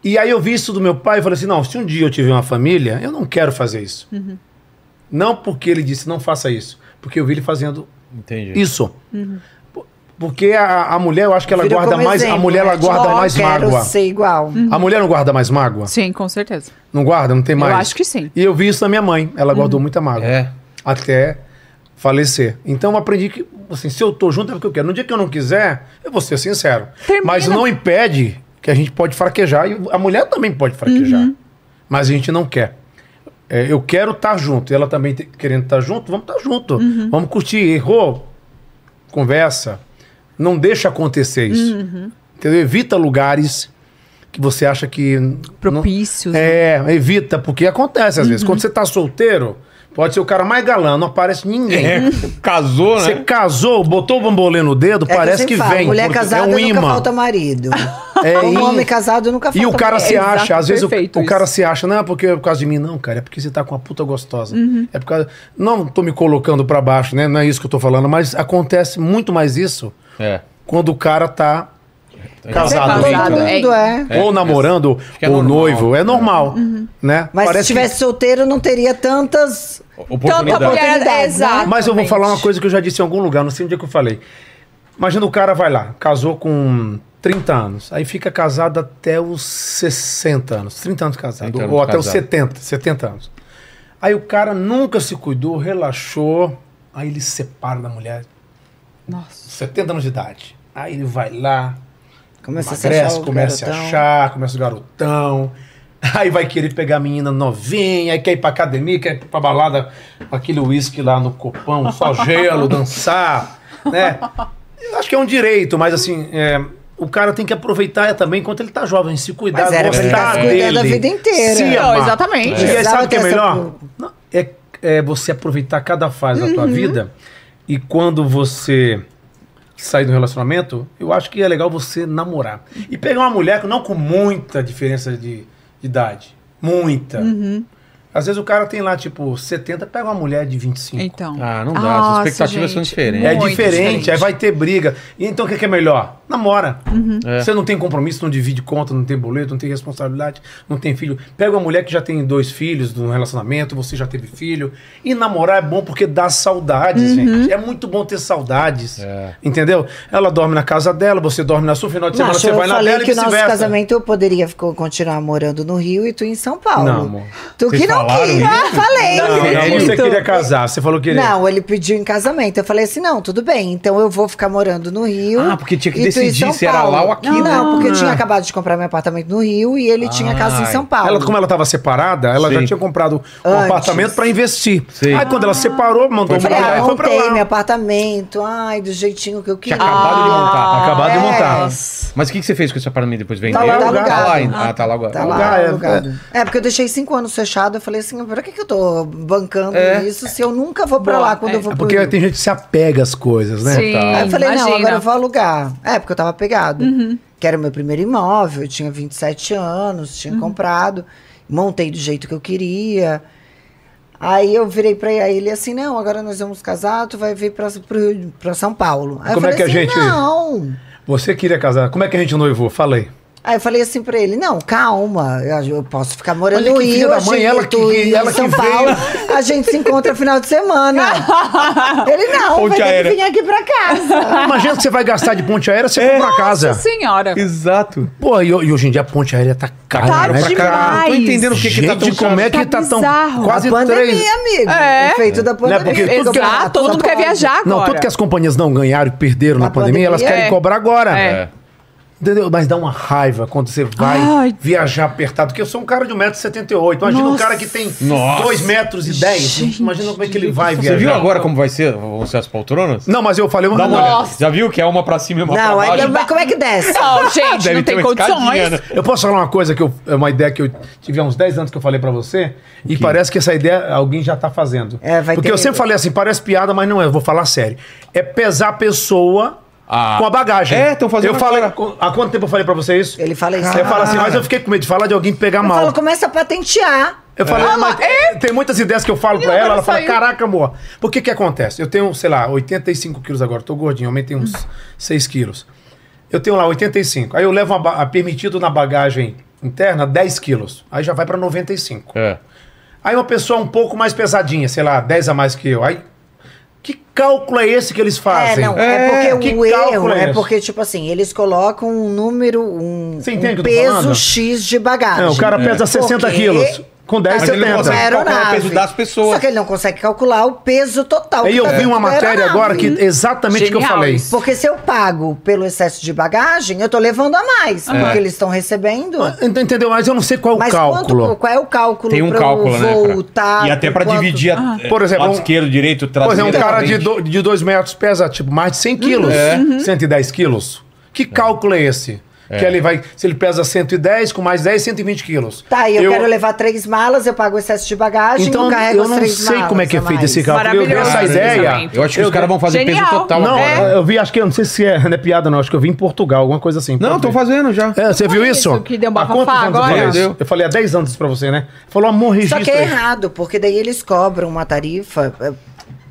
B: E aí eu vi isso do meu pai e falei assim: não, se um dia eu tiver uma família, eu não quero fazer isso.
F: Uhum.
B: Não porque ele disse não faça isso, porque eu vi ele fazendo
A: Entendi.
B: isso. Por- Porque a, a mulher, eu acho que ela
F: Virou
B: guarda
F: Uhum. como
B: mais. a
F: exemplo,
B: mulher, ela
F: né? Tipo,
B: guarda
F: ó,
B: mais
F: quero
B: mágoa.
F: ser igual. É
B: A mulher não guarda mais mágoa?
C: Sim, com certeza.
B: Não guarda? Não tem mais?
C: Eu acho que sim.
B: E eu vi isso na minha mãe. Ela guardou
F: Uhum.
B: muita mágoa.
A: É.
B: Até falecer. Então eu aprendi que, assim, se eu tô junto é porque eu quero. No dia que eu não quiser, eu vou ser sincero.
C: Termina.
B: Mas não impede que a gente pode fraquejar. E a mulher também pode fraquejar.
C: Uhum.
B: Mas a gente não quer. É, eu quero estar junto. E ela também te- querendo estar junto, vamos estar junto.
C: Uhum.
B: Vamos curtir. Errou? Conversa. Não deixa acontecer isso.
C: Uhum.
B: Entendeu? Evita lugares que você acha que. não-
C: Propícios.
B: é, evita, porque acontece às
F: Uhum.
B: vezes. Quando você tá solteiro, pode ser o cara mais galã, não aparece ninguém.
A: É, casou, né?
B: Você casou, botou o bambolê no dedo,
F: É eu
B: parece
F: sempre
B: que
F: falo,
B: vem.
F: Mulher
B: porque
F: casada
B: é um
F: nunca
B: imã.
F: falta marido.
B: É
F: um
B: imã.
F: homem casado nunca falta
B: E o cara
F: mulher. É
B: se
C: Exato,
B: acha, às vezes o,
C: perfeito
B: o cara
C: isso.
B: se acha, não é porque é por causa de mim, não, cara, é porque você tá com uma puta gostosa.
F: Uhum.
B: É por causa. Não tô me colocando pra baixo, né? Não é isso que eu tô falando, mas acontece muito mais isso
A: É.
B: quando o cara tá casado.
C: Casado.
F: Todo
C: É.
F: mundo é. Uhum.
A: É,
B: Ou namorando,
A: que é
B: ou
A: normal.
B: noivo. É normal. Né?
F: Mas se
B: que-
F: tivesse solteiro, não teria tantas.
C: Tanta
A: Oportunidade.
C: mulher.
F: Oportunidade, né?
C: Exato.
B: Mas eu vou falar uma coisa que eu já disse em algum lugar, não sei onde é que eu falei. Imagina o cara vai lá, casou com 30 anos, aí fica casado até os 60 anos, 30 anos casado,
A: 30 anos
B: ou até os
A: casado.
B: 70, 70 anos. Aí o cara nunca se cuidou, relaxou, aí ele se separa da mulher,
C: Nossa.
B: 70 anos de idade. Aí ele vai lá,
F: Começa a se achar.
B: Cresce,
F: o
B: começa a
F: garotão.
B: achar, começa o garotão. Aí vai querer pegar a menina novinha, aí quer ir pra academia, quer ir pra balada com aquele uísque lá no copão, só
F: *laughs*
B: gelo, dançar, né? Eu acho que é um direito, mas assim, é, o cara tem que aproveitar também enquanto ele tá jovem, se cuidar,
F: Mas era pra ele
B: gostar
F: tá se cuidando a
B: dele,
F: vida inteira.
B: se
C: Não,
B: amar. E
C: exatamente.
B: aí, sabe
F: Precisava
B: o que é
F: ter essa
B: melhor?
F: pro- Uhum.
B: Não, É, é você aproveitar cada fase da tua vida e quando você sair do relacionamento, eu acho que é legal você namorar. E pegar uma mulher que não com muita diferença de, de idade. Muita. Às vezes o cara tem lá, tipo, 70, pega uma mulher de 25.
C: Então.
A: Ah, não dá, as
C: Nossa,
A: expectativas são
C: gente,
A: diferentes.
B: É
C: muito
B: diferente, aí vai ter briga. E então o que que é melhor? Namora.
F: Uhum.
A: É.
B: Você não tem compromisso, não divide conta, não tem boleto, não tem responsabilidade, não tem filho. Pega uma mulher que já tem dois filhos de um relacionamento, você já teve filho. E namorar é bom porque dá saudades,
F: Uhum.
B: gente. É muito bom ter saudades.
A: É.
B: Entendeu? Ela dorme na casa dela, você dorme na sua, final de semana
F: Nacho,
B: você assim, vai
F: eu
B: na
F: falei
B: dela e
F: que o nosso
B: vice-versa.
F: casamento eu poderia fico- continuar morando no Rio e tu em São Paulo.
B: Não, amor.
F: Tu
A: Vocês
F: que não
A: falaram
F: quis,
A: isso? então-
F: eu falei.
B: Não, não, você
C: acredito.
B: queria casar, você falou que queria.
F: Não, ele pediu em casamento. Eu falei assim: não, tudo bem, então eu vou ficar morando no Rio.
A: Ah, porque tinha que
F: e tu em
A: decidir
F: São
A: se era
F: Paulo.
A: lá ou aqui,
F: Não,
A: né?
F: não, porque eu tinha
A: Ah.
F: acabado de comprar meu apartamento no Rio e ele tinha casa em
A: Ai.
F: São Paulo.
B: Ela, como ela estava separada, ela já
A: Sim.
B: tinha comprado um
F: Antes.
B: apartamento para investir.
A: Sim.
B: Aí quando ela separou, mandou
F: Eu
B: pra
F: falei,
B: lá
F: ah,
B: e foi pra
F: montei
B: lá.
F: meu apartamento, ai, do jeitinho que eu
A: Tinha
F: queria.
A: acabado de montar.
B: Acabado de
F: é.
B: montar.
A: Mas o que, que você fez com esse apartamento depois? Vendeu?
F: lá, tá
A: tá lá
F: alugado.
A: ainda. Ah, tá lá agora.
F: Tá
B: Alugar,
F: lá,
B: é,
F: alugado. É, porque eu deixei cinco anos fechado, eu falei assim, pra que, que eu tô bancando
A: É.
F: isso se eu nunca vou pra
C: Boa,
F: lá quando
C: é.
F: eu vou
B: É
F: pro
B: porque
F: Rio?
B: tem gente que se apega às coisas, né?
C: Sim,
F: Aí eu falei, não,
C: imagina.
F: agora eu vou alugar. É, porque eu tava pegado. Que era o meu primeiro imóvel, eu tinha 27 anos, tinha comprado, montei do jeito que eu queria. Aí eu virei pra ele assim, não, agora nós vamos casar, tu vai vir pra, pro Rio- pra São Paulo. Aí eu
B: Como é
F: falei
B: que a
F: assim,
B: gente-
F: Não,
B: Você queria casar. Como é que a gente noivou? Falei.
F: Aí eu falei assim pra ele, não, calma, eu eu posso ficar morando
B: Olha
F: no
B: que filha da
F: Rio,
B: mãe, ela que- ela
F: em
B: que
F: São
B: veio.
F: Paulo, a gente se encontra final de semana.
B: *laughs*
F: ele não,
A: Ponte
F: vai ter
A: aérea.
F: que vir aqui pra
B: *laughs*
F: casa.
B: Imagina o que você vai gastar de ponte aérea, você compra a casa.
C: Nossa *laughs* senhora.
A: Exato.
B: Pô, e, e hoje em dia a ponte aérea tá cara,
C: Tá
B: né?
A: Pra caralho, não tô
C: Demais.
A: entendendo o que que tá tão
B: Gente, como
A: caro.
B: é que
C: Tá
B: tá tão...
C: bizarro.
B: Quase
F: pandemia,
B: três...
F: amigo.
C: É.
F: Efeito da pandemia.
B: porque tudo que-
C: Exato, todo mundo
F: Só
C: quer
F: pode.
C: viajar agora.
B: Não, tudo que as companhias não ganharam e perderam na
F: A
B: pandemia,
F: pandemia,
B: elas querem
C: é.
B: cobrar agora.
C: É.
B: Entendeu? Mas dá uma raiva quando você vai
C: Ai.
B: viajar apertado, porque eu sou um cara de 1,78m. Imagina um
C: Nossa.
B: cara que tem
A: Nossa.
B: 2 metros e 10. Imagina como é que ele vai
A: Você
B: viajar.
A: viu agora como vai ser, vão ser as poltronas?
B: Não, mas eu falei uma.
A: Dá uma
B: Não,
A: olhada. Já viu que é uma pra cima e uma pra
F: Não,
A: baixo?
F: aí, mas como é que desce?
C: Não, gente,
A: Deve
C: não
A: ter
C: tem
A: uma escadinha,
C: condições.
A: né?
B: Eu posso falar uma coisa que eu, é uma ideia que eu tive há uns 10 anos que eu falei pra você, e parece que essa ideia alguém já tá fazendo.
F: É, vai
B: Porque
F: ter-
B: eu sempre falei assim, parece piada, mas não é, eu vou falar sério. É pesar a pessoa
A: Ah.
B: com a bagagem.
A: É, tão fazendo
B: Eu falei,
A: agora.
B: há quanto tempo eu falei pra você isso?
F: Ele fala isso. Ah.
B: Você fala assim, mas eu fiquei com medo de falar de alguém pegar
F: Eu
B: mal.
F: falo, começa É. a patentear.
B: Eu falei, "Ah, mas tem muitas ideias que eu falo pra
C: Menina,
B: ela,
C: agora
B: ela fala,
C: saiu.
B: caraca, amor, por que que acontece? Eu tenho, sei lá, 85 quilos agora, tô gordinho, aumentei uns 6 quilos. Eu tenho lá 85, aí eu levo uma ba- a permitido na bagagem interna 10 quilos, aí já vai pra 95.
A: É.
B: Aí uma pessoa um pouco mais pesadinha, sei lá, 10 a mais que eu, aí que cálculo é esse que eles fazem?
F: É, não,
A: É,
F: é,
B: que
F: porque o
B: cálculo
F: erro
B: é
F: é
B: esse?
F: porque, tipo assim, eles colocam um número, um,
B: Você entende
F: um
B: o que eu tô falando?
F: peso X de bagagem. É.
B: Não, o cara pesa 60
F: Porque
B: quilos, com 10,
A: Mas ele não
B: 70.
A: consegue calcular o peso das pessoas.
F: Só que ele não consegue calcular o peso total.
B: Aí
F: que
B: eu
F: tá
B: vi uma
F: dentro da
B: matéria
F: aeronave.
B: agora que exatamente o que eu
C: Genial
B: falei.
C: isso.
F: Porque se eu pago pelo excesso de bagagem, eu tô levando a mais.
A: É.
F: Porque eles estão recebendo.
B: Ent- Entendeu? Mas eu não sei qual
F: Mas
B: o cálculo.
F: quanto- qual é o cálculo
A: Tem um
F: pra eu
A: cálculo, né?
F: voltar?
A: pra- E até pra
F: quanto-
A: dividir a- eh,
B: Por exemplo,
A: lado
B: um-
A: esquerdo, direito,
B: Pois é,
A: traseiro.
B: um cara de,
A: frente.
B: do, de dois metros pesa tipo mais de 100
A: Uhum.
B: quilos,
A: É.
F: Uhum.
B: 110 quilos. Que cálculo é esse? Que ele vai, se ele pesa 110, com mais 10, 120 quilos.
F: Tá, e eu, quero levar três malas, eu pago o excesso de bagagem,
B: Então,
F: eu carrego
B: eu
F: as
B: não
F: três
B: sei
F: malas
B: como é que é
F: a
B: feito
F: mais.
B: esse cálculo. Eu vi
C: Maravilhoso
B: essa
C: esse
B: ideia.
C: pensamento.
A: Ah, é Eu acho que os
B: Eu-
A: caras vão fazer
C: Genial.
A: peso total
B: Não, é.
A: agora.
B: eu vi, acho que, eu não sei se é, não é piada não, acho que eu vi em Portugal, alguma coisa assim.
A: Não, tô fazendo
B: fazendo.
A: já.
B: É, você
C: Não
B: viu
C: foi
B: isso?
C: isso que deu uma
B: Há quantos
C: fafá
B: anos eu falei
A: agora?
B: isso? Eu falei há 10 anos isso pra você, né? Falou, amor,
F: Só
B: registra
F: que é
B: aí.
F: errado, porque daí eles cobram uma tarifa eh,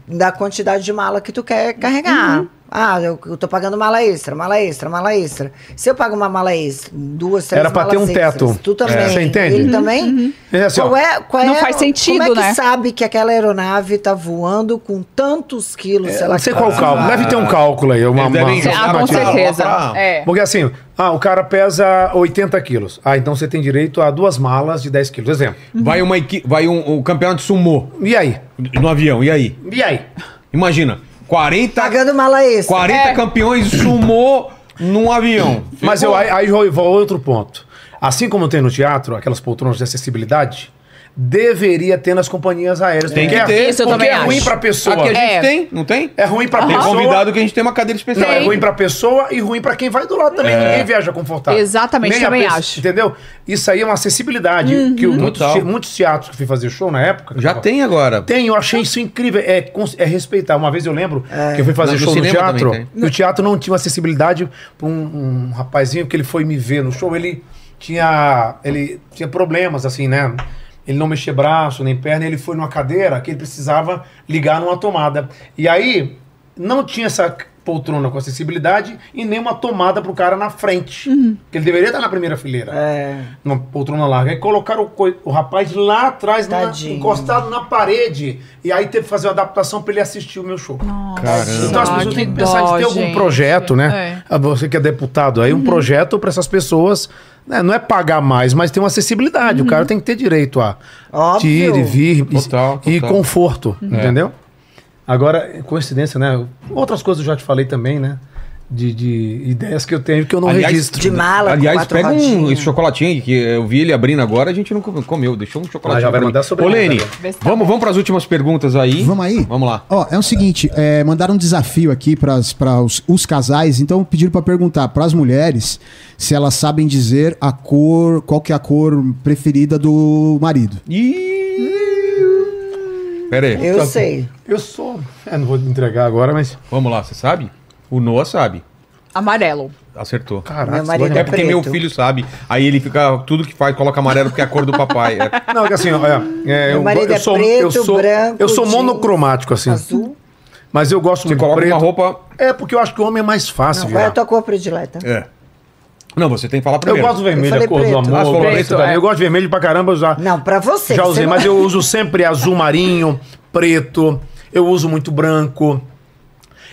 F: da quantidade de mala que tu quer carregar.
B: Uhum.
F: Ah, eu, eu tô pagando mala extra, mala extra, mala extra. Se eu pago uma mala extra, duas, três
B: Era pra ter
F: malas
B: um
F: extras,
B: teto.
F: Tu também.
B: É. Você entende?
F: Ele também.
B: É assim, ó.
F: qual é, qual
C: Não
F: é-
C: faz sentido,
F: como é que
C: né?
F: sabe que aquela aeronave tá voando com tantos quilos, sei
B: Eu
F: lá.
B: Não sei qual o
F: quantos
B: cálculo,
F: lá?
B: deve ter um cálculo aí.
A: Ah,
B: Uma,
A: Eles
B: uma...
A: devem-
C: Ah, com
A: Mas tira lá
C: certeza.
A: pra-
C: É.
B: Porque assim, ah, o cara pesa 80 quilos. Ah, então você tem direito a duas malas de 10 quilos. Exemplo.
A: Vai, uma equi- vai um, um campeonato de sumô
B: E aí?
A: no avião, e aí?
B: E aí?
A: Imagina, 40,
F: Pagando mala extra.
A: 40
C: É.
A: campeões de sumô num avião.
B: Mas eu, aí aí eu vou a outro ponto. Assim como tem no teatro, aquelas poltronas de acessibilidade, deveria ter nas companhias aéreas.
A: Tem
B: porque
A: que ter.
B: É,
C: Isso eu
B: porque
C: também
B: é ruim
C: acho.
B: pra pessoa.
A: Aqui a gente
C: É.
A: tem, não tem?
B: É ruim pra
A: Tem
B: pessoa.
A: convidado que a gente tem uma cadeira especial.
B: Não, é
C: Tem. É.
B: ruim pra pessoa e ruim pra quem vai do lado também. Ninguém viaja confortável.
C: Exatamente,
B: a
C: também
B: pessoa-
C: acho. Uhum.
B: Entendeu? Isso aí é uma acessibilidade. Que o- muitos,
A: Total.
B: te- muitos teatros que eu fui fazer show na época.
A: Já
B: tava-
A: tem agora.
B: Tem, eu achei isso incrível. É, cons- é respeitar. Uma vez eu lembro que eu fui fazer
A: Mas É. no
B: show no
A: cinema
B: teatro.
A: também
B: E o teatro não tinha acessibilidade para um, um rapazinho que ele foi me ver no show. Ele tinha, ele tinha problemas, assim, né? Ele não mexia braço nem perna. Ele foi numa cadeira que ele precisava ligar numa tomada. E aí não tinha essa poltrona com acessibilidade e nem uma tomada pro cara na frente. Que ele deveria estar na primeira fileira.
A: É.
F: É,
B: Uma poltrona larga. Aí colocaram o, coi- o rapaz lá atrás, na-
F: Tadinho.
B: encostado na parede. E aí teve que fazer uma adaptação pra ele assistir o meu show.
A: Caramba.
B: Então as pessoas
C: que
B: têm que pensar em
C: dó,
B: ter algum
C: gente.
B: projeto, né? Ah, Você que é deputado, aí um projeto pra essas pessoas. né? Não é pagar mais, mas tem uma acessibilidade. O cara tem que ter direito a
F: Óbvio.
B: ir e vir e-
A: Total,
B: e
A: total. Uhum. É.
B: conforto, entendeu? Agora, coincidência, né? Outras coisas eu já te falei também, né? De, de ideias que eu tenho que eu não
A: Aliás,
B: registro.
F: De mala, com
A: Aliás,
F: quatro
A: pega um
F: rodinhas.
A: esse chocolatinho que eu vi ele abrindo agora, a gente não com- comeu, deixou um chocolatinho.
B: Ah, já
A: pra
B: vai
A: mim.
B: mandar sobre
A: Ô,
B: ele
A: Lene,
B: também.
C: Vê se tá
A: vamos, vamos pras últimas perguntas aí.
D: Vamos aí?
A: Vamos lá.
D: Ó, é o seguinte, é, mandaram um desafio aqui para os, os casais, então pediram para perguntar para as mulheres se elas sabem dizer a cor, qual que é a cor preferida do marido.
A: Ih. Pera aí.
F: Eu sei.
B: Eu sou. É, não vou entregar agora, mas.
A: Vamos lá, você sabe? O Noah sabe.
C: Amarelo.
A: Acertou.
B: Caraca,
F: Meu
B: você
F: marido
B: gosta
A: É
B: de-
A: porque
F: preto.
A: meu filho sabe. Aí ele fica, tudo que faz, coloca amarelo porque é a cor do
B: *laughs*
A: papai. É.
B: Não, é que assim, ó, é, é, eu,
F: marido
B: eu
F: é
B: sou, eu
F: preto,
B: sou,
F: branco,
B: eu sou
F: jeans,
B: monocromático, assim.
F: Azul.
B: Mas eu gosto
A: Você
B: muito de
A: coloca
B: preto.
A: uma roupa.
B: É, porque eu acho que o homem é mais fácil,
F: Qual é a
B: viu?
F: tua cor predileta?
A: É. Não, você tem que falar
B: Eu
A: primeiro.
B: gosto do vermelho,
F: falei
B: a cor do
F: preto.
A: Ah, você
B: amor.
A: falou
B: preto,
A: preto,
B: é.
A: é.
B: Eu gosto de vermelho pra caramba. eu Já,
F: Não, pra você,
B: Já
F: você
B: usei,
F: não- *laughs*
B: mas eu uso sempre azul marinho, preto. Eu uso muito branco.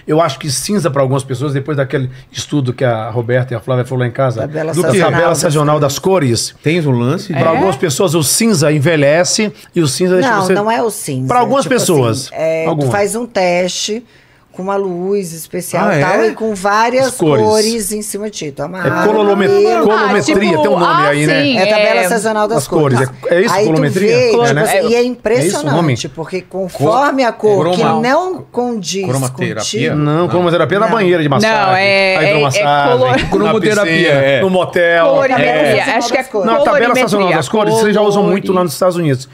B: Eu acho que cinza pra algumas pessoas, depois daquele estudo que a Roberta e a Flávia falou lá em casa,
F: Tabela
B: do que
F: sazonal
B: tabela
F: das
B: sazonal das cores.
A: Tem um lance?
B: Pra algumas pessoas, o cinza envelhece e o cinza deixa
F: É? não,
B: você.
F: não é o cinza.
B: Pra algumas pessoas.
F: assim, é,
B: Algumas.
F: Tu faz um teste com uma luz especial
A: Ah,
F: e tal,
A: é?
F: e com várias
B: As cores.
F: cores. em cima de ti. Tu
B: É
F: amarra,
B: cololome-
F: vermelho,
B: cololometria,
C: Ah, tipo,
B: tem um nome
C: ah,
B: aí, né?
C: sim.
F: É tabela
C: É,
F: sazonal das
B: as cores,
F: Tá.
B: é- é isso,
F: Aí tu
B: colometria?
F: vê,
B: Cor,
F: tipo
B: né?
F: assim,
B: É-
F: e
B: é
F: é
B: isso é o nome?
F: impressionante, porque conforme a cor que
A: Croma-
F: não condiz
A: cromaterapia?
F: contigo...
B: Não, cromoterapia é na
F: Não.
B: banheira de massagem.
C: Não, é-
B: A hidromassagem.
C: é- é color-
B: na
A: Cromoterapia,
B: piscina,
A: é.
B: No motel.
C: Colorimetria.
F: É.
C: Acho que é
F: Não, a
B: Não, a tabela
C: colorimetria,
B: sazonal das cores, vocês já usam muito lá nos Estados Unidos.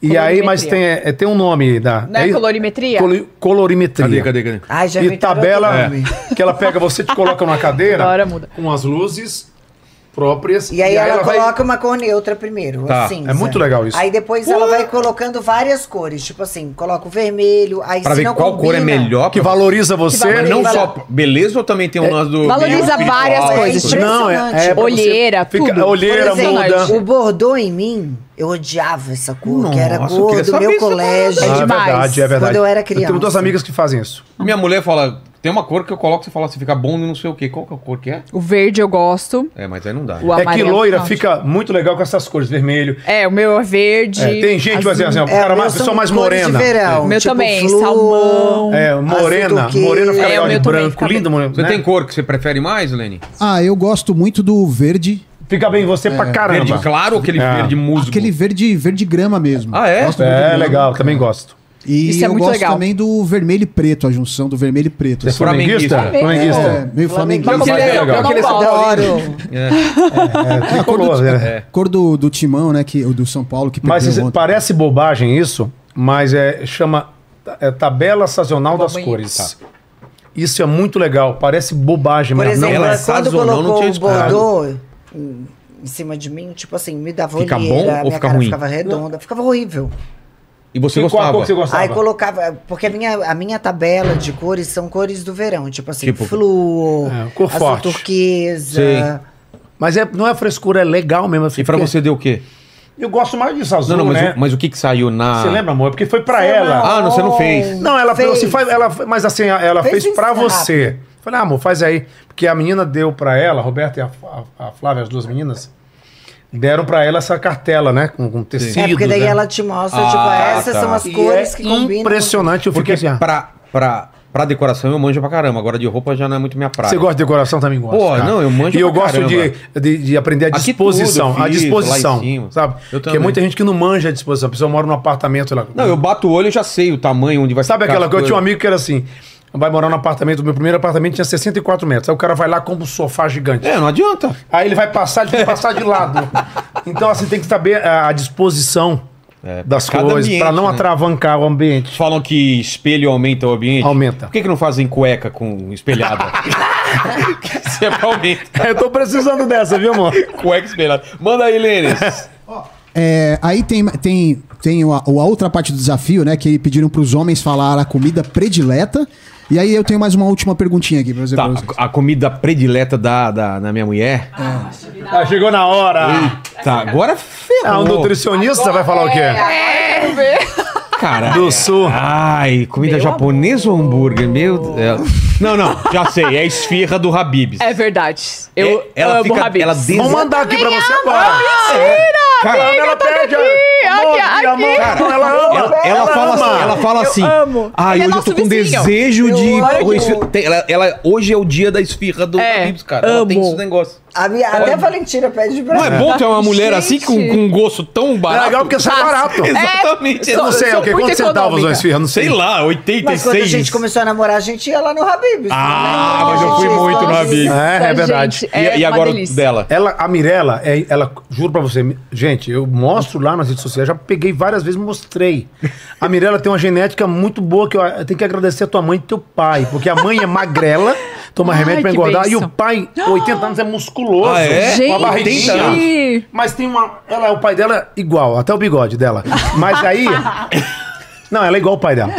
B: E aí, mas tem,
C: Colorimetria.
B: é, tem um nome da.
C: Não é
B: aí-
C: colorimetria?
B: Colo- colorimetria.
A: Cadê, É. cadê, cadê?
F: Ai, já
B: e
F: inventaram
B: tabela
F: outro nome.
B: que ela pega, você te coloca numa cadeira
C: Agora muda.
B: com as luzes próprias.
F: E aí ela,
B: vai-
F: coloca uma cor neutra primeiro,
A: Tá,
F: a cinza.
B: é muito legal isso. Uh!
F: Aí depois ela vai colocando várias cores, tipo assim, coloca o vermelho,
C: Ah,
F: aí
A: Pra
F: se
A: ver
F: não
A: qual cor é
F: combina-
A: melhor.
B: que
A: pra-
B: valoriza É, você.
A: Mas não
F: valoriza.
A: só beleza ou também tem um lance do.
C: Valoriza
A: meio espiritual,
C: várias
A: essas
C: coisas, tipo,
B: Não, é, é pra você-
C: Olheira,
B: fica,
C: tudo.
B: a olheira
F: Por exemplo,
B: muda.
F: O bordô em mim, eu odiava essa cor, que era
A: Nossa, eu
F: cor
A: queria
F: do
A: saber
F: meu
A: isso agora,
F: colégio.
B: Ah,
C: gente.
B: é
C: demais.
B: verdade, é verdade.
F: Quando eu era criança.
B: Eu tenho duas amigas que fazem isso.
C: tipo-
A: Minha mulher fala: tem uma cor que eu coloco, você fala se fica bom e não sei o quê. Qual que é a cor que é?
C: O verde eu gosto.
A: É, mas aí não dá.
C: O
B: é que
C: amarelo,
B: loira
C: não.
B: fica muito legal com essas cores, vermelho.
C: É, o meu é verde.
B: É, tem gente que vai dizer assim, ó, o
F: É,
B: cara
F: o meu
B: mais,
F: são
B: pessoa mais
F: cores de
B: morena.
F: verão,
C: Meu
F: tipo
C: também,
F: flor,
C: salmão.
B: É, morena.
F: azul do
B: Morena fica
F: quê?
C: É, o
B: legal de
C: meu também
B: branco,
C: fica
B: lindo, moreno.
A: Você
B: né?
A: tem cor que você prefere mais, Lenny?
D: Ah, eu gosto muito do verde.
B: Fica bem você
F: É.
B: pra caramba.
A: Verde claro ou aquele
B: É.
A: verde musgo?
D: Aquele verde, verde grama mesmo.
A: Ah, é?
D: Gosto muito do
B: É
D: grama.
B: legal, também gosto.
D: E
C: Isso é
D: eu
C: muito
D: gosto
C: legal.
D: também do vermelho e preto, a junção do vermelho e preto.
B: Você é
D: assim.
A: Flamenguista.
B: flamenguista?
D: É,
B: Flamenguista.
D: meio flamenguista.
A: Mas
C: Mas
A: é
C: eu
A: legal.
C: não
A: Aquele
C: gosto.
B: É, tricolor, né?
A: é
D: Cor do, do timão, né? Que, o do São Paulo que
B: Mas
D: perdeu
F: um
B: isso-
D: ontem.
B: parece bobagem isso, mas é, chama é, tabela sazonal das
C: Vamos aí.
B: cores. tá? Isso é muito legal, parece bobagem,
F: Por
B: mas
F: exemplo,
A: ela é
F: quando
A: sazonal, não
F: colocou
A: tinha
F: o bordô em em cima de mim, tipo assim, me dava
A: Fica
F: olheira,
A: bom ou
F: minha
A: fica
F: cara
A: ruim?
F: ficava redonda, ficava horrível.
A: E você
B: não. E Qual
A: gostava?
B: a cor que você gostava?
F: Aí colocava. Porque a minha, a minha tabela de cores são cores do verão. Tipo assim,
A: Tipo-
F: flúor,
B: É, cor
F: azul
B: forte.
F: turquesa.
A: Sim.
B: Mas é, não é frescura, é legal mesmo. assim,
A: E pra
B: porque
A: você deu o quê?
B: Eu gosto mais disso azul,
A: Não, não, mas,
B: né?
A: o, mas o que que saiu na.
B: Você lembra, amor? Porque foi pra
F: Sei
B: ela.
A: Ah, não, você não fez.
B: Não, ela falou assim, faz, ela, mas assim, ela fez,
F: Fez isso
B: pra
F: rápido.
B: você. Falei, ah, amor, faz aí. Porque a menina deu pra ela, a Roberta e a, a- a Flávia, as duas meninas, deram pra ela essa cartela, né? Com, com tecido.
F: É porque daí
B: né?
F: ela te mostra,
A: Ah,
F: tipo, essas
A: tá.
F: são as
B: E
F: cores
B: é
F: que combinam.
B: Impressionante, eu
A: Porque
B: fiquei assim. ah,
A: pra, pra, pra decoração eu manjo pra caramba. Agora de roupa já não é muito minha praia.
B: Você gosta de decoração também gosta.
A: Pô, não, eu manjo
B: E eu
A: pra
B: gosto de,
A: caramba.
B: de, de aprender a
A: Aqui
B: disposição.
A: tudo eu
B: a
A: fiz, lá
B: disposição.
A: em cima.
B: Sabe?
A: Eu
B: Porque
A: também.
B: muita gente que não manja a disposição. A pessoa mora num apartamento lá.
A: Não, eu bato o olho e já sei o tamanho onde vai
B: Sabe
A: ficar
B: aquela
A: as
B: coisa? Eu tinha um
A: coisas.
B: amigo que era assim. Vai morar num apartamento, meu primeiro apartamento tinha 64 metros. Aí o cara vai lá compra um sofá gigante.
A: É, não adianta.
B: Aí ele vai passar, ele tem que passar de lado. Então, assim, tem que saber a a disposição
A: É,
B: das
A: cada
B: coisas,
A: ambiente,
B: pra não
A: né?
B: atravancar o ambiente.
A: Falam que espelho aumenta o ambiente.
B: Aumenta.
A: Por que, que não fazem cueca com
B: *laughs*
A: espelhada? *laughs* que sempre aumenta.
B: Eu tô precisando dessa, viu, amor?
A: Cueca espelhada. Manda aí, Lênis.
D: É, aí tem, tem, tem a, a outra parte do desafio, né? Que pediram pros homens falar a comida predileta. E aí eu tenho mais uma última perguntinha aqui pra fazer
A: Tá,
D: pra vocês.
A: a, a comida predileta da, da, da minha mulher.
B: Ah, chegou na hora.
A: Tá, agora
B: Ah,
A: ferrou.
B: o nutricionista vai falar o quê?
C: É,
A: Cara,
B: Do sul.
A: Ai, comida japonesa ou hambúrguer? Meu Deus. Não, não, já sei. É a esfirra do Habib's.
C: É verdade. Eu
A: É, ela
C: amo
A: fica-
C: Habib's.
A: ela
B: Vamos
A: Exa-
B: mandar aqui pra você agora.
A: Cara,
B: ela pede é.
C: aqui, aqui.
A: Cara,
B: ela ama.
A: ela, ela fala assim, ela fala assim.
C: amo.
A: Ai,
C: Ele é
A: hoje eu
C: nosso
A: tô com
C: vizinho.
A: desejo
F: Eu
A: de.
F: amo.
A: Esfirra- tem- Ela, ela- hoje é o dia da esfirra do
C: É,
A: Habib's, cara. Ela tem
C: amo.
A: esse negócio.
F: A minha- até a Valentina pede pra
A: Não é
F: mim.
A: bom ter uma mulher
C: Gente.
A: assim com, com um gosto tão
B: É
A: barato?
B: legal porque sai barato.
A: Exatamente.
B: Eu não sei, é o quê?
C: É, muito
B: Quantos centavos
C: econômica.
B: uma esfirra? Não sei.
A: Sei lá,
F: Mas quando a gente
A: 86.
F: começou a namorar, a gente ia lá no Habib's.
A: Ah,
F: Né?
A: mas eu
F: A gente
A: fui
F: ia
A: muito no
F: escondido.
A: Habib's.
B: É, é verdade.
C: Gente,
A: E,
C: é
A: e
C: uma
A: agora o
C: delícia.
A: dela?
B: Ela, a Mirella, é- ela, juro pra você, mi- gente, eu mostro lá nas redes sociais, já peguei várias vezes, mostrei. A Mirella tem uma genética muito boa que eu, eu tenho que agradecer a tua mãe e teu pai, porque a mãe é magrela, toma
C: Ai,
B: remédio pra
C: que
B: engordar, e
C: bênção.
B: o pai, 80 anos, é musculoso.
A: Ah, é?
B: Com a
C: Gente!
B: barriguinha. Mas tem uma. Ela, o pai dela é igual, até o bigode dela. Mas
C: *laughs*
B: aí. Não, ela é igual o pai dela.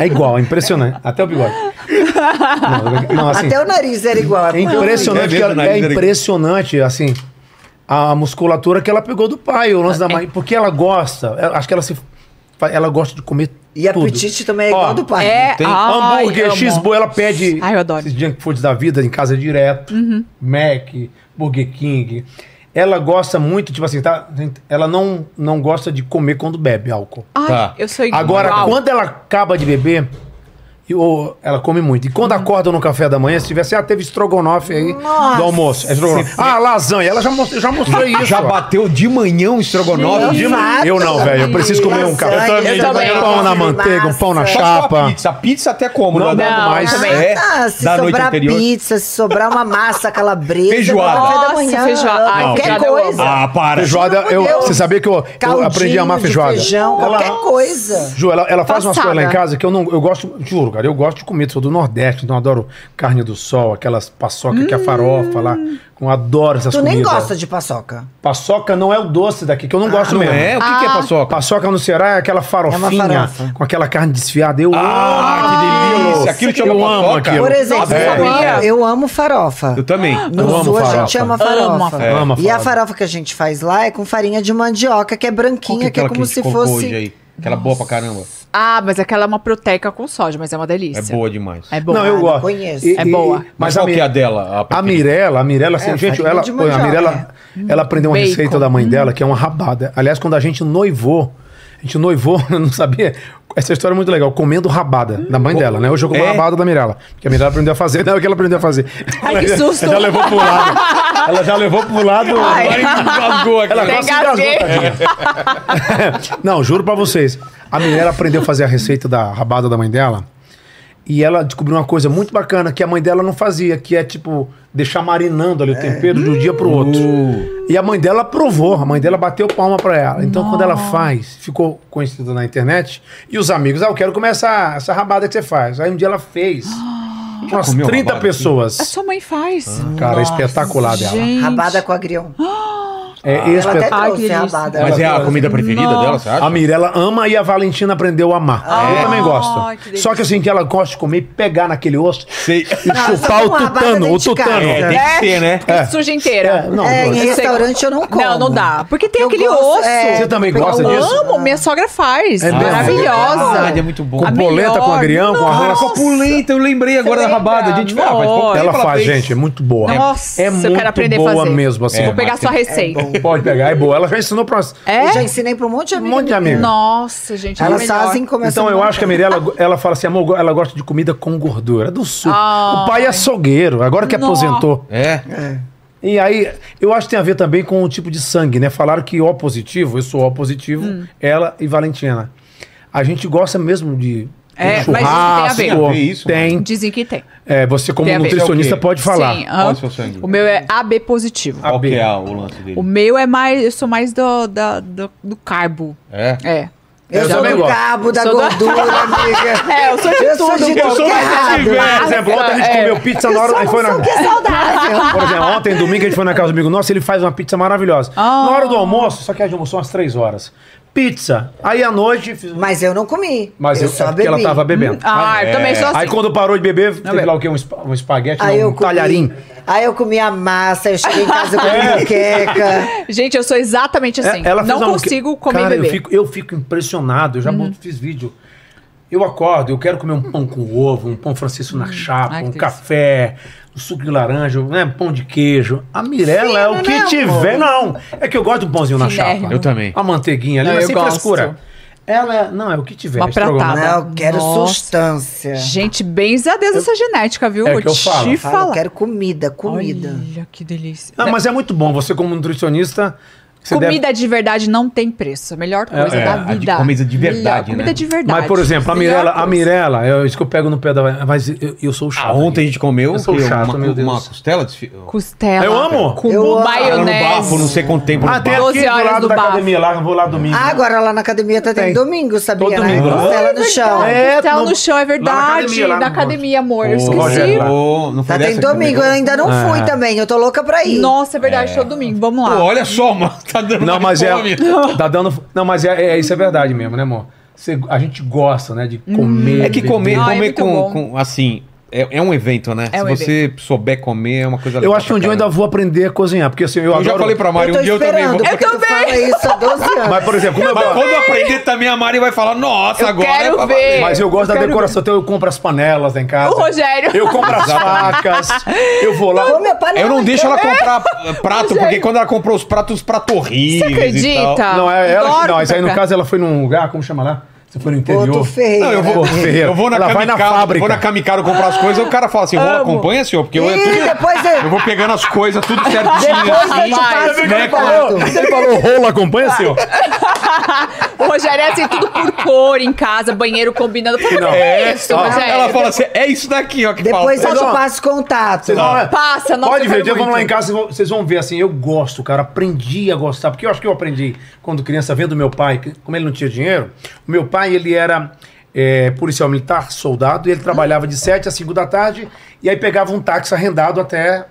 B: É igual, é impressionante. Até o bigode. Não, não, assim,
F: Até o nariz era igual.
B: é
F: porque eu
A: É
B: impressionante,
A: mesmo,
B: que ela-
A: o nariz
B: é
A: era igual.
B: impressionante, assim, a musculatura que ela pegou do pai, o lance da
C: É.
B: mãe. Porque ela gosta, ela- acho que ela se. fa- Ela gosta de comer
F: E
B: tudo.
F: apetite também é igual
B: Ó,
F: do pai.
C: É,
A: Tem
C: ai,
B: hambúrguer,
C: amo.
B: x-boa, ela pede
C: Ai, eu adoro. Uhum.
B: esses junk foods da vida em casa direto. Mac, Burger King. Ela gosta muito, tipo assim, tá? Ela não, não gosta de comer quando bebe álcool.
C: Ai,
A: Tá.
C: eu sou igual.
B: Agora, quando ela acaba de beber, eu- ela come muito. E
F: Hum.
B: quando acorda no café da manhã, se tivesse, ah, teve estrogonofe aí do almoço. É estrogonofe. Ah, lasanha. Ela já mostrou, já mostrou isso.
A: Já
B: ó.
A: bateu de manhã um estrogonofe.
F: Sim.
A: De...
B: De- Eu não, velho. Eu preciso comer um café.
F: É Lasanha, eu também.
B: Um pão na manteiga, um pão na
F: Massa.
A: Só a
B: chapa.
A: pizza. A pizza até como,
B: Não,
A: né?
B: não,
A: mais.
C: também.
A: É,
F: Ah, se
A: da noite
F: sobrar
A: anterior.
F: pizza, se sobrar uma massa calabresa,
A: Feijoada.
F: no café da
C: Nossa,
F: manhã,
C: feijoada. Ai,
F: qualquer
C: feijoada eu amo.
F: coisa.
A: Ah, para.
B: Feijoada, eu,
F: Deus.
B: você sabia que eu, eu
F: Caldinho
B: aprendi a amar
F: de
B: feijoada?
F: Feijão,
B: Ela-
F: qualquer coisa.
B: Ju, ela, ela faz umas
C: Passada.
B: coisas lá em casa que eu não. Eu gosto, juro, cara, eu gosto de comer. Sou do Nordeste, então eu adoro carne do sol, aquelas paçoca que é a farofa lá. Eu adoro essas
F: Hum. Tu
B: comidas.
F: nem gosta de paçoca.
B: Paçoca não é o doce daqui, que eu não gosto
A: Não
B: mesmo.
A: é? O que, que é paçoca?
B: Paçoca no Ceará é aquela farofinha
F: farofa.
B: com aquela carne desfiada. Eu
A: Ah, que delícia. Aquilo chama
B: Eu amo
A: paçoca?
B: aquilo.
F: Por exemplo,
C: É.
F: eu, amo, eu amo farofa.
A: Eu também. é
F: No
B: Eu amo
F: sul a gente
B: farofa.
C: Amo
F: ama
C: a
F: farofa.
B: farofa. Amo a
F: E a
B: farofa.
F: farofa que a gente faz lá é com farinha de mandioca, que é
A: Qual
F: branquinha,
A: que é
F: que é
A: aquela que,
F: como
A: a gente
F: se
A: comprou hoje
F: fosse.
A: aí? Aquela boa pra caramba.
C: Ah, mas aquela é uma proteica com sódio, mas é uma
A: É
C: delícia.
A: boa demais.
C: É boa.
B: Não,
F: Ah,
B: eu
F: não
B: gosto.
F: conheço.
B: E-
C: É
B: e-
C: boa.
A: Mas
B: Mas
A: qual
B: a,
A: que é a dela?
B: A
A: preferida?
B: Mirella, a Mirella, assim,
F: É,
B: gente,
F: farinha
B: ela,
F: de
B: pô, a
F: mandioca,
B: Mirella, ela aprendeu uma
C: né? Bacon. Hum.
B: receita da mãe dela, que é uma rabada. Aliás, quando a gente noivou, a gente noivou, *laughs* eu não sabia. Essa história é muito legal, comendo rabada da mãe dela, né? Hoje eu como
A: É?
B: rabada da Mirella, que a Mirella aprendeu a fazer. *laughs* Não, é o que ela aprendeu a fazer. *laughs*
C: Ai,
B: ela
C: que
B: já-
C: susto.
B: Já, levou pro lado. Ela já levou pro lado.
C: Ai.
A: Agora engasgou aqui.
B: Ela
C: Tem
B: quase se engasgou,
C: gazeira.
B: tadinha. Não, juro pra vocês. A mulher aprendeu a fazer a receita da rabada da mãe dela. E ela descobriu uma coisa muito bacana que a mãe dela não fazia, que é tipo deixar marinando
A: É.
B: ali o tempero de um dia pro outro.
A: Uh.
B: E a mãe dela provou, a mãe dela bateu palma pra ela. Então quando ela faz, ficou conhecida na internet, e os amigos, ah, eu quero comer essa, essa rabada que você faz. Aí um dia ela
F: *gasps*
B: fez. Umas
A: comeu
B: 30
A: rabada?
C: A
B: pessoas.
C: sua mãe
A: Ah.
C: faz. Hum.
B: Cara,
F: É
B: é
F: Nossa,
B: espetacular dela.
C: Gente.
F: Rabada com agrião.
B: É
F: Ela até
B: espetacular.
C: Ai, que
F: trouxe a
C: delícia.
F: rabada.
A: Mas é a
B: Ela-
A: comida preferida
C: Nossa.
A: dela, você acha?
B: A Mirella ama e a Valentina aprendeu a amar. eu também
C: Ai,
B: gosto.
C: Ah, que delícia.
B: Só que assim, que ela gosta de comer, pegar naquele osso
A: Sei.
B: e
F: Não,
B: chupar
F: só
B: o
F: com rabada
B: tutano, o
F: dentro de
B: tutano.
A: É, tem que ser, né?
C: Porque suja inteira.
B: É, não,
F: É, em
B: gosto.
F: restaurante eu não como.
C: Não, não dá. Porque tem
F: Eu
C: aquele
F: gosto,
C: osso.
F: é,
B: Você também
F: eu
B: gosta
C: eu
B: disso?
C: amo, minha sogra faz.
B: Ah. É mesmo?
C: maravilhosa.
A: Ah, é muito bom.
B: Com
C: A
B: polenta,
C: melhor.
B: com agrião, com
A: Cara,
B: arroz.
A: copulenta, eu lembrei agora da
C: lembra?
A: rabada. A gente fala, faz pouco
C: Nossa.
A: tempo
B: Ela
A: fez.
B: faz, gente, é muito boa.
C: Nossa,
B: é
C: eu
B: muito
C: quero aprender a
B: boa
C: fazer.
B: mesmo, assim.
A: É,
C: Vou pegar
A: mas
C: sua
A: tem-
C: receita.
B: Pode pegar, é boa. Ela já ensinou pra nós.
F: Eu já ensinei pra um monte de
B: Um
F: amigo.
B: monte de amigo.
C: É? Nossa, gente. é
F: Elas
C: melhor.
F: fazem como
B: Então eu acho que a Mirella, ela fala assim, amor, ela gosta de comida com gordura, é do sul. O pai é açougueiro, agora que
C: Nó.
B: aposentou.
A: É.
B: E aí, eu acho que tem a ver também com o tipo de sangue, né? Falaram que O positivo, eu sou O positivo,
C: Hum.
B: ela e Valentina. A gente gosta mesmo de
C: É,
B: um
C: mas isso tem a ver.
A: Tem a ver isso,
B: tem.
C: Dizem que tem.
B: É, você como
C: Tem a ver.
A: Isso é
B: nutricionista
A: o quê?
B: pode falar. Ah,
C: Sim, aham.
A: Qual é o seu sangue?
C: O meu é AB positivo.
A: Qual que é a- o lance dele?
C: O meu é mais. Eu sou mais do, da- do, do carbo.
A: É.
C: É.
F: Eu,
B: Eu
F: sou
B: também
F: do
B: gosto.
F: cabo, da
C: Sou do-
F: gordura,
C: *laughs*
F: amiga.
C: É, eu sou de
F: eu sou
C: tudo.
F: de tudo que é errado.
B: Por exemplo, ontem a
C: É.
B: gente comeu pizza na hora. aí foi na-
C: um
B: Por exemplo, ontem, domingo, a gente foi na casa do amigo nosso, ele faz uma pizza maravilhosa. Na
C: Oh.
B: hora do almoço, só que a gente almoçou umas três horas. Pizza. Aí à noite. fiz-
F: Mas eu não comi.
B: Mas eu,
F: só
B: é porque
F: bebi.
B: ela tava bebendo. É.
C: Ah, eu também sou assim.
B: Aí quando parou de beber, teve
C: bem.
B: lá o quê? Um, espa- um espaguete, não,
F: Aí é. Ah, eu
B: um
F: comi.
B: talharim.
F: Aí eu comi a massa, eu cheguei em
B: *laughs*
F: casa eu comi moqueca.
C: Gente, eu sou exatamente assim.
B: É, ela fez
C: não
B: uma moque-
C: consigo comer Uhum.
B: Cara,
C: bebê.
B: Eu fico, eu fico impressionado, eu já boto- fiz vídeo. Eu acordo, eu quero comer um pão com ovo, um pão francês na chapa,
C: Hum. Ai, que
B: um
C: delícia.
B: café, um suco de laranja, né, pão de queijo. A Mirella é o que
F: né,
B: tiver. Não, é que eu gosto de um pãozinho na
C: Finérrimo.
B: chapa.
A: Eu também.
B: A manteiguinha ali,
C: Não,
B: mas
C: eu
B: sem
C: gosto.
B: frescura. Ela, é- não, é o que tiver.
C: Uma
B: estrogonofe.
C: pratada.
F: Não, eu quero
C: Nossa.
F: sustância.
C: Gente, bens a Deus essa genética, viu?
B: É
C: Vou
B: que É. eu
C: te
B: falo.
F: Fala,
C: falar.
F: eu quero comida, comida.
C: Olha que delícia.
B: Não, mas é muito bom, você como nutricionista... Você deve-
C: comida de verdade não tem preço. A melhor coisa
A: é,
C: da
A: a de-
C: vida.
A: comida de
C: Melhor
A: verdade,
C: Comida
A: né?
C: de verdade.
B: Mas, por exemplo, a
C: Melhor
B: Mirella, a
C: coisa.
B: Mirella, é isso que eu pego no pé da. Mas eu, eu sou o chato.
A: Ah, ontem a gente comeu
B: Eu sou
A: o quê?
B: chato,
A: uma,
B: meu Deus.
A: uma costela desfi... com
C: Costela.
B: Eu amo.
C: Com
F: Eu amo.
A: ela no bafo, não
C: maionese.
A: sei quanto tempo. no
B: Ah, tem
A: bafo.
C: Doze
B: aqui do
C: horas
B: lado
C: do
B: da
C: bafo.
B: academia lá, eu vou lá domingo.
F: Ah, agora lá na academia tá
B: Tem.
F: tendo domingo, sabia?
B: Todo
F: né?
B: domingo.
F: Costela no chão.
B: É,
C: Costela no
B: no-
C: chão, é
B: lá na
C: verdade.
B: academia, lá
C: Na
B: no-
C: academia, amor.
A: Ô,
C: Eu esqueci.
A: Rogério, ô, não foi
F: Tá
A: dessa
F: tendo
A: que
F: domingo, eu
A: comeu?
F: ainda não
B: Ah.
F: fui também. Eu tô louca pra ir.
C: Nossa, é verdade, show domingo. Vamos
A: Pô,
C: lá.
A: olha só, mano. Tá dando
B: Não,
A: uma
B: mas é.
A: fome.
B: Tá dando. Não, mas é, é- isso é verdade mesmo, né, amor? Você- a gente gosta, né, de comer.
A: É que comer,
C: Ai, é
A: comer
C: muito
A: com,
C: bom.
A: com, assim, É, é um evento, né?
C: É
A: Se
C: um
A: você souber comer, é uma coisa
B: Eu acho que um dia eu
A: pra
B: ainda vou aprender a cozinhar, porque assim, eu,
A: caralho. Eu já falei pra Mari,
F: Eu tô
A: um dia eu também
F: esperando,
A: vou.
F: porque
C: Eu
F: tu
C: também.
F: fala isso há 12
B: *laughs*
F: anos.
B: Mas, por exemplo, como eu,
A: Mas
B: *laughs* gosto-
A: quando eu aprender também, a Mari vai falar, nossa,
C: Eu
A: agora.
C: quero
A: pra-
C: ver.
B: mas eu gosto da
C: quero
B: decoração, então eu compro as panelas lá em casa.
C: O Rogério.
B: Eu compro
C: *laughs*
B: as facas, eu vou lá.
F: Come a panela,
A: Eu não deixo ela
C: *laughs*
F: então.
A: comprar prato, porque quando ela comprou os pratos, os pratos horríveis.
C: é.
A: E tal.
C: Você acredita?
B: Não, é ela que,
C: Adoro
B: não, isso aí no
C: comprar.
B: caso ela foi num lugar, como chama lá? Você foi no interior.
F: Porto Ferreira.
A: Não, eu vou,
B: Ô, Ferreira,
A: eu vou na
B: ela vai na
A: Camicaro,
B: fábrica.
A: vou na Camicaro comprar as coisas, o cara fala assim, rola, acompanha, senhor, porque eu, é
F: Ih,
A: tudo-
F: depois eu-
A: eu vou pegando as coisas,
C: *laughs*
A: tudo certinho.
F: Depois eu
A: assim,
F: te passo
A: né,
F: meu
A: com-
F: quarto.
B: Ele falou, rolo, acompanha, senhor.
C: *laughs* O Rogério é assim, tudo por cor em casa, banheiro combinando. Por favor,
A: É,
C: isso,
A: ó,
C: Rogério.
A: ela fala assim, é isso daqui, ó, que
F: Depois
A: falta.
F: eu te
B: Não.
F: passo contato.
B: Vocês vão lá-
C: Passa, nossa,
B: Pode
C: eu
B: ver,
C: quero
B: dia vamos
C: muito.
B: lá em casa, vocês vão- vocês vão ver assim, eu gosto, cara, aprendi a gostar, porque eu acho que eu aprendi quando criança, vendo meu pai, que- como ele não tinha dinheiro, o meu pai, ele era é, policial militar, soldado, e ele trabalhava de 7 às 5 da tarde, e aí pegava um táxi arrendado até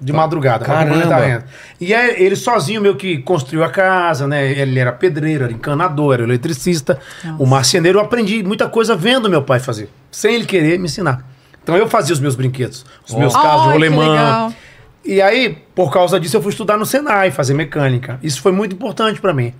B: de madrugada. pra
A: Caramba.
B: complementar a renda. E aí, ele sozinho meio que construiu a casa, né? Ele era pedreiro, era encanador, era eletricista, o marceneiro. Eu aprendi muita coisa vendo meu pai fazer, sem ele querer me ensinar. Então eu fazia os meus brinquedos, os meus
C: Ai,
B: carros de
C: que
B: rolemã.
C: legal.
B: E aí, por causa disso, eu fui estudar no Senai, fazer mecânica. Isso foi muito importante pra mim.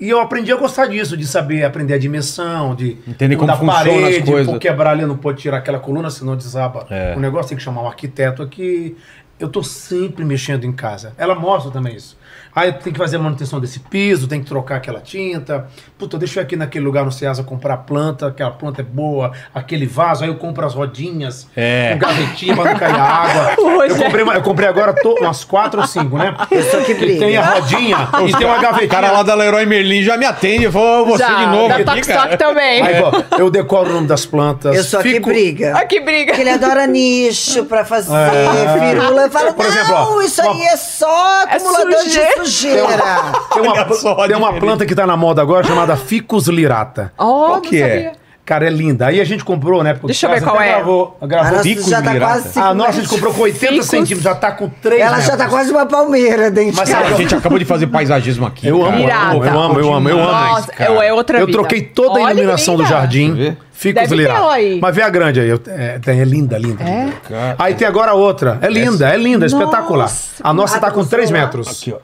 B: E eu aprendi a gostar disso, de saber aprender a dimensão, de
A: Entender como
B: mudar
A: funciona as coisas.
B: por quebrar ali, não pode tirar aquela coluna, senão desaba
A: É.
B: o negócio, tem que chamar um arquiteto aqui. Eu tô sempre mexendo em casa. Ela mostra também isso. Aí tem que fazer a manutenção desse piso, tem que trocar aquela tinta. Puta, deixa eu ir aqui naquele lugar no Ceasa comprar a planta, aquela planta é boa, aquele vaso, aí eu compro as rodinhas,
A: É.
B: com gavetinha pra não cair
F: *laughs*
B: água. Eu comprei, uma- eu comprei agora to- umas quatro ou cinco, né?
F: é. que briga.
B: tem a
F: *laughs*
B: rodinha e tem uma gavetinha.
A: *laughs* O cara lá da Leroy Merlin já me atende, falou, você
C: Já,
A: de novo
C: da
A: aqui,
C: Toque um
A: cara.
C: Toque também.
B: Aí, ó, eu decoro o nome das plantas.
F: Eu sou a que
B: fico-
F: briga.
C: Ai, que briga.
B: é-
F: Porque ele adora nicho pra fazer firula. Eu falo,
B: Por
F: não,
B: exemplo, ó,
F: isso
B: uma-
F: aí é só acumulador
C: sujeira."
F: de sujeira.
B: Tem
A: Olha só,
B: uma, tem uma
A: diferente.
B: planta que tá na moda agora chamada Ficus lirata.
C: Oh,
A: Qual que é?
B: Cara, é linda. Aí a gente comprou, né? porque
C: Deixa eu
B: o
C: ver
B: César
C: qual
B: até
C: é.
B: Gravou,
F: A
B: gravou
F: nossa
A: bico
F: já tá
A: virado.
F: quase cinco
B: a Ah, nossa, a gente
F: metros.
B: comprou com 80
C: Ficus.
B: centímetros, já tá com 3
F: Ela já tá quase uma palmeira dentro
B: Mas
F: de
A: Cara,
F: casa.
A: a gente acabou de fazer paisagismo aqui.
B: Eu amo, eu
A: cara.
B: amo, eu amo, eu amo, eu amo.
C: Nossa,
A: cara.
C: eu- é outra
B: eu
C: vida.
B: troquei toda
C: Olha
B: a
C: que
B: iluminação do
C: linda.
A: Deixa eu
B: jardim.
A: ver.
B: Ficus
C: Deve ter
B: lirata.
C: ela aí.
B: Mas vê a grande aí. eu- é, tem, é linda, linda. linda.
A: Cara.
B: Aí tem agora outra. É linda, é linda, é espetacular.
F: Nossa,
B: A nossa tá com
F: nossa,
B: 3
F: lá.
B: metros.
A: Aqui, ó.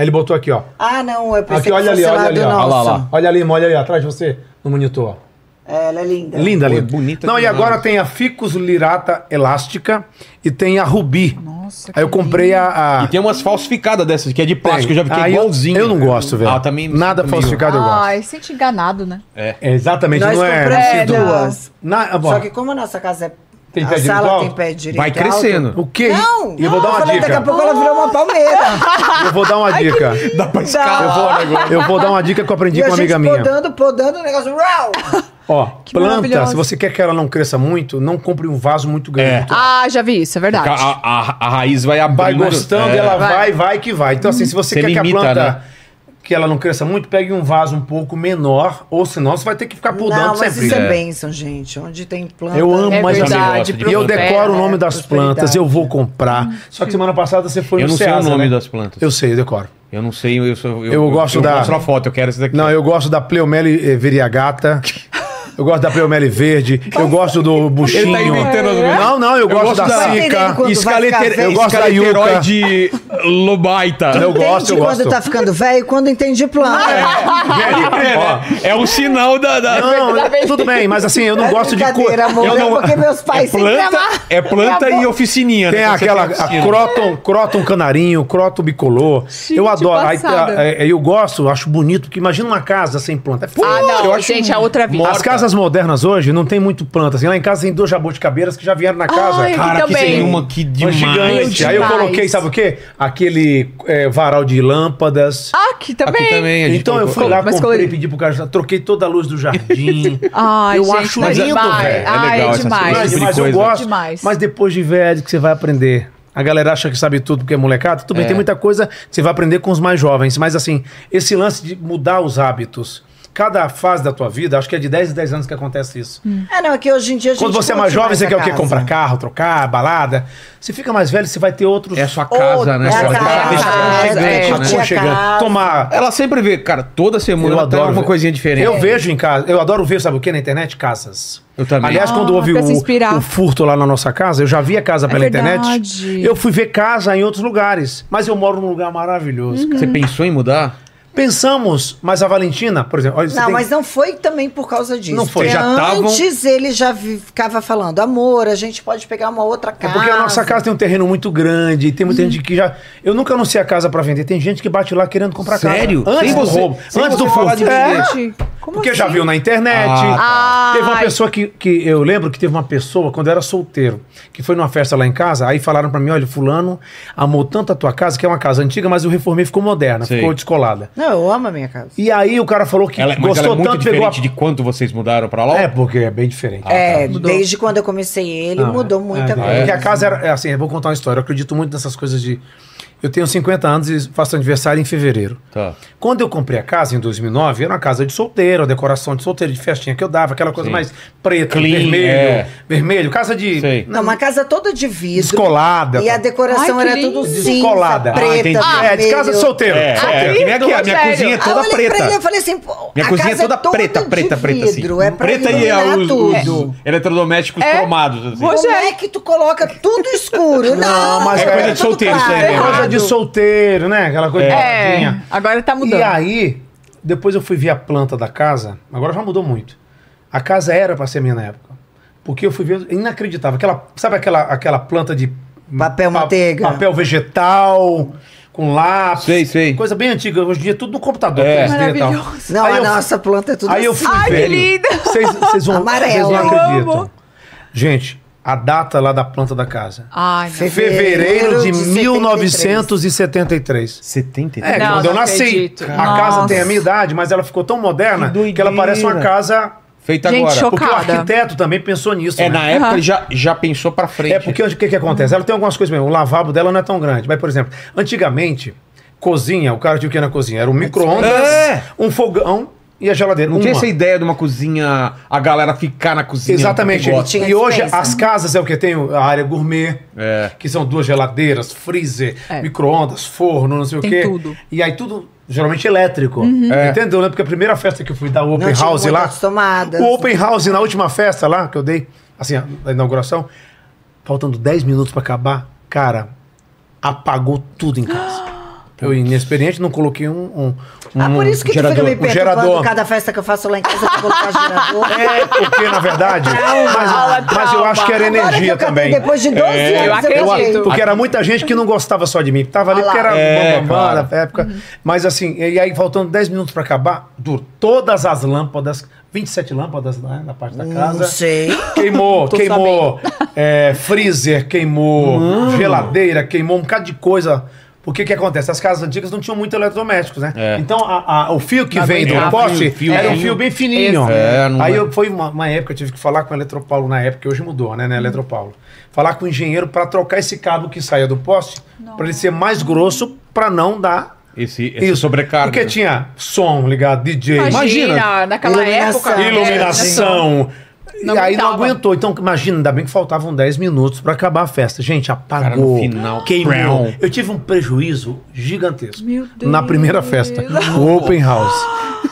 B: Ele botou aqui, ó.
F: Ah, não, eu pensei
B: Aqui, olha
F: que
B: ali,
F: fosse
B: olha
F: lá
B: ali,
F: do
B: ó.
F: nosso.
A: Olha lá,
B: Olha ali, olha ali atrás de você, no monitor, ó.
F: Ela é linda.
B: Linda,
A: Pô, é
B: linda.
A: bonita
B: Não, e
A: demais.
B: agora tem a Ficus lirata elástica e tem a Rubi.
C: Nossa,
B: Aí eu
C: que
B: comprei a. a-
A: E tem umas falsificadas dessas, que é de plástico, eu já fiquei
B: Aí eu-
A: igualzinho.
B: Eu, não gosto, velho.
A: Ah, também
B: Nada
A: comigo.
B: falsificado eu gosto.
C: Ai, sente enganado, né?
B: É, exatamente,
F: Ah, Nós
B: não é.
F: compramos
C: É,
F: duas.
B: Na- ah, bom,
F: Só que como a nossa casa é...
B: Tem pé
F: a
B: direito
F: sala
B: alto?
F: tem pé direito
A: Vai
F: alto.
A: crescendo.
B: O que?
F: Não,
B: E eu vou dar uma
F: falei,
B: dica.
F: daqui a pouco ela virou
B: *laughs*
F: uma palmeira.
B: Eu vou dar
F: *laughs*
B: uma dica.
A: Dá pra escalar. Eu vou-
B: Eu vou dar uma dica que eu aprendi
F: e
B: com
F: a
B: uma
F: gente
B: amiga minha.
F: podando, podando o negócio. Uau!
B: Ó, planta,
C: maravilhosa.
B: se você quer que ela não cresça muito, não compre um vaso muito grande.
A: É.
B: Muito
C: Ah, já vi isso, é verdade.
A: A, a- a raiz vai
B: vai
A: abrindo.
B: gostando,
A: É.
B: ela
C: Vai.
B: vai, vai que vai. Então, assim, se você
A: Você
B: quer que a
A: limita,
B: planta
A: né?
B: que ela não cresça muito, pegue um vaso um pouco menor, ou senão você vai ter que ficar
F: não,
B: podando
F: mas
B: sempre. né?
F: isso é
A: É.
F: bênção, gente. Onde tem planta...
B: Eu amo
C: é
B: mas amigo,
C: verdade.
A: de-
B: E eu
A: Planta,
B: decoro
C: é,
B: o nome das
F: prosperidade.
B: plantas, eu vou comprar. Só que semana passada você foi
A: Eu
B: no
A: não sei o
B: Ceasa,
A: nome
B: né?
A: das plantas.
B: Eu sei, eu decoro.
A: Eu não sei, eu sou.
B: Eu gosto
A: eu
B: da-
A: mostro a foto, eu quero essa daqui.
B: Não, eu gosto da Pleomele eh, viriagata. Eu gosto da Pleomele verde. Eu gosto do buchinho.
A: tá inventando as
C: É?
A: coisas.
B: Não, não, eu,
A: né? Eu
B: gosto,
A: gosto
B: da,
A: da-
B: cica.
F: Quando
A: *laughs*
F: vai
A: Escaleter...
F: ficar
B: velho. Eu gosto da
A: Escaleterói
B: yuca.
A: de lobaita.
B: *laughs* Eu
F: Entende
B: gosto, eu
F: quando
B: gosto. É.
F: tá ficando velho e quando entende planta.
A: Pode crer, né? É um sinal da. da-
B: Não, tudo bem, mas assim, eu não
F: É
B: gosto de cor.
F: brincadeira, amor,
B: Eu
F: é
B: não,
F: porque meus pais sempre
A: planta,
F: amaram.
A: é planta e oficininha.
B: Tem
A: né? Você
B: aquela
A: oficina.
B: a croton, croton um canarinho, croton bicolor.
C: Gente,
B: eu adoro. Aí,
C: passada.
B: a- é, eu gosto, acho bonito, porque imagina uma casa sem planta. É
C: Ah, não,
A: Uh, eu acho um
C: gente, é outra vida.
A: morta.
B: As casas modernas hoje não tem muito planta. Assim, lá em casa tem dois jabuticabeiras que já vieram na casa.
C: Ai,
A: Cara, que
C: Ah, também.
A: tem uma que
B: Uma
A: demais.
B: gigante.
C: Meu
B: Aí eu
C: demais.
B: coloquei, sabe o quê? Aquele é, varal de lâmpadas.
C: Aqui também.
A: Aqui também. a gente
B: então eu
A: colocou.
B: fui lá,
C: Mas
B: comprei,
C: colorido.
B: pedi pro cara, troquei toda a luz do
F: *laughs*
B: jardim.
C: Ai,
B: eu
C: gente,
B: acho
C: não, é
B: lindo,
C: demais.
B: velho.
A: É
C: Ai,
A: legal
C: é
A: essas
B: Mas,
C: demais.
A: coisas.
B: mas eu
A: coisa.
B: gosto.
C: Demais.
B: Mas depois de velho que você vai aprender. A galera acha que sabe tudo porque é molecada. Tudo bem, tem muita coisa que você vai aprender com os mais jovens. Mas assim, esse lance de mudar os hábitos. cada fase da tua vida, acho que é de 10 em 10 anos que acontece isso.
F: É, não, é que hoje em dia a gente
B: Quando você é mais
F: curte
B: jovem, você
F: a
B: quer o quê?
F: casa.
B: Comprar carro, trocar, balada. Você fica mais velho, você vai ter outros.
A: É a sua casa, né?
F: É a
A: Sua
F: casa,
A: aconchegante,
F: é,
A: né?
F: curtir a casa.
B: Tomar.
A: Ela sempre vê, cara, toda semana
B: Eu
A: ela tem
B: adoro
A: alguma
B: ver.
A: coisinha diferente.
B: Eu vejo em casa, eu adoro ver, sabe o que na internet? Caças.
A: Eu também.
B: Aliás,
C: Ah,
B: quando houve
C: pra
B: o,
C: se inspirar.
B: o furto lá na nossa casa, eu já vi a casa
F: É
B: pela internet.
C: verdade.
B: Eu fui ver casa em outros lugares. Mas eu moro num lugar maravilhoso.
F: Uhum.
A: Você pensou em mudar?
B: Pensamos, mas a Valentina, por exemplo, olha, você
F: Não,
B: tem-
F: mas não foi também por causa disso.
B: Não foi,
F: Porque
A: já tavam-
F: Antes ele já vi- ficava falando, amor, a gente pode pegar uma outra
B: É
F: casa.
B: porque a nossa casa tem um terreno muito grande, tem muita gente que já. Eu nunca anunciei a casa pra vender. Tem gente que bate lá querendo comprar
A: Sério?
B: casa. Antes
A: Sem
B: do
A: você-
B: roubo,
A: sem
B: antes
A: você
B: do
A: falar
B: furto.
A: de
B: É.
A: ninguém.
C: Gente, como
B: Porque
C: assim?
B: já viu na internet.
A: Ah,
C: tá.
B: Teve uma
C: Ai.
B: pessoa que, que eu lembro que teve uma pessoa, quando eu era solteiro, que foi numa festa lá em casa, aí falaram pra mim: olha, Fulano amou tanto a tua casa, que é uma casa antiga, mas eu reformei, ficou moderna,
A: Sei.
B: ficou descolada.
F: Não, eu amo a minha casa.
B: E aí o cara falou que
A: Ela, mas
B: gostou
A: ela é muito
B: tanto, pegou a.
A: diferente de quanto vocês mudaram pra lá?
B: É, porque é bem diferente.
F: é,
C: Mudou.
F: desde quando eu comecei ele,
B: Não,
F: mudou
B: é-
F: muita
B: é,
F: coisa.
B: Porque a casa era. é assim, eu vou contar uma história. Eu acredito muito nessas coisas de. Eu tenho 50 anos e faço aniversário em fevereiro.
A: Tá.
B: Quando eu comprei a casa, em 2009, era uma casa de solteiro, a decoração de solteiro, de festinha que eu dava, aquela coisa
A: Sim.
B: mais preta,
A: Clean,
B: vermelho,
A: é.
B: vermelho, casa de
A: Sei.
F: Não, uma casa toda de vidro.
B: descolada.
F: E a decoração
C: Ai, que
F: era tudo
C: lindo.
F: cinza,
B: Descolada. Ah,
F: preta,
A: entendi. Ah,
B: é, de casa de
F: vermelho.
B: solteiro.
A: É, é,
B: solteiro.
A: que nem aqui, a minha
C: Rogério.
A: cozinha é
F: Aí
A: toda
F: eu olhei pra ele, eu
A: preta.
F: falei assim, pô,
A: Minha
F: a
A: cozinha é
F: casa
A: toda preta,
F: de
A: preta, preta, assim.
F: vidro, É pra
A: preta e
F: iluminar
A: ah, os,
F: tudo.
A: os eletrodomésticos
C: É.
A: cromados, assim.
C: Você-
F: Como é que tu coloca tudo escuro? Não,
B: mas é
F: tudo
B: coisa de
A: solteiro isso aí,
F: claro.
B: É coisa de solteiro, né? Aquela coisa de
C: É,
B: casinha.
C: agora tá mudando.
B: E aí, depois eu fui ver a planta da casa, agora já mudou muito. A casa era pra ser minha na época. Porque eu fui ver, inacreditável. Aquela, sabe aquela, aquela planta de.
F: Papel manteiga.
B: Papel vegetal, com lápis.
A: Sei, sei.
B: Coisa bem antiga. Hoje em dia é tudo no computador.
A: É.
B: 3D e tal.
C: Maravilhoso.
F: Não,
B: Aí
F: a
B: eu-
F: nossa planta é tudo
B: Aí eu
F: assim.
B: fui
C: Ai, que
B: velho.
C: lindo.
B: Vocês vocês vão
F: Amarelo.
B: Vocês não
C: Eu
B: acreditam.
C: amo.
B: Gente, a data lá da planta da casa.
C: Ai, não.
F: Fe-
B: Fevereiro de,
F: Fevereiro de
B: 1973.
A: 73.
B: É,
C: Não,
B: quando eu
C: não
B: nasci.
C: acredito.
B: A
C: Nossa.
B: casa tem a minha idade, mas ela ficou tão moderna
A: Que
B: que, ela parece uma
A: doideira.
B: casa.
A: Feita
C: Gente,
A: agora.
C: choc-
B: Porque o
C: Tocada.
B: arquiteto também pensou nisso.
A: É,
B: né?
A: na época
C: Aham.
A: ele já, já pensou pra frente.
B: É porque o que, que acontece? Ela tem algumas coisas mesmo. O lavabo dela não é tão grande. Mas, por exemplo, antigamente, cozinha, o cara tinha o que na cozinha? Era um micro-ondas,
A: É.
B: um fogão e a geladeira.
A: Não tinha
B: Uma.
A: essa ideia de uma cozinha, a galera ficar na cozinha. um
B: Exatamente.
A: porque gosta.
F: Tinha
B: E hoje
F: dispensa.
B: as casas é o que tem a área gourmet,
A: É.
B: que são duas geladeiras, freezer,
C: É.
B: micro-ondas, forno, não sei o
C: Tem
B: quê.
C: tudo.
B: E aí tudo geralmente elétrico.
A: É.
B: Entendeu? né? Porque a primeira festa que eu fui dar o open
F: Uhum. Não tinha
B: house
F: muitas
B: lá,
F: tomadas.
B: o open house na última festa lá que eu dei, assim, a a inauguração, faltando 10 minutos pra acabar, cara, apagou tudo em
F: *gasps*
B: casa. Eu inexperiente, não coloquei um, um,
F: Ah,
B: um
F: por isso que tu fica me
B: um
F: perturbando cada festa que eu faço lá em casa, eu vou colocar gerador.
B: é, porque na verdade.
F: É
C: aula,
B: mas, mas eu
C: trauma.
B: acho que era
F: Agora que
B: energia
F: eu catei
B: também.
F: Depois de 12
A: É,
F: anos,
C: eu
B: Eu,
C: acredito.
F: catei.
B: porque era muita gente que não gostava só de mim, que tava ali
F: Ah lá. Uhum.
B: porque era
A: É,
B: bom, bom, bom,
A: claro.
B: na época. Mas assim, e aí faltando 10 minutos pra acabar, durou todas as lâmpadas, 27 lâmpadas né, na parte da casa.
F: Não sei.
B: Queimou,
C: Tô
B: queimou é, freezer, queimou geladeira, queimou um bocado de coisa. Porque que acontece? As casas antigas não tinham muito eletrodomésticos, né?
A: É.
B: Então a- a- o fio que
A: Tá
C: Não
B: vem do
C: aguentava.
B: poste
A: Fio, fio,
B: era um
A: fio.
B: fio bem fininho.
A: É, não
B: Aí
A: é.
B: eu, foi uma, uma época, eu tive que falar com o Eletropaulo na época, que hoje mudou, né? Na Eletropaulo. Falar com o engenheiro para trocar esse cabo que saia do poste para ele ser mais grosso para não dar
A: Esse, esse sobrecarga.
B: Porque tinha som ligado, DJ,
C: Imagina,
A: Imagina.
C: naquela
F: Iluminação.
C: época. né?
B: iluminação.
C: Não
B: e aí Tá, não
C: aguentava.
B: aguentou. Então, imagina, ainda bem que faltavam 10 minutos pra acabar a festa. Gente, apagou.
A: Cara, no final,
B: queimou.
A: prão.
B: Eu tive um prejuízo gigantesco.
C: Meu
B: Na
C: Deus.
B: primeira
C: *laughs*
B: festa. O open house.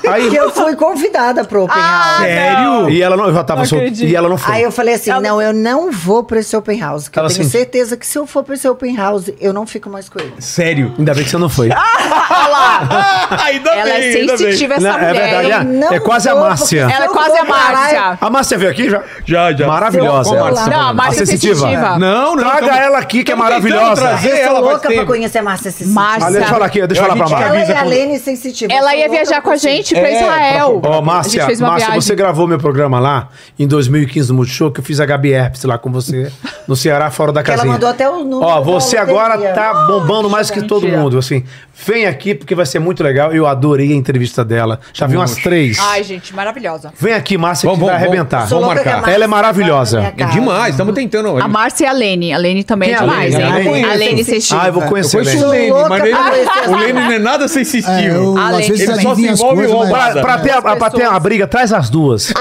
B: Aí,
F: Porque eu fui convidada pro Open House.
B: sério? E ela não, eu já tava
C: Não
B: solta.
C: acredito.
B: E ela não foi.
F: Aí eu falei assim,
C: Ela-
F: não, eu não vou pra esse Open House. Porque
B: Ela
F: eu tenho
B: assim-
F: certeza que se eu for pra esse Open House, eu não fico mais com ele.
A: Sério.
B: Ainda bem que você não foi.
C: Ah.
B: *laughs*
A: ainda
C: Ela é
A: bem, ainda bem.
C: sensitiva, essa
B: Não, é
C: mulher.
B: verdade,
C: hein?
B: é.
F: Não
B: quase a
F: vou,
B: Márcia.
F: porque se
C: Ela é
F: eu
C: quase
F: vou
C: a
F: pra lá,
C: Márcia.
B: A Márcia veio aqui já?
A: Já, já.
B: Maravilhosa. ela.
F: Qual
B: tá
F: Márcia?
C: Não, a Márcia é sensitiva.
A: Não, não.
B: Traga
A: tamo-
B: ela aqui que é
A: tamo tentando
B: maravilhosa.
A: trazer
F: Eu sou
A: ela,
F: louca
A: faz
F: pra
A: tempo.
F: conhecer Márcia Cecília.
B: Ah,
C: Márcia.
B: deixa eu falar aqui, deixa eu
A: Eu
B: falar pra
A: a gente
B: Márcia.
F: Ela
A: avisa
F: é a
A: quando-
F: Lene Sensitiva. eu
C: Ela
F: sou
C: ia
F: louca
C: viajar
F: pra
C: com a
F: você.
C: gente pra
A: É,
C: Israel.
B: Ó,
C: a
B: Márcia,
C: gente fez uma
B: Márcia,
C: viagem.
B: você gravou meu programa lá em 2015 no Multishow, que eu fiz HB Herpes lá com você, no Ceará, fora da
F: Que ela
B: casinha.
F: mandou até o número
B: Ó,
F: da
B: você
F: loteria.
B: agora tá bombando mais que todo
C: mentira.
B: mundo, assim. Vem aqui porque vai ser muito legal. Eu adorei a entrevista dela. Já vi umas
A: Poxa.
B: três.
C: Ai, gente, maravilhosa.
B: Vem aqui, Márcia,
A: Vamos,
B: que vai
A: vamos,
B: arrebentar.
A: vamos.
F: Sou
A: Vamos
F: louca que a
A: marcar.
F: Márcia
B: Ela é maravilhosa.
F: vai pra minha
A: É
F: casa.
A: demais, estamos tentando.
C: A Márcia e a Lene. A Lene também é
B: Quem é a
C: demais,
B: Lene?
C: hein?
B: Eu conheço.
C: A Lene Seixeira.
B: Ah, eu vou
A: Eu
B: conhecer.
A: conheço
B: bem.
A: o Lene,
F: louca
A: mas
F: pra
A: ele-
F: conhecer
A: o Lene não é nada sensitivo.
D: É, eu,
C: Além
D: às vezes
C: disso,
A: ele só se
D: adivinha as
A: envolve
D: coisas,
A: e
D: mas é,
A: roubada.
B: Pra, pra ter, a, pra ter
C: pessoas. Ah,
B: a briga, traz as duas.
A: É,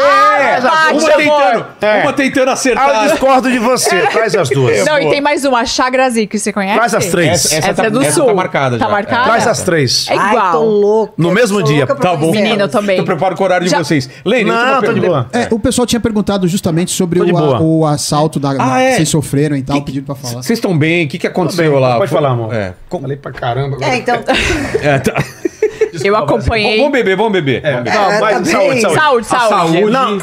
A: uma,
B: eu
A: tentando,
B: vou. É.
A: uma tentando acertar.
B: Ah, eu discordo de você. Traz as duas.
C: É. Não, e tem mais uma, a Chagra Zico, você conhece?
B: Traz as três.
C: Essa, é do
A: essa
C: Sul.
A: tá marcada
C: Tá
A: já.
C: marcada?
B: Traz as três.
C: É igual.
F: Ai, tô louca.
B: No mesmo
F: Tô
B: dia.
F: louca pra
A: Tá bom.
F: fazer.
C: Menina, eu também.
A: Eu preparo com o horário
C: Já-
A: de vocês. Lene,
B: Não,
A: última
B: tô de
A: pergunta.
B: boa.
D: É, o pessoal tinha perguntado justamente sobre
B: Tô de
D: o, a-
B: boa.
D: o assalto da,
A: Ah, é.
D: que vocês sofreram e tal, pedindo pra falar.
A: Vocês estão bem? O que, que aconteceu
B: bem,
A: lá?
B: pode falar, amor.
A: É. com-
B: Falei pra caramba.
F: É, então.
C: *laughs*
A: é, tá.
C: Eu
A: Bom,
C: acompanhei.
A: Vamos beber, vamos beber. vamos beber.
F: É,
B: vai,
F: tá
B: saúde,
F: bem.
B: saúde.
C: Saúde,
A: A
C: saúde.
A: saúde.
B: Não.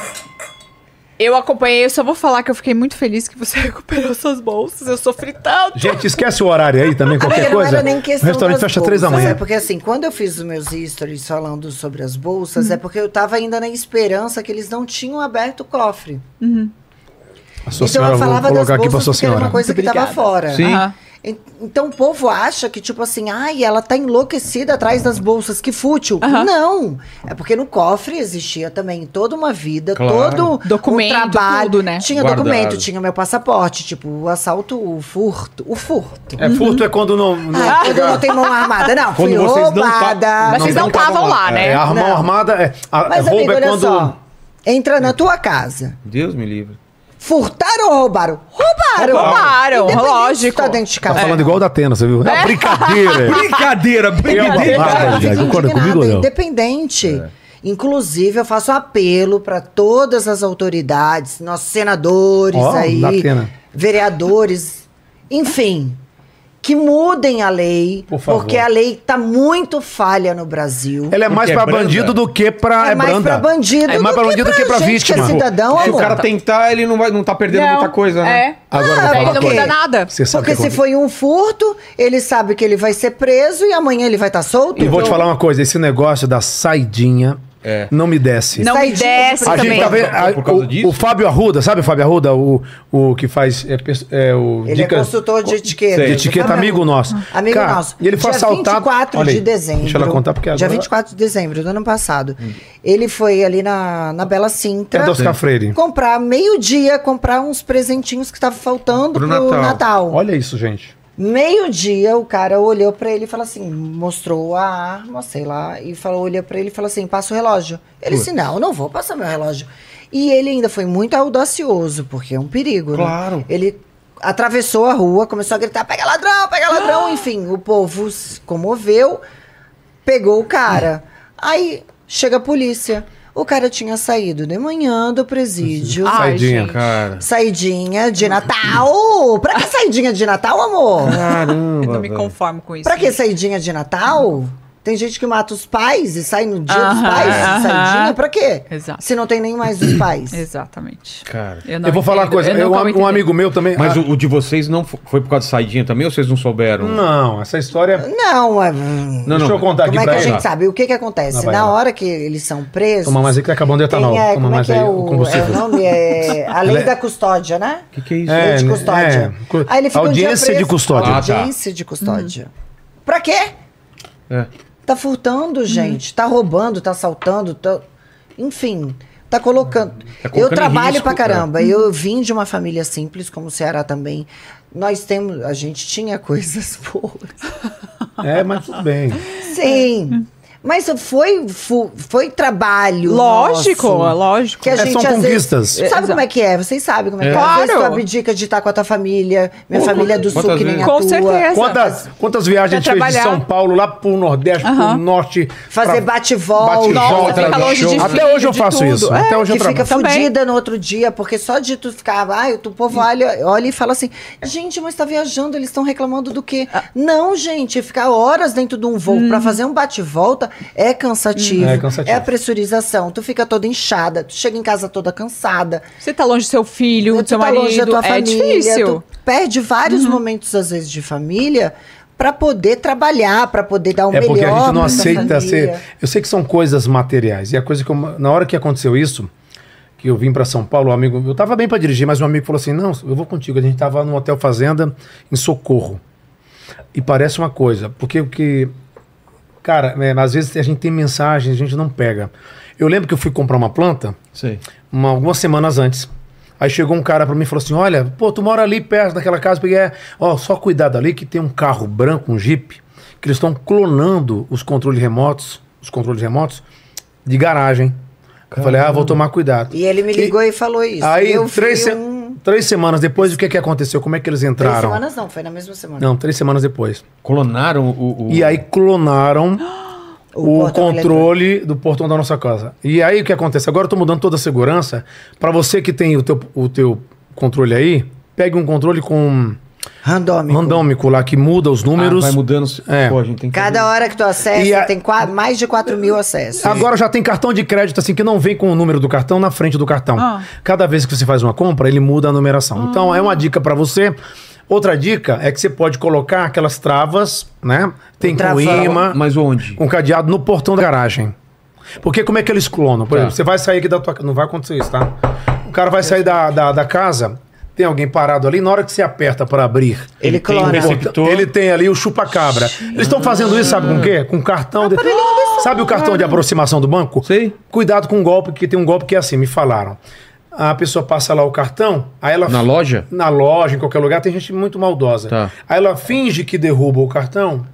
C: Eu acompanhei, eu só vou falar que eu fiquei muito feliz que você *laughs* recuperou suas bolsas. Eu sofri tanto.
B: Gente, esquece o horário aí também,
F: Porque
B: qualquer
F: não
B: coisa.
F: era nem
B: o
F: questão
B: restaurante
F: das
B: fecha três da
F: bolsas, é
B: manhã.
F: Porque assim, quando eu fiz os meus stories falando sobre as bolsas,
C: Hum.
F: é porque eu tava ainda na esperança que eles não tinham aberto o cofre.
B: A sua
F: Então
B: senhora,
F: eu
B: eu vou
F: falava das
B: colocar aqui pra
F: bolsas
B: sua
F: porque era
B: senhora.
F: uma coisa que
C: Muito
F: tava
C: obrigada.
F: fora.
A: Sim.
C: Aham.
F: En- Então o povo acha que, tipo assim, ai, ela tá enlouquecida atrás das bolsas, que fútil.
C: Aham.
F: Não. É porque no cofre existia também toda uma vida,
A: Claro.
F: todo
C: Documento,
F: o trabalho.
C: tudo, né?
F: Tinha
A: Guardado.
F: documento, tinha meu passaporte, tipo, o assalto, o furto. O furto.
B: É, furto é quando não. não
F: Ah, quando não tem mão armada, não.
A: Quando
F: fui
A: vocês não tá-
F: roubada.
A: Não,
C: Mas vocês não
A: não tavam
C: estavam
A: lá.
C: lá,
B: é,
C: né?
B: a mão
F: Não.
B: armada é. A,
F: Mas,
B: é roubo
F: amigo,
B: é
F: olha
B: quando.
F: só. Entra na tua casa.
A: Deus me livre.
F: Furtaram ou roubaram? Roubaram.
C: Roubaram,
F: Independente se
C: lógico.
F: Tá dentro de
B: Tá
F: casa.
B: falando igual o da Atena, você viu? É uma brincadeira.
F: *laughs*
A: Brincadeira,
B: Eu-
A: brincadeira.
B: Ah,
F: Eu
B: já,
F: fico
B: concorda
F: indignada,
B: comigo ou não? É.
F: Independente. Inclusive, eu faço um apelo para todas as autoridades, nossos senadores
B: Ó, da
F: aí,
B: Atena.
F: vereadores, enfim, que mudem a lei,
B: Por favor.
F: porque a lei tá muito falha no Brasil.
B: Ela é mais
A: Porque é
B: pra
A: branda.
B: bandido do que pra.
F: É mais pra bandido
B: É mais
F: do
B: pra
F: que
B: bandido do
F: pra
B: que pra
F: gente que é
B: vítima.
F: cidadão,
A: Se o
F: amor.
A: cara tentar, ele não, vai, não tá perdendo
C: Não,
A: muita coisa, né?
C: É.
B: Agora eu vou
F: Ah,
B: falar
C: Ele
B: uma
C: não
F: ok.
C: muda
B: coisa.
C: nada.
B: Você sabe
F: Porque
B: que é. eu
F: se
B: vou-
F: foi um furto, ele sabe que ele vai ser preso e amanhã ele vai estar solto. Então,
B: E vou te falar uma coisa: esse negócio da saidinha
A: É.
B: não me desce.
C: Não me
F: Saidinho
C: desce
F: de
B: A
C: também.
B: gente tá vendo, a-
A: Por causa
B: o,
A: disso?
B: o Fábio Arruda, sabe o Fábio Arruda? O, o que faz. É, pers- é, o
F: Ele
B: dica-
F: é consultor de etiqueta. Tá
A: Sei.
B: de etiqueta, amigo nosso.
F: Amigo
B: Cara,
F: nosso.
B: E ele foi
F: dia
B: assaltado.
F: 24
B: Olha aí,
F: de dezembro.
B: Deixa ela contar, porque
F: Dia
B: agora- Hum.
F: 24 de dezembro do ano passado. Ele foi ali na, na Bela
B: É
F: Sintra
B: do Oscar Freire.
F: comprar, meio-dia, comprar uns presentinhos que estavam faltando
A: Pro
F: pro,
A: Natal.
F: Natal.
B: Olha isso, gente.
F: Meio-dia, o cara olhou pra ele e falou assim: mostrou a arma, sei lá, e falou, olhou pra ele e falou assim: passa o relógio. Ele disse: não, não vou passar meu relógio. E ele ainda foi muito audacioso, porque é um perigo,
A: Claro.
F: né? Ele atravessou a rua, começou a gritar: pega ladrão, pega ladrão, enfim, o povo se comoveu, pegou o cara. Aí chega a polícia. O cara tinha saído de manhã do presídio.
C: Ai,
B: Saidinha,
C: gente.
A: Cara.
F: Saidinha de Natal! Pra que saidinha de Natal, amor?
A: Caramba.
C: Eu não me
A: velho.
C: conformo com isso.
F: Pra que saidinha de Natal? Tem gente que mata os pais e sai no dia dos
C: Aham,
F: pais.
C: aham.
F: Saidinha pra quê?
C: Exato.
F: Se não tem nem mais os pais.
C: Exatamente.
A: Cara.
B: Eu, vou falar uma coisa. Eu, um amigo meu também.
A: Mas
B: Ah,
A: o, o de vocês não fo- foi por causa de saidinha também ou vocês não souberam?
B: Não, essa história.
F: Não, é...
A: Não,
B: Deixa
A: não.
B: eu contar Tá
F: como
B: aqui
F: é que
B: pra
F: a
B: ele.
F: gente sabe? O que que acontece?
B: Não, vai
F: Na
B: lá.
F: hora que eles são presos...
B: Toma mais aí que acabou de
F: tem,
B: etanol. Toma
F: é, como é
B: tá mais
F: que
B: aí
F: é
B: o
F: o, é o
B: combustível.
F: nome?
B: *laughs*
F: É a
B: Ela
F: lei
B: é-
F: da custódia, né?
A: O que, que é isso?
B: É,
F: Lei de custódia.
B: é. Cu-
F: Aí ele fica um dia
B: audiência de
F: preso.
B: custódia. Hum.
A: Ah, tá.
F: Audiência de custódia. Pra quê?
A: É.
F: Tá furtando, gente. Tá roubando, tá assaltando, tá... Enfim, tá
B: Hum,
F: colocando.
A: Tá colocando
F: eu
A: em
F: trabalho
A: risco,
B: é.
F: pra caramba. Eu vim de uma família simples, como o Ceará também. Nós temos. A gente tinha coisas *laughs* boas.
B: É, mas tudo bem.
F: Sim. Mas foi, fu- foi trabalho.
C: Lógico, é
F: nosso.
C: lógico.
F: Que a
B: É,
F: gente,
B: são
F: às
B: conquistas.
F: Vezes, sabe
C: Exato.
F: como é que é? Vocês sabem como é
C: É.
F: que é. Às vezes tu
C: Claro.
F: abdica de estar com a tua família. Minha
A: Pô,
F: família é do sul,
A: quantas
F: que nem
A: vezes?
F: a
C: Com
F: tua.
C: certeza.
B: Quantas, quantas viagens a gente
C: Pra
B: fez de
C: trabalhar.
B: São Paulo lá pro Nordeste,
C: Aham.
B: pro Norte?
F: Fazer
B: pra-
F: bate-volta.
B: bate-volta,
A: fica longe de
B: show.
C: filho,
B: Até hoje eu
C: de
B: faço
C: tudo.
B: isso.
C: É,
B: Até hoje eu
F: que fica
B: trabalho.
C: Também.
F: fudida no outro dia, porque só de tu ficar, ai, o povo olha, olha e fala assim, gente, mas tá viajando, eles estão reclamando do quê?
C: Ah.
F: Não, gente, ficar horas dentro de um voo pra
C: Hum.
F: fazer um bate-volta é cansativo.
B: É cansativo.
F: É a pressurização, tu fica toda inchada, tu chega em casa toda cansada.
C: Você tá longe do seu filho, do
F: tu
C: seu
F: tá
C: marido.
F: longe da tua
C: é
F: família,
C: difícil. Uhum.
F: tu perde vários momentos, às vezes, de família pra poder trabalhar, pra poder dar o
B: É
F: melhor
B: porque a gente não
F: pra
B: aceita
F: família.
B: ser. Eu sei que são coisas materiais. E a coisa que eu, na hora que aconteceu isso, que eu vim pra São Paulo, um amigo, eu tava bem pra dirigir, mas um amigo falou assim: "Não, eu vou contigo". A gente tava num hotel fazenda em Socorro. E parece uma coisa, porque o que cara, né, às vezes a gente tem mensagens, a gente não pega. Eu lembro que eu fui comprar uma planta
A: Sei.
B: uma- algumas semanas antes. Aí chegou um cara pra mim e falou assim: Olha, pô, tu mora ali perto daquela casa, porque é, ó, só cuidado ali que tem um carro branco, um Jeep, que eles estão clonando os controles remotos, os controles remotos de garagem. Eu falei, ah, vou tomar cuidado.
F: E ele me ligou e, falou isso.
B: Aí,
F: eu
B: três,
F: vi
B: se-
F: um-
B: três semanas depois, o que, que aconteceu? Como é que eles
F: Três
B: entraram?
F: semanas não, foi na mesma semana.
B: Não, três semanas depois.
A: Clonaram o. o-
B: E aí clonaram o,
F: portão é
B: controle do portão da nossa casa. E aí o que acontece? Agora eu tô mudando toda a segurança. Pra você que tem o teu, o teu controle aí, pegue um controle com
F: Randômico.
B: randômico lá que muda os
A: Ah,
B: números.
A: vai mudando.
B: É.
A: Pô, a gente tem que
F: Cada hora que tu
B: E
F: acessa,
B: a-
F: tem qua- mais de 4 mil acessos.
B: Agora já tem cartão de crédito assim que não vem com o número do cartão na frente do cartão.
C: Ah.
B: Cada vez que você faz uma compra, ele muda a numeração. Então é uma dica pra você. Outra dica é que você pode colocar aquelas travas, né? Tem com
F: Travão.
B: imã.
A: Mas onde?
B: um cadeado no portão da garagem. Porque como é que eles clonam? Por
A: Tá.
B: exemplo, você vai sair aqui da tua casa. Não vai acontecer isso, tá? O cara vai sair da, da, da casa, tem alguém parado ali, na hora que você aperta pra abrir.
F: Ele
H: tem um
F: clona.
B: o
H: receptor.
B: portão- Ele tem ali o chupa-cabra. Eles estão fazendo isso, sabe com o quê? Com um cartão. De... Sabe o cartão de aproximação do banco?
A: Sei.
B: Cuidado com o golpe, porque tem um golpe que é assim, me falaram. A pessoa passa lá o cartão, aí ela
A: Na loja?
B: na loja, em qualquer lugar, tem gente muito maldosa.
A: Tá.
B: Aí ela finge que derruba o cartão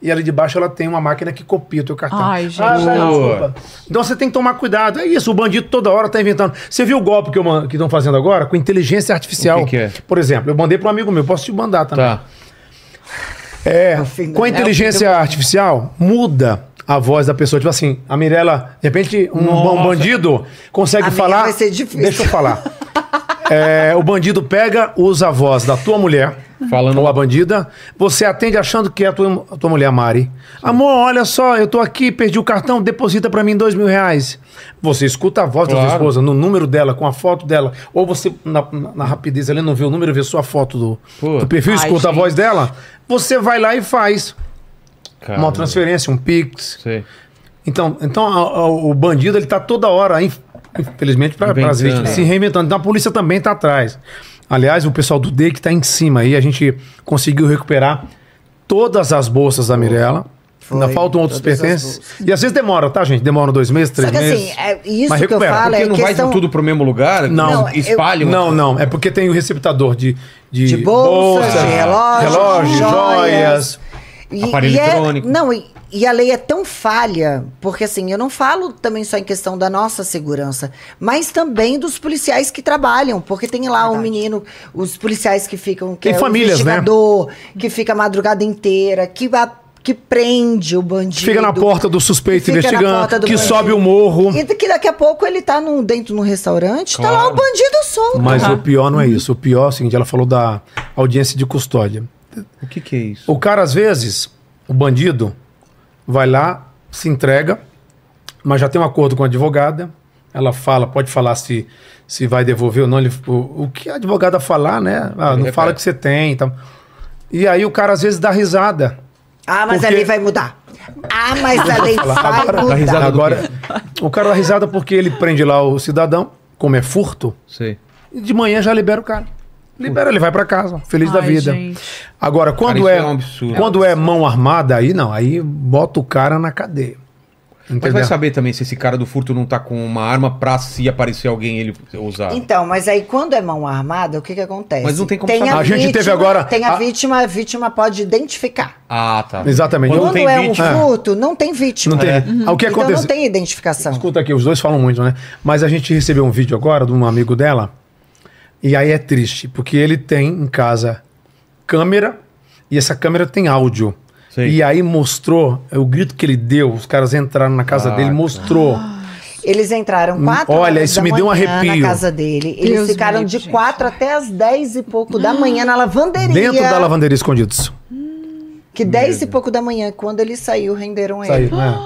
B: e ali de baixo ela tem uma máquina que copia o teu cartão.
C: Ai, gente.
B: Ah, tá,
A: Boa.
B: desculpa. Então você tem que tomar cuidado. É isso, o bandido toda hora tá inventando. Você viu o golpe que eu estão fazendo agora com inteligência artificial?
A: O que que é?
B: Por exemplo, eu mandei para um amigo meu, posso te mandar também.
A: Tá.
B: É,
F: fim do-
B: com a
F: é o fim
B: inteligência artificial, muda a voz da pessoa. Tipo assim, a Mirella, de repente, um, um bandido consegue
F: A minha
B: falar.
F: vai ser difícil.
B: Deixa eu
F: *laughs*
B: falar. É, o bandido pega, usa a voz da tua mulher.
A: Falando-
B: Ou a bandida. Você atende achando que é a tua, a tua mulher, Mari. Amor, olha só, eu tô aqui, perdi o cartão, deposita pra mim dois mil reais. Você escuta a voz da
A: Claro.
B: tua esposa, no número dela, com a foto dela. Ou você, na, na- na rapidez ali, não vê o número, vê só a foto do,
A: Pô.
B: do perfil,
C: Ai,
B: escuta a
C: gente.
B: voz dela. Você vai lá e faz
A: Cara,
B: uma transferência, um Pix.
A: Sei.
B: Então, então a- a- o bandido ele tá toda hora, inf- infelizmente, para as
A: Inventando.
B: vítimas, se reinventando. Então a polícia também tá atrás. Aliás, o pessoal do DEIC tá em cima aí. A gente conseguiu recuperar todas as bolsas da Mirella.
F: Foi,
B: Ainda faltam outros
F: todas as
B: pertences. E às vezes demora, tá, gente? Demora dois meses, três
F: Só que assim,
B: meses.
F: é, isso
B: Mas
F: que eu
B: recupera,
F: falo
A: Porque
F: é
A: não
F: questão...
A: vai tudo pro mesmo lugar? um-
B: Não,
A: Eles Espalham.
B: Não, não. É porque tem o receptador de... De,
F: de bolsas,
B: bolsa,
F: de relógios,
B: relógio, joias.
F: E-
A: Aparelho
F: e é-
A: eletrônico.
F: não, e, e a lei é tão falha, porque assim, eu não falo também só em questão da nossa segurança, mas também dos policiais que trabalham, porque tem lá o menino, os policiais que ficam... Que
B: Tem
F: é
B: famílias,
F: o
B: né?
F: investigador, que fica a madrugada inteira, que, a- que prende o bandido.
B: Fica na porta do suspeito
F: que fica na
B: investigando,
F: porta do
B: que
F: bandido.
B: sobe o morro.
F: E que daqui a pouco ele tá num, dentro num restaurante, tá lá o bandido solto.
B: Mas
C: Tá.
B: o pior não é isso. O pior é o seguinte, ela falou da audiência de custódia.
A: O que que é isso?
B: O cara, às vezes, o bandido, vai lá, se entrega, mas já tem um acordo com a advogada. Ela fala, pode falar se, se vai devolver ou não. Ele, o, o que a advogada falar, né? Ah, não
A: repete.
B: fala que você tem. e tal. E aí o cara, às vezes, dá risada.
F: Ah, mas
B: Porque-
F: a lei vai mudar. Ah, mas
B: *laughs*
F: a lei vai
B: Agora,
A: Dá risada
F: mudar.
A: do
B: agora o cara dá risada porque ele prende lá o cidadão, como é furto,
A: Sei.
B: e de manhã já libera o cara. Libera, ele vai pra casa, feliz da
C: Ai,
B: vida.
C: gente.
B: Agora, quando
A: isso
B: é,
A: é um absurdo.
B: quando é mão armada, aí não, aí bota o cara na cadeia.
A: Mas vai
B: Entendeu?
A: saber também se esse cara do furto não tá com uma arma pra se aparecer alguém ele usar.
F: Então, mas aí quando é mão armada, o que que acontece?
A: Ah. Mas não tem como
F: tem
A: saber.
B: A gente teve agora-
F: Tem a,
B: a-
F: vítima, a vítima pode identificar.
A: Ah, tá.
B: Exatamente. Ah,
A: Quando
F: Quando
A: tem né?
F: é
A: vítima.
F: um furto, não tem vítima.
B: Não tem.
A: É.
B: Ah, O que
F: então
B: aconteceu?
F: não tem identificação.
B: Escuta aqui, os dois falam muito, né? Mas a gente recebeu um vídeo agora de um amigo dela. E aí é triste, porque ele tem em casa câmera e essa câmera tem áudio.
A: Sei.
B: E aí mostrou o grito que ele deu, os caras entraram na casa
A: Ah,
B: dele,
A: cara.
B: mostrou.
F: Eles entraram
B: Hum,
F: quatro
B: olha,
F: horas
B: isso
F: da
B: me deu um
F: manhã
B: arrepio.
F: na casa dele. Eles
C: Deus
F: ficaram
C: me
F: de
C: livre, Uhum.
F: quatro até as dez e pouco da manhã na lavanderia.
B: Dentro da lavanderia escondidos.
F: Que dez e pouco da manhã, quando ele saiu, renderam ele.
B: Saiu, né?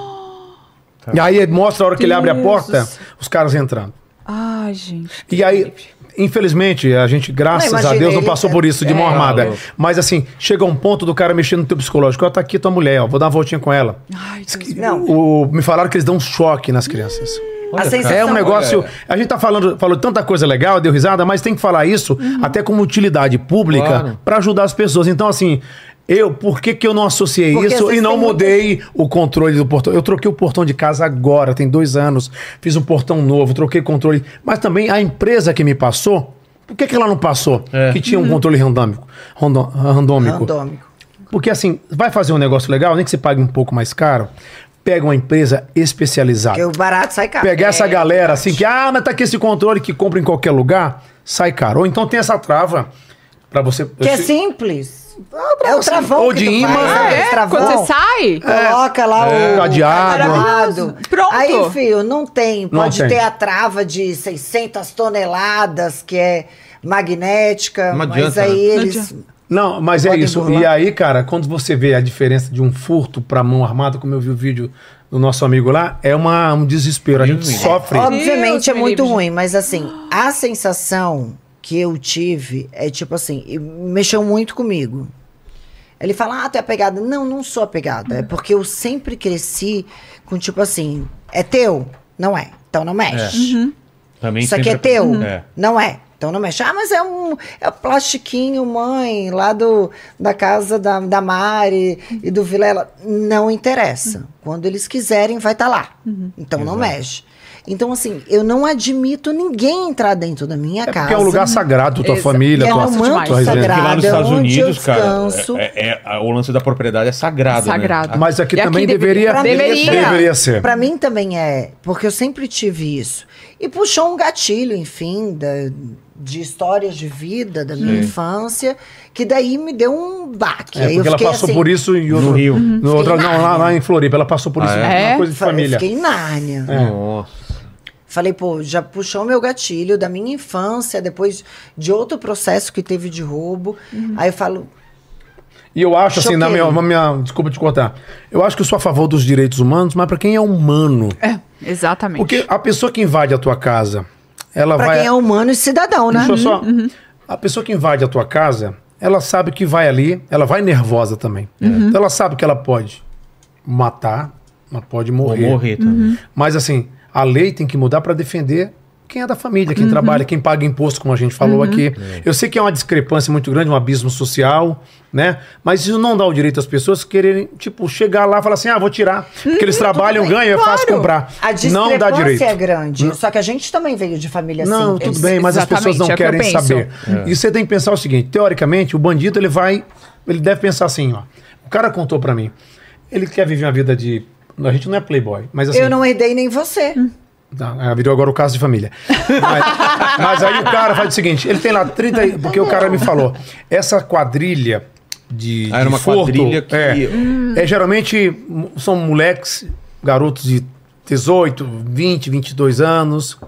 B: é? E aí mostra a hora que ele abre a
C: Deus.
B: porta, os caras entrando.
C: Ai, gente.
B: E aí, infelizmente, a gente, graças
F: Não,
B: a
F: imagina,
B: Deus, não
F: ele-
B: passou por isso de
F: é.
B: mão armada.
A: Claro.
B: Mas assim, chega um ponto do cara mexendo no teu psicológico. Ó, tá aqui tua mulher, ó, vou dar uma voltinha com ela.
C: Ai, Deus.
F: Não.
B: O- me falaram que eles dão um choque nas crianças.
A: Olha,
F: a sensação-
B: É um
F: Olha.
B: negócio. A gente tá falando, falou tanta coisa legal, deu risada, mas tem que falar isso até como utilidade pública
A: Claro.
B: pra ajudar as pessoas. Então, assim, eu, por que, que eu não associei
F: Porque às
B: isso e
F: vezes
B: não
F: tem muita
B: mudei o controle do portão? Eu troquei o portão de casa agora, tem dois anos, fiz um portão novo, troquei controle. Mas também a empresa que me passou, por que, que ela não passou?
A: É.
B: Que tinha um controle randômico. Randô, randômico.
F: Randômico.
B: Porque assim, vai fazer um negócio legal, nem que você pague um pouco mais caro, Pega uma empresa especializada.
F: Porque o barato sai caro. É,
B: Pegar essa galera assim, que, ah, mas tá aqui esse controle que compra em qualquer lugar, sai caro. Ou então tem essa trava pra você.
F: Que é
B: assim
F: simples. É o travão
B: Ou
F: que
B: de
F: tu
B: imã.
F: faz,
B: Ah,
F: sabe?
C: é?
F: Travão.
C: Quando você sai?
F: Coloca lá
B: É.
F: o
B: Cadeado.
F: cadeado.
C: Pronto.
F: Aí, filho, não tem.
B: Não
F: Pode
B: tem.
F: ter a trava de 600 toneladas, que é magnética.
A: Não
F: mas
A: adianta,
F: aí
A: né?
C: Não
F: eles...
C: adianta.
B: Não, mas é
F: Podem
B: isso.
F: burlar.
B: E aí, cara, quando você vê a diferença de um furto pra mão armada, como eu vi o vídeo do nosso amigo lá, é uma, um desespero. A gente
A: Sim.
B: sofre.
F: Obviamente
C: Deus
F: é
C: me
F: muito
C: livre,
F: ruim, mas assim, a sensação que eu tive é tipo assim, e mexeu muito comigo. Ele fala, ah, tu é apegada. Não, não sou apegada. É porque eu sempre cresci com tipo assim, é teu? Não é. Então não mexe.
A: Também
F: Isso aqui é
A: sempre-
F: teu?
B: Uhum.
A: É.
F: Não é. Então não mexe. Ah, mas é um, é um plastiquinho, mãe, lá do, da casa da, da Mari e do Vilela. Não
A: Uhum.
F: interessa. Quando eles quiserem, vai estar lá. Então não mexe. Então, assim, eu não admito ninguém entrar dentro da minha
B: É
F: casa.
B: porque é um lugar sagrado, tua
C: Exa-
B: família,
F: é
B: tua,
F: um
C: Nossa,
B: tua
F: manto
C: demais.
B: residência.
A: Porque
F: sagrado.
A: lá nos
F: é
A: Estados
F: onde
A: Unidos,
F: eu
A: cara,
F: descanso.
A: é, é- é- o lance da propriedade é sagrado, né?
C: Sagrado.
B: Mas aqui
C: E aqui
B: também
C: deveria-
B: deveria,
C: Deveria.
B: ser.
F: Pra mim também é, porque eu sempre tive isso. E puxou um gatilho, enfim, da- de histórias de vida da minha
A: Sim.
F: infância, que daí me deu um baque.
B: É,
F: Aí eu
B: porque ela
F: fiquei
B: passou
F: assim,
B: por isso em outro,
A: No Rio.
B: No outra, não, lá, lá em Floripa, ela passou por
A: Ah,
B: isso.
C: é?
B: Uma coisa de
F: falei,
B: família. É.
F: Eu fiquei em Nárnia.
A: Nossa.
F: Falei, pô, já puxou meu gatilho da minha infância, depois de outro processo que teve de roubo.
C: Uhum.
F: Aí eu falo,
B: E eu acho, assim, na
F: Choquei.
B: minha, na minha- Desculpa te cortar. Eu acho que eu sou a favor dos direitos humanos, mas pra quem é humano.
C: É, exatamente.
B: Porque a pessoa que invade a tua casa, ela
F: pra
B: Ah, vai.
F: quem é humano e cidadão, né?
B: Deixa eu só. A pessoa que invade a tua casa, ela sabe que vai ali, ela vai nervosa também.
F: Uhum.
B: Então ela sabe que ela pode matar, mas pode
A: Vou
B: morrer.
A: morrer
F: Uhum.
A: também.
B: Mas assim, a lei tem que mudar para defender quem é da família,
F: Uhum.
B: quem trabalha, quem paga imposto, como a gente falou aqui. Eu sei que é uma discrepância muito grande, um abismo social, né? Mas isso não dá o direito às pessoas quererem, tipo, chegar lá e falar assim: "Ah, vou tirar". Porque eles trabalham,
F: Uhum, bem,
B: ganham, é fácil
F: claro.
B: comprar.
F: A
B: Não dá direito.
F: discrepância é grande. assim, Só que a gente também veio de família
B: Não,
F: simples.
B: tudo bem, mas as
C: Exatamente,
B: pessoas não
C: é o que eu
B: querem
C: penso.
B: saber. E você tem que pensar o seguinte: teoricamente, o bandido ele vai, ele deve pensar assim, ó. O cara contou pra mim, ele quer viver uma vida de, a gente não é playboy, mas assim,
F: Eu não herdei nem você.
C: Hum.
B: Tá, é, virou agora o caso de família. Mas, *laughs* mas aí o cara faz o seguinte: ele tem lá 30. e- Porque o cara me falou, essa quadrilha de.
A: Ah, era
B: de
A: uma quadrilha que-
B: É, é, geralmente mu- são moleques, garotos de 18, 20, 22 anos,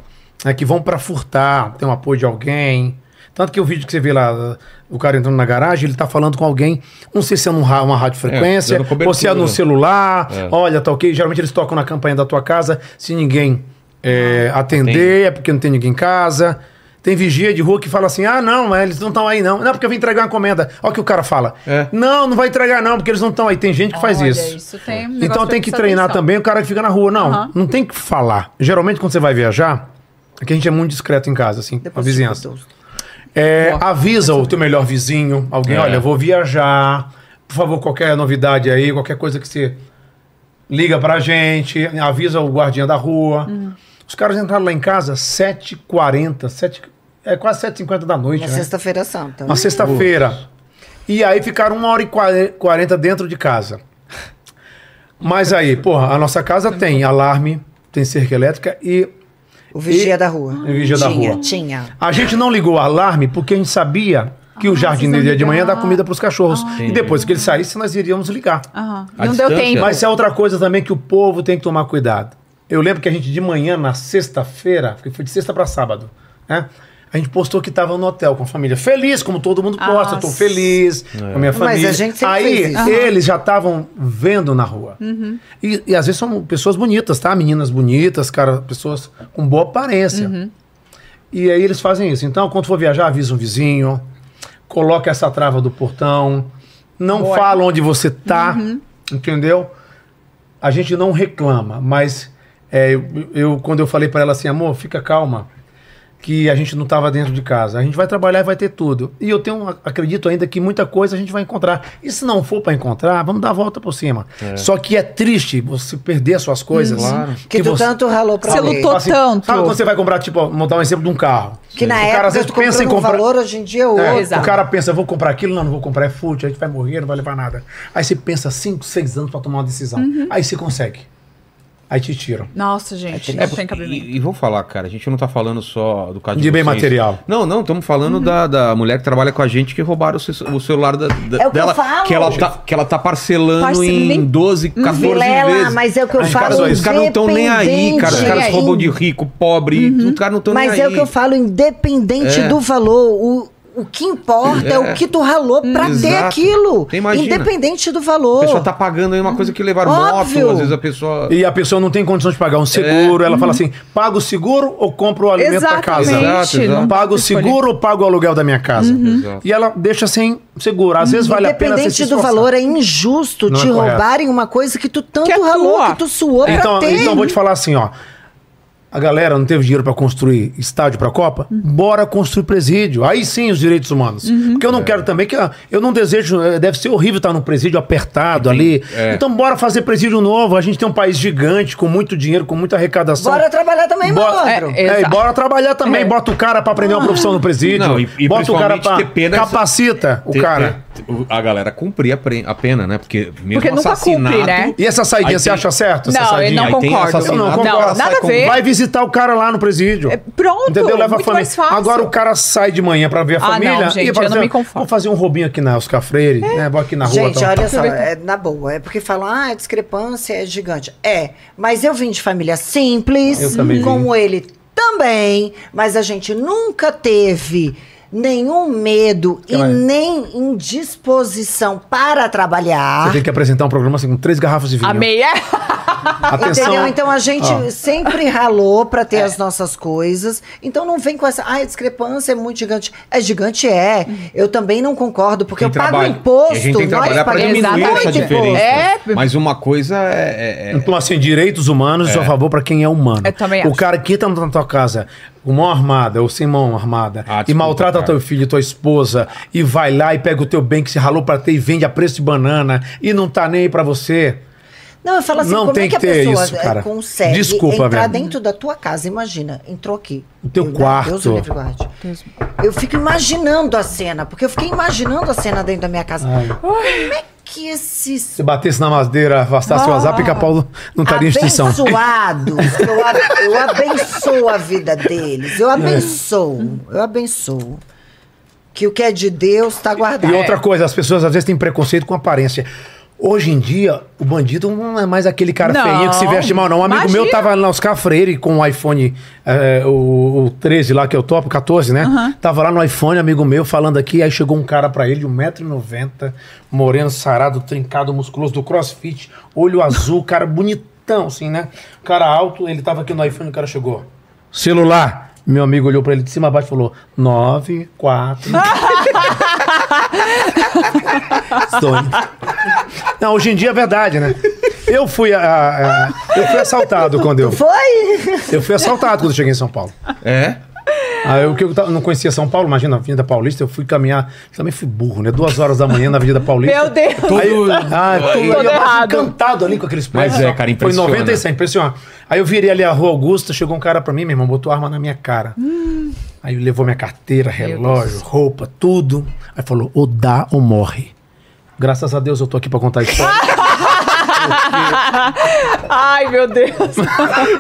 B: né, que vão pra furtar, tem o apoio de alguém. Tanto que o vídeo que você vê lá, o cara entrando na garagem, ele tá falando com alguém, não sei se é num ra- uma radiofrequência,
A: dando
B: ou se é
A: cobertura.
B: no celular,
A: É.
B: olha, tá ok. Geralmente eles tocam na campanha da tua casa, se ninguém é,
A: Ah,
B: atender, é porque não tem ninguém em casa. Tem vigia de rua que fala assim: ah, não, mas eles não estão aí, não. Não, porque eu vim entregar uma encomenda. Olha o que o cara fala.
A: É.
B: Não, não vai entregar, não, porque eles não estão aí. Tem gente que faz
C: Olha,
B: isso.
C: isso tem um negócio
B: então
C: pra
B: tem que
C: prestar
B: treinar
C: atenção.
B: também o cara que fica na rua. Não,
C: Aham.
B: não tem que falar. Geralmente, quando você vai viajar, é que a gente é muito discreto em casa, assim, com a
F: Depois eu te
B: vizinhança.
F: conto.
B: É, avisa o teu melhor vizinho, alguém,
A: É.
B: olha, eu vou viajar. Por favor, qualquer novidade aí, qualquer coisa que você liga pra gente, avisa o guardiã da rua.
F: Uhum.
B: Os caras entraram lá em casa 7h40, 7, é quase 7h50 da noite,
F: Na
B: né?
F: sexta-feira santa.
B: Uma sexta-feira. E aí ficaram uma hora e quare- 40 dentro de casa. Mas aí, porra, a nossa casa tem alarme, tem cerca elétrica e
F: O vigia
B: E-
F: da rua.
B: O vigia da
F: Tinha,
B: rua.
F: Tinha.
B: a gente não ligou o alarme porque a gente sabia que o
E: Ah,
B: jardineiro
E: vocês Ah. vão
B: ia de manhã
E: ligar.
B: dar comida para os cachorros. e
A: Entendi.
B: depois que ele saísse, nós iríamos ligar.
E: Ah.
C: Aham.
A: A
C: Não deu
A: distância?
C: tempo.
B: Mas é outra coisa também que o povo tem que tomar cuidado. Eu lembro que a gente de manhã, na sexta-feira, porque foi de sexta para sábado, né? A gente postou que estava no hotel com a família. Feliz, como todo mundo posta.
E: Ah,
B: Eu tô
C: s-
B: feliz com a minha família.
F: a gente sempre
B: Aí
F: fez isso. Uhum.
B: eles já estavam vendo na rua. E, e às vezes são pessoas bonitas, tá? Meninas bonitas, cara, pessoas com boa aparência.
F: Uhum.
B: E aí eles fazem isso. Então, quando for viajar, avisa um vizinho, coloca essa trava do portão, não fala onde você tá,
F: Uhum.
B: entendeu? A gente não reclama, mas é, eu, eu- quando eu falei pra ela assim, amor, fica calma, que a gente não tava dentro de casa. A gente vai trabalhar e vai ter tudo. E eu tenho, acredito ainda que muita coisa a gente vai encontrar. E se não for pra encontrar, vamos dar a volta por cima. Só que é triste você perder as suas coisas.
A: Claro.
F: Que, tu tá
B: você-
F: tanto ralou pra
C: Você
F: ler.
C: lutou
B: assim,
C: tanto.
B: Sabe quando você vai comprar, tipo, montar um exemplo de um carro?
F: Que na
B: o
F: época
B: cara às vezes
F: tu
B: pensa em
F: comprou num
B: comprar.
F: valor, hoje em dia é
B: É,
F: outro.
C: Exato.
B: o cara pensa, vou comprar aquilo, não, não vou comprar, é
F: Uhum.
B: fútil, a gente vai morrer, não vai levar nada. Aí você pensa 5, 6 anos pra tomar uma decisão. Aí você consegue. aí te tiram.
C: Nossa,
A: É,
C: gente, não tem
A: porque-
C: cabimento.
A: e, e vou falar, cara, a gente não tá falando só do caso
B: De bem
A: vocês.
B: material.
A: Não, não, estamos falando
F: Uhum.
A: da, da mulher que trabalha com a gente que roubaram o, ce- o celular da, da-
F: É o que
A: dela.
F: eu falo.
A: ela tá, que ela tá parcelando
C: Parce-
A: em
C: nem-
A: 12, 14
F: Vilela,
A: vezes.
F: mas é o que eu
A: os
F: falo,
A: Caras, os caras não estão nem aí, cara. Os
F: independente.
A: caras
C: É.
A: roubam de rico, pobre. Os caras não estão nem aí.
F: Mas é o que eu falo, independente
A: É.
F: do valor, o, o que importa é. o que tu ralou pra ter
A: Exato.
F: aquilo.
A: Você imagina.
F: Independente do
A: A
F: valor.
A: pessoa tá pagando aí uma coisa que levaram
F: Óbvio.
A: moto. Às vezes a pessoa.
B: E a pessoa não tem condições de pagar
A: É.
B: um seguro, ela fala assim: paga o seguro ou compra o alimento da casa?
A: Uhum. Exatamente. Exato, exato.
C: não
B: Pago o
C: pode escolher.
B: seguro ou pago o aluguel da minha casa?
A: Exato.
B: E ela deixa sem seguro. Às vezes vale a pena você se
F: Uhum. Independente do
B: esforçar.
F: valor, é injusto
B: Não
F: te
B: é correto.
F: roubarem uma coisa que tu tanto
C: Que é
F: ralou,
C: tua.
F: que tu suou
B: Então,
F: pra ter.
B: então eu vou te falar assim, ó. A galera não teve dinheiro pra construir estádio pra Copa?
C: Uhum.
B: Bora construir presídio. Aí sim os direitos humanos. Porque eu não quero também que ah, eu não desejo, eh, deve ser horrível estar num presídio apertado ali.
A: é.
B: Então bora fazer presídio novo. A gente tem um país gigante com muito dinheiro, com muita arrecadação.
F: Bora trabalhar também,
B: Bora-
F: malandro.
B: É, e
C: Exato. É. Ah.
B: bora trabalhar também. Bota o cara pra aprender uma profissão no presídio.
A: Não, e- e
B: bota o cara pra
A: principalmente ter pena-
B: capacita o
A: Tem-
B: cara.
A: tem- tem- a galera cumprir a, pre- a pena, né? Porque mesmo
C: Porque nunca cumpre,
A: assassinato,
C: né?
B: E essa saída,
A: Aí
B: você
A: tem-
B: acha certo? essa
C: Não, eu
B: saidinha?
C: não
A: Aí tem
C: concordo.
A: assassinato,
B: Eu não
A: o cara
B: concordo.
A: sai
C: nada a
A: com-
C: ver.
B: Vai visitar o cara lá no presídio.
C: É, pronto,
B: Entendeu? Leva a
C: muito
B: família.
C: mais fácil.
B: Agora o cara sai de manhã pra ver a
C: Ah,
B: família.
C: não, gente,
B: e fala
C: eu não
B: assim,
C: me conformo. É.
B: Vou fazer um roubinho aqui na Oscar Freire, né? Vou aqui na rua.
F: Gente,
A: então.
B: tal.
F: olha só, é, na boa, é porque falam, ah, a discrepância é gigante. É, mas eu vim de família simples,
B: Eu também vim.
F: como ele também, mas a gente nunca teve nenhum medo e
B: Ela é.
F: nem indisposição para
B: Você
F: trabalhar.
B: tem que apresentar um programa assim com três garrafas de vinho.
C: Amei, é.
F: Entendeu? Então a gente
B: Ó.
F: sempre ralou pra
A: É.
F: ter as nossas coisas. Então não vem com essa. Ah, a discrepância é muito gigante. É gigante, é. Eu também não concordo, porque
A: Quem
F: eu pago
A: trabalha-
F: imposto.
A: A gente tem que trabalhar pra
C: pagamos
F: pagamos
A: diminuir
C: exatamente.
A: essa
F: muito
A: diferença.
F: imposto.
C: É.
A: Mas uma coisa é... é- é-
B: Então, assim, direitos humanos eu sou a favor pra quem é humano.
C: Eu também
B: o
C: acho.
B: cara que tá na tua casa com mão armada ou sem mão armada
A: Ah,
B: e
A: desculpa,
B: maltrata
A: cara.
B: teu filho, tua esposa e vai lá e pega o teu bem que se ralou pra ter e vende a preço de banana e não tá nem aí pra você.
F: Não, eu falo assim,
B: Não
F: como
B: tem
F: é que a
B: que ter
F: pessoa
B: isso,
F: eh,
B: cara.
F: consegue
B: Desculpa,
F: entrar
B: velho.
F: dentro da tua casa? Imagina, entrou aqui.
B: No teu
F: Eu-
B: quarto.
F: Deus o livre guarde. Eu fico imaginando a cena, porque eu fiquei imaginando a cena dentro da minha casa. Como é que esses
B: Se batesse na madeira, afastasse
C: Ah.
B: o azar, pica-pau não estaria em extinção.
F: abençoados, eu, a- eu abençoo a vida deles,
B: É.
F: eu abençoo, eu abençoo. Que o que é de Deus tá guardado.
B: E outra coisa, as pessoas às vezes têm preconceito com aparência. Hoje em dia, o bandido não é mais aquele cara
C: Não,
B: feinho que se veste mal, não. Um amigo meu
C: imagina.
B: tava na Oscar Freire com o iPhone, é, o, o 13 lá, que eu topo, 14, né? Tava lá no iPhone, amigo meu, falando aqui, aí chegou um cara pra ele, de 1,90m, moreno, sarado, trincado, musculoso, do crossfit, olho azul, cara bonitão, assim, né? O cara alto, ele tava aqui no iPhone, o cara chegou. Celular! Meu amigo olhou pra ele de cima a baixo e falou: 9,
C: *laughs*
B: 4, Sônico. Não, hoje em dia é verdade, né? Eu fui, a, a- a- eu fui assaltado quando eu.
F: Foi?
B: Eu fui assaltado quando eu cheguei em São Paulo.
A: É?
B: Aí eu, que eu tava- não conhecia São Paulo, imagina, Avenida Paulista, eu fui caminhar. Também fui burro, né? Duas horas da manhã na Avenida Paulista.
C: Meu Deus.
B: Aí, ah, tudo, eu
C: Todo
B: tava
C: errado.
B: encantado ali com aqueles
A: Mas
B: prédios.
A: é, cara,
B: Foi
A: impressiona.
B: 96, impressiona. Aí eu virei ali a Rua Augusta, chegou um cara pra mim, meu irmão, botou arma na minha cara.
C: Hum.
B: Aí ele levou minha carteira, relógio, roupa, tudo. Aí falou, ou dá ou morre. Graças a Deus eu tô aqui pra contar a história.
C: Ai, meu Deus.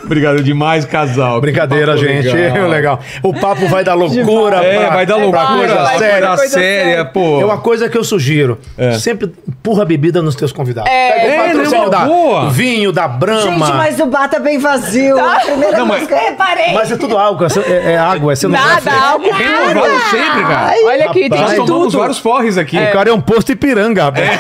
A: Obrigado demais, casal.
B: Brincadeira,
A: Que papo
B: gente. *laughs* Legal. O papo vai da loucura
A: É,
B: pra-
A: vai dar loucura.
B: pra coisa
A: vai
B: séria.
A: dar
C: Coisa
A: séria,
C: séria.
A: pô.
B: É uma coisa que eu sugiro. Sempre empurra bebida nos teus convidados.
A: é
B: Pega o patrocínio
A: uma
B: da
A: boa.
B: vinho, da brama.
F: Gente, mas o bar tá bem vazio. A primeira
A: Não, mas-
F: música, eu reparei.
B: Mas é tudo álcool, é, é água, você não
C: Nada,
A: é
B: vai-
C: álcool.
A: Renovado sempre, cara.
C: Olha aqui,
B: Rapaz,
A: Nós
C: tem de
A: tomamos
C: tudo.
A: vários forres aqui.
B: O cara é um posto Ipiranga, rapaz.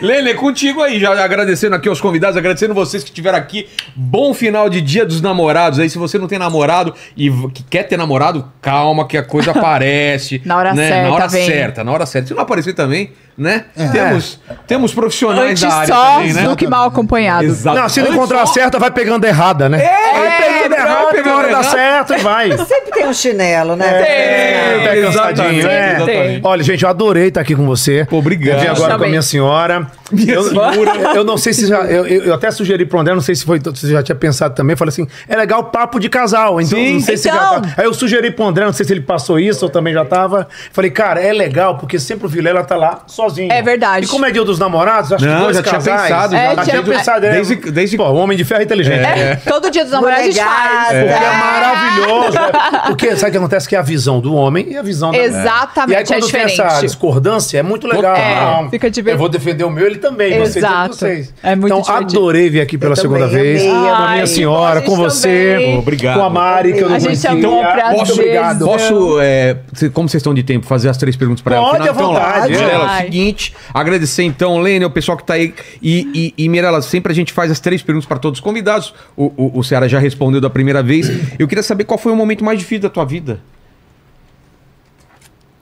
A: Lele, contigo aí, já agradecendo aqui aos convidados, agradecendo vocês que estiveram aqui. Bom final de dia dos namorados aí. Se você não tem namorado e v- que quer ter namorado, calma que a coisa aparece.
C: Na hora
A: né?
C: certa,
A: Na hora
C: vem.
A: certa, na hora certa. Se não aparecer também, né? Temos, temos profissionais
C: Antes
A: da área
C: só
A: também, né?
C: do que mal acompanhado.
A: Exato.
B: Não, se não
A: Antes
B: encontrar a
A: só-
B: certa, vai pegando errada, né? tá É, vai pegando errada,
A: vai pegando
B: pegando dá
A: errada.
B: certo e vai.
F: Sempre tem um chinelo, né?
A: É,
B: Tá cansadinho,
A: exatamente,
B: é.
A: exatamente.
B: Olha, gente, eu adorei estar aqui com você.
A: Pô, obrigado.
B: Eu vim agora com a
C: Também.
B: minha senhora.
A: Minha
B: Eu,
A: segura.
B: eu não sei se já. Eu, eu- eu até sugeri pro André, não sei se foi se já tinha pensado também. Falei assim: é legal papo de casal. Então,
A: Sim.
B: não sei se já
C: Então.
B: tá. Aí eu sugeri pro André, não sei se ele passou isso ou também já tava. Falei, cara, é legal, porque sempre o Vilela tá lá sozinho.
C: É verdade.
B: E como é dia dos namorados, acho que
A: Não,
B: dois
A: já tinha
B: casais.
A: pensado,
C: já. É,
B: já tinha
C: tinha-
B: pensado. é.
A: Desde- desde-
B: Pô, o homem de ferro é inteligente.
C: É, Todo dia dos namorados a gente faz.
F: Mulherada.
B: Porque é, maravilhoso. é. Porque sabe o que acontece? Que é a visão do homem e a visão da mulher.
C: Exatamente,
B: E aí, quando
C: é
B: tem essa
C: diferente.
B: discordância, é muito legal.
A: É,
B: Não,
C: fica divertido.
B: Eu vou defender o meu, ele também. vocês, eu
C: Exato.
B: vocês.
C: É muito
B: Então,
C: divertido.
B: adorei vir aqui pela
F: Eu
B: segunda
F: também
B: vez.
F: amei,
B: com a minha
C: amei.
B: senhora,
C: Nós
B: com você.
C: também.
A: Obrigado.
B: Com a Mari, que eu não
C: A gente
B: conhecia.
C: amou, prazer.
B: Muito
A: Então, Posso,
B: obrigado.
A: posso é, cê- como vocês estão de tempo, fazer as três perguntas para ela?
B: Pode, à
A: então, lá,
B: vontade,
A: Mirella,
C: vai.
A: é o seguinte, agradecer então, Lênia, o pessoal que tá aí. E, e, e Mirella, sempre a gente faz as três perguntas para todos os convidados. O, o, o Ceará já respondeu da primeira vez. Eu queria saber qual foi o momento mais difícil da tua vida.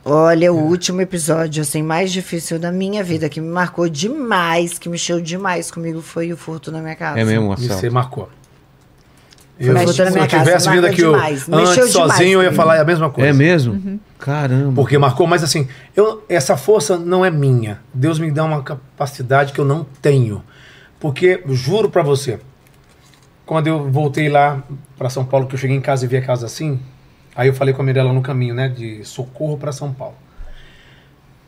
F: Olha, o último episódio, assim, mais difícil da minha vida, que me marcou demais, que mexeu demais comigo, foi o furto na minha
B: Ah,
F: casa.
A: É mesmo,
B: E
A: Marcelo?
B: Você marcou.
F: Foi
B: Eu,
F: mexe
B: se
F: na minha
B: eu
F: casa,
B: tivesse vindo
F: marcou
B: aqui eu,
C: é
F: demais, mexeu
B: antes,
F: demais
B: sozinho, eu ia
F: comigo.
B: falar a mesma coisa.
A: É mesmo? Caramba.
B: Porque marcou, mas assim, eu, essa força não é minha. Deus me dá uma capacidade que eu não tenho. Porque, juro pra você, quando eu voltei lá pra São Paulo, que eu cheguei em casa e vi a casa assim, aí eu falei com a Mirella no caminho, né, de socorro pra São Paulo.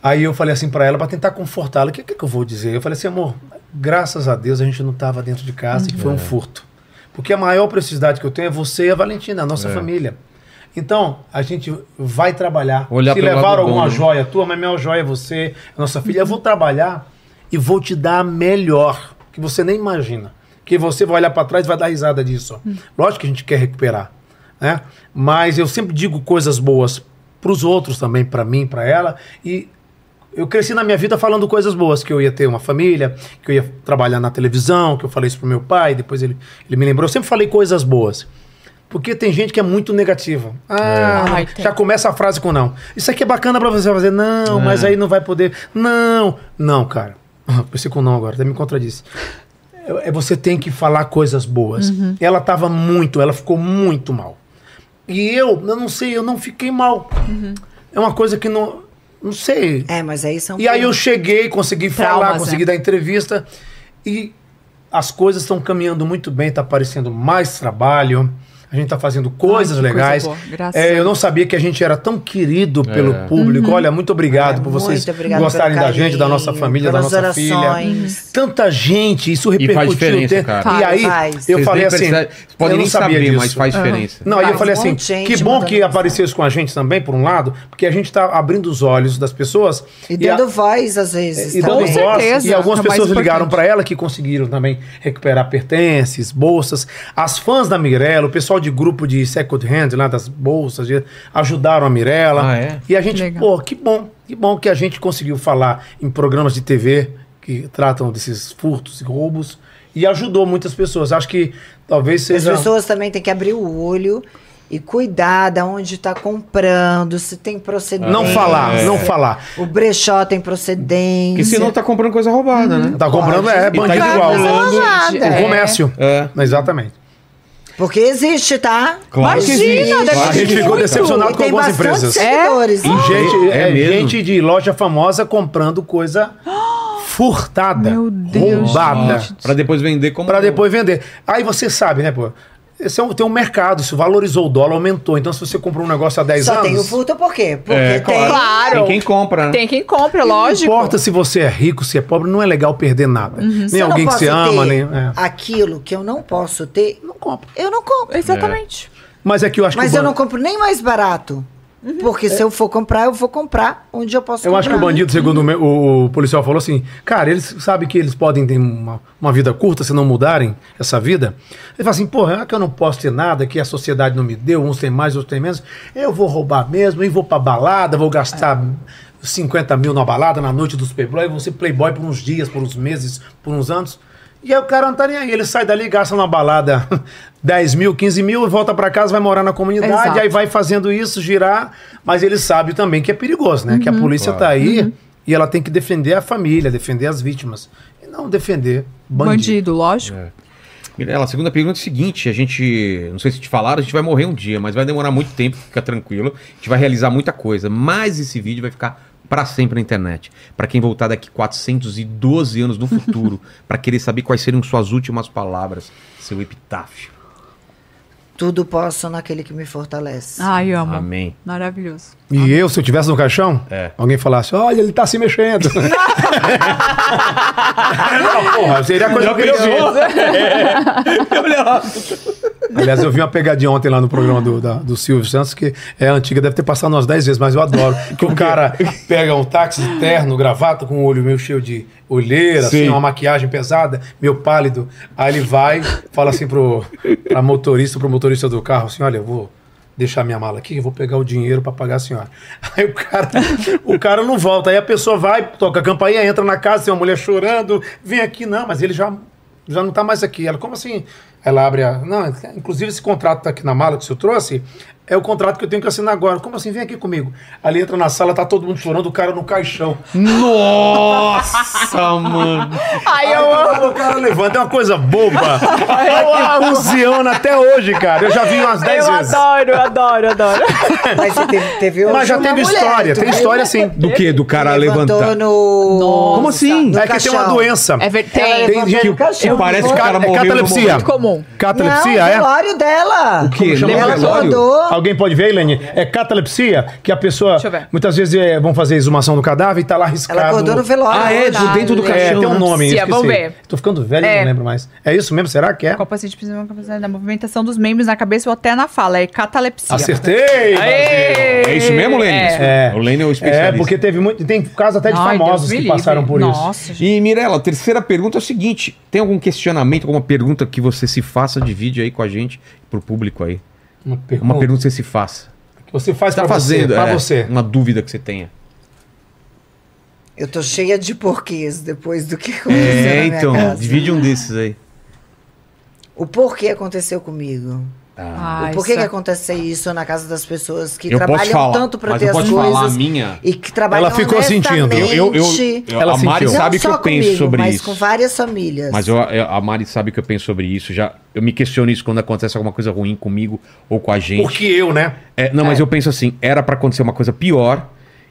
B: Aí eu falei assim pra ela, pra tentar confortá-la, o que, que que eu vou dizer? Eu falei assim, amor, graças a Deus a gente não tava dentro de casa e foi um furto. Porque a maior preciosidade que eu tenho é você e a Valentina, a nossa
A: É.
B: família. Então, a gente vai trabalhar.
A: Olhar
B: Se
A: pelo lado
B: levaram
A: bom,
B: alguma
A: né?
B: joia tua, mas minha joia é você, a nossa filha, eu vou trabalhar e vou te dar a melhor, que você nem imagina. Que você vai olhar pra trás e vai dar risada disso. Lógico que a gente quer recuperar, né? Mas eu sempre digo coisas boas pros outros também, pra mim, pra ela, e eu cresci na minha vida falando coisas boas, que eu ia ter uma família, que eu ia trabalhar na televisão, que eu falei isso pro meu pai, depois ele, ele me lembrou. Eu sempre falei coisas boas. Porque tem gente que é muito negativa. Ah,
C: Ai,
B: já
C: tem.
B: começa a frase com não. Isso aqui é bacana pra você fazer. Não, mas aí não vai poder. Não. Não, cara. *laughs* Pensei com não agora, até me contradisse. É- é você tem que falar coisas boas.
C: Uhum.
B: Ela tava muito, ela ficou muito mal. E eu, eu não sei, eu não fiquei mal.
C: Uhum.
B: É uma coisa que não. Não sei.
F: É, mas aí são
B: E aí eu cheguei, consegui falar,
C: Traumas,
B: consegui
C: né?
B: dar entrevista e as coisas estão caminhando muito bem, tá aparecendo mais trabalho. A gente tá fazendo
F: Ah,
B: coisas
C: Ai, que coisa
B: legais.
C: boa, graças
B: É,
C: a
B: eu não sabia que a gente era tão querido
A: É.
B: pelo público.
F: Uhum.
B: Olha, muito obrigado por vocês gostarem da gente, da nossa família, da nossa filha. Tanta gente, isso repercutiu.
A: diferença,
B: tem-
A: cara.
B: E aí,
F: Faz.
B: eu
A: Vocês
B: falei
A: nem
B: assim,
A: percebem-
B: eu
A: Podem
B: não
A: nem
B: sabia
A: saber,
B: disso.
A: mas faz diferença.
B: Não, aí eu
F: Faz
B: falei
F: um
B: assim,
F: monte de gente
B: que bom
F: mandando
B: que
F: mensagem.
B: apareceu isso com a gente também, por um lado, porque a gente tá abrindo os olhos das pessoas.
F: E
B: a-
F: dando voz, às vezes.
B: e, dando
F: também.
C: Com
B: voz,
C: certeza,
B: e algumas
C: é o mais
B: pessoas ligaram
C: importante.
B: pra ela que conseguiram também recuperar pertences, bolsas. As fãs da Mirella, o pessoal de grupo de second hand lá das bolsas, de- ajudaram a Mirella.
A: Ah, é?
B: E a gente,
C: Legal.
B: pô, que bom, que bom que a gente conseguiu falar em programas de TV que tratam desses furtos e roubos e ajudou muitas pessoas. Acho que talvez
F: As
B: seja
F: pessoas também têm que abrir o olho e cuidar da onde está comprando, se tem procedência.
A: Ah,
B: não falar,
A: é.
B: não falar.
F: O brechó tem
A: Porque
F: procedência.
B: é
A: senão tá comprando coisa roubada, né?
B: Tá comprando é
A: E tá
B: bandido
A: indo
B: igual.
A: rolando.
C: Gente,
B: O
C: é.
B: comércio.
A: É.
B: Exatamente.
F: Porque existe, tá?
A: Claro que
C: Imagina,
A: existe.
C: deve
A: Claro
B: A
A: que
B: gente ficou
A: existe.
B: decepcionado
F: E
B: com
F: tem
B: algumas
F: bastante
B: empresas.
F: seguidores.
B: E gente,
A: É
B: é
A: mesmo.
B: gente de loja famosa comprando coisa furtada,
C: Meu Deus,
B: roubada,
C: gente.
A: É. Pra depois vender como...
B: Pra depois vender. Aí você sabe, né, pô? Esse é um, tem um mercado, isso valorizou, o dólar aumentou. Então, se você comprou um negócio há 10
F: Só
B: anos,
F: tem o furto por quê? Porque
A: É,
F: tem.
C: Claro.
A: Tem quem compra, né?
C: Tem quem compra,
B: não
C: lógico.
B: importa se você é rico, se é pobre, não é legal perder nada.
F: Se
B: Nem
F: eu Uhum. não
B: alguém que você
F: posso
B: ama,
F: ter
B: nem. é.
F: Aquilo que eu não posso ter,
B: Não compra.
F: eu não compro.
C: Exatamente.
B: Mas é que eu acho
F: Mas
B: que. o
F: eu não
B: ban-
F: compro nem mais barato. Porque se eu for comprar, eu vou comprar onde eu posso né?
B: Eu
F: comprar.
B: acho que o bandido, segundo o, meu- o policial falou assim, cara, eles sabem que eles podem ter uma, uma vida curta se não mudarem essa vida. Ele fala assim, porra, é que eu não posso ter nada, que a sociedade não me deu, uns tem mais, outros tem menos. Eu vou roubar mesmo, e vou pra balada, vou gastar 50 mil na balada, na noite dos playboy, vou ser playboy por uns dias, por uns meses, por uns anos. E aí o cara não tá nem aí, ele sai dali, gasta na balada *laughs* 10 mil, 15 mil, volta pra casa, vai morar na comunidade,
C: Exato.
B: aí vai fazendo isso, girar, mas ele sabe também que é perigoso, né? Que a polícia tá aí e ela tem que defender a família, defender as vítimas. E não defender bandido.
C: Bandido, lógico.
A: Mirella, a segunda pergunta é a seguinte: a gente, não sei se te falaram, a gente vai morrer um dia, mas vai demorar muito tempo, fica tranquilo. A gente vai realizar muita coisa, mas esse vídeo vai ficar para sempre na internet. Para quem voltar daqui 412 anos no futuro, *laughs* para querer saber quais seriam suas últimas palavras, seu epitáfio.
F: Tudo posso naquele que me fortalece.
C: Ai, amo.
A: Amém.
C: Maravilhoso.
B: E eu, se eu tivesse no caixão,
A: É.
B: alguém falasse, olha, ele tá se mexendo. *laughs* Não, porra, seria a coisa
A: Já
B: que eu
A: pensou?
B: vi.
A: Olha lá.
B: Aliás, eu vi uma pegadinha ontem lá no programa do, da- do Silvio Santos, que é antiga, deve ter passado umas 10 vezes, mas eu adoro. Que o cara pega um táxi terno, gravata, com o olho meio cheio de olheira,
A: Sim.
B: assim, uma maquiagem pesada, meio pálido. Aí ele vai, fala assim pro pra motorista, pro motorista do carro, assim, olha, eu vou deixar minha mala aqui, eu vou pegar o dinheiro pra pagar a senhora. *laughs* Aí o cara, o cara não volta. Aí a pessoa vai, toca a campainha, entra na casa, tem uma mulher chorando, vem aqui, não, mas ele já já não tá mais aqui. Ela, como assim? Ela abre a. Não, inclusive esse contrato tá aqui na mala que o senhor trouxe. É o contrato que eu tenho que assinar agora. Como assim? Vem aqui comigo. Ali entra na sala, tá todo mundo chorando, o cara no caixão.
A: Nossa, mano.
C: Ai, eu amo.
B: O cara levanta, é uma coisa *laughs* boba. Ela funciona até hoje, cara. Eu já vi umas 10
C: Eu
B: vezes.
C: adoro, adoro, adoro.
F: Mas você teve, teve
B: Mas já
F: uma
B: teve
F: mulher
B: história, tem história sim.
A: Do que? Do cara
F: levantou
A: levantar.
F: no.
A: Como assim?
F: no
B: é que tem uma
F: caixão.
B: doença.
C: É ver- tem.
B: Tem
F: Levantou
B: gente
F: no caixão.
A: que parece que o cara
B: É
A: morreu. no
B: catalepsia.
A: momento.
C: Muito comum.
B: Catalepsia,
F: não,
B: é?
F: O velório dela.
A: O quê?
C: é
B: chama?
A: Nem
F: Ela
A: velório?
F: rodou.
B: Alguém pode ver, Helene? É catalepsia, que a pessoa.
C: eu ver.
B: Muitas vezes é, vão fazer exumação do cadáver e tá lá arriscado.
F: Ela acordou no velório.
A: Ah, é? Do dentro do
B: É,
C: É,
A: caixão.
B: tem um
A: né?
B: nome,
C: Cia,
B: esqueci.
C: vamos ver.
B: Tô ficando velho,
C: É.
B: não lembro mais. É isso mesmo? Será que é?
C: Capacete precisa de uma capacidade da movimentação dos membros na cabeça ou até na fala. É catalepsia.
B: Acertei!
C: Aê!
A: É isso mesmo, Lênin?
C: É.
B: É.
A: O Lênin é o
B: É,
A: especialista.
B: porque teve muito. Tem casos até de
C: Ai,
B: famosos
C: Deus me
B: que
C: livre.
B: passaram por isso.
C: Nossa, gente.
A: E Mirella, a terceira pergunta é o seguinte: tem algum questionamento, alguma pergunta que você se faça, divide aí com a gente, pro público aí.
B: Uma pergunta,
A: Uma pergunta que você se faça.
B: que você faz
A: Tá
B: pra
A: fazendo,
B: você. Pra
A: é,
B: você.
A: Uma dúvida que você tenha.
F: Eu tô cheia de porquês depois do que *laughs* aconteceu
A: É,
F: na minha
A: então,
F: casa.
A: divide um desses aí.
F: O porquê aconteceu comigo.
C: Ah,
F: o porquê
C: isso
F: que
C: é-
F: aconteceu isso na casa das pessoas que
A: eu
F: trabalham
A: posso falar.
F: tanto pra
A: mas
F: ter
A: eu
F: as
A: posso
F: coisas
A: falar a minha.
F: e que trabalham
B: Ela ficou sentindo.
A: Eu, eu, eu,
F: honestamente.
A: eu-
B: Ela
A: a Mari
B: sentiu.
A: sabe
F: Não
A: que
F: só
A: eu penso
F: comigo,
A: sobre
F: mas
A: isso.
F: com várias famílias.
A: Mas eu- eu- a Mari sabe que eu penso sobre isso. Já, eu me questiono isso quando acontece alguma coisa ruim comigo ou com a gente.
B: Porque eu, né?
A: É, não, mas eu penso assim: era pra acontecer uma coisa pior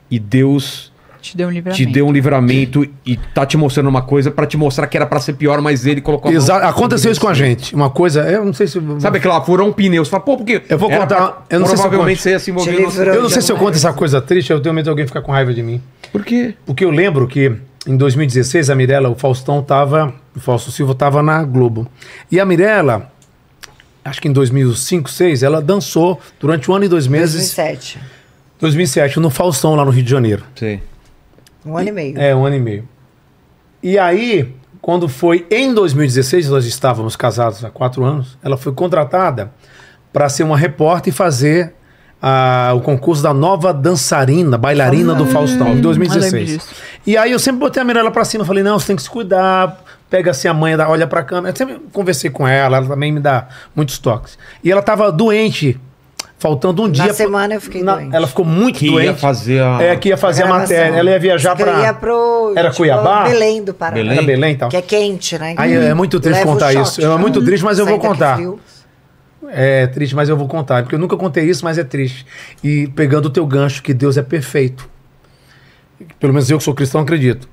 A: e Deus
C: Te deu um livramento.
A: te deu um livramento e tá te mostrando uma coisa pra te mostrar que era pra ser pior, mas ele colocou a mão.
B: Exa- Aconteceu isso com a gente. Uma coisa, eu não sei se.
A: Sabe aquela furou um pneu, você fala, pô, porque
B: Eu vou
A: era
B: contar-
A: pra-
B: eu não sei se eu
A: provavelmente
B: conto.
A: você ia se envolver
F: Te
A: no-
F: livrou.
B: Eu não sei se eu
A: é.
B: conto essa coisa triste, eu tenho medo de alguém ficar com raiva de mim.
A: Por quê?
B: Porque eu lembro que em 2016 a Mirella, o Faustão tava, o Fausto Silva tava na Globo. E a Mirella, acho que em 2005, 2006, ela dançou durante um ano e dois meses.
F: 2007.
B: 2007, no Faustão lá no Rio de Janeiro.
A: Sei.
F: Um ano e meio.
B: É, um ano e meio. E aí, quando foi em 2016, nós estávamos casados há quatro anos, ela foi contratada para ser uma repórter e fazer ah, o concurso da nova dançarina, bailarina do Faustão, em
C: eu lembro
B: 2016.
C: disso.
B: E aí eu sempre botei a Mirella pra cima, falei, não, você tem que se cuidar, pega assim a manha, dá- olha pra câmera. Eu sempre conversei com ela, ela também me dá muitos toques. E ela tava doente, faltando um dia. pra-
F: semana eu fiquei doente.
B: Ela ficou muito
A: Que
B: doente.
A: ia fazer a-
B: É, que ia fazer a,
F: Gravação.
B: matéria. Ela ia viajar
F: Diz que eu
B: pra...
F: ia pro,
B: Era
F: tipo,
B: Cuiabá?
F: Belém do Pará.
A: Belém?
B: Era Belém e tal.
F: Que é quente, né?
B: Aí é muito triste
F: Leva o
B: contar
F: choque,
B: isso. É
F: né?
B: muito triste, mas eu
F: Sai
B: vou
F: daqui
B: contar.
F: frio.
B: É triste, mas eu vou contar, porque eu nunca contei isso, mas é triste. E pegando o teu gancho, que Deus é perfeito. Pelo menos eu que sou cristão acredito.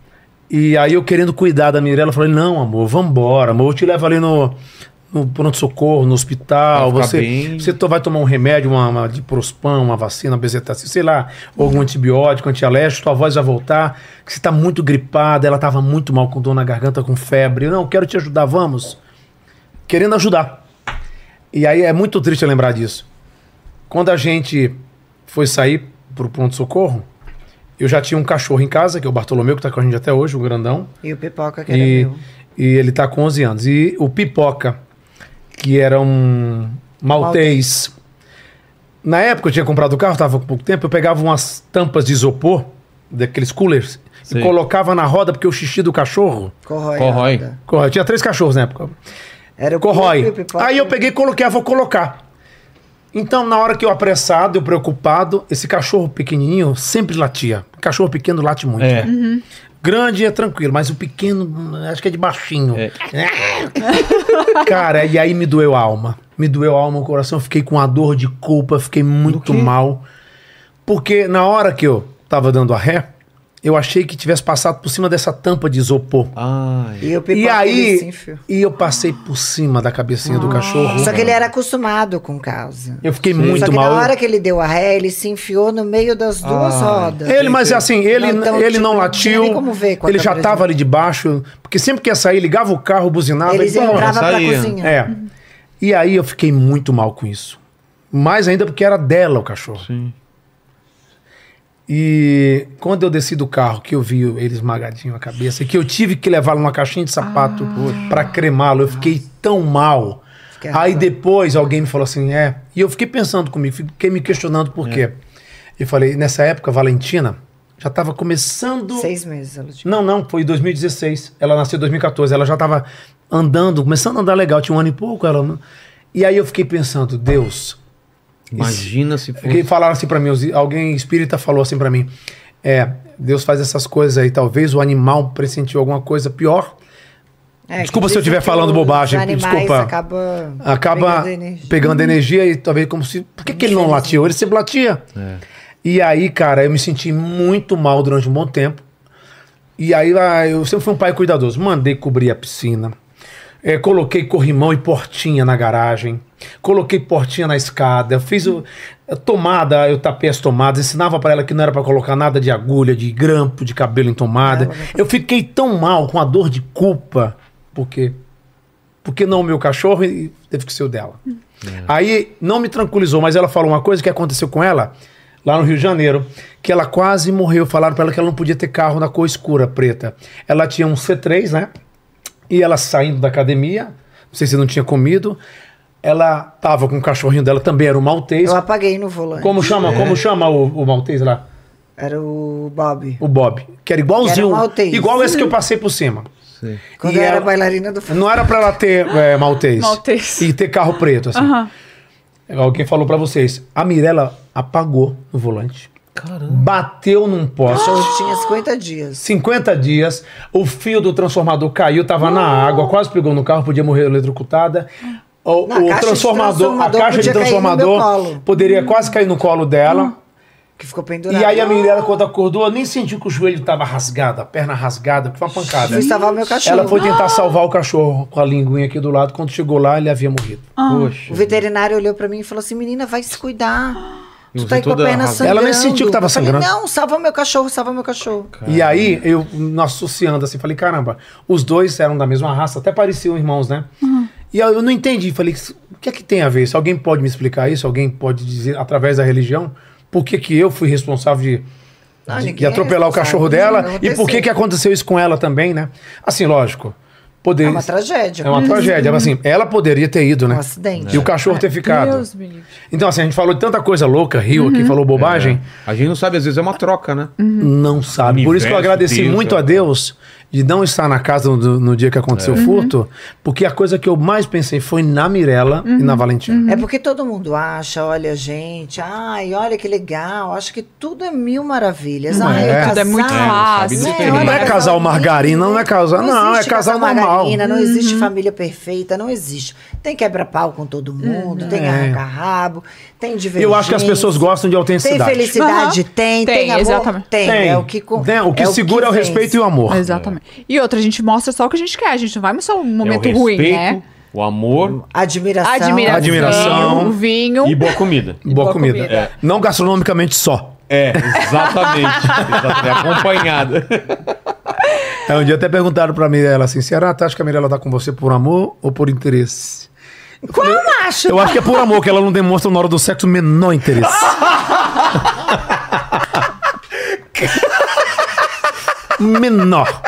B: E aí eu querendo cuidar da Mirella, eu falei, não, amor, vambora, amor, eu te levo ali no, no pronto-socorro, no hospital,
A: Vai ficar
B: você,
A: bem.
B: você to- vai tomar um remédio, uma, uma diprospan, uma vacina, uma bezetacil, sei lá, ou algum antibiótico, antialérgico, tua voz vai voltar, que você tá muito gripada, ela tava muito mal com dor na garganta, com febre, eu, não, quero te ajudar, vamos. Querendo ajudar. E aí é muito triste lembrar disso. Quando a gente foi sair pro pronto-socorro, eu já tinha um cachorro em casa, que é o Bartolomeu, que tá com a gente até hoje, o grandão.
F: E o pipoca que era
B: E,
F: meu.
B: e ele tá com 11 anos. E o Pipoca, que era um maltês. Na época eu tinha comprado o carro, tava com pouco tempo, eu pegava umas tampas de isopor, daqueles coolers,
A: Sei.
B: e colocava na roda, porque o xixi do cachorro...
F: Corrói.
A: Corrói.
F: nada.
B: Corre, eu tinha três cachorros na época.
F: Era o
B: Corrói.
F: pipoca e o pipoca.
B: Aí eu peguei e coloquei, ah, vou colocar. Então, na hora que eu apressado, eu preocupado, esse cachorro pequenininho sempre latia. Cachorro pequeno late muito. Uhum.
A: É.
B: Grande é tranquilo, mas o pequeno, hum, acho que é de baixinho.
A: É.
B: *laughs* Cara, e aí me doeu a alma. Me doeu a alma, o coração. eu Fiquei com a dor de culpa, fiquei muito mal. Porque na hora que eu tava dando a ré, eu achei que tivesse passado por cima dessa tampa de isopor.
A: Ai.
F: E eu
B: E
F: pipoquei ele sem
B: aí,
F: fio.
B: e eu passei por cima da cabecinha do cachorro.
F: Só que ele era acostumado com casa.
B: Eu fiquei
F: Só
B: muito
F: que
B: mal.
F: na hora que ele deu a ré, ele se enfiou no meio das duas rodas.
B: Ele, mas assim, ele
F: Não,
B: não,
F: então,
B: ele
F: tipo,
B: não
F: não
B: latiu.
F: tinha nem como ver é com a
B: ele já
F: câmera
B: tava
F: de-
B: ali debaixo. Porque sempre que ia sair, ligava o carro, buzinava. então,
F: Eles
B: ele, "Bom,
F: entravam pra
A: saía.
F: cozinha.
B: É. E aí eu fiquei muito mal com isso. Mais ainda porque era dela o cachorro.
A: Sim.
B: E quando eu desci do carro, que eu vi ele esmagadinho a cabeça, e que eu tive que levá-lo numa caixinha de sapato pra cremá-lo, eu fiquei tão mal.
F: Ah. Fiquei
B: aí
F: arrasada.
B: depois alguém me falou assim, é. E eu fiquei pensando comigo, fiquei me questionando por quê. Eu falei, nessa época, a Valentina já tava começando.
F: Seis meses ela tinha.
B: Não, não, foi em 2016. Ela nasceu em 2014. Ela já estava andando, começando a andar legal. Tinha um ano e pouco. Ela... E aí eu fiquei pensando, Deus.
A: Imagina se
B: Porque
A: fosse.
B: falaram assim para mim, os- alguém espírita falou assim para mim: É, Deus faz essas coisas aí. Talvez o animal pressentiu alguma coisa pior.
F: É,
B: Desculpa
F: que
B: se eu
F: dizem
B: estiver
F: que
B: falando
F: os
B: bobagem,
F: animais
B: desculpa.
F: Acaba,
B: É. Acaba
F: pegando energia.
B: pegando energia e talvez como se. Por que, que ele não latiu? Ele sempre latia.
F: É.
B: E aí, cara, eu me senti muito mal durante um bom tempo. E aí lá, eu sempre fui um pai cuidadoso. Mandei cobrir a piscina. É, coloquei corrimão e portinha na garagem. Coloquei portinha na escada. Fiz o, a tomada, eu tapei as tomadas. Ensinava pra ela que não era pra colocar nada de agulha, de grampo, de cabelo em tomada. Eu fiquei tão mal com a dor de culpa. Porque porque não o meu cachorro e teve que ser o dela. Aí não me tranquilizou, mas ela falou uma coisa que aconteceu com ela lá no Rio de Janeiro, que ela quase morreu. Falaram pra ela que ela não podia ter carro na cor escura preta. Ela tinha um C3, né? E ela saindo da academia, não sei se não tinha comido, ela tava com o cachorrinho dela também, era um maltês.
F: Eu apaguei no volante.
B: Como chama, como chama o, o maltês lá?
F: Era o Bob.
B: O Bob, que era igualzinho,
F: Era um maltês.
B: igual esse que eu passei por cima.
A: Sim.
F: Quando
B: E
F: eu era
B: ela-
F: bailarina do futebol.
B: Não era pra ela ter é, maltês.
C: Maltês.
B: E ter carro preto, assim.
C: Aham.
B: Alguém falou pra vocês. A Mirella apagou no volante.
A: Caramba.
B: Bateu num poste.
F: Eu tinha 50 dias.
B: 50 dias, o fio do transformador caiu, tava na água, quase pegou no carro, podia morrer eletrocutada. O,
F: Não, a
B: o
F: caixa de
B: transformador, a
F: transformador
B: caixa de
F: podia cair no meu
B: transformador
F: colo. Hum.
B: poderia quase cair no colo dela.
F: Que ficou
B: E
F: pendurada.
B: aí a Mirella, quando acordou, nem sentiu que o joelho estava rasgado, a perna rasgada, porque foi uma pancada.
F: Fui salvar o meu cachorro.
B: Ela foi tentar salvar o cachorro com a linguinha aqui do lado. Quando chegou lá, ele havia morrido.
F: O
A: Poxa.
F: veterinário olhou pra mim e falou assim: menina, vai se cuidar.
A: E
F: Tu
A: você
F: tá aí com a
A: toda
F: perna
A: arrasada.
F: sangrando.
B: Ela nem sentiu que tava
F: Eu falei,
B: sangrando.
F: não, salva meu cachorro, salva meu cachorro.
B: E aí, eu me associando assim, falei, caramba, os dois eram da mesma raça, até pareciam irmãos, né?
F: Uhum.
B: E aí eu não entendi, falei, o que é que tem a ver? Se alguém pode me explicar isso, alguém pode dizer, através da religião, por que que eu fui responsável de,
F: Não,
B: de- de
F: ninguém é
B: atropelar o cachorro
F: responsável,
B: dela
F: não
B: e por que
F: aconteceu.
B: que aconteceu isso com ela também, né? Assim, lógico, poder...
F: É uma tragédia.
B: É uma tragédia, mas assim, ela poderia ter ido, né?
F: Um acidente.
B: E o cachorro ter ficado.
C: Deus me livre.
B: Então, assim, a gente falou de tanta coisa louca, riu
F: Uhum.
B: aqui, falou bobagem
A: A gente não sabe, às vezes é uma troca, né?
B: Um não sabe. Por isso que eu
A: Universo,
B: agradeci
A: Deus,
B: muito
A: é.
B: a Deus de não estar na casa do- no dia que aconteceu
F: Uhum.
B: o furto, porque a coisa que eu mais pensei foi na Mirella e na Valentina.
F: É porque todo mundo acha, olha, gente, ai, olha que legal, acho que tudo é mil maravilhas.
B: Não
F: ai,
B: é.
C: Tudo é muito
F: casal, né?
C: fácil.
A: É,
F: olha,
B: Não é casal margarina, não é casal- não,
F: existe
B: é casal Uhum.
F: margarina, Não existe família perfeita, não existe. Tem quebra-pau com todo mundo, tem arranca-rabo, tem divergência.
B: Uhum. É. Eu acho que as pessoas gostam de
F: Tem
B: autenticidade.
F: felicidade,
C: Aham.
F: tem, tem,
C: Tem,
F: amor,
C: exatamente.
F: tem.
B: Tem.
F: É o que, co-
B: Tem, o que segura é o
F: vence.
B: respeito e o amor. É.
C: Exatamente. E outra, a gente mostra só o que a gente quer. A gente não vai mostrar um momento
A: é o
C: ruim,
A: respeito,
C: né?
A: O amor
F: Admiração.
C: Admiração,
B: Admiração.
C: o vinho.
A: e boa comida.
B: Boa
C: boa
B: comida.
C: comida.
B: É. Não gastronomicamente só.
A: É, exatamente. *laughs* exatamente. Acompanhada.
B: É, um dia até perguntaram pra Mirella assim, Ceará, tu acha que a Mirella tá com você por amor ou por interesse?
F: Qual macho?
B: Eu acho que é por amor, que ela não demonstra na hora do sexo o menor interesse. menor.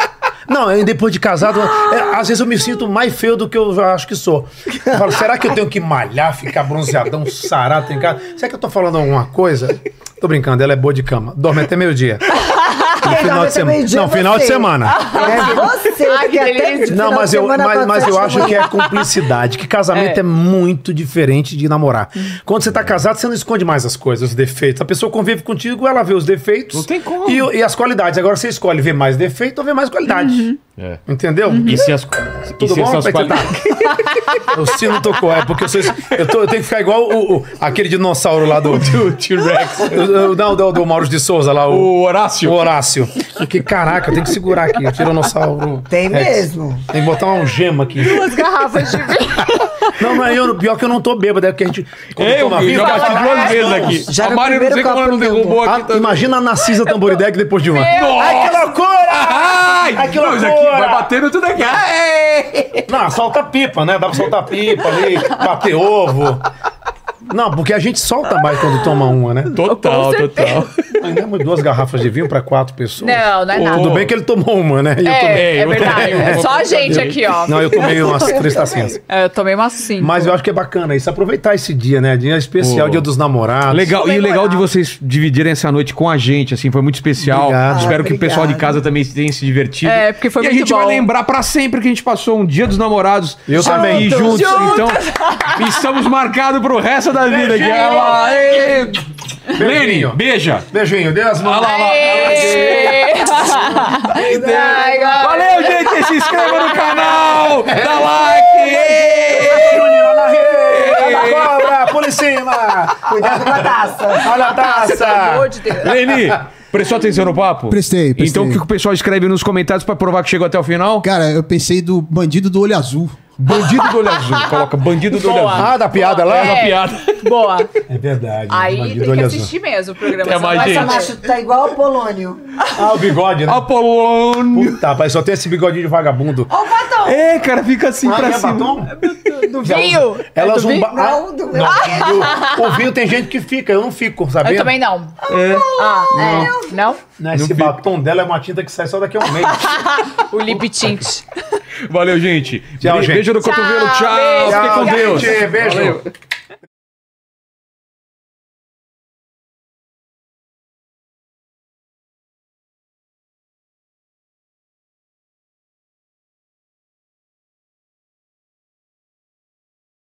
B: Não, eu, depois de casado, é, às vezes eu me sinto mais feio do que eu já acho que sou. Eu falo, será que eu tenho que malhar, ficar bronzeadão, sarado, tem cara? Será que eu tô falando alguma coisa? Tô brincando, ela é boa de cama. Dorme até meio-dia. No final de semana. Não, final de semana.
F: É você,
C: Ai,
F: porque
C: que
F: até
C: delícia.
B: Não,
F: final
B: mas
F: de
B: eu,
F: semana
B: mas,
F: pra
B: mas
F: trás
B: eu
F: tá
B: acho que é cumplicidade, que
F: *laughs*
B: casamento é. muito diferente de namorar.
F: Hum.
B: Quando você tá casado, você não esconde mais as coisas, os defeitos. A pessoa convive contigo, ela vê os defeitos
A: Não tem como.
F: Uhum.
B: E, o- e as qualidades. Agora você escolhe ver mais defeito ou ver mais qualidade.
H: É.
B: Entendeu?
H: E se as, e
B: Tudo
H: se
B: bom?
H: essas
B: Como é que
H: quali-
B: *laughs* O sino tocou, é porque eu, sou, eu, tô- eu tenho que ficar igual o, o- aquele dinossauro lá do.
H: do T-Rex.
B: do- Não, do, do Maurício de Souza lá, o,
H: O Horácio.
B: o Horácio. Porque, caraca, eu tenho que segurar aqui, o tiranossauro. É.
F: Tem
B: Rex.
F: mesmo.
B: Tem que botar um gema aqui.
C: Duas garrafas de vinho.
B: Não, mas eu, pior que eu não tô bêbado, é porque a gente. quando
H: Eu,
B: toma
H: eu
B: vinho,
H: já
A: tá
B: fala,
H: bati
B: "Ah,
H: duas vezes aqui.
F: já
A: a
F: no
A: Mari, não sei
F: primeiro
A: como ela não
F: copo
A: derrubou
B: Ah,
A: aqui também.
B: imagina a Narcisa Tamborideg depois de uma. Ai, que loucura!
A: Ai,
B: Ai, Ah, que
A: não, isso aqui
B: loucura!
A: vai batendo tudo aqui. Ai.
B: Não, solta pipa, né? Dá pra soltar pipa ali, bater ovo. Não, porque a gente solta mais quando toma uma, né?
H: Total,
C: Com
H: total.
B: Ganhamos duas garrafas de vinho pra quatro pessoas.
C: Não, não é nada.
B: Tudo bem que ele tomou uma, né? E eu tomei.
C: É,
H: eu
C: é verdade.
H: tomei, eu
C: É só a
H: tomei.
C: gente aqui, ó.
B: Não, eu tomei umas três tacinhas.
C: É, eu tomei umas cinco.
B: Mas eu acho que é bacana isso, aproveitar esse dia, né? Dia especial,
H: Pô.
B: dia dos namorados.
A: Legal, e o
C: Comemorar.
A: legal de vocês dividirem essa noite com a gente, assim, foi muito especial.
B: Obrigado.
A: Espero
F: Ah,
A: que o pessoal de
F: obrigado.
A: casa também tenha se divertido.
C: É, porque foi
A: e
C: muito
A: a gente vai
C: bom.
A: lembrar pra sempre que a gente passou um dia dos namorados.
B: Eu também.
A: E juntos,
C: Juntos.
A: então, *laughs* estamos marcados pro resto da vida aqui. Olha lá, ê. Lene,
B: Beijinho.
A: beija.
B: Beijinho, dê as mãos.
A: Olha lá, olha lá.
C: Ai, agora-
A: Valeu, gente! Se inscreva no canal! Dá like!
B: Júnior, na rede! Na cobra, por cima!
F: Cuidado com a taça.
B: Olha a
C: Pelo amor
B: taça!
C: tá de Deus.
A: Leni, prestou atenção no papo?
D: Prestei, prestei.
A: Então o que o pessoal escreve nos comentários pra provar que chegou até o final?
D: Cara, eu pensei do bandido do olho azul.
A: Bandido do olho azul. Coloca bandido do olho
C: Boa.
A: azul.
B: Ah, da piada lá?
C: É.
A: Piada.
C: Boa.
B: É verdade.
C: Aí
B: bandido,
C: tem que
B: olha
C: assistir mesmo o programa.
A: Até
C: você não
A: mais,
C: vai
A: gente.
F: Essa
C: saber.
F: macho tá igual o Polônio.
B: só. Ah, o bigode, né?
A: Apolônio.
B: Puta, pai, só tem esse bigodinho de vagabundo.
F: Ó, o batom.
A: É, cara, fica assim
B: Ah,
A: pra
B: é
A: cima.
B: batom?
C: Do vinho.
B: Ela
C: É do
B: usa um
C: vinho?
B: ba-
F: Não, do meu.
B: O, o vinho tem gente que fica, eu não fico, sabendo?
C: Eu também não.
A: É.
C: Ah, é. Não?
B: Né, Esse batom dela é uma tinta que sai só daqui a um mês.
C: O lip tint.
A: Valeu, gente.
B: Tchau, gente.
A: Beijo no cotovelo. Tchau.
C: beijo.
A: Fique com Deus.
B: gente, Beijo.
A: Valeu.